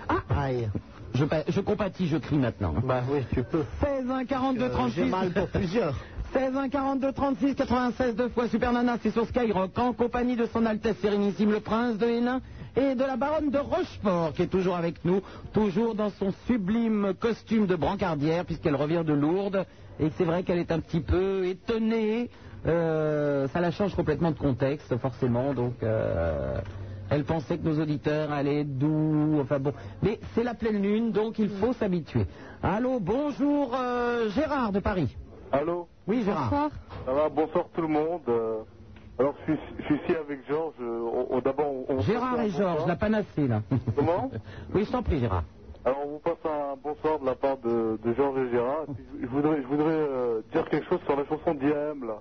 Speaker 2: Ah.
Speaker 1: Aïe.
Speaker 2: Je, pa- je compatis, je crie maintenant.
Speaker 1: Bah oui, tu peux.
Speaker 2: 16 1 42
Speaker 1: Euh,
Speaker 2: 36
Speaker 1: J'ai mal pour plusieurs.
Speaker 2: 16 1 42 36 96 deux fois Super Nana, c'est sur Skyrock en compagnie de son Altesse Sérénissime le Prince de Hénin et de la Baronne de Rochefort qui est toujours avec nous, toujours dans son sublime costume de brancardière puisqu'elle revient de Lourdes et c'est vrai qu'elle est un petit peu étonnée. Euh, ça la change complètement de contexte [laughs] forcément donc. euh, Elle pensait que nos auditeurs allaient d'où, enfin bon. Mais c'est la pleine lune, donc il faut s'habituer. Allô, bonjour euh, Gérard de Paris.
Speaker 15: Allô
Speaker 2: Oui, Gérard.
Speaker 15: Ça va, bonsoir tout le monde. Euh, Alors, je suis, je suis ici avec Georges. euh, on- on- D'abord, on, on-
Speaker 2: Gérard et Georges, la panacée, là. [laughs]
Speaker 15: Comment
Speaker 2: Oui, je t'en prie, Gérard.
Speaker 15: Alors, on vous passe un bonsoir de la part de, de Georges et Gérard. Et puis, Je, je voudrais, je voudrais euh, dire quelque chose sur la chanson d'IAM, là.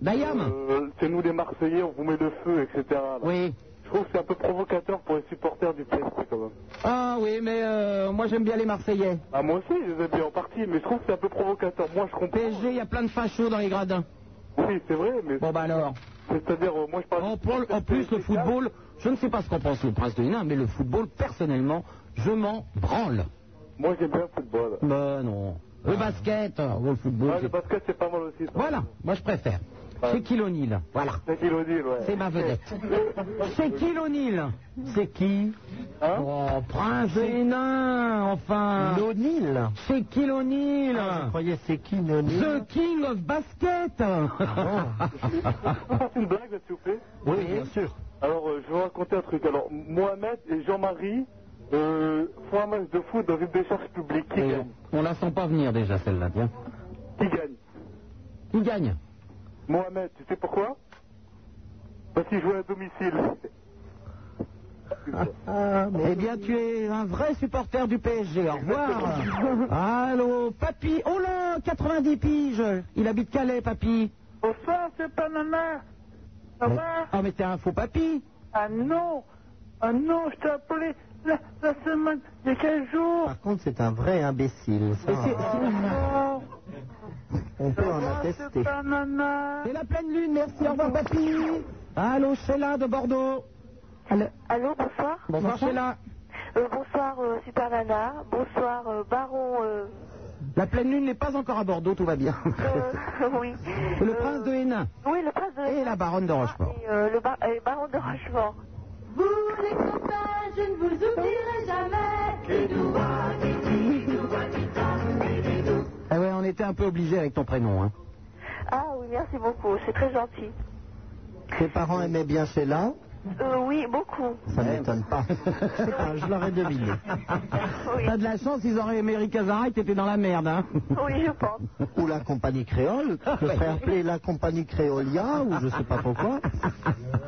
Speaker 2: Dayam
Speaker 15: Euh, C'est nous les Marseillais, on vous met le feu, etc. là.
Speaker 2: Oui.
Speaker 15: Je trouve que c'est un peu provocateur pour les supporters du PSG, quand même.
Speaker 2: Ah oui, mais euh, moi j'aime bien les Marseillais.
Speaker 15: Ah, moi aussi, je les aime bien en partie, mais je trouve que c'est un peu provocateur. Moi, je comprends.
Speaker 2: PSG, il y a plein de fachos dans les gradins.
Speaker 15: Oui, c'est vrai, mais
Speaker 2: Bon, bah alors.
Speaker 15: c'est-à-dire, euh, moi, je parle...
Speaker 2: En, pour- en plus, le football, je ne sais pas ce qu'en pense le prince de Hénin, mais le football, personnellement, je m'en branle.
Speaker 15: Moi, j'aime bien le football.
Speaker 2: Bah non. Le
Speaker 1: Ah.
Speaker 2: basket, euh, le football.
Speaker 15: Ouais, le
Speaker 2: c'est-
Speaker 15: basket, c'est pas mal aussi. ça.
Speaker 2: Voilà, moi je préfère. C'est Kill O'Neal, voilà.
Speaker 15: C'est qu'il O'Neal, ouais.
Speaker 2: C'est ma vedette. C'est qui l'Onil C'est qui
Speaker 1: Hein?
Speaker 15: Hein
Speaker 2: Oh, prince de Hénin, enfin.
Speaker 1: L'Onil Ah,
Speaker 2: C'est qui l'Onil
Speaker 1: Je croyais Ah, c'est qui, Noni
Speaker 2: The King of Basket [laughs]
Speaker 15: On peut passer une blague, s'il vous plaît
Speaker 1: Oui, bien sûr.
Speaker 15: Alors, euh, je vais vous raconter un truc. Alors, Mohamed et Jean-Marie euh, font un match de foot dans une décharge publique. Qui gagne
Speaker 2: On la sent pas venir déjà celle-là, tiens.
Speaker 15: Qui gagne
Speaker 2: Qui gagne
Speaker 15: Mohamed, tu sais pourquoi Parce qu'il joue à domicile.
Speaker 1: Ah,
Speaker 2: Eh bien, tu es un vrai supporter du PSG. Au revoir. Allô, papy. Oh là, 90 piges. Il habite Calais, papy.
Speaker 33: Bonsoir, c'est pas nana. Ça va
Speaker 2: Ah, mais t'es un faux papy.
Speaker 33: Ah non Ah non, je t'ai appelé la, la semaine, il y a 15 jours.
Speaker 1: Par contre, c'est un vrai imbécile. ça.
Speaker 2: Et c'est-
Speaker 33: Oh,
Speaker 1: on peut en
Speaker 33: ça,
Speaker 1: attester.
Speaker 33: c'est pas nana.
Speaker 2: C'est la pleine lune, merci. Au revoir, papy. Allô, Sheila de Bordeaux.
Speaker 18: Allô, bonsoir.
Speaker 2: Bonsoir, Sheila.
Speaker 18: Euh, bonsoir, euh, Super Nana. Bonsoir, euh, Baron. euh,
Speaker 2: La pleine lune n'est pas encore à Bordeaux, tout
Speaker 1: [laughs]
Speaker 2: va bien.
Speaker 18: euh, [laughs] oui.
Speaker 2: Le
Speaker 18: Euh,
Speaker 2: prince de Hénin
Speaker 18: Oui, le prince de
Speaker 2: et la baronne de Rochefort.
Speaker 18: et, euh, le bar- et le baron de Rochefort.
Speaker 4: Vous, les copains, je ne vous oublierai jamais.
Speaker 2: Ah ouais, on était un peu obligé avec ton prénom. Hein.
Speaker 18: Ah oui, merci beaucoup. C'est très gentil.
Speaker 1: Tes parents aimaient bien Sheila
Speaker 5: Euh, oui, beaucoup.
Speaker 1: Ça ne m'étonne
Speaker 2: [laughs]
Speaker 1: pas. Ah, je l'aurais deviné.
Speaker 2: T'as de la chance, ils auraient aimé Cazaray, t'étais dans la merde, hein Ah
Speaker 5: Oui, je pense.
Speaker 1: Ou la compagnie créole. Je
Speaker 2: ouais.
Speaker 1: ferais appeler la compagnie créolia, ou je sais pas pourquoi.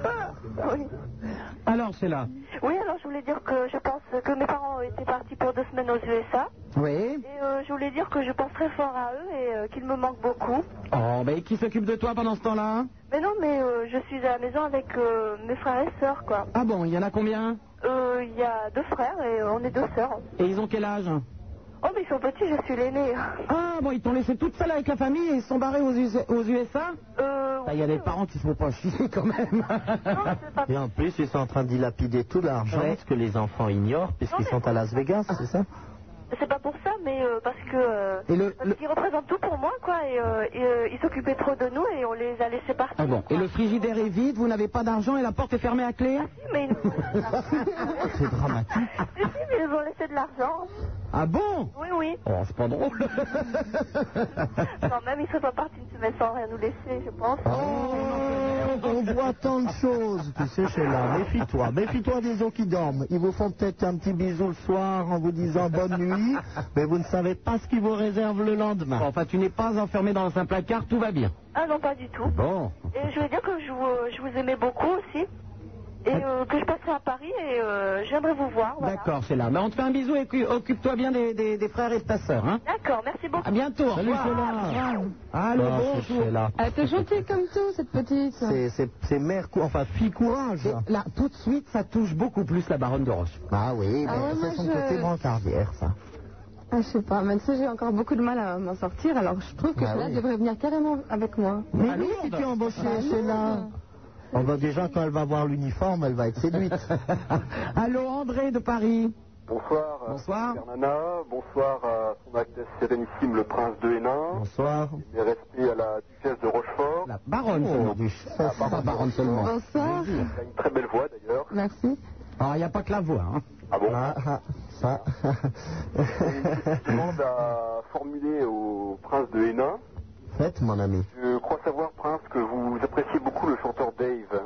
Speaker 18: Ah,
Speaker 5: Oui.
Speaker 2: [laughs] Alors, c'est là.
Speaker 5: Oui, alors je voulais dire que je pense que mes parents étaient partis pour deux semaines aux USA.
Speaker 2: Oui.
Speaker 5: Et euh, je voulais dire que je pense très fort à eux et euh, qu'ils me manquent beaucoup.
Speaker 2: Oh, mais qui s'occupe de toi pendant ce temps-là hein
Speaker 5: Mais non, mais euh, je suis à la maison avec euh, mes frères et sœurs, quoi.
Speaker 2: Ah bon, il y en a combien
Speaker 5: Euh, Il y a deux frères et euh, on est deux sœurs.
Speaker 2: Et ils ont quel âge
Speaker 5: Oh, mais ils sont petits, je suis l'aînée.
Speaker 2: Ah bon, ils t'ont laissé toute seule avec la famille et ils sont barrés aux, US aux USA
Speaker 5: Euh,
Speaker 2: Ah, Il y a des parents qui se font pas chier quand même.
Speaker 1: Et en plus, ils sont en train de dilapider tout l'argent,
Speaker 2: Ouais.
Speaker 1: ce que les enfants ignorent, puisqu'ils sont à Las Vegas, c'est ça
Speaker 5: C'est pas pour ça, mais euh, parce que euh,
Speaker 1: Et le-
Speaker 5: parce qu'ils représentent tout pour moi, quoi. Et, euh, et, euh, ils s'occupaient trop de nous et on les a laissés partir.
Speaker 2: Ah bon, et le frigidaire est vide, vous n'avez pas d'argent et la porte est fermée à clé
Speaker 5: Mais ils nous- [laughs]
Speaker 1: C'est dramatique.
Speaker 5: Si, si, mais ils nous ont laissé de l'argent.
Speaker 2: Ah bon
Speaker 5: Oui, oui.
Speaker 2: Oh, c'est pas drôle.
Speaker 5: [laughs] Quand même, ils seraient pas partis une semaine sans rien nous laisser, je pense.
Speaker 1: Oh, On voit tant de choses, tu sais, Sheila. Méfie-toi. Méfie-toi des gens qui dorment. Ils vous font peut-être un petit bisou le soir en vous disant bonne nuit, mais vous ne savez pas ce qu'ils vous réservent le lendemain.
Speaker 2: Enfin, tu n'es pas enfermé dans un placard, tout va bien.
Speaker 5: Ah non, pas du tout.
Speaker 1: Bon.
Speaker 5: Et je voulais dire que je vous, euh, je vous aimais beaucoup aussi. Et euh, que je passerai à Paris et euh, j'aimerais vous voir. voilà.
Speaker 2: Ah. D'accord, c'est là. Mais on te fait un bisou et cu- occupe-toi bien des, des- des frères et de ta sœur. Hein
Speaker 5: D'accord, merci beaucoup.
Speaker 2: à bientôt.
Speaker 1: Salut, Sheila.
Speaker 2: Allô,
Speaker 1: Ah, c'est
Speaker 2: bonjour.
Speaker 1: Sheila.
Speaker 27: Elle était gentille comme tout, cette petite.
Speaker 1: C'est- C'est c'est mère, cou- enfin fille courage.
Speaker 2: Là, tout de suite, ça touche beaucoup plus la baronne de Roche.
Speaker 1: Ah oui,
Speaker 27: Ah
Speaker 1: mais
Speaker 27: ouais, moi,
Speaker 1: c'est son
Speaker 27: je-
Speaker 1: côté brancardière, ça.
Speaker 27: Ah, je sais pas, mais tu sais, j'ai encore beaucoup de mal à m'en sortir, alors je trouve que
Speaker 1: Bah
Speaker 27: celle-là
Speaker 1: oui.
Speaker 27: devrait venir carrément avec moi.
Speaker 1: Mais oui, si tu es embauché chez là. On va déjà, quand elle va voir l'uniforme, elle va être [laughs] séduite.
Speaker 2: Allô, André de Paris.
Speaker 15: Bonsoir. euh,
Speaker 2: Bonsoir.
Speaker 15: Nana, bonsoir à son Altesse Sérénissime le Prince de Hénin.
Speaker 1: Bonsoir.
Speaker 15: Mes respects à la Duchesse de Rochefort.
Speaker 2: La baronne seulement.
Speaker 1: La baronne,
Speaker 2: seulement.
Speaker 27: Bonsoir.
Speaker 15: Elle a une très belle voix d'ailleurs.
Speaker 27: Merci.
Speaker 2: Alors, il n'y a pas que la voix. hein.
Speaker 15: Ah bon
Speaker 1: Ah, ah, ça.
Speaker 15: Je demande à formuler au Prince de Hénin.
Speaker 1: [laughs] Faites, mon ami.
Speaker 15: Je crois savoir, Prince, que vous appréciez beaucoup le chanteur Dave.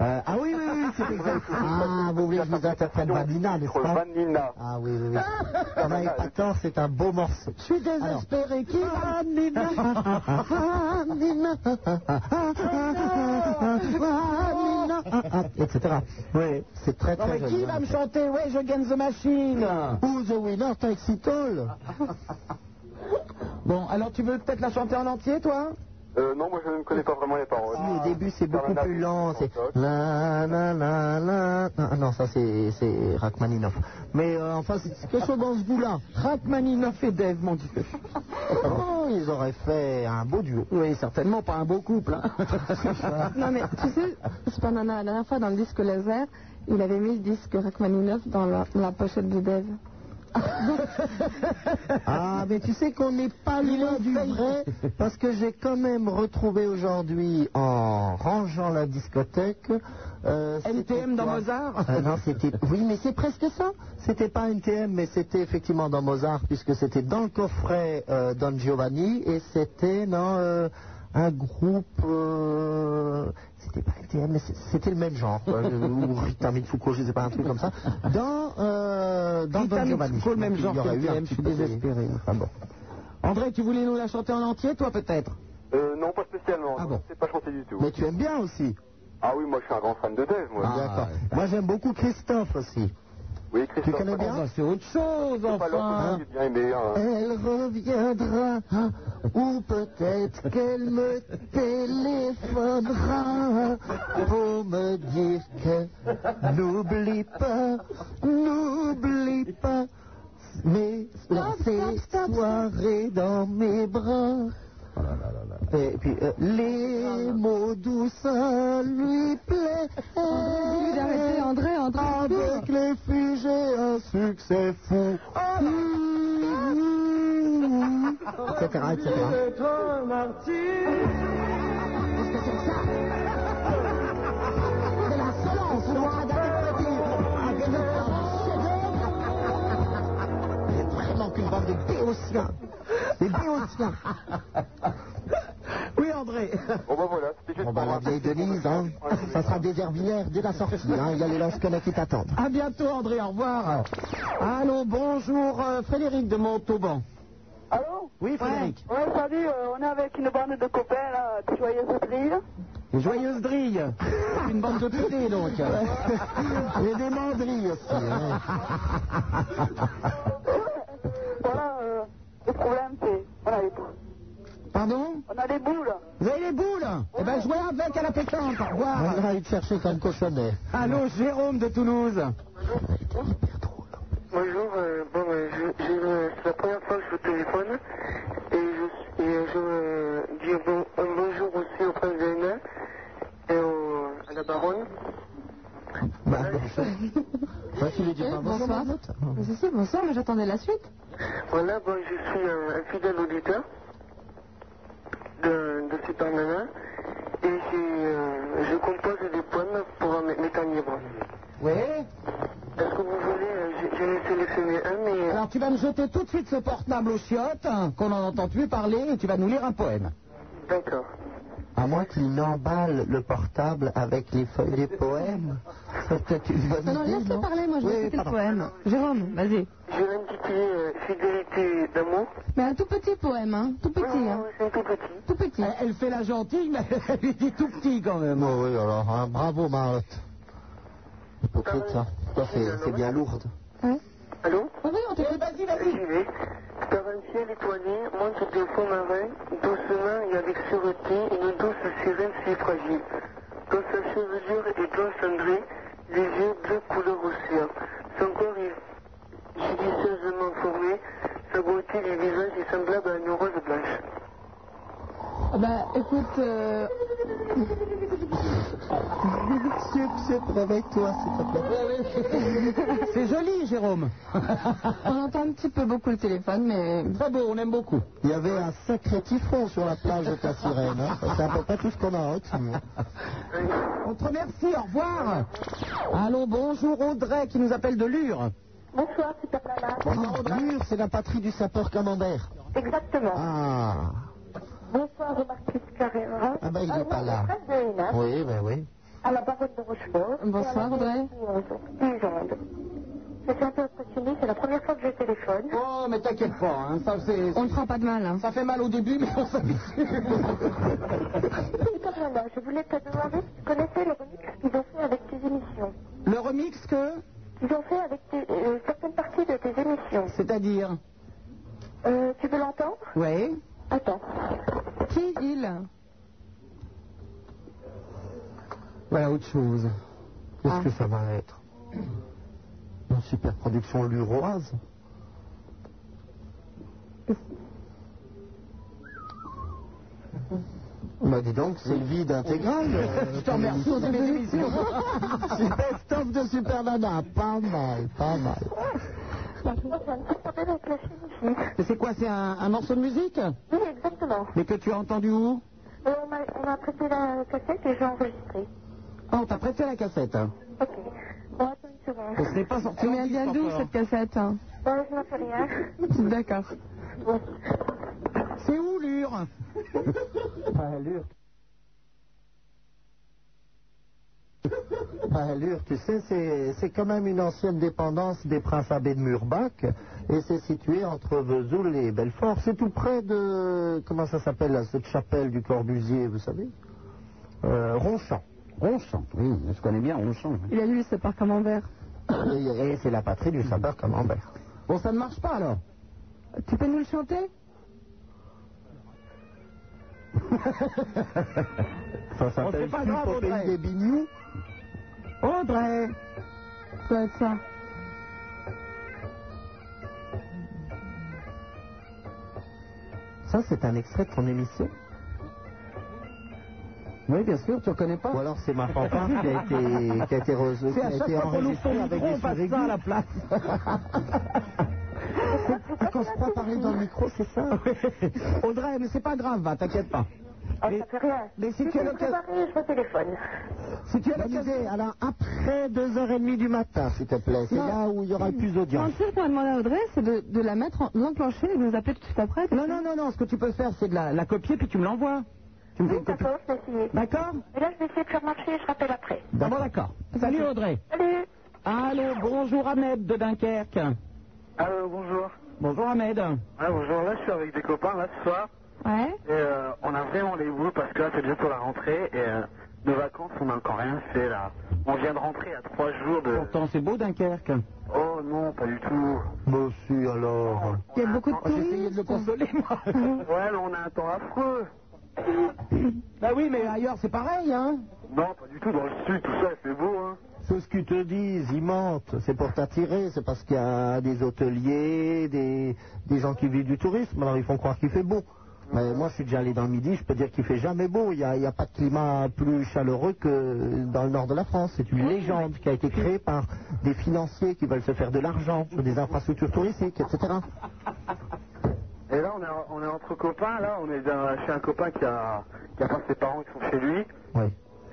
Speaker 1: Euh, ah oui, oui, oui, c'est [laughs] exact. Ah, vous voulez que je vous interprète Vanina, n'est-ce
Speaker 15: Entre
Speaker 1: pas
Speaker 15: Vanina.
Speaker 1: Ah oui, oui, oui. Vous n'avez pas tort, c'est un beau morceau.
Speaker 6: Je suis désespéré. Qui va
Speaker 1: [laughs] Etc. Oui, c'est très très joli. hein,
Speaker 6: Qui va me chanter Ouais, je gagne the machine.
Speaker 1: Who's the winner, takes it [laughs] all
Speaker 6: [laughs] Bon, alors tu veux peut-être la chanter en entier, toi
Speaker 15: Euh, non, moi je ne connais pas vraiment les paroles.
Speaker 1: Oui, au début, c'est beaucoup
Speaker 15: Bernard
Speaker 1: plus lent. C'est
Speaker 15: Santos.
Speaker 1: la la la la. Ah non, ça c'est c'est Rachmaninoff. Mais euh, enfin, c'est c'est quelque chose dans ce goût-là.
Speaker 6: Rachmaninoff et Dave, mon Dieu.
Speaker 1: Oh, ils auraient fait un beau duo.
Speaker 6: Oui, certainement pas un beau couple. hein.
Speaker 27: Non, mais tu sais, Super Nana, la dernière fois dans le disque Laser, il avait mis le disque Rachmaninoff dans la, la pochette du Dev.
Speaker 1: [laughs] Ah, mais tu sais qu'on n'est pas loin du vrai, parce que j'ai quand même retrouvé aujourd'hui, en rangeant la discothèque... euh,
Speaker 2: NTM
Speaker 1: c'était
Speaker 2: dans
Speaker 1: quoi
Speaker 2: Mozart
Speaker 1: Euh, Non, c'était... Oui, mais c'est presque ça. C'était pas NTM, mais c'était effectivement dans Mozart, puisque c'était dans le coffret euh, Don Giovanni, et c'était dans euh, un groupe... euh, C'était pas NTM, mais c'est- c'était le même genre,
Speaker 2: [laughs]
Speaker 1: quoi, euh, ou Rita Mitsuko, je sais pas, un truc comme ça, dans, euh, dans
Speaker 2: Rita
Speaker 1: Don Giovanni.
Speaker 2: Mitsuko, le même
Speaker 1: Donc, il y
Speaker 2: genre
Speaker 1: aurait eu un
Speaker 2: qu'NTM,
Speaker 1: petit
Speaker 2: je suis
Speaker 1: peu de-
Speaker 2: désespéré. hein.
Speaker 1: Ah bon.
Speaker 2: André, tu voulais nous la chanter en entier, toi, peut-être
Speaker 15: Euh, non, pas spécialement.
Speaker 1: Ah
Speaker 15: Je
Speaker 1: bon.
Speaker 15: ne sais pas chanter du tout.
Speaker 1: Mais Ah. tu aimes bien aussi.
Speaker 15: Ah oui, moi je suis un grand fan de Dave, moi.
Speaker 1: D'accord. Moi j'aime beaucoup Christophe aussi.
Speaker 15: Oui, Christophe.
Speaker 1: connais bien
Speaker 15: Colomb.
Speaker 2: Ah, C'est autre chose,
Speaker 15: C'est pas l'autre
Speaker 2: enfin.
Speaker 15: que j'ai bien aimé. hein.
Speaker 1: Elle reviendra ou peut-être qu'elle me téléphonera pour me dire que n'oublie pas, n'oublie pas mes ces soirées dans mes bras. Et puis euh, les mots doux ça lui plaît.
Speaker 27: Dis d'arrêter, André, André.
Speaker 1: Avec les filles, j'ai un succès fou. Mmh. Etc. etc.
Speaker 6: C'est la seule en soi d'interpréter avec
Speaker 1: Vraiment [laughs] qu'une bande de béotiens. Des béotiens.
Speaker 2: Oui, André.
Speaker 34: Allez Bon bah voilà, c'était juste
Speaker 1: Bon, bah, la vieille Denise, hein, ça sera des herbières dès la sortie. Hein, il y a les lance-canettes qui t'attendent.
Speaker 2: À bientôt, André, au revoir. Allô, bonjour, euh, Frédéric de Montauban.
Speaker 10: Allô
Speaker 2: Oui, Frédéric.
Speaker 10: Ouais, salut, euh, on est avec une bande de copains, là, de joyeuses drilles.
Speaker 2: Joyeuse drille. [laughs] Une bande de pédés, donc. [laughs] Et des mandrilles aussi.
Speaker 1: [laughs]
Speaker 2: hein.
Speaker 10: Voilà, euh, le problème, c'est... On a les boules.
Speaker 2: Pardon
Speaker 10: On a les boules.
Speaker 2: Vous avez les boules Eh ben, jouez avec à la pétanque. Au revoir.
Speaker 1: On ira y te chercher comme cochonnet.
Speaker 2: Allô, Jérôme de Toulouse.
Speaker 15: Bonjour, euh, bon, euh, je, je, euh, c'est la première fois que je vous téléphone et je, suis- et je euh, dis bon- un bonjour aussi au prince de Hénin et au, à la baronne.
Speaker 1: Bah, tu lui dis
Speaker 2: Eh,
Speaker 1: pas bonjour,
Speaker 27: Bonsoir. Mais si, si, bonsoir, mais j'attendais la suite.
Speaker 15: Voilà, bon, je suis un, un fidèle auditeur de, de Super Nana et j'ai, euh, je compose des poèmes pour euh, mes, mes temps libres.
Speaker 1: Oui
Speaker 15: Est-ce que vous voulez, euh, j'ai- j'en ai sélectionné un, mais...
Speaker 1: euh,
Speaker 2: Alors, tu vas me jeter tout de suite ce portable aux chiottes, hein, qu'on n'en entend plus parler, et tu vas nous lire un poème.
Speaker 15: D'accord.
Speaker 1: À moins qu'il n'emballe le portable avec les feuilles des poèmes. C'est peut-être une bonne
Speaker 27: Non, non,
Speaker 1: idée,
Speaker 27: laisse-le
Speaker 1: non
Speaker 27: parler, moi je vais
Speaker 1: Oui,
Speaker 27: écouter le
Speaker 1: pardon.
Speaker 27: poème. Jérôme, vas-y.
Speaker 15: J'ai l'intitulé euh, Fidélité d'amour. Oh,
Speaker 27: Mais un tout petit poème, hein, tout petit. hein. Tout petit.
Speaker 2: Elle fait la gentille, mais [laughs] elle lui dit tout petit quand même.
Speaker 1: Oh oui, alors, hein, bravo, Marotte. Hypocrite, ça. Ça, c'est c'est bien lourde.
Speaker 15: Allô
Speaker 27: Oui, on t'écoute.
Speaker 15: Vas-y, vas-y. J'y vais. Par un ciel étoilé, monte des faux marins, doucement et avec sûreté, une douce sirène si fragile. Dans sa chevelure est blanc cendré, les yeux bleu couleur océan. Son corps est judicieusement formé, sa beauté du visage est semblable à une rose blanche.
Speaker 27: Ah Bah, écoute, euh,
Speaker 1: Sup, sup, réveille-toi, s'il te plaît.
Speaker 2: [laughs] C'est
Speaker 1: [laughs]
Speaker 2: joli, Jérôme.
Speaker 27: on entend un petit peu beaucoup le téléphone, mais...
Speaker 2: Très beau, on aime beaucoup.
Speaker 1: Il y avait un sacré typhon sur la plage de la sirène. hein. C'est à peu près tout ce qu'on a en dessous, hein.
Speaker 2: [laughs] On te remercie, au revoir. Allô, bonjour, Audrey qui nous appelle de Lure.
Speaker 1: Bonsoir, c'est Nana. Bonsoir, Audrey. Ah, C'est la patrie du sapeur camembert.
Speaker 10: Exactement.
Speaker 1: Ah,
Speaker 10: Bonsoir, Marcus Carrera.
Speaker 1: Ah, ben, il n'est pas là.
Speaker 10: prince de Hénin,
Speaker 1: Oui, ben oui.
Speaker 10: à la baronne de Rochefort.
Speaker 27: Bonsoir, Audrey.
Speaker 10: Légende. Je suis un peu impressionnée, c'est la première fois que je téléphone.
Speaker 2: Oh, mais t'inquiète pas, hein, ça, c'est-
Speaker 27: On ne fera pas de mal. hein.
Speaker 2: ça fait mal au début, mais on s'habitue.
Speaker 10: Carrera, je voulais te demander si tu connaissais le remix qu'ils ont fait avec tes émissions.
Speaker 2: Le remix que
Speaker 10: Ils ont fait avec tes- euh, certaines parties de tes émissions.
Speaker 2: C'est-à-dire
Speaker 10: Euh, tu veux l'entendre
Speaker 2: Oui.
Speaker 10: Attends.
Speaker 27: Qui il
Speaker 1: Voilà autre chose. Qu'est-ce
Speaker 2: Ah.
Speaker 1: que ça va être Une super production luroise Bah dis donc, c'est le vide intégral. Euh,
Speaker 2: Je te remercie, on aime les émissions.
Speaker 1: [laughs] C'est best-of de Super Nana. Pas mal, pas mal.
Speaker 2: Mais c'est quoi, c'est un, un morceau de musique
Speaker 10: Oui, exactement.
Speaker 2: Mais que tu as entendu où
Speaker 10: Euh, on m'a- on m'a prêté la cassette et j'ai enregistré.
Speaker 2: Ah, on t'a prêté la cassette. hein.
Speaker 10: Ok. Bon, attends une seconde.
Speaker 2: On se n'est pas sorti.
Speaker 27: Mais elle vient d'où cette cassette hein
Speaker 10: Bon, je m'appelle rien.
Speaker 27: D'accord.
Speaker 2: C'est où [laughs] Lure
Speaker 1: Pas Lure. Pas Lure, tu sais, c'est c'est quand même une ancienne dépendance des princes abbés de Murbach et c'est situé entre Vesoul et Belfort. C'est tout près de, comment ça s'appelle, là, cette chapelle du Corbusier, vous savez euh, Ronchamp. Ronchamp, oui, je connais bien Ronchamp.
Speaker 27: Il a lu le sapeur camembert.
Speaker 1: Et, et c'est la patrie du sapeur camembert.
Speaker 2: Bon, ça ne marche pas alors.
Speaker 27: Tu peux nous le chanter
Speaker 1: Ça
Speaker 2: Oh,
Speaker 1: s'appelle
Speaker 2: c'est pas
Speaker 1: Sup
Speaker 2: grave,
Speaker 1: au pays
Speaker 2: Audrey.
Speaker 1: des Bignous.
Speaker 2: Audrey
Speaker 27: Ça doit être ça.
Speaker 1: Ça, c'est un extrait de ton émission
Speaker 2: Oui, bien sûr, tu reconnais pas
Speaker 1: Ou alors c'est ma fanfare qui a été, qui a été, re- qui
Speaker 2: C'est
Speaker 1: a
Speaker 2: à
Speaker 1: été
Speaker 2: chaque fois qu'on ouvre
Speaker 1: enregistrée
Speaker 2: son
Speaker 1: avec
Speaker 2: micro,
Speaker 1: des
Speaker 2: on passe ça à
Speaker 1: [laughs]
Speaker 2: la place.
Speaker 1: Ah, Quand je crois parler dans le micro, c'est
Speaker 2: [laughs]
Speaker 1: ça
Speaker 2: Audrey, mais c'est pas grave, va, t'inquiète pas.
Speaker 10: Ah, ça fait rien.
Speaker 2: Mais si
Speaker 10: Je
Speaker 2: tu as
Speaker 10: suis
Speaker 2: l'occasion...
Speaker 10: préparée, je téléphone.
Speaker 2: Si tu as
Speaker 1: Bonne
Speaker 2: l'occasion...
Speaker 1: idée. Alors après 2h30 du matin, s'il te plaît, c'est
Speaker 27: Non.
Speaker 1: là où il y aura le plus
Speaker 27: Non,
Speaker 1: d'audience.
Speaker 27: ce qu'on va demander à Audrey, c'est de, de la mettre, en, de l'enclencher et de nous appeler tout de suite après.
Speaker 2: Non, non, non, non, ce que tu peux faire, c'est de la, la copier, puis tu me l'envoies.
Speaker 10: Tu me fais une copie. D'accord,
Speaker 35: D'accord
Speaker 10: je vais essayer. Et là, je vais essayer de faire marcher et je rappelle après.
Speaker 35: Ah bon, d'accord. Salut Audrey.
Speaker 10: Salut.
Speaker 35: Allô, bonjour Ahmed de Dunkerque.
Speaker 15: Allô, bonjour.
Speaker 35: Bonjour Ahmed.
Speaker 15: Ouais, bonjour, là je suis avec des copains là ce soir.
Speaker 35: Ouais.
Speaker 15: Et euh, on a vraiment les boules parce que là c'est bientôt la rentrée et euh, de vacances on n'a encore rien fait là. On vient de rentrer à trois jours de.
Speaker 2: Pourtant, c'est beau Dunkerque.
Speaker 15: Oh non, pas du tout.
Speaker 1: Moi aussi, alors.
Speaker 35: Il y a beaucoup de touristes. Oh, J'ai essayé de le
Speaker 2: consoler, moi.
Speaker 35: [laughs]
Speaker 15: ouais, mais on a un temps affreux.
Speaker 35: bah oui, mais ailleurs c'est pareil, hein.
Speaker 15: Non, pas du tout, dans le sud, tout ça, c'est beau, hein.
Speaker 1: Tout ce qu'ils te disent, ils mentent. C'est pour t'attirer. C'est parce qu'il y a des hôteliers, des, des gens qui vivent du tourisme. Alors ils font croire qu'il fait beau. Mais moi, je suis déjà allé dans le midi. Je peux dire qu'il fait jamais beau. Il n'y a, il y a pas de climat plus chaleureux que dans le nord de la France. C'est une légende qui a été créée par des financiers qui veulent se faire de l'argent sur des infrastructures touristiques, etc.
Speaker 15: Et là, on est, on est entre copains, là, on est dans- chez un copain qui a, qui a pas ses parents qui sont chez lui.
Speaker 1: Oui.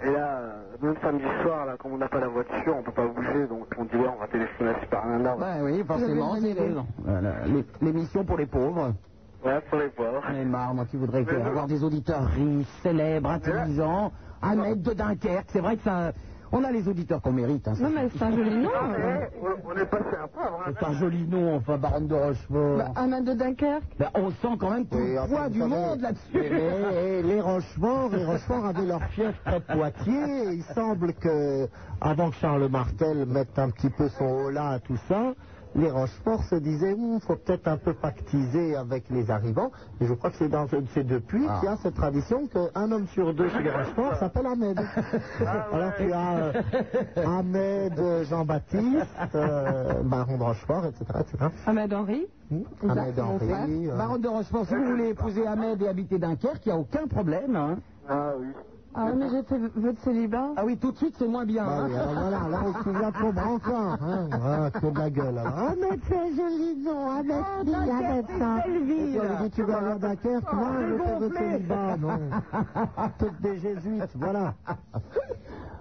Speaker 15: Et là, euh, même samedi soir, là, comme on n'a pas la voiture, on peut pas bouger, donc on dit ouais, on va téléphoner à Super Nana.
Speaker 2: Ouais, oui, forcément, c'est les- voilà, les- l'émission pour les pauvres.
Speaker 15: Ouais, pour les pauvres.
Speaker 2: J'en ai marre, moi qui voudrais que- avoir des auditeurs riches, célèbres, intelligents, Ahmed de Dunkerque. C'est vrai que ça. On a les auditeurs qu'on mérite. Hein, ça.
Speaker 27: Non, mais c'est un joli nom. hein.
Speaker 15: Eh, On est passé un hein. peu avant.
Speaker 2: C'est un joli nom, enfin, Baronne de Rochefort.
Speaker 27: Bah, Ahmed de Dunkerque.
Speaker 2: Bah, on sent quand même tout le poids du monde
Speaker 1: Et
Speaker 2: là-dessus.
Speaker 1: les, et les Rocheforts, les Rocheforts avaient leur fief près de Poitiers. Et il semble que, avant que Charles Martel mette un petit peu son holà à tout ça, les Rocheforts se disaient, il faut peut-être un peu pactiser avec les arrivants. Et je crois que c'est dans- c'est depuis qu'il y a cette tradition qu'un homme sur deux chez les Rocheforts s'appelle Ahmed. Alors tu as euh, Ahmed euh, Jean-Baptiste, euh, baron de Rochefort, etc. etc.
Speaker 27: Ahmed Henry.
Speaker 1: Hmm, Ahmed Henry.
Speaker 2: [laughs]
Speaker 1: euh,
Speaker 2: Baronne de Rochefort, si vous voulez épouser Ahmed et habiter Dunkerque, il n'y a aucun problème. hein.
Speaker 15: Ah oui.
Speaker 27: Ah oui, mais j'ai fait vœu de célibat.
Speaker 2: Ah oui, tout de suite, c'est moins bien.
Speaker 1: Ah
Speaker 2: hein.
Speaker 1: oui, alors voilà, là on se souvient de son brancard, hein. Ah, que de la gueule, alors. Ah, mais tu es joli nom, ah, mais
Speaker 2: Oh,
Speaker 1: si, ah, mais ça. Et puis, on lui dit, tu vas aller à Dunkerque, non, je fais votre célibat, non. [laughs] Toutes des jésuites, voilà.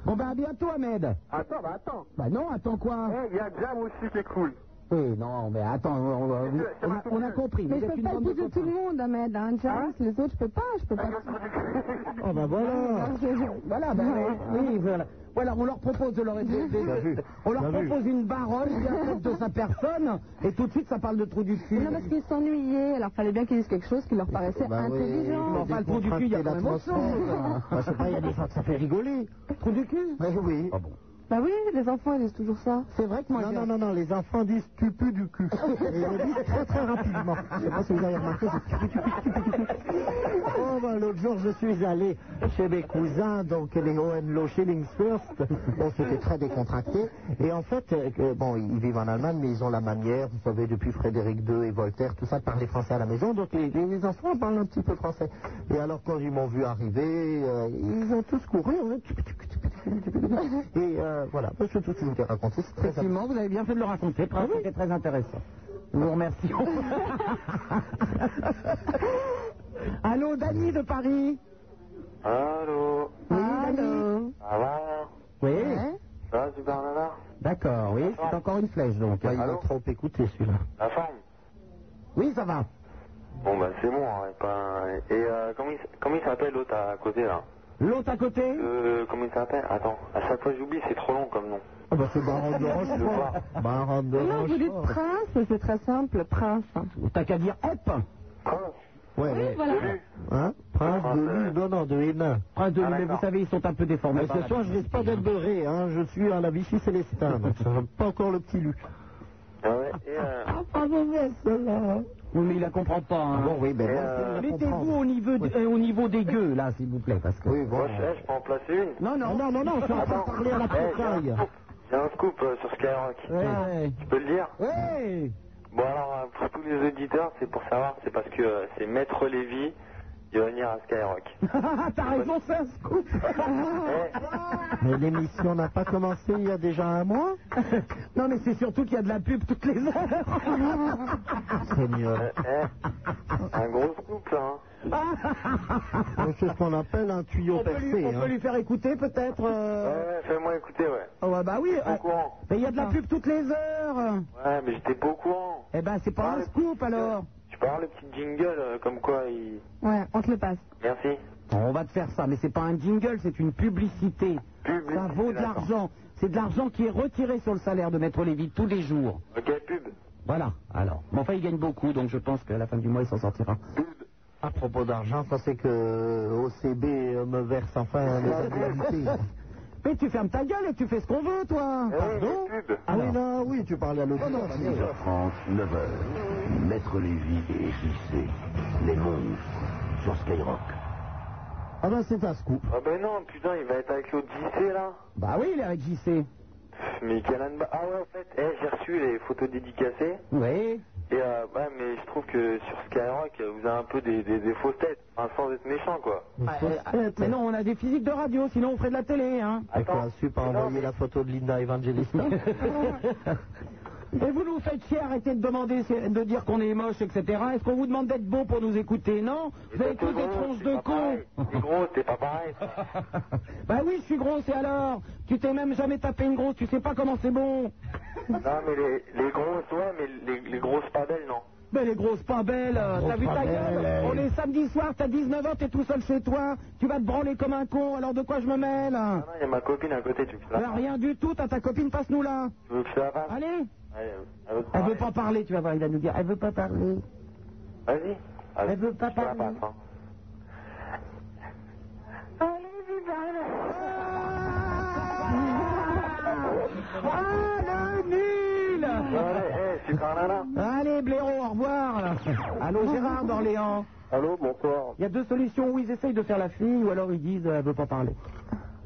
Speaker 2: Bon, ben, à bientôt, Ahmed.
Speaker 15: Attends, bah attends.
Speaker 2: Bah non, attends quoi Eh,
Speaker 15: Eh, Il y a Jam aussi qui est cool.
Speaker 2: Oui, non, mais attends, on, on- on- on a compris.
Speaker 27: Mais
Speaker 2: vous
Speaker 27: je
Speaker 2: êtes
Speaker 27: peux
Speaker 2: une
Speaker 27: pas
Speaker 2: bande de
Speaker 27: épouser tout le
Speaker 2: copains.
Speaker 27: monde, Ahmed. Hein. James, les autres, je peux pas. Je peux pas.
Speaker 1: Oh, bah voilà.
Speaker 27: Ah, je- je-
Speaker 2: Voilà, ben, oui, voilà. Voilà, on leur propose de leur... de- de-
Speaker 1: Bien vu.
Speaker 2: on leur
Speaker 1: Bien vu.
Speaker 2: propose une baronne bien faite de sa personne, et tout de suite, ça parle de trou du cul.
Speaker 27: Non, parce qu'ils s'ennuyaient. Alors, fallait bien qu'ils disent quelque chose qui leur paraissait
Speaker 1: Bah oui,
Speaker 27: intelligent.
Speaker 2: Ah Enfin, le trou du cul, il y a quand même autre chose.
Speaker 1: l'atmosphère. Bah, je sais pas, il y a des fois que ça fait rigoler.
Speaker 2: Trou du cul
Speaker 1: Bah oui.
Speaker 27: Bah oui, les enfants, ils disent toujours ça.
Speaker 2: C'est vrai que moi,
Speaker 1: Non,
Speaker 2: j'ai-
Speaker 1: non, non, non, les enfants disent tu pues du cul.
Speaker 2: [laughs]
Speaker 1: Et ils le disent très très rapidement. Je sais pas si vous avez remarqué, c'est tu pues, tu pues, tu pues, tu pues. Oh, ben, l'autre jour, je suis allé chez mes cousins, donc les Hohenlohe Schillingsfürst. Bon, c'était très décontracté. Et en fait, euh, euh, bon, ils vivent en Allemagne, mais ils ont la manière, vous savez, depuis Frédéric II et Voltaire, tout ça, de parler français à la maison. Donc les, les- les enfants parlent un petit peu français. Et alors, quand ils m'ont vu arriver, euh, ils ont tous couru. hein, tu pues, tu pues, tu pues, tu pues, tu pues. Et euh, voilà, Parce que tout ce que je vous ai raconté, c'est très
Speaker 2: Effectivement, vous avez bien fait de le raconter, parce que c'était très intéressant. Nous vous [laughs] remercions. [laughs] Allô, Dany de Paris
Speaker 15: Allô.
Speaker 2: Allô
Speaker 15: Ça va
Speaker 2: Oui,
Speaker 15: Ça va, Super Nana
Speaker 2: d'accord, oui, c'est encore une flèche donc.
Speaker 1: Ah, il va trop écouter celui-là.
Speaker 15: La forme
Speaker 2: Oui, ça va.
Speaker 15: Bon, bah c'est bon, hein, et, pas- et euh, comment il, s- comment il s'appelle l'autre à côté là
Speaker 2: L'autre à côté
Speaker 15: Euh, comment il s'appelle Attends, à chaque fois j'oublie, c'est trop long comme nom.
Speaker 1: Ah bah c'est Baron de
Speaker 15: [laughs]
Speaker 1: Rochefort. Baron de
Speaker 27: Non, vous dites
Speaker 1: Rochefort.
Speaker 27: prince, c'est très simple, prince.
Speaker 2: Oh, T'as qu'à dire hop
Speaker 1: Ouais, mais-
Speaker 27: Voilà.
Speaker 1: hein Prince de Lille, non, non, de Hénin.
Speaker 2: Prince de Lille, mais vous savez, ils sont un peu déformés.
Speaker 1: Mais ce soir, je risque pas d'être beurré, hein. Je suis à la Vichy Célestin, donc ça va pas encore le petit Luc.
Speaker 15: Ah ouais, et euh,
Speaker 1: pas mauvais, celle-là.
Speaker 2: Oui, mais il la comprend pas. hein.
Speaker 1: Bon, oui, ben,
Speaker 15: Et,
Speaker 1: bon,
Speaker 15: euh,
Speaker 1: faut la
Speaker 2: Mettez-vous
Speaker 1: comprendre.
Speaker 2: au niveau, de- euh, au niveau des gueux, là, s'il vous plaît, parce que...
Speaker 1: Oui, bon.
Speaker 15: moi je, eh, je peux en placer une
Speaker 2: Non, Ah, non,
Speaker 1: Ah Non, non, non, je suis en train de parler à la
Speaker 15: Eh, j'ai un
Speaker 1: portaille.
Speaker 15: scoop. J'ai un scoop euh, sur Skyrock.
Speaker 2: Ouais.
Speaker 15: Tu peux le dire
Speaker 2: Ouais.
Speaker 15: Bon alors, euh, pour tous les auditeurs, c'est pour savoir, c'est parce que euh, c'est Maître Lévy qui va venir à Skyrock.
Speaker 1: Ah,
Speaker 2: T'as raison, c'est un scoop. [laughs]
Speaker 1: Mais l'émission n'a pas commencé il y a déjà un mois
Speaker 2: non, mais c'est surtout qu'il y a de la pub toutes les heures.
Speaker 1: [laughs]
Speaker 2: [laughs]
Speaker 1: Seigneur.
Speaker 15: Eh, eh, un gros scoop là, hein.
Speaker 1: Donc, C'est ce qu'on appelle un tuyau
Speaker 2: On peut, lui,
Speaker 1: percé.
Speaker 2: on peut
Speaker 1: hein.
Speaker 2: lui faire écouter peut-être euh,
Speaker 15: Ouais, ouais, fais-moi écouter, ouais.
Speaker 2: oh, bah, bah oui,
Speaker 15: J'étais
Speaker 2: euh,
Speaker 15: au courant.
Speaker 2: mais il y a de la pub toutes les heures.
Speaker 15: Ouais, mais j'étais pas au courant.
Speaker 2: Eh ben c'est
Speaker 1: Ah,
Speaker 2: pas un scoop alors.
Speaker 15: Tu peux avoir le petit jingle euh, comme quoi il...
Speaker 27: Ouais, on te le passe.
Speaker 15: Merci.
Speaker 1: On va te faire ça, mais c'est pas un jingle, c'est une publicité. ça vaut de
Speaker 2: d'accord.
Speaker 1: l'argent. C'est de l'argent qui est retiré sur le salaire de Maître Lévy tous les jours.
Speaker 2: Ok, pub.
Speaker 1: Voilà, alors. Mais enfin, il gagne beaucoup, donc je pense qu'à la fin du mois, il s'en sortira.
Speaker 15: À propos d'argent, quand c'est que euh, OCB me verse enfin les indemnités
Speaker 1: [laughs] Mais tu fermes ta gueule et tu fais ce qu'on veut, toi
Speaker 15: Pardon Ah oui, non, oui, tu parles à
Speaker 1: Ah
Speaker 15: l'auditeur.
Speaker 36: 10h30, 9h. Maître Lévy et JC, les monstres, sur Skyrock.
Speaker 15: Ah ben c'est un scoop.
Speaker 2: Ah ben non, putain, il va être avec l'autre JC là.
Speaker 1: Bah oui, il est avec JC.
Speaker 2: Mais quel âne- Ah ouais, en fait, eh, j'ai reçu les photos dédicacées.
Speaker 1: Oui.
Speaker 2: Et euh, ouais, mais je trouve que sur Skyrock, vous avez un peu des, des, des fausses têtes, hein, sans être méchant quoi.
Speaker 1: Ah, euh, ah, mais non, on a des physiques de radio, sinon on ferait de la télé, hein.
Speaker 15: Et quoi, super envoyer la photo de Linda Evangelista.
Speaker 1: Et vous nous faites chier, arrêtez de demander, de dire qu'on est moche, etc. Est-ce qu'on vous demande d'être beau pour nous écouter Non Vous avez tous des tronches de con
Speaker 2: T'es gros, t'es pas pareil.
Speaker 1: Bah oui, je suis grosse, et alors Tu t'es même jamais tapé une grosse, tu sais pas comment c'est bon
Speaker 2: non, mais les, les grosses, ouais, mais les, les grosses pas belles, non.
Speaker 1: Mais les grosses pas belles, euh, t'as vu ta gueule On est samedi soir, t'as 19 ans, t'es tout seul chez toi, tu vas te branler comme un con, alors de quoi je me mêle
Speaker 2: Ah, Il y a ma copine à côté, tu veux que je la
Speaker 1: Alors rien du tout, t'as ta copine, passe-nous là
Speaker 2: Tu veux que je la fasse
Speaker 1: Allez
Speaker 2: Allez, elle veut te
Speaker 1: Elle
Speaker 2: parler.
Speaker 1: veut pas parler, tu vas voir, il va nous dire, elle veut pas parler.
Speaker 2: Vas-y.
Speaker 1: Elle veut pas
Speaker 2: Je te la
Speaker 1: parler.
Speaker 2: passe, hein.
Speaker 1: Ah, le nul
Speaker 2: eh,
Speaker 1: Allez, blaireau, au revoir Allô, Gérard d'Orléans
Speaker 2: Allô, bonsoir.
Speaker 1: Il y a deux solutions, ou ils essayent de faire la fille, ou alors ils disent, euh, elle veut pas parler.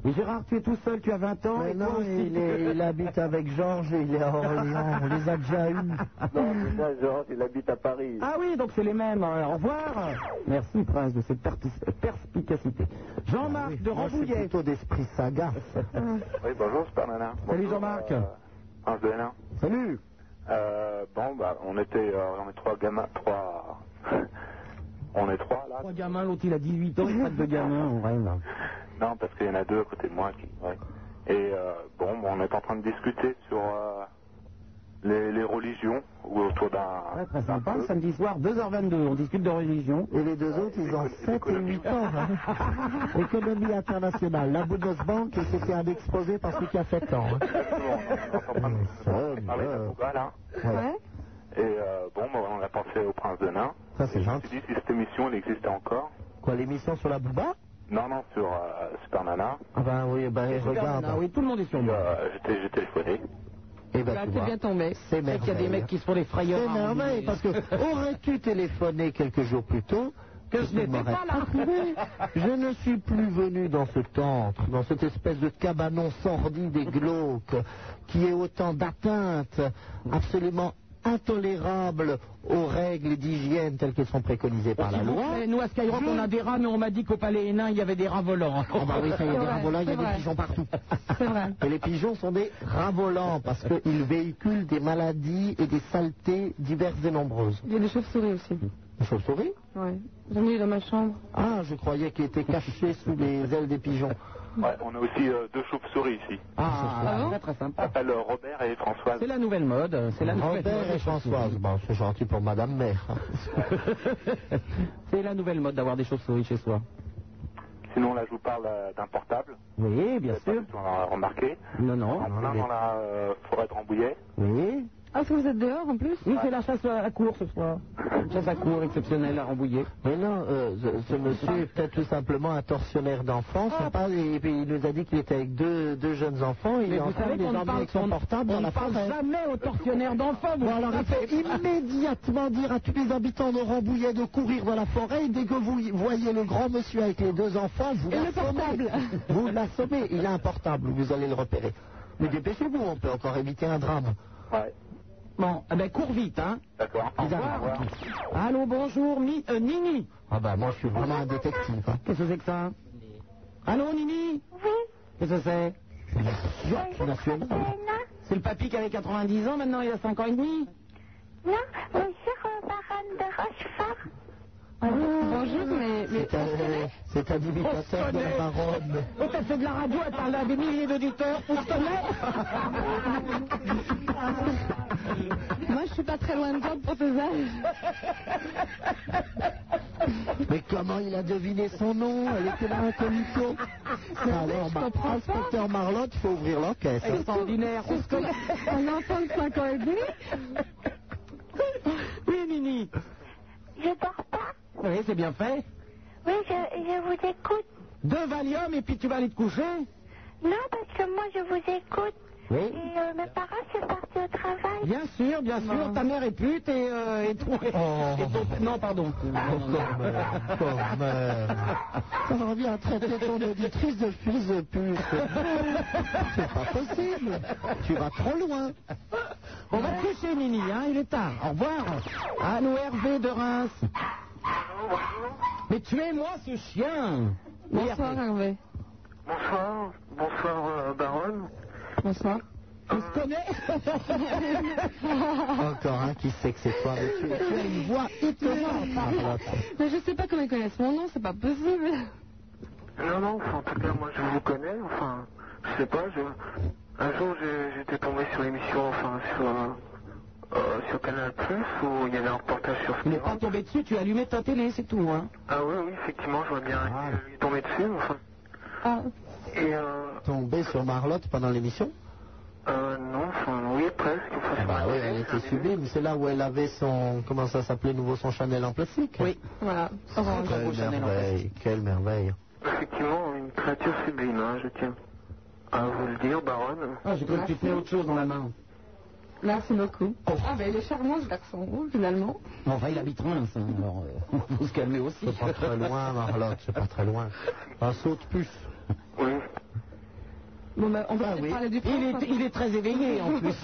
Speaker 1: Mais Gérard, tu es tout seul, tu as 20 ans,
Speaker 15: Mais
Speaker 1: et toi
Speaker 15: non,
Speaker 1: aussi.
Speaker 15: il, est- il habite avec Georges et il est à Orléans. On les a déjà eus.
Speaker 2: Non, putain, Georges, il habite à Paris.
Speaker 1: Ah oui, donc c'est les mêmes, hein. au revoir Merci, Prince, de cette perpi- perspicacité. Jean-Marc de
Speaker 15: Ah Moi, je suis
Speaker 1: Rambouillet.
Speaker 15: plutôt d'esprit sagace.
Speaker 13: Oui, bonjour, super nana.
Speaker 1: Salut,
Speaker 13: Bonjour,
Speaker 1: Jean-Marc.
Speaker 13: euh, Ange de Hénin.
Speaker 1: Salut
Speaker 13: Euh, bon, bah, on était, euh, on est trois gamins, trois. [laughs] on est trois là.
Speaker 1: Trois gamins, l'autre il a 18 ans, il pas de gamin, on rêve.
Speaker 13: Non, parce qu'il y en a deux à côté de moi qui. ouais. Et euh, bon, on est en train de discuter sur euh, les, les religions ou autour d'un.
Speaker 1: Ouais, très sympa, le samedi soir, 2h22, on discute de religion.
Speaker 15: Et les deux autres, ils ont 7 et 8 ans. hein. Économie internationale, la Bundesbank, et c'était un exposé par celui qui a 7 ans. hein. Mmh.
Speaker 13: parler de la Bouga, là. Et euh, bon, bah, on a pensé au prince de Nain.
Speaker 15: Ça, c'est
Speaker 13: Je me suis dit si cette émission elle existait encore.
Speaker 15: Quoi, l'émission sur la Bouba
Speaker 13: Non, non, sur euh, Super Nana.
Speaker 15: Ah ben oui, ben
Speaker 13: Et
Speaker 15: regarde.
Speaker 1: Ah oui, tout le monde est sur moi. Bah,
Speaker 13: Euh, je t'ai- je t'ai téléphoné.
Speaker 15: Eh ben,
Speaker 1: Là,
Speaker 15: tu
Speaker 1: t'es
Speaker 15: vois,
Speaker 1: bien tombé.
Speaker 15: C'est
Speaker 1: C'est qu'il y a des
Speaker 15: merveille.
Speaker 1: mecs qui se font des frayeurs. Ah,
Speaker 15: C'est
Speaker 1: à Rambouillet.
Speaker 15: merveille, parce que aurais-tu téléphoné quelques jours plus tôt
Speaker 1: Que je
Speaker 15: tu
Speaker 1: n'étais
Speaker 15: m'aurais
Speaker 1: pas là.
Speaker 15: trouvé. Je ne suis plus venu dans ce temple, dans cette espèce de cabanon sordide et glauque, qui est autant d'atteintes absolument intolérables aux règles d'hygiène telles qu'elles sont préconisées par la
Speaker 1: S'il vous
Speaker 15: loi.
Speaker 1: plaît, nous à Skyrock, on a des rats, mais on m'a dit qu'au Palais Hénin, il y avait des rats volants.
Speaker 15: Ah bah oui, ça y
Speaker 1: C'est
Speaker 15: est, des
Speaker 1: vrai,
Speaker 15: ravolants, il y a
Speaker 1: c'est
Speaker 15: des
Speaker 1: vrai.
Speaker 15: pigeons partout. [laughs] Et les pigeons sont des ravolants parce qu'ils véhiculent des maladies et des saletés diverses et nombreuses.
Speaker 37: Il y a des chauves-souris aussi.
Speaker 15: Une chauve-souris
Speaker 37: Ouais. J'en ai eu dans ma chambre.
Speaker 15: Ah, je croyais qu'il était caché
Speaker 1: [laughs]
Speaker 15: sous les ailes des pigeons.
Speaker 13: Ouais, on a aussi euh, deux chauves-souris ici.
Speaker 1: Ah, très très
Speaker 13: Ça
Speaker 1: sympa.
Speaker 13: s'appelle euh, Robert et Françoise.
Speaker 1: C'est la nouvelle mode, euh, c'est la nouvelle
Speaker 15: Robert
Speaker 1: mode.
Speaker 15: et Françoise, bon, c'est gentil pour Madame Mère.
Speaker 1: [laughs] C'est la nouvelle mode d'avoir des chauves-souris chez soi.
Speaker 13: Sinon, là, je vous parle euh, d'un portable.
Speaker 1: Oui, bien sûr.
Speaker 13: On l'a remarqué.
Speaker 1: Non, non.
Speaker 11: Ah,
Speaker 13: En plein dans la euh, forêt de Rambouillet.
Speaker 1: Oui.
Speaker 37: Ah, si vous êtes dehors en plus
Speaker 1: Oui, c'est la chasse à la cour ce soir. Chasse à cour exceptionnelle à Rambouillet.
Speaker 15: Mais non, euh, ce- ce monsieur est peut-être tout simplement un tortionnaire d'enfants. c'est pas- Et puis il nous a dit qu'il était avec deux, deux jeunes enfants. Il
Speaker 1: Mais
Speaker 15: est en
Speaker 1: vous
Speaker 15: train de
Speaker 1: savez
Speaker 15: les
Speaker 1: qu'on ne
Speaker 15: emmener
Speaker 1: parle,
Speaker 15: avec son
Speaker 1: on-
Speaker 15: portable
Speaker 1: on
Speaker 15: dans
Speaker 1: ne
Speaker 15: la
Speaker 1: parle
Speaker 15: forêt.
Speaker 1: jamais aux tortionnaires d'enfants. vous
Speaker 15: Bon, alors il
Speaker 1: savez.
Speaker 15: faut immédiatement dire à tous les habitants de Rambouillet de courir dans la forêt. Et dès que vous voyez le grand monsieur avec les deux enfants, vous l'assommez. Vous l'assommez. Il est un portable, vous allez le repérer. Mais dépêchez-vous, on peut encore éviter un drame.
Speaker 13: Ouais,
Speaker 1: Bon, eh ben cours vite, hein.
Speaker 13: d'accord. Au revoir.
Speaker 1: Allô, bonjour, Mi- euh, Nini.
Speaker 15: Ah bah moi je suis vraiment un détective. hein.
Speaker 1: Qu'est-ce que c'est que ça Allô, Nini Oui. Qu'est-ce que c'est
Speaker 15: York national.
Speaker 1: C'est le papy qui avait 90 ans, maintenant il a 5 ans et demi.
Speaker 11: Non, monsieur euh, Baron de Rochefort.
Speaker 37: Bonjour, mais, mais
Speaker 15: C'est un- C'est un imitateur de la baronne.
Speaker 1: Oh, t'as fait de la radio, elle parle à des milliers d'auditeurs, pour se
Speaker 37: moi je suis pas très loin de toi pour tes âges.
Speaker 2: Mais comment il a deviné son nom Elle était là
Speaker 1: [laughs]
Speaker 2: incognito. Alors, bah, inspecteur Marlotte, il faut ouvrir l'enquête. hein.
Speaker 27: Extraordinaire. Un enfant de 5 ans et demi.
Speaker 1: Oui, Nini.
Speaker 10: Je dors pas.
Speaker 1: Oui, c'est bien fait.
Speaker 10: Oui, je, je vous écoute.
Speaker 1: Deux Valium et puis tu vas aller te coucher.
Speaker 10: Non, parce que moi, je vous écoute.
Speaker 1: Oui.
Speaker 10: Et euh, mes parents sont partis au travail.
Speaker 1: Bien sûr, bien sûr, ta mère est pute et, euh, et ton-
Speaker 2: Oh.
Speaker 1: et ton- Non, pardon.
Speaker 2: Pauvre mère. Ça me revient à traiter ton auditrice de fils de pute. C'est pas possible. Tu vas trop loin.
Speaker 1: On va te coucher, Nini, hein, il est tard. Au revoir. Anne ou Hervé de Reims. Mais tuez-moi ce chien.
Speaker 27: Bonsoir, Hervé.
Speaker 11: Bonsoir, bonsoir euh, Baronne.
Speaker 27: Bonsoir.
Speaker 1: On se connaît
Speaker 2: [laughs] Encore un qui sait que c'est toi, mais tu, tu as une voix étonnante, Marlotte.
Speaker 27: Mais je sais pas comment ils connaissent mon nom, c'est pas possible.
Speaker 11: Non, non, enfin, en tout cas, moi je vous connais, enfin, je sais pas, je... un jour j'ai- j'étais tombé sur l'émission, enfin, sur, euh, euh, sur Canal Plus, où il y avait un reportage sur
Speaker 1: Tu n'es pas tombé dessus, tu as allumé ta télé, c'est tout, hein.
Speaker 11: Ah oui, oui, effectivement, je vois bien
Speaker 15: Ah.
Speaker 11: euh, lui tomber dessus, enfin.
Speaker 10: Ah.
Speaker 11: Et euh,
Speaker 2: Tombé sur Marlotte pendant l'émission
Speaker 11: euh, non, enfin, oui, presque. Enfin,
Speaker 2: Bah oui, elle était sublime. C'est là où elle avait son, comment ça s'appelait, nouveau son Chanel en plastique. Oui.
Speaker 27: Voilà.
Speaker 2: Quelle merveille, quelle merveille.
Speaker 11: effectivement, une créature sublime, hein, je tiens à vous le dire, Baronne.
Speaker 1: Ah, j'ai cru que tu tenais autre chose dans la main. Oh.
Speaker 27: Merci beaucoup. Ah, ben il est charmant ce garçon, oh, finalement.
Speaker 1: Bon, Enfin, il habite Reims, hein, alors euh, [laughs] faut se calmer aussi.
Speaker 2: C'est pas très loin, Marlotte, c'est pas très loin. Un saut de puce.
Speaker 27: Bon,
Speaker 1: bah,
Speaker 27: ben, on va
Speaker 2: Ah
Speaker 27: peut-être
Speaker 2: oui.
Speaker 27: parler du
Speaker 2: Il
Speaker 27: prince,
Speaker 2: est-
Speaker 27: hein.
Speaker 2: il est très éveillé, en plus.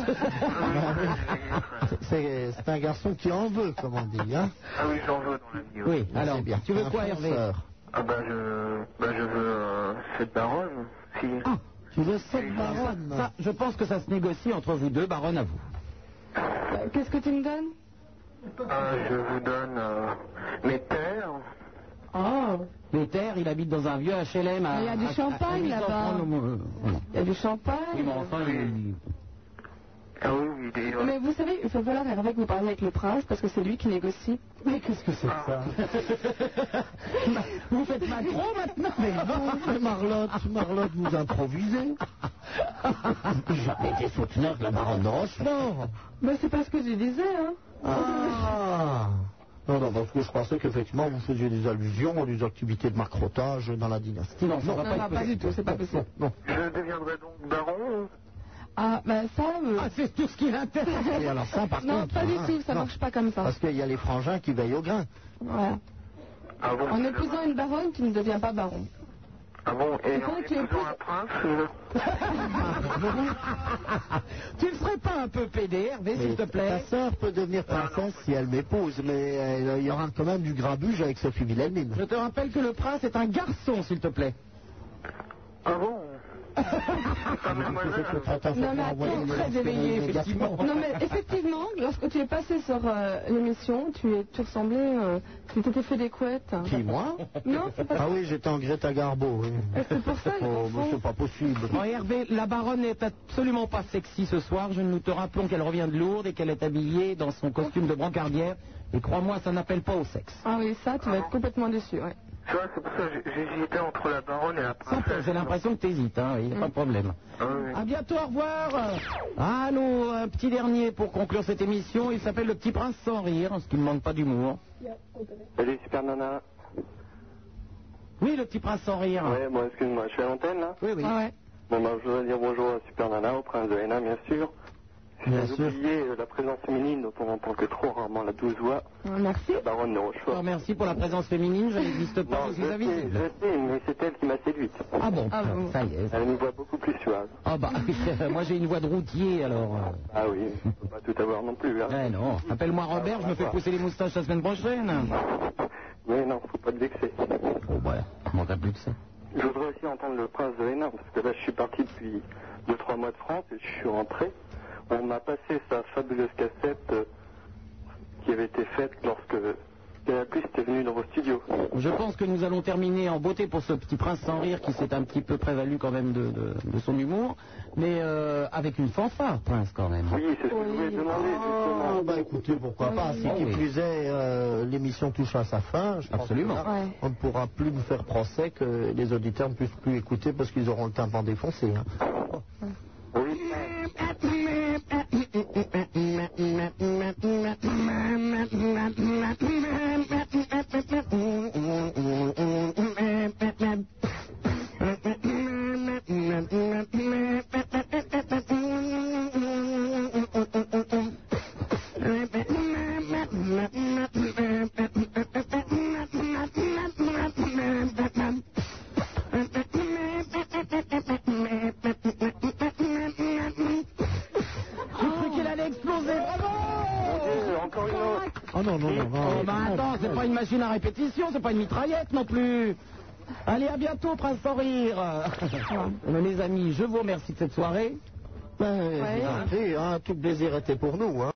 Speaker 2: C'est c'est un garçon qui en veut, comme on dit. Hein
Speaker 11: Ah oui, j'en veux dans la vie.
Speaker 2: Oui, alors,
Speaker 11: C'est
Speaker 2: tu veux quoi,
Speaker 11: Un
Speaker 2: Hervé
Speaker 11: penseur. Ah ben, je, ben, je veux euh, cette Baronne, si...
Speaker 2: tu veux cette Baronne
Speaker 1: Ça, je pense que ça se négocie entre vous deux, baronne à vous.
Speaker 27: Euh, Qu'est-ce que tu me donnes
Speaker 11: Ah, je vous donne euh, mes terres.
Speaker 27: Oh,
Speaker 1: Les terres, il habite dans un vieux HLM à.
Speaker 27: Mais il y a du
Speaker 1: à- à-
Speaker 27: champagne,
Speaker 1: à 800
Speaker 27: là-bas.
Speaker 1: francs, non, euh, voilà.
Speaker 27: il y a du champagne.
Speaker 1: Oui, mais enfin, il-
Speaker 11: Ah oui, oui, des...
Speaker 27: Mais vous savez, il va falloir Hervé que vous parliez avec le prince parce que c'est lui qui négocie.
Speaker 2: Mais qu'est-ce que c'est ça
Speaker 1: Vous faites Macron maintenant
Speaker 2: Mais non, mais Ah bah, Marlotte, Marlotte, vous
Speaker 1: [laughs]
Speaker 2: improvisez. Jamais été souteneur de la baronne de Rochefort.
Speaker 27: Mais c'est pas ce que je disais, hein.
Speaker 2: Ah Non, non, parce que je pensais qu'effectivement vous faisiez des allusions des activités de marcrotage dans la dynastie.
Speaker 1: Non, ça va
Speaker 27: pas être possible. Non,
Speaker 2: Non,
Speaker 11: Je deviendrai donc baron
Speaker 27: Ah, ah, ben ça. euh,
Speaker 1: Ah, c'est tout ce qui l'intéresse.
Speaker 2: Et alors ça, par
Speaker 27: non,
Speaker 2: contre,
Speaker 27: pas du
Speaker 2: hein,
Speaker 27: tout, ça
Speaker 2: non.
Speaker 27: marche pas comme ça.
Speaker 2: Parce qu'il y a les frangins qui veillent au grain.
Speaker 27: Voilà.
Speaker 11: Ah bon
Speaker 27: En épousant une baronne, tu ne deviens pas baron.
Speaker 11: Ah bon, et
Speaker 27: C'est
Speaker 11: en
Speaker 27: vrai que les
Speaker 11: épousant un prince, euh,
Speaker 1: Tu ne serais pas un peu pédé, Hervé, s'il
Speaker 2: Mais
Speaker 1: te plaît
Speaker 2: Ta sœur peut devenir princesse si elle m'épouse, mais euh, il y aura quand même du grabuge avec Sophie Wilhelmine.
Speaker 1: Je te rappelle que le prince est un garçon, s'il te plaît.
Speaker 11: Ah bon
Speaker 2: [laughs]
Speaker 11: Ah,
Speaker 2: Je peux pas
Speaker 27: Non, mais
Speaker 2: t'en envoyer
Speaker 27: attends,
Speaker 2: une
Speaker 27: très
Speaker 2: lettre
Speaker 1: éveillé,
Speaker 2: immédiatement.
Speaker 1: effectivement.
Speaker 27: Non, mais effectivement, lorsque tu es passé sur euh, l'émission, tu, es- tu ressemblais. euh, tu t'étais fait des couettes.
Speaker 2: Qui, moi
Speaker 27: Non, c'est pas
Speaker 2: Ah oui, j'étais en Greta Garbo. oui.
Speaker 27: c'est pour ça.
Speaker 2: Oh, mais c'est pas possible.
Speaker 1: Bon, Oh, Hervé, la baronne n'est absolument pas sexy ce soir. Je nous te rappelons qu'elle revient de Lourdes et qu'elle est habillée dans son costume de brancardière. Et crois-moi, ça n'appelle pas au sexe.
Speaker 27: Ah oui, ça, tu vas être complètement déçu, ouais.
Speaker 11: tu vois, c'est pour ça que j'ai- j'hésitais entre la baronne et la
Speaker 15: Ah.
Speaker 1: Ça,
Speaker 11: princesse.
Speaker 1: J'ai l'impression que t'hésites, hein, il n'y a pas de problème.
Speaker 11: Ah oui.
Speaker 1: À bientôt, au revoir. Allô, un petit dernier pour conclure cette émission. Il s'appelle le petit prince sans rire, ce qui ne manque pas d'humour.
Speaker 15: Salut Super Nana.
Speaker 1: Oui, le petit prince sans
Speaker 11: Ah.
Speaker 1: rire.
Speaker 15: Ouais, bon, excuse-moi, je suis à l'antenne là
Speaker 1: Oui, oui.
Speaker 27: Ah ouais.
Speaker 15: Bon, bah, je voudrais dire bonjour à Super Nana, au prince de Hénin, bien sûr.
Speaker 2: Bien
Speaker 15: J'ai oublié euh, la présence féminine dont on n'entend que trop rarement la douce voix,
Speaker 27: Ah, Merci.
Speaker 15: la baronne de Rochefort.
Speaker 1: Alors, merci pour la présence féminine, je n'existe pas, je
Speaker 15: je
Speaker 1: suis
Speaker 15: sais,
Speaker 1: invisible.
Speaker 15: je sais, mais c'est elle qui m'a séduite.
Speaker 1: Ah bon,
Speaker 27: Ah bon.
Speaker 1: ça y est.
Speaker 15: Elle a une voix beaucoup plus suave.
Speaker 1: Ah bah, [laughs] moi j'ai une voix de routier alors. euh.
Speaker 15: Ah oui, on peut pas tout avoir non plus. Hein.
Speaker 1: Eh non, appelle-moi Robert, je me fais pousser les moustaches la semaine prochaine.
Speaker 15: Mais non, faut pas te vexer.
Speaker 1: Bon bah, on t'as plus que ça.
Speaker 15: Je voudrais aussi entendre le prince de Hénin, parce que là, je suis parti depuis 2-3 mois de France et je suis rentré. On m'a passé sa fabuleuse cassette euh, qui avait été faite lorsque que la pluie était venue dans vos studios.
Speaker 10: Je pense que nous allons terminer en beauté pour ce petit prince sans rire qui s'est un petit peu prévalu quand même de, de- de son humour, mais euh, avec une fanfare, prince quand même.
Speaker 15: Oui, c'est ce que je voulais demander.
Speaker 1: Oh, bah écoutez, pourquoi pas Si
Speaker 10: Oh,
Speaker 1: qui
Speaker 10: oui.
Speaker 1: plus est, euh, l'émission touche à sa fin. je pense
Speaker 10: Absolument.
Speaker 1: que là, On ne pourra plus nous faire procès que les auditeurs ne puissent plus écouter parce qu'ils auront le tympan défoncé. hein. [laughs]
Speaker 10: J'ai cru qu'elle allait exploser,
Speaker 27: Oh,
Speaker 10: bravo Encore une autre
Speaker 1: Oh non, non, non, non.
Speaker 10: Oh bah attends, c'est pas une machine à répétition, c'est pas une mitraillette non plus Allez, à bientôt, Prince sans rire Mais Mes amis, je vous remercie de cette soirée.
Speaker 1: Ah, Ben, je vous en prie, hein, tout plaisir était pour nous. hein.